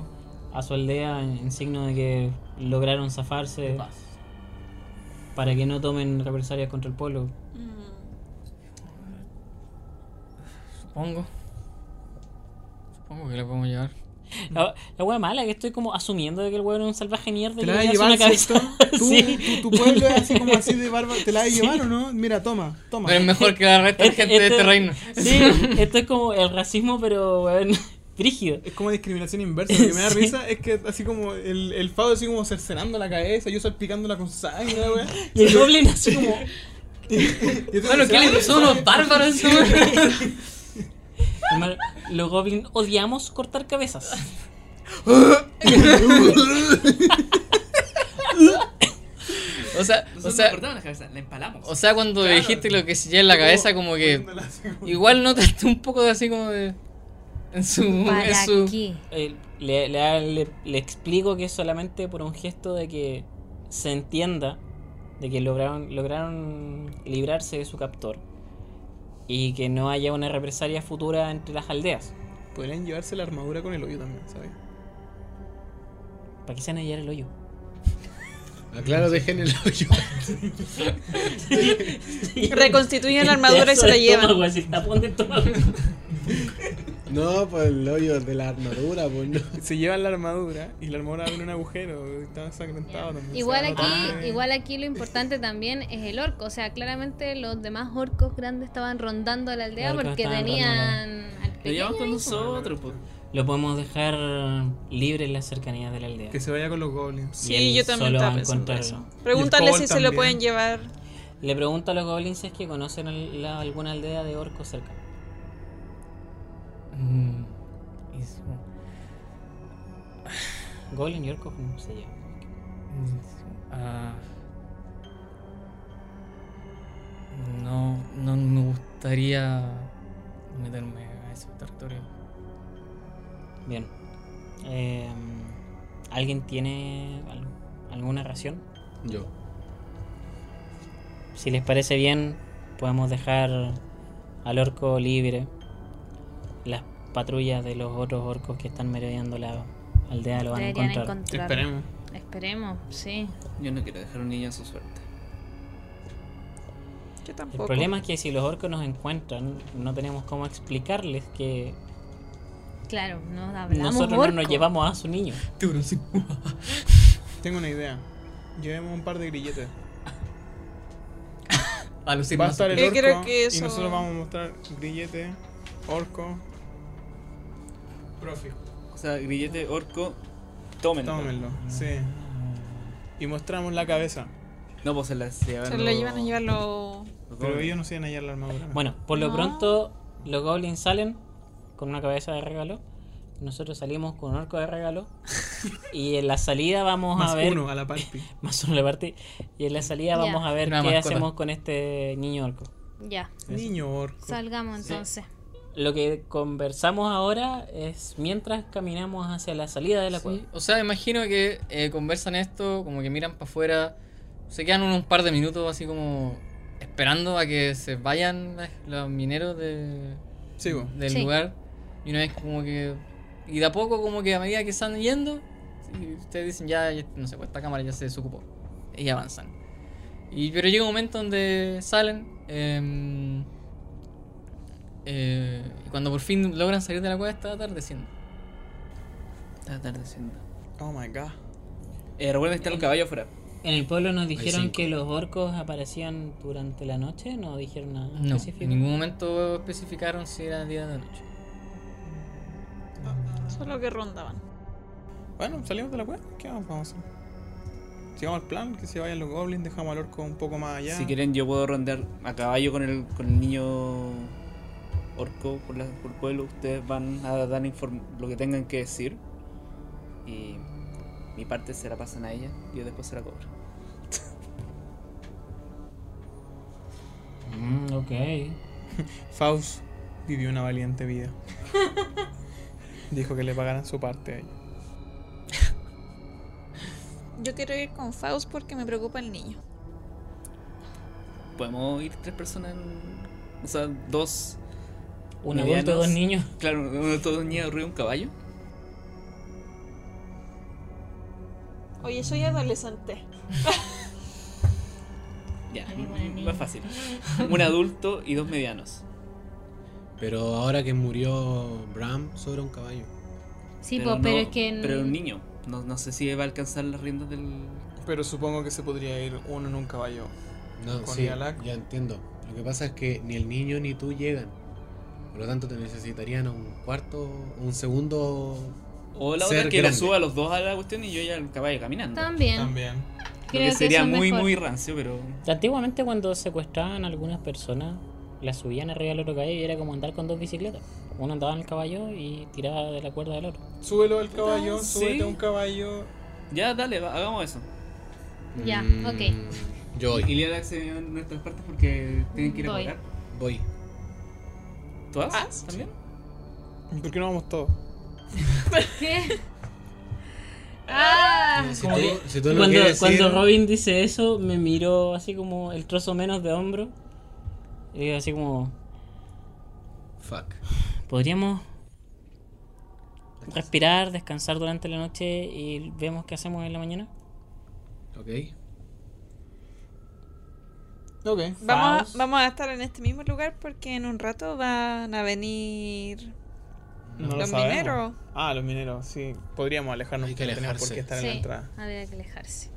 D: a su aldea en, en signo de que lograron zafarse para que no tomen represalias contra el pueblo.
A: Supongo. Supongo que la podemos llevar.
D: La, la wea mala es que estoy como asumiendo de que el weón es un salvaje mierda
B: ¿Te
D: y
B: la
D: le
B: vas a
D: das una
B: llevar,
D: cabeza.
B: ¿cierto? ¿Tú,
D: Sí.
B: tu, tu pueblo es así como así de bárbaro. ¿Te la vas a llevar o no? Mira, toma, toma.
A: Pero es mejor que la resta de
D: Este-
A: gente de este
D: este-
A: reino.
D: Sí, esto es como el racismo, pero weón, brígido.
B: Es como discriminación inversa. Lo que me da
D: Sí.
B: risa es que así como el, el fado así como cercenando la cabeza, yo salpicándola con sangre, weón.
D: Y el goblin así como.
A: Bueno, ¿qué le pasó a unos bárbaros? encima?
D: Hermano, Los goblins odiamos cortar cabezas.
A: o sea, o
G: Nosotros no
A: sea,
G: cortamos la cabeza, la empalamos.
A: o sea, cuando
B: Claro.
A: dijiste lo que se lleva en la cabeza, como que. Igual notaste un poco de así como de. En su. en
F: ¿Para
A: su-
F: qué?
D: Eh, le, le- le- le explico que es solamente por un gesto de que se entienda de que lograron, lograron librarse de su captor y que no haya una represalia futura entre las aldeas.
B: Podrían llevarse la armadura con el hoyo también, ¿sabes?
D: ¿Para qué se van a llevar el hoyo?
I: Aclaro, Ah, dejen el hoyo.
E: Reconstituyen la armadura y se la llevan.
D: Estómago, así, tapón de estómago.
I: No, pues el hoyo de la armadura, pues no.
B: Se llevan la armadura y la armadura abre un agujero. Está ensangrentado también.
F: Igual
B: Se va a notar.
F: aquí, igual aquí lo importante también es el orco. O sea, claramente los demás orcos grandes estaban rondando la aldea
D: Los orcos
F: porque
D: estaban
F: tenían al
G: Lo llevamos
F: pequeño
G: con
F: ahí.
G: nosotros, pues. po.
D: Lo podemos dejar libre en las cercanías de la aldea.
B: Que se vaya con los goblins.
D: Y él
E: Sí, yo también
D: solo
E: estaba
D: va a
E: pensando eso.
D: encontrarlo.
B: Y
E: Pregúntale
B: el
E: si
B: Cole
E: se lo
B: también.
E: pueden llevar.
D: Le pregunto a los goblins si es que conocen al- la- alguna aldea de orcos cerca.
A: Mm, es-
D: Goblin y orcos, ¿cómo se llama?
A: Ah. no, no me gustaría meterme a ese territorio.
D: Bien. Eh, ¿Alguien tiene al- alguna ración?
I: Yo.
D: Si les parece bien, podemos dejar al orco libre. Las patrullas de los otros orcos que están merodeando la aldea lo van a
F: Deberían
D: encontrar.
F: encontrarlo.
B: Esperemos.
F: Esperemos, sí.
G: Yo no quiero dejar a un niño a su suerte.
E: Yo
D: El
E: tampoco.
D: problema es que si los orcos nos encuentran, no tenemos cómo explicarles que
F: Claro, no hablamos
D: Nosotros no nos llevamos a su niño.
A: uh,
B: Tengo una idea. Llevemos un par de grilletes.
A: A los
B: Va a
A: irmás.
B: estar el
E: Yo
B: orco
E: creo que
B: y
E: eso-
B: nosotros vamos a mostrar grillete, orco. Profi.
G: O sea, grillete, orco, tómenlo.
B: Tómenlo, sí. Y mostramos la cabeza.
G: No, pues se la se llevan
E: Se lo
G: los-
E: llevan a llevar los.
G: los
B: Pero
G: dobles.
B: ellos no se iban a hallar la armadura.
D: Bueno, por lo
E: No.
D: pronto, los goblins salen con una cabeza de regalo. Nosotros salimos con un arco de regalo. y en la salida vamos
B: más
D: a ver.
B: uno a la party.
D: Más uno le partí. Y en la salida
F: Ya.
D: vamos a ver
A: Una
D: qué
A: mascota.
D: hacemos con este niño orco.
F: Ya,
B: Niño orco.
F: salgamos entonces.
D: Lo que conversamos ahora es mientras caminamos hacia la salida de la cueva.
A: Sí, O sea, imagino que eh, conversan esto, como que miran para afuera, se quedan unos par de minutos así como esperando a que se vayan eh, los mineros de,
B: Sí, po.
A: del
F: Sí.
A: lugar. Y una vez como que... Y de a poco como que a medida que están yendo, sí, ustedes dicen ya, ya, no sé, pues esta cámara ya se desocupó. Y avanzan. Y, pero llega un momento donde salen... em, eh, y cuando por fin logran salir de la cueva está atardeciendo.
G: Está atardeciendo.
B: Oh my god.
G: Eh, recuerden que están los caballos afuera.
D: En el pueblo nos dijeron
C: cinco.
D: que los orcos aparecían durante la noche, no dijeron nada
A: No,
D: específico.
A: en ningún momento especificaron si era día de noche.
E: Solo que rondaban.
B: Bueno, salimos de la cueva. ¿Qué vamos vamos a hacer? Sigamos el plan, que se vayan los goblins, dejamos al orco un poco más allá.
G: Si quieren, yo puedo rondar a caballo con el, con el niño orco por, la- por el pueblo. Ustedes van a dar inform- lo que tengan que decir. Y mi parte se la pasan a ella. Yo después se la cobro.
D: Mm, ok.
B: Faust vivió una valiente vida. Dijo que le pagaran su parte a ella.
E: Yo quiero ir con Faust porque me preocupa el niño.
G: Podemos ir tres personas. en- O sea, dos.
D: Un
G: medianos.
D: adulto, dos niños.
G: Claro, uno todo niño arriba de un caballo.
H: Oye, soy adolescente.
G: Ya,
F: Ahí con el niño.
G: más fácil. Un adulto y dos medianos.
I: Pero ahora que murió Bram sobre un caballo.
F: Sí, pues, pero
G: no-
F: es que. en-
G: Pero un niño. No, no sé si va a alcanzar las riendas del.
B: Pero supongo que se podría ir uno en un caballo.
I: No,
B: Con
I: sí,
B: Yalak.
I: ya entiendo. Lo que pasa es que ni el niño ni tú llegan. Por lo tanto, te necesitarían un cuarto, un segundo.
G: O la
I: Ser
G: otra que lo
I: grande.
G: suba a los dos a la cuestión y yo ya al caballo caminando.
F: También.
B: También.
G: Lo
F: Creo
G: que sería
F: eso es
G: muy,
F: mejor.
G: muy rancio, pero.
D: Antiguamente cuando secuestraban a algunas personas, las subían arriba del otro caballo y era como andar con dos bicicletas. Uno andaba en el caballo y tiraba de la cuerda del otro.
B: Súbelo al caballo,
G: sí.
B: súbete a un caballo.
G: Ya, dale, va- hagamos eso.
F: Ya,
I: Mm,
F: ok.
I: Yo voy.
G: Y le accedió en nuestras partes porque tienen que ir a
F: Voy. Ah,
G: cobrar.
I: Voy.
G: ¿Tú vas? ¿También?
B: ¿Por qué no vamos todos?
F: ¿Qué? ¡Ah!
I: Si tú, si tú no
D: cuando,
I: quieres
D: cuando
I: ir-
D: Robin dice eso, me miró así como el trozo menos de hombro. Y digo así como,
I: Fuck.
D: podríamos respirar, descansar durante la noche y vemos qué hacemos en la mañana.
I: Ok.
B: Ok.
E: Vamos
D: Faust.
E: a, vamos a estar en este mismo lugar porque en un rato van a venir
B: No lo
E: los
B: sabemos.
E: mineros.
B: Ah, los mineros, sí. Podríamos alejarnos.
I: Hay que
B: no tenemos
I: alejarse.
B: por qué estar en la
F: Sí,
B: entrada.
F: habría que alejarse.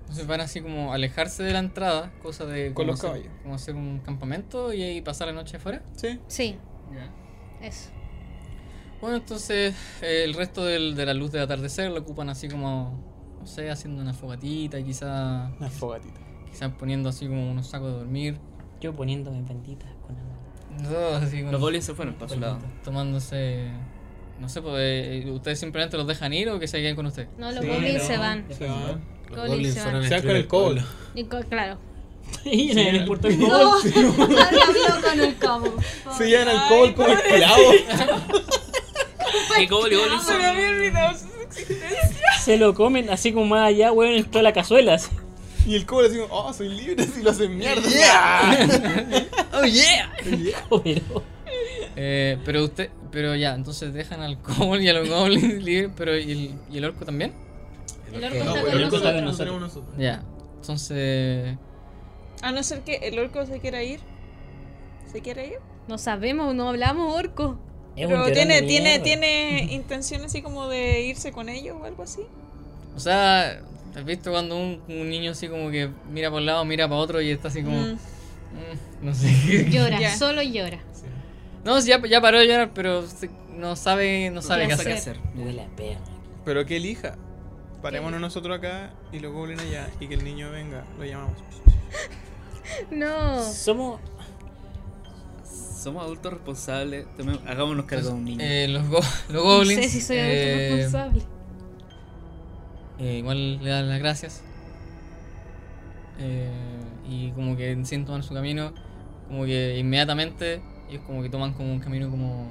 A: Entonces van así como a alejarse de la entrada, cosa de...
B: Con
A: como
B: los
A: hacer-
B: caballos.
A: Como hacer un campamento y ahí pasar la noche afuera.
B: Sí.
F: Sí, eso.
A: Bueno, entonces eh, el resto del- de la luz del atardecer lo ocupan así como, no sé, haciendo una fogatita, quizá,
B: Una fogatita.
A: quizás poniendo así como unos sacos de dormir.
D: Yo poniéndome benditas con la mano.
A: No, así como-
G: Los goles se fueron para su lado.
A: Tomándose... No sé, pues, eh, ¿ustedes simplemente los dejan ir o que se queden con ustedes?
F: No, los
B: Sí,
F: goblins
B: no.
F: se van.
B: Se van.
F: Los goblins se van.
B: Se
I: a
B: van con
I: destruir
B: el cobble.
I: pueblo.
F: Y co- claro.
D: Y nadie le importó el
F: No, habló con el cabo.
B: Se llevan alcohol como esclavos.
F: Pues,
G: ¿Qué gol y goles son?
D: Se lo comen así como más allá, weón, en toda la cazuela. así.
B: y el cobre así como, oh, soy libre si lo hacen mierda.
H: Oh,
B: Oh,
K: Oh,
D: Pero-
A: Eh, pero usted, pero ya, entonces dejan al Cobol y a los goblins libres, pero ¿y el, y el orco también?
F: El orco está
I: No,
F: con
I: el orco
F: nosotros.
D: nosotros.
A: Ya, entonces...
E: A no ser que el orco se quiera ir. ¿Se quiere ir?
F: No sabemos, no hablamos orco.
K: Es
H: Pero
K: un
H: tiene,
K: tirón
H: tiene,
K: de mierda.
H: tiene intención así como de irse con ellos o algo así.
A: O sea, ¿has visto cuando un, un niño así como que mira para un lado, mira para otro y está así como...
H: Mm.
A: "Mm", no sé.
F: Llora,
H: Ya.
F: solo llora.
A: No, sí, ya, ya paró de llorar, pero se- no sabe, no sabe qué
F: piensa
A: hacer.
F: que
K: Huele a perro.
B: Pero que elija. Parémonos nosotros acá y los goblins allá y que el niño venga, lo llamamos.
F: No.
K: Somos.
G: Somos adultos responsables, tomemos- hagámonos cargo de un niño.
A: Eh, los, go- los
F: No
A: goblins...
F: sé si soy adulto
A: eh,
F: responsable.
A: eh, igual le dan las gracias. Eh, y como que sin tomar su camino, como que inmediatamente ellos como que toman como un camino como...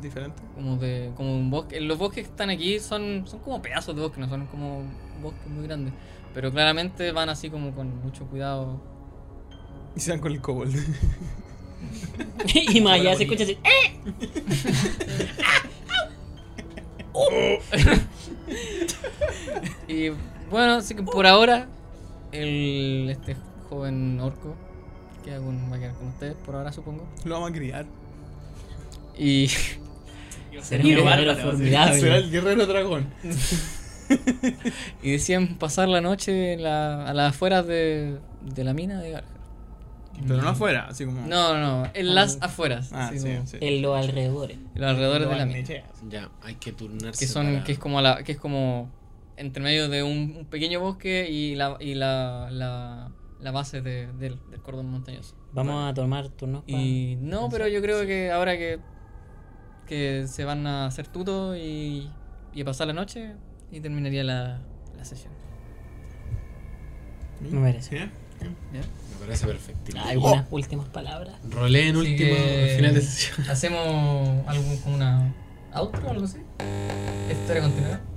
B: Diferente.
A: como de como un bosque Eh, los bosques que están aquí son son como pedazos de bosque no son como bosques muy grandes pero claramente van así como con mucho cuidado
B: Y se van con el kobold.
K: y Maya se escucha así.
A: y bueno así que por ahora el este joven orco que va a quedar con ustedes por ahora supongo
B: Lo vamos a criar.
A: y
K: Será un guerrero
B: Será
K: "Eh". formidable.
B: el guerrero dragón.
A: y decían pasar la noche en la- a las afueras de, de la mina de
B: Ah.
A: Garger
B: Pero no afuera, así como.
A: no no no, en las
B: Ah,
A: afueras
B: Ah,
A: así
B: sí,
A: como
B: sí.
K: En los alrededores.
A: los alrededores de la mina
C: Ya, hay que turnarse.
A: que son
C: para-
A: que es como la que es como entre medio de un, un pequeño bosque y la y la, la, la base de- del, del cordón montañoso
K: Vamos a tomar turnos. pa-
A: y no pero
K: Exacto,
A: yo creo
K: sí.
A: que ahora que que se van a hacer tuto y, y a pasar la noche y terminaría la, la sesión
K: Me merece. Ah,
B: ¿Sí? Oh.
C: Me parece perfectísimo.
K: Algunas últimas palabras.
C: Rolé en
A: Así
C: último,
A: que-
C: al final de sesión.
A: hacemos algo como una outro o algo así historia continuada